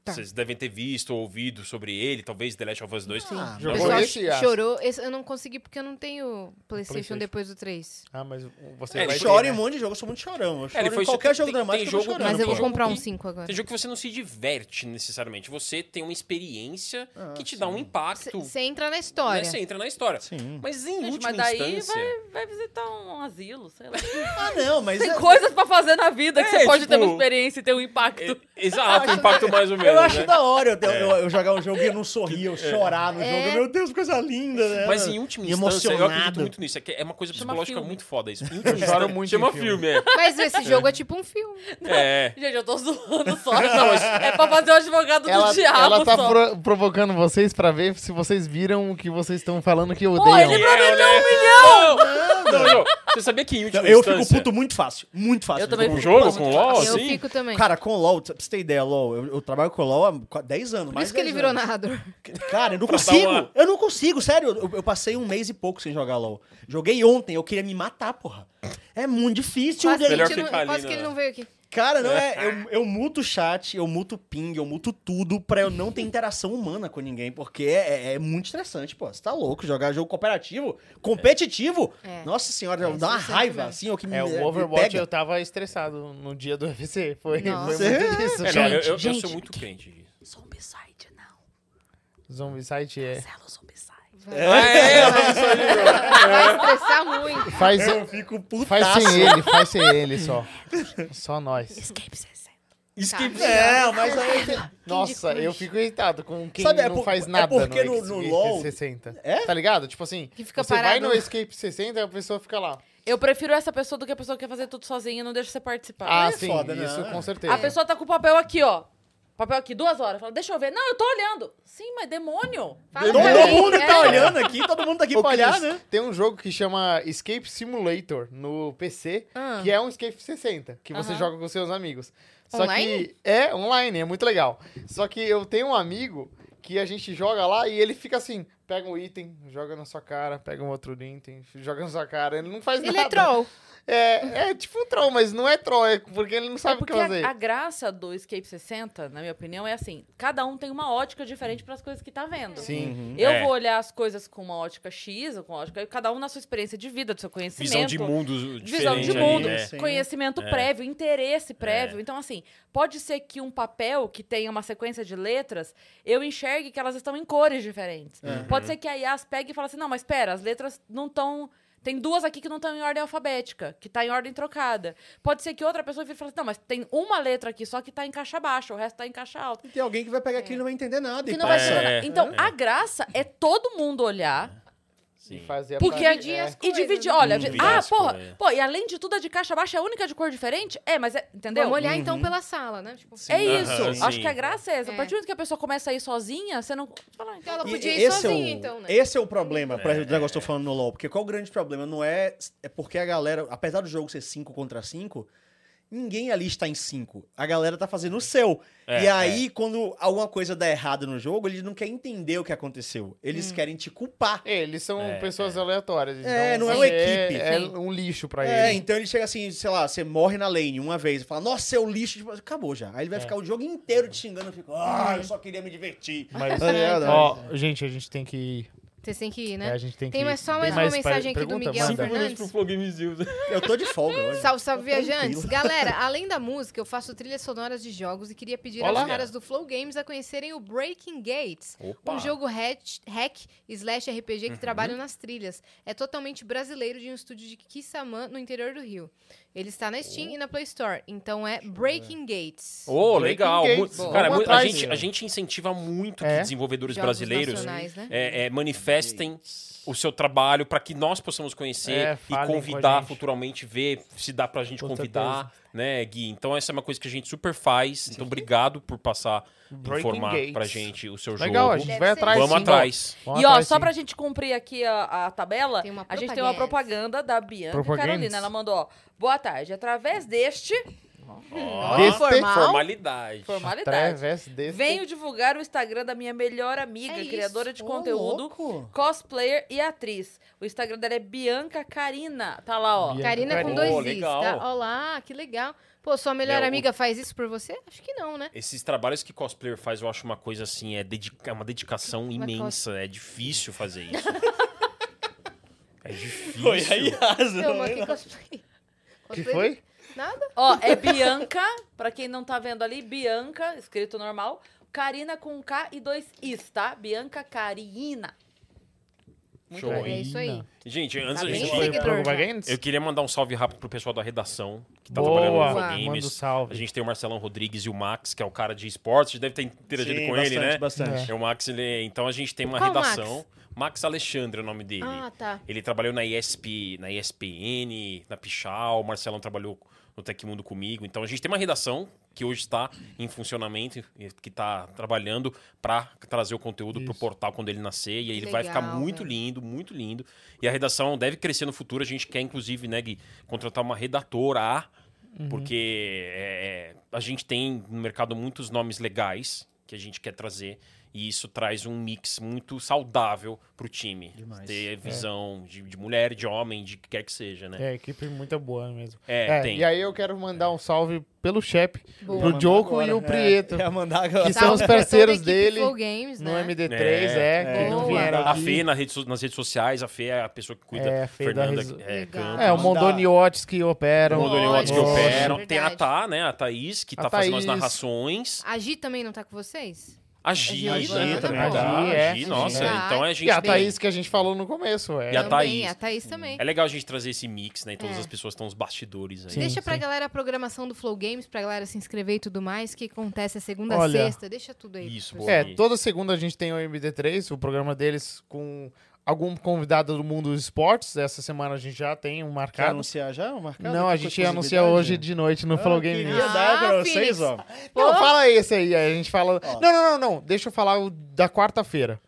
S2: Tá.
S4: Vocês devem ter visto ou ouvido sobre ele, talvez The Last of Us 2.
S3: Ah,
S2: O
S5: Jogou
S2: pessoal
S5: esse,
S2: ch-
S5: Yas?
S2: chorou. Esse eu não consegui porque eu não tenho PlayStation
S4: PlayStation.
S2: depois do 3.
S5: Ah, mas você
S4: É,
S5: vai
S3: Eu
S4: ele
S5: ter,
S3: choro
S5: né?
S3: em um monte de jogo, eu sou muito chorão. Eu
S4: É, ele
S3: choro
S4: foi
S3: em qualquer
S4: tem-
S3: jogo
S4: tem- tem
S3: dramático, eu
S4: jogo
S3: tô
S4: Não,
S2: Mas
S3: chorando.
S2: eu vou
S4: pô.
S2: comprar um
S4: E-
S2: 5 agora.
S4: Tem jogo que você não se diverte necessariamente, você tem uma experiência que te dá um
S2: C-
S4: impacto.
S2: Você entra na
S4: Né?
S2: história.
S4: Você entra na história.
S3: Sim.
S4: Mas em
S1: Gente,
S4: última
S1: mas daí
S4: instância.
S1: vai, vai visitar um asilo, sei lá.
S3: Ah, não, mas...
S1: Tem
S3: é-
S1: coisas pra fazer na vida que
S4: É,
S1: você pode ter uma
S4: tipo-
S1: experiência e ter um impacto.
S4: É, exato, impacto mais ou menos.
S3: Eu acho
S4: né?
S3: da hora eu, eu- eu jogar um jogo e eu não sorrir, eu chorar no
S2: É.
S3: jogo. Meu Deus, que coisa linda, né?
S4: Mas em última
S3: E
S4: instância, eu acredito
S3: emocionado.
S4: muito nisso. É, que é uma coisa
S1: Chama
S4: psicológica
S1: filme.
S4: muito foda isso.
S5: Eu choro muito
S4: Chama
S5: em filme.
S4: filme, é.
S2: Mas esse jogo é tipo um filme.
S4: é.
S1: Gente, eu tô zoando só. É pra fazer o advogado
S5: Ela,
S1: do diabo
S5: ela tá
S1: só.
S5: pro- provocando vocês pra ver se vocês viram o que vocês estão falando que odeiam.
S1: Pô, ele prometeu um milhão!
S4: é, né? Não, não, não. Você sabia que em última
S3: Eu
S4: instância...
S3: fico puto muito fácil. Muito fácil. um
S1: Eu também
S4: Com o
S1: fico
S4: jogo,
S1: puto.
S4: com o LOL,
S2: eu
S4: assim?
S2: fico também.
S3: Cara, com LOL, pra você ter ideia, LOL, eu, eu trabalho com LOL há qua- 10 anos.
S2: Por isso que ele virou narrador.
S3: Cara, eu não
S4: Pra dar
S3: consigo.
S4: uma-
S3: Eu não consigo, sério. Eu, eu passei um mês e pouco sem jogar LOL. Joguei ontem, eu queria me matar, porra. É muito difícil.
S2: Quase, que,
S3: gente.
S2: a
S4: Melhor
S2: gente não,
S4: ficar ali,
S2: quase que
S4: né?
S2: ele não veio aqui.
S3: Cara, não
S5: [laughs]
S3: é. Eu, eu muto o chat, eu muto o ping, eu muto tudo pra eu não ter interação humana com ninguém, porque é, é- é muito estressante, pô. Você tá louco jogar jogo cooperativo, competitivo.
S2: É.
S3: Nossa senhora,
S2: É,
S3: dá uma
S2: isso é
S3: raiva,
S1: né?
S2: mesmo.
S3: assim, ó, que me,
S5: É,
S3: me
S5: o Overwatch
S3: pega.
S5: eu tava estressado no dia do [laughs] UFC. Foi, foi
S2: Nossa.
S5: muito disso.
S4: É, não, eu,
S5: cara.
S4: eu- eu
S1: gente.
S4: sou muito crente disso.
S1: Zombicide, não.
S5: Zombie Site é.
S1: Marcelo Zombicide.
S3: É,
S2: Vai, vai estressar muito.
S3: [laughs]
S5: Faz,
S3: Eu fico putaço.
S5: faz sem ele, faz sem ele só. Só nós.
S1: Escape 60.
S4: Isso que...
S3: É, mas aí.
S5: Nossa, eu fico irritado com quem
S3: Sabe, é
S5: não
S3: por-
S5: faz
S3: é
S5: nada
S3: porque
S5: no,
S3: no-
S5: Escape
S3: no LoL-
S5: 60.
S3: É?
S5: Tá ligado? Tipo assim,
S2: Que fica
S5: você vai
S2: parado.
S5: no Escape 60 e a pessoa fica lá.
S1: Eu prefiro essa pessoa do que a pessoa que quer fazer tudo sozinha e não deixa você participar.
S5: Ah,
S3: é
S5: sim,
S3: foda, né?
S5: isso com certeza.
S1: A pessoa tá com o papel aqui, ó. Papel aqui, duas horas. Fala, deixa eu ver. Não, eu tô olhando. Sim, mas demônio.
S2: Fala
S3: Todo
S2: pra mim.
S3: mundo
S2: É.
S3: tá olhando aqui, todo mundo tá aqui
S5: Ô,
S3: pra olhar,
S5: Cris,
S3: né?
S5: Tem um jogo que chama Escape Simulator no PC,
S2: Ah.
S5: que é um Escape 60, que você
S1: Aham.
S5: joga com seus amigos. Só
S2: Online?
S5: que é online, é muito legal. Só que eu tenho um amigo que a gente joga lá e ele fica assim: pega um item, joga na sua cara, pega um outro item, joga na sua cara. Ele não faz
S2: Ele
S5: nada.
S2: é troll.
S5: É, é tipo um troll, mas não é troll, é porque ele não sabe o que
S1: porque
S5: fazer.
S1: a, a graça do Escape 60, na minha opinião, é assim: cada um tem uma ótica diferente para as coisas que tá vendo.
S5: Sim.
S3: Uhum.
S1: Eu
S4: É.
S1: vou olhar as coisas com uma ótica X, ou com uma ótica. Cada um na sua experiência de vida, do seu conhecimento.
S4: Visão de mundo
S1: Visão
S4: diferente
S1: de
S3: ali,
S1: mundo,
S4: né? É.
S3: Sim.
S1: conhecimento prévio, interesse prévio. Então, assim, pode ser que um papel que tenha uma sequência de letras, eu enxergue que elas estão em cores diferentes. Pode ser que a IAS pegue e fale assim, não, mas pera, as letras não estão... Tem duas aqui que não estão em ordem alfabética, que está em ordem trocada. Pode ser que outra pessoa vire e fale assim, não, mas tem uma letra aqui só que está em caixa baixa, o resto está em caixa alta.
S3: E tem alguém que vai pegar aquilo e não vai entender nada.
S1: É. Que
S3: e
S1: não vai
S3: passa.
S1: ser nada.
S4: É.
S1: Então, a graça é todo mundo olhar
S5: E
S4: Sim.
S5: fazer a
S1: porque
S5: parte-
S2: dividir
S5: é.
S2: as
S1: e
S2: coisas,
S1: dividir,
S2: né?
S1: olha,
S4: Dividir
S1: ah,
S4: as
S1: porra,
S4: coisas.
S1: pô, e além de tudo a de caixa baixa é a única de cor diferente? É, mas é, entendeu?
S2: Vamos olhar então pela sala, né? Tipo,
S1: É
S4: Aham,
S1: isso.
S4: sim.
S1: Acho que a graça é essa. A
S2: É.
S1: partir do momento que a pessoa começa a ir sozinha, você não. Fala,
S2: Então ela
S3: E
S2: podia ir
S3: esse
S2: sozinha,
S3: é o,
S2: então, né?
S3: Esse é o problema, pra o negócio que eu tô falando no LoL. Porque qual o grande problema? Não é... É porque a galera, apesar do jogo ser 5 contra 5, ninguém ali está em 5. A galera tá fazendo o seu.
S4: É,
S3: e aí, quando alguma coisa dá errada no jogo, eles não querem entender o que aconteceu. Eles
S2: Hum.
S3: querem te culpar.
S5: É, eles são
S4: É,
S5: pessoas aleatórias.
S3: É,
S5: então
S3: não é uma
S5: você
S3: equipe.
S5: É,
S1: Sim.
S5: um lixo pra
S3: É,
S5: eles.
S3: então ele chega assim, sei lá, você morre na lane uma vez, fala, nossa, seu lixo, tipo, acabou já. Aí
S5: É.
S3: ele vai ficar o jogo inteiro te xingando, fica, ah, eu só queria me divertir. [laughs]
S5: Mas, é,
S3: Tá ligado?
S5: ó, gente, a gente tem que ir.
S2: Vocês têm que ir,
S5: É,
S2: né?
S5: a gente tem,
S2: Tem
S5: que
S2: mais- só
S5: tem
S2: mais uma
S5: pa-
S2: mensagem aqui do
S5: pergunta?
S1: é um
S2: Miguel
S5: Manda.
S2: Fernandes.
S4: Minutos pro Flow Games News.
S3: Eu tô de folga hoje.
S2: Salve, salve,
S3: Tá tranquilo.
S2: viajantes! Galera, além da música, eu faço trilhas sonoras de jogos e queria pedir
S4: Olá.
S2: aos caras do Flow Games a conhecerem o Breaking Gates,
S4: Opa. Uhum.
S2: um jogo hatch- hack slash RPG que trabalha nas trilhas. É totalmente brasileiro de um estúdio de Kissamã, no interior do Rio. Ele está na Steam
S4: Oh.
S2: e na Play Store, então é Breaking
S1: assim,
S2: Gates.
S4: Ô,
S5: Breaking
S4: legal.
S5: Gates.
S4: Mu-
S5: Boa.
S4: Cara,
S5: Vamos
S4: mu- a
S5: atrás.
S4: gente, a gente incentiva muito
S5: É.
S4: que desenvolvedores
S2: Jogos
S4: brasileiros
S2: nacionais, né?
S4: é, é, manifestem o seu trabalho para que nós possamos conhecer
S5: É,
S4: e
S5: falem com a
S4: convidar
S5: gente.
S4: futuramente, ver se dá pra gente
S5: Com
S4: convidar, né, Gui? Então essa é uma coisa que a gente super faz. Então obrigado por passar,
S5: Breaking
S4: informar
S5: Gates.
S4: pra gente o seu
S5: Legal, a
S4: jogo.
S2: Deve
S5: gente vai
S2: ser
S5: atrás.
S2: isso.
S4: Vamos
S5: sim.
S4: atrás.
S5: Vamos
S1: E ó,
S5: atrás,
S1: só
S5: sim.
S1: pra gente cumprir aqui a, a tabela,
S2: Tem uma
S1: a gente tem uma
S2: propaganda.
S1: propaganda da Bianca
S5: Propagandas.
S1: Carolina. Ela mandou, ó, boa tarde. Através deste,
S4: Ó,
S5: Desse-
S2: Formal.
S4: formalidade.
S1: formalidade,
S5: Através desse...
S1: venho divulgar o Instagram da minha melhor amiga,
S2: É isso.
S1: criadora de
S3: Ô,
S1: conteúdo,
S3: louco.
S1: cosplayer e atriz. O Instagram dela é Bianca Carina. Tá lá, ó.
S5: Bianca.
S2: Karina com
S5: Karina.
S2: dois
S4: Pô,
S2: Is,
S4: legal.
S2: tá? Olá, que legal. Pô, sua melhor
S4: Meu, o-
S2: amiga faz isso por você? Acho que não,
S4: [laughs]
S2: né?
S4: Esses trabalhos que cosplayer faz, eu acho uma coisa assim, é, dedica- é uma dedicação
S2: Uma
S4: imensa. É difícil fazer
S3: [laughs]
S4: isso. é difícil.
S3: Foi aí, Asa.
S2: Eu, mas que cosplay?
S5: Que
S2: Cosplay?
S5: foi?
S2: Nada.
S1: Ó, é Bianca, [laughs] pra quem não tá vendo ali, Bianca, escrito normal. Karina com K e dois Is, tá? Bianca Carina.
S4: Show,
S2: É
S4: hein?
S2: isso aí.
S4: Gente,
S2: Tá
S4: antes da
S2: bem
S4: gente
S5: Foi
S4: ir,
S2: seguidor
S5: pro
S2: já.
S5: Games?
S4: eu queria mandar um salve rápido pro pessoal da redação, que tá
S5: Boa.
S4: trabalhando no Info
S5: Manda um
S4: Games.
S5: salve.
S4: A gente tem o Marcelão Rodrigues e o Max, que é o cara de esportes, a gente deve ter interagido com ele, né?
S3: bastante.
S4: É o Max, ele- então a gente tem uma
S2: Qual
S4: redação. Max? Alexandre é o nome dele.
S2: Ah, tá.
S4: Ele trabalhou na ESP, na ESPN, na Pichal, o Marcelão trabalhou no Tecmundo comigo. Então a gente tem uma redação que hoje está em funcionamento, e que está trabalhando para trazer o conteúdo para o
S5: Isso.
S4: portal quando ele nascer. E aí ele vai
S2: legal,
S4: ficar muito
S2: velho.
S4: lindo, muito lindo. E a redação deve crescer no futuro. A gente quer, inclusive, né, Gui, contratar uma redatora, porque é, é, a gente tem no mercado muitos nomes legais que a gente quer trazer. E isso traz um mix muito saudável pro time.
S3: Demais.
S4: Ter É visão de, de mulher, de homem, de que quer que seja, né?
S5: É, equipe muito boa mesmo.
S4: É, tem. É.
S5: E aí eu quero mandar um salve pelo Shep,
S2: Boa. Tá Então
S5: pro Diogo e o Prieto,
S3: É, mandar agora.
S5: que são os parceiros dele
S2: Flow Games,
S5: no
S2: né?
S5: MD3,
S4: É,
S5: é, que não
S2: boa.
S5: vieram
S4: A
S5: aqui.
S4: Fê na rede so- nas redes sociais, a Fê é a pessoa que cuida.
S5: É, a Fê da
S4: Fernanda
S5: reso-
S4: é,
S2: Legal.
S4: Campos.
S5: É, o
S3: Vamos dar-
S5: Mondoniotes que operam.
S4: O Mondoniotes que
S2: Nossa,
S4: operam.
S2: verdade.
S4: Tem a Tá, né? A Thaís, que
S5: A
S4: tá fazendo as
S5: Thaís.
S4: narrações.
S2: A Gi também não tá com vocês?
S4: A Gi,
S2: A Gi
S4: né?
S2: também,
S4: A
S5: a Gi,
S4: Gi,
S5: é.
S4: a Gi, nossa.
S2: Verdade.
S4: Então a gente.
S5: E a
S4: tem-
S5: Thaís que a gente falou no começo, é.
S4: E a
S2: também,
S4: Thaís.
S2: A Thaís também.
S4: É legal a gente trazer esse mix, né? E todas
S2: É.
S4: as pessoas estão nos bastidores aí.
S5: Sim.
S2: Deixa pra galera a programação do Flow Games, pra galera se inscrever e tudo mais, que acontece a segunda, a
S5: Olha.
S2: sexta, deixa tudo aí.
S4: Isso,
S2: pessoal.
S4: boa.
S5: É,
S4: Gui.
S5: toda segunda a gente tem o MD3, o programa deles com algum convidado do mundo dos esportes. Essa semana a gente já tem um
S3: Quer
S5: marcado.
S3: anunciar já? Marcado?
S5: Não, a
S3: Que
S5: gente
S3: coisa
S5: anuncia
S3: novidade?
S5: hoje de noite no
S3: Ah,
S5: Flow Game News.
S3: Queria dar pra
S2: Ah,
S3: vocês,
S2: Phoenix.
S3: ó.
S5: Não, fala esse aí, aí a gente fala.
S3: Ó.
S5: Não, não, não, não. Deixa eu falar o da quarta-feira.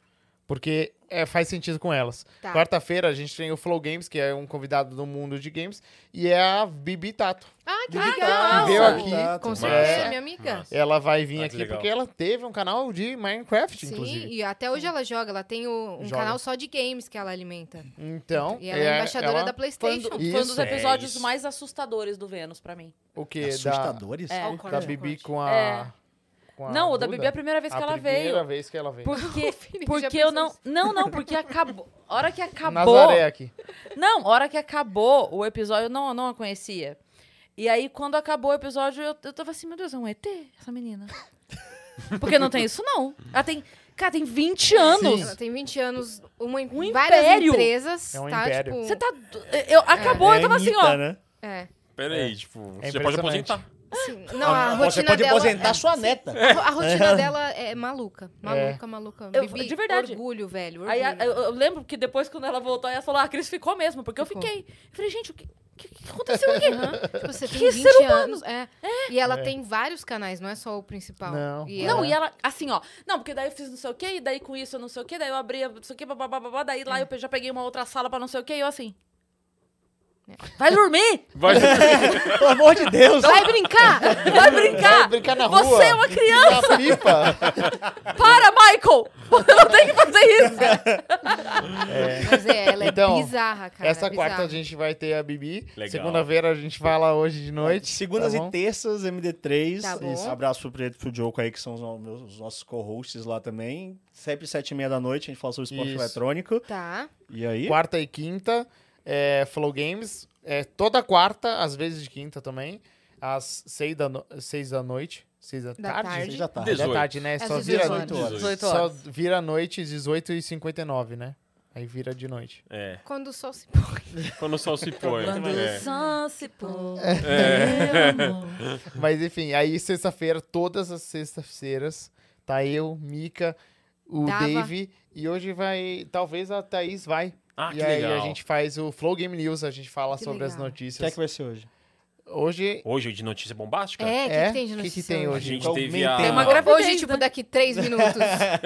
S5: Porque é, faz sentido com elas.
S2: Tá.
S5: Quarta-feira a gente tem o Flow Games, que é um convidado do mundo de games, e é a Bibi Tato.
S2: Ah, que
S5: Ah,
S2: legal!
S5: veio aqui. tá, É
S2: Conselheira,
S5: Massa.
S2: minha amiga.
S4: Massa.
S5: Ela vai
S4: Ah,
S5: vir
S4: que
S5: aqui
S4: legal.
S5: porque ela teve um canal de Minecraft,
S2: Sim,
S5: inclusive.
S2: e até hoje ela joga. Ela tem o- um
S5: Joga.
S2: canal só de games que ela alimenta.
S5: Então,
S2: E ela é, embaixadora
S5: ela-
S2: da
S1: Foi um,
S2: PlayStation.
S1: do- foi um dos
S5: Isso,
S4: é
S1: episódios
S4: isso.
S1: mais assustadores do Vênus pra mim.
S5: o que da
S3: Assustadores?
S1: É.
S2: Ó, o
S5: da
S2: corte,
S5: tá, Bibi
S2: corte. [laughs]
S5: com a,
S1: É.
S5: com a
S1: não, o da Bibi é a
S5: Duda?
S1: primeira vez que
S5: A
S1: ela
S5: primeira
S1: veio.
S5: vez que ela veio.
S1: Porque,
S2: Felipe já
S1: porque
S2: pensou assim.
S1: eu não.
S2: nisso.
S1: Não, não, porque acabou. Hora que acabou.
S5: Nazaré aqui.
S1: Não, hora que acabou o episódio, eu não, não a conhecia. E aí, quando acabou o episódio, eu, eu tava assim, meu Deus, é um ET, essa
S5: [laughs]
S1: menina. Porque não tem isso, não. Ela tem. Cara, tem 20 anos.
S2: Ela tem 20 anos, uma em
S1: Um
S2: várias
S1: império.
S2: empresas.
S5: É um
S2: tá,
S5: império.
S2: Tipo,
S1: Você tá. do- Eu, acabou, eu tava assim, ó.
S3: Né?
S2: é.
S4: Pera aí, tipo,
S5: É
S4: você pode
S5: impressionante.
S4: aposentar.
S2: Sim. Não, a rotina
S3: Você pode
S2: dela,
S3: aposentar
S2: é,
S3: sua neta.
S2: A rotina dela é maluca. Maluca, maluca.
S1: Eu-
S2: Bibi,
S1: de verdade.
S2: Orgulho, velho. Orgulho.
S1: Aí a- eu, eu lembro que depois, quando ela voltou, aí ela falou, ah, a Cris ficou mesmo, porque
S2: Ficou.
S1: eu fiquei. Eu falei, gente, o que, que- que aconteceu aqui?
S2: Tipo, você tem
S1: Que
S2: 20
S1: ser humano.
S2: anos. É. E ela tem vários canais, não é só o principal.
S5: Não.
S2: E
S1: Não,
S2: ela-
S1: e ela, assim, ó. Não, porque daí eu fiz não sei o quê, e daí com isso eu não sei o quê, daí eu abri não sei o quê, babá, babá, daí
S5: Hum.
S1: lá eu pe- já peguei uma outra sala pra não sei o quê, e eu assim. Vai dormir! [laughs]
S5: [laughs]
S4: Vai.
S3: Pelo amor de Deus.
S1: Vai brincar! Vai brincar!
S5: Vai brincar na
S1: Você
S5: rua.
S1: é uma criança!
S5: Na pipa.
S1: Para, Michael! [laughs] Eu não tenho que fazer isso!
S2: Mas é, ela é
S5: Então,
S2: bizarra, cara. é
S5: Essa
S2: bizarra.
S5: quarta a gente vai ter a Bibi.
S4: Legal.
S5: Segunda-feira a gente vai lá hoje de noite.
S3: Segundas
S5: tá
S3: e
S5: bom?
S3: terças, MD3.
S2: Tá bom.
S3: Esse abraço pro Preto e pro Dioco aí, que são os, no- meus- os nossos co-hosts lá também. Sempre sete e meia da noite, a gente fala sobre esporte
S5: Isso.
S3: eletrônico.
S2: Tá.
S3: E aí?
S5: Quarta e quinta, é, Flow Games. É, toda quarta, às vezes de quinta também. Às seis da, no- seis da noite. Seis da,
S2: Da
S5: tarde.
S2: tarde.
S3: Seis da tarde.
S5: Seis da tarde, né?
S2: Às
S5: Só
S2: 18
S5: vira,
S2: horas.
S3: 18 horas.
S1: 18
S5: só
S1: horas.
S5: vira à noite, 18 e 59 né? Aí vira de noite.
S4: É,
S2: Quando o
S1: [laughs]
S2: sol se põe.
S4: quando o sol se põe.
S1: Quando
S4: É.
S1: o sol se pôr, meu amor.
S5: Mas enfim, aí sexta-feira, todas as sextas-feiras, tá eu, Mika, o
S2: Dava.
S5: Dave e hoje vai, talvez a Thaís vai.
S4: Ah, que
S5: e aí
S4: legal.
S5: a gente faz o Flow Game News, a gente fala
S2: Que
S5: sobre as
S2: legal.
S3: O que é
S5: notícias.
S3: que vai ser hoje?
S5: Hoje
S4: Hoje de notícia bombástica?
S2: É, o que,
S5: É?
S2: que tem de
S5: O que que
S2: notícia?
S5: tem
S4: A
S5: hoje?
S4: gente
S3: Qual
S4: teve
S3: main
S4: a.
S3: tema?
S1: Tem uma
S2: Hoje,
S1: gravidez,
S2: tipo,
S1: né?
S2: daqui três
S5: [laughs]
S2: minutos.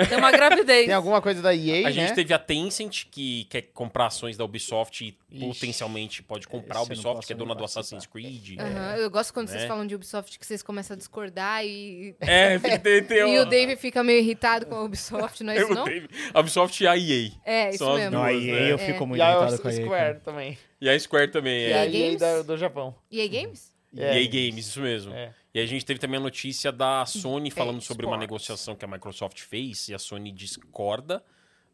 S1: Tem uma gravidez.
S5: tem alguma coisa da EA,
S4: A
S5: né?
S4: gente teve a Tencent, que quer comprar ações da Ubisoft e
S5: Ixi.
S4: potencialmente pode comprar
S3: Esse eu
S4: a
S3: não
S4: Ubisoft,
S3: posso
S4: que é
S3: nem
S4: dona do
S3: participar.
S4: Assassin's Creed.
S2: É. Aham, Eu gosto quando
S5: É.
S2: vocês
S4: Né?
S2: falam de Ubisoft que vocês começam a discordar e.
S4: É, tem, tem
S2: E
S4: uma-
S2: o Dave fica meio irritado com a Ubisoft, não é
S4: [laughs] Eu
S2: isso não?
S4: tenho- A Ubisoft e a EA.
S2: É, isso
S4: Só as
S2: mesmo.
S4: duas.
S3: aí
S4: né?
S3: eu fico muito
S5: e a é
S3: irritado com a EA, cara.
S5: Square também.
S4: E a Square também.
S5: E
S4: É.
S2: EA
S5: a EA da-
S2: Games?
S5: do Japão.
S2: E aí, games?
S4: EA Games, isso mesmo.
S5: É.
S4: E a gente teve também a notícia da Sony falando sobre uma
S2: É, esportes.
S4: negociação que a Microsoft fez e a Sony discorda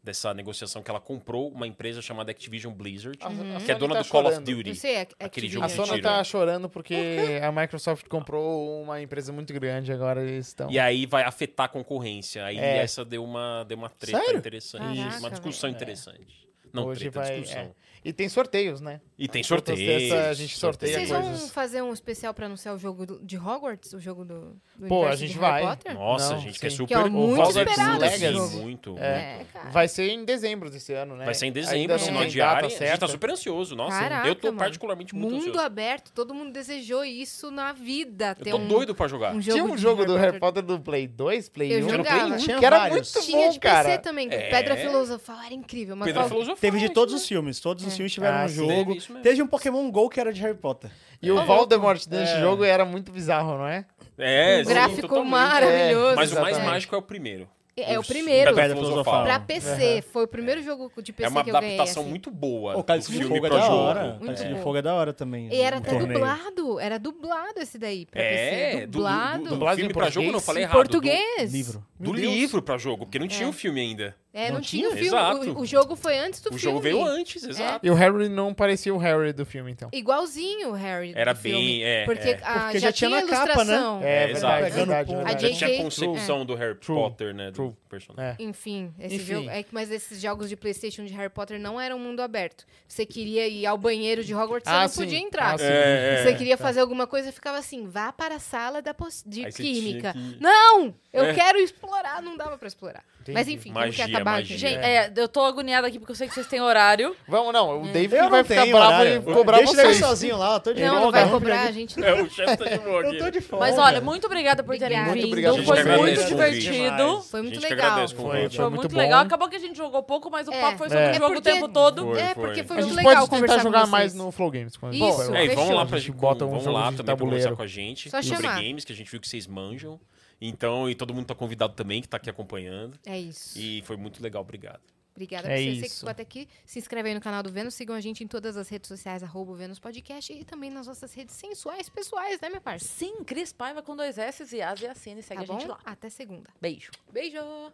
S4: dessa negociação que ela comprou uma empresa chamada Activision Blizzard,
S5: A-
S2: Uhum.
S5: a
S4: que é
S5: Sony
S4: dona
S5: tá
S4: do Call
S5: chorando.
S4: of Duty.
S2: Não sei, é, é
S4: Aquele
S2: Activision.
S4: jogo
S5: A
S4: de
S5: Sony
S4: tiro.
S5: tá chorando porque a Microsoft comprou uma empresa muito grande agora eles estão.
S4: E aí vai afetar a concorrência. Aí
S5: Então. É.
S4: essa deu uma, deu uma treta
S5: Sério?
S4: interessante.
S2: Caraca,
S4: uma discussão interessante. Não
S5: Hoje
S4: treta,
S5: vai-
S4: discussão.
S5: é. E tem sorteios, né?
S4: E tem
S5: Outras
S4: sorteio.
S5: dessa a gente sorteia
S2: Vocês
S5: coisas.
S2: vão fazer um especial pra anunciar o jogo do- de Hogwarts? O jogo do, do
S5: Pô,
S2: universo
S5: a gente
S2: de Harry
S5: vai.
S2: Potter?
S4: Nossa,
S5: Não,
S4: gente,
S5: sim.
S4: que é super...
S2: Que é muito
S4: Baldur's
S2: esperado
S4: Gate,
S2: esse
S4: sim,
S2: jogo.
S4: muito.
S2: É, cara.
S5: Vai ser em dezembro desse ano, né?
S4: Vai ser em
S5: Ainda
S4: dezembro,
S5: não
S4: se não
S5: tem
S4: adiarem.
S5: data
S4: A gente tá
S5: certa.
S4: super ansioso. Nossa,
S2: Caraca,
S4: eu tô
S2: mano.
S4: particularmente muito
S2: Mundo
S4: ansioso.
S2: aberto, todo mundo desejou isso na vida.
S4: Eu
S2: ter
S4: tô
S2: um,
S4: doido pra jogar.
S2: um jogo
S5: Tinha um
S2: de
S5: jogo do Harry Potter do Play 2, Play
S2: Eu
S5: 1.
S2: Tinha no jogava. Play um?
S5: Tinha
S3: Tinha
S5: que era
S3: vários.
S5: muito
S2: Tinha
S5: bom,
S2: de PC
S5: cara.
S2: também.
S4: É.
S2: Pedra Filosofal "Ah, era incrível. Mas
S4: Pedra
S2: qual-
S4: Filosofal.
S3: Teve de
S4: isso
S3: todos
S4: mesmo.
S3: os filmes. Todos
S2: É.
S3: os filmes tiveram
S5: Ah,
S3: um
S5: sim.
S3: jogo.
S4: Teve isso mesmo.
S3: Teve um Pokémon GO que era de Harry Potter.
S5: E
S2: Uhum.
S5: o Voldemort nesse jogo era muito bizarro, não é?
S4: É,
S2: um
S4: sim,
S2: gráfico
S4: totalmente.
S2: maravilhoso.
S4: Mas o mais
S5: Exatamente.
S4: mágico é o primeiro.
S2: É, é o
S4: Os-
S2: primeiro.
S4: Pedra
S3: Pedra
S4: Filosofal.
S2: Pra PC. Foi o primeiro jogo de PC
S4: É uma
S2: que eu ganhei.
S4: adaptação
S2: assim.
S4: muito boa
S3: O
S4: do
S3: Cálice de
S4: filme
S3: Fogo é
S4: pro
S3: da
S4: jogo. né?
S3: hora. O
S2: Muito
S3: Cálice de
S2: bom.
S3: Fogo é da hora também.
S2: E era
S3: o
S2: até
S3: torneio.
S2: dublado. Era dublado esse daí pra PC.
S4: É, do-
S2: dublado.
S4: do, do,
S5: Dublado em
S4: filme pra jogo, não
S5: português,
S4: falei
S2: em
S4: errado.
S2: português.
S3: um Livro.
S4: Do, do livro pra jogo, porque não tinha o filme ainda.
S2: É, não,
S3: Não
S2: tinha o
S4: tinha?
S2: filme.
S4: Exato.
S2: O, o jogo foi antes do
S4: o
S2: filme. É,
S4: jogo veio antes, exato.
S5: E o Harry não parecia o Harry do filme, então.
S2: Igualzinho o Harry. do
S4: Era
S2: filme.
S4: bem, é,
S2: Porque,
S4: é.
S2: ah,
S3: Porque
S2: já,
S3: já tinha
S2: tinha
S3: na capa, né?
S2: ilustração.
S4: É,
S5: É, verdade,
S4: exato.
S5: verdade,
S3: Pegando
S5: verdade.
S2: Então, ponto.
S4: Já
S2: JK
S4: tinha a
S2: É.
S4: concepção do Harry
S5: True.
S4: Potter, né? Do
S5: True.
S4: personagem. [laughs]
S5: É.
S2: Enfim, esse
S3: Enfim.
S2: jogo. É, que- mas esses jogos de PlayStation de Harry Potter não eram mundo aberto. Você queria ir ao banheiro de Hogwarts, você
S5: Ah,
S2: não
S5: sim.
S2: podia entrar.
S5: Ah, sim.
S4: É, é.
S2: Você queria fazer alguma coisa, ficava assim, vá para a sala da pos- de
S4: Aí você tinha
S2: química.
S4: que-
S2: Não, eu
S4: É.
S2: quero explorar, não dava pra explorar. Mas
S5: Entendi.
S2: enfim, como que
S4: Magia,
S2: acabou trabalho.
S4: magia.
S1: Gente, é, eu tô agoniada aqui porque eu sei que vocês têm horário.
S5: Vamos, não.
S2: É.
S5: O David
S3: Eu
S5: que
S3: não
S5: vai ficar
S3: tenho
S5: bravo
S3: horário.
S5: e cobrar
S3: Deixa
S5: vocês.
S3: ele sozinho lá, eu tô de
S5: É
S2: Não, não
S3: folga.
S2: vai cobrar, a gente. não.
S4: É, o chefe tá de boa aqui.
S3: Eu tô de folga.
S1: Mas olha, muito obrigada por terem
S2: Obrigada.
S1: vindo.
S2: Muito
S5: obrigado,
S1: Foi
S4: gente.
S1: muito
S4: Agradeço o convite.
S1: divertido.
S2: Foi muito
S4: Gente, que
S2: legal.
S4: agradece o convite.
S1: Foi muito
S5: bom.
S1: legal. Acabou que a gente jogou pouco, mas o
S2: É.
S1: papo foi sobre
S5: É.
S1: o jogo
S2: É
S1: o tempo
S2: porque-
S1: todo.
S4: Foi,
S2: é,
S4: foi.
S2: porque foi
S5: A
S2: muito
S5: gente
S2: legal
S5: pode tentar
S2: conversar
S5: jogar
S2: com vocês.
S5: mais no Flow Games. quando-
S2: Isso,
S5: Bom,
S4: É, e vão
S2: Fechou.
S5: A
S4: lá pra
S5: gente
S4: gente,
S5: bota um
S4: vão
S5: jogo
S4: lá
S5: de
S4: também pra
S5: tabuleiro.
S4: conversar com a gente
S2: Só
S4: sobre
S2: chamar.
S4: games que a gente viu que vocês manjam. Então, e todo mundo tá convidado também que tá aqui acompanhando.
S2: É isso.
S4: E foi muito legal, obrigado.
S2: Obrigada
S5: É
S2: por você que
S5: isso.
S2: ficou até aqui. Se inscreve aí no canal do Vênus, sigam a gente em todas as redes sociais, arroba o Vênus Podcast e também nas nossas redes sensuais pessoais, né, minha parça?
S1: Sim, Cris Paiva com dois S e As e a Cine. Segue
S2: Tá
S1: a gente
S2: bom?
S1: lá.
S2: Até segunda.
S1: Beijo.
S2: Beijo!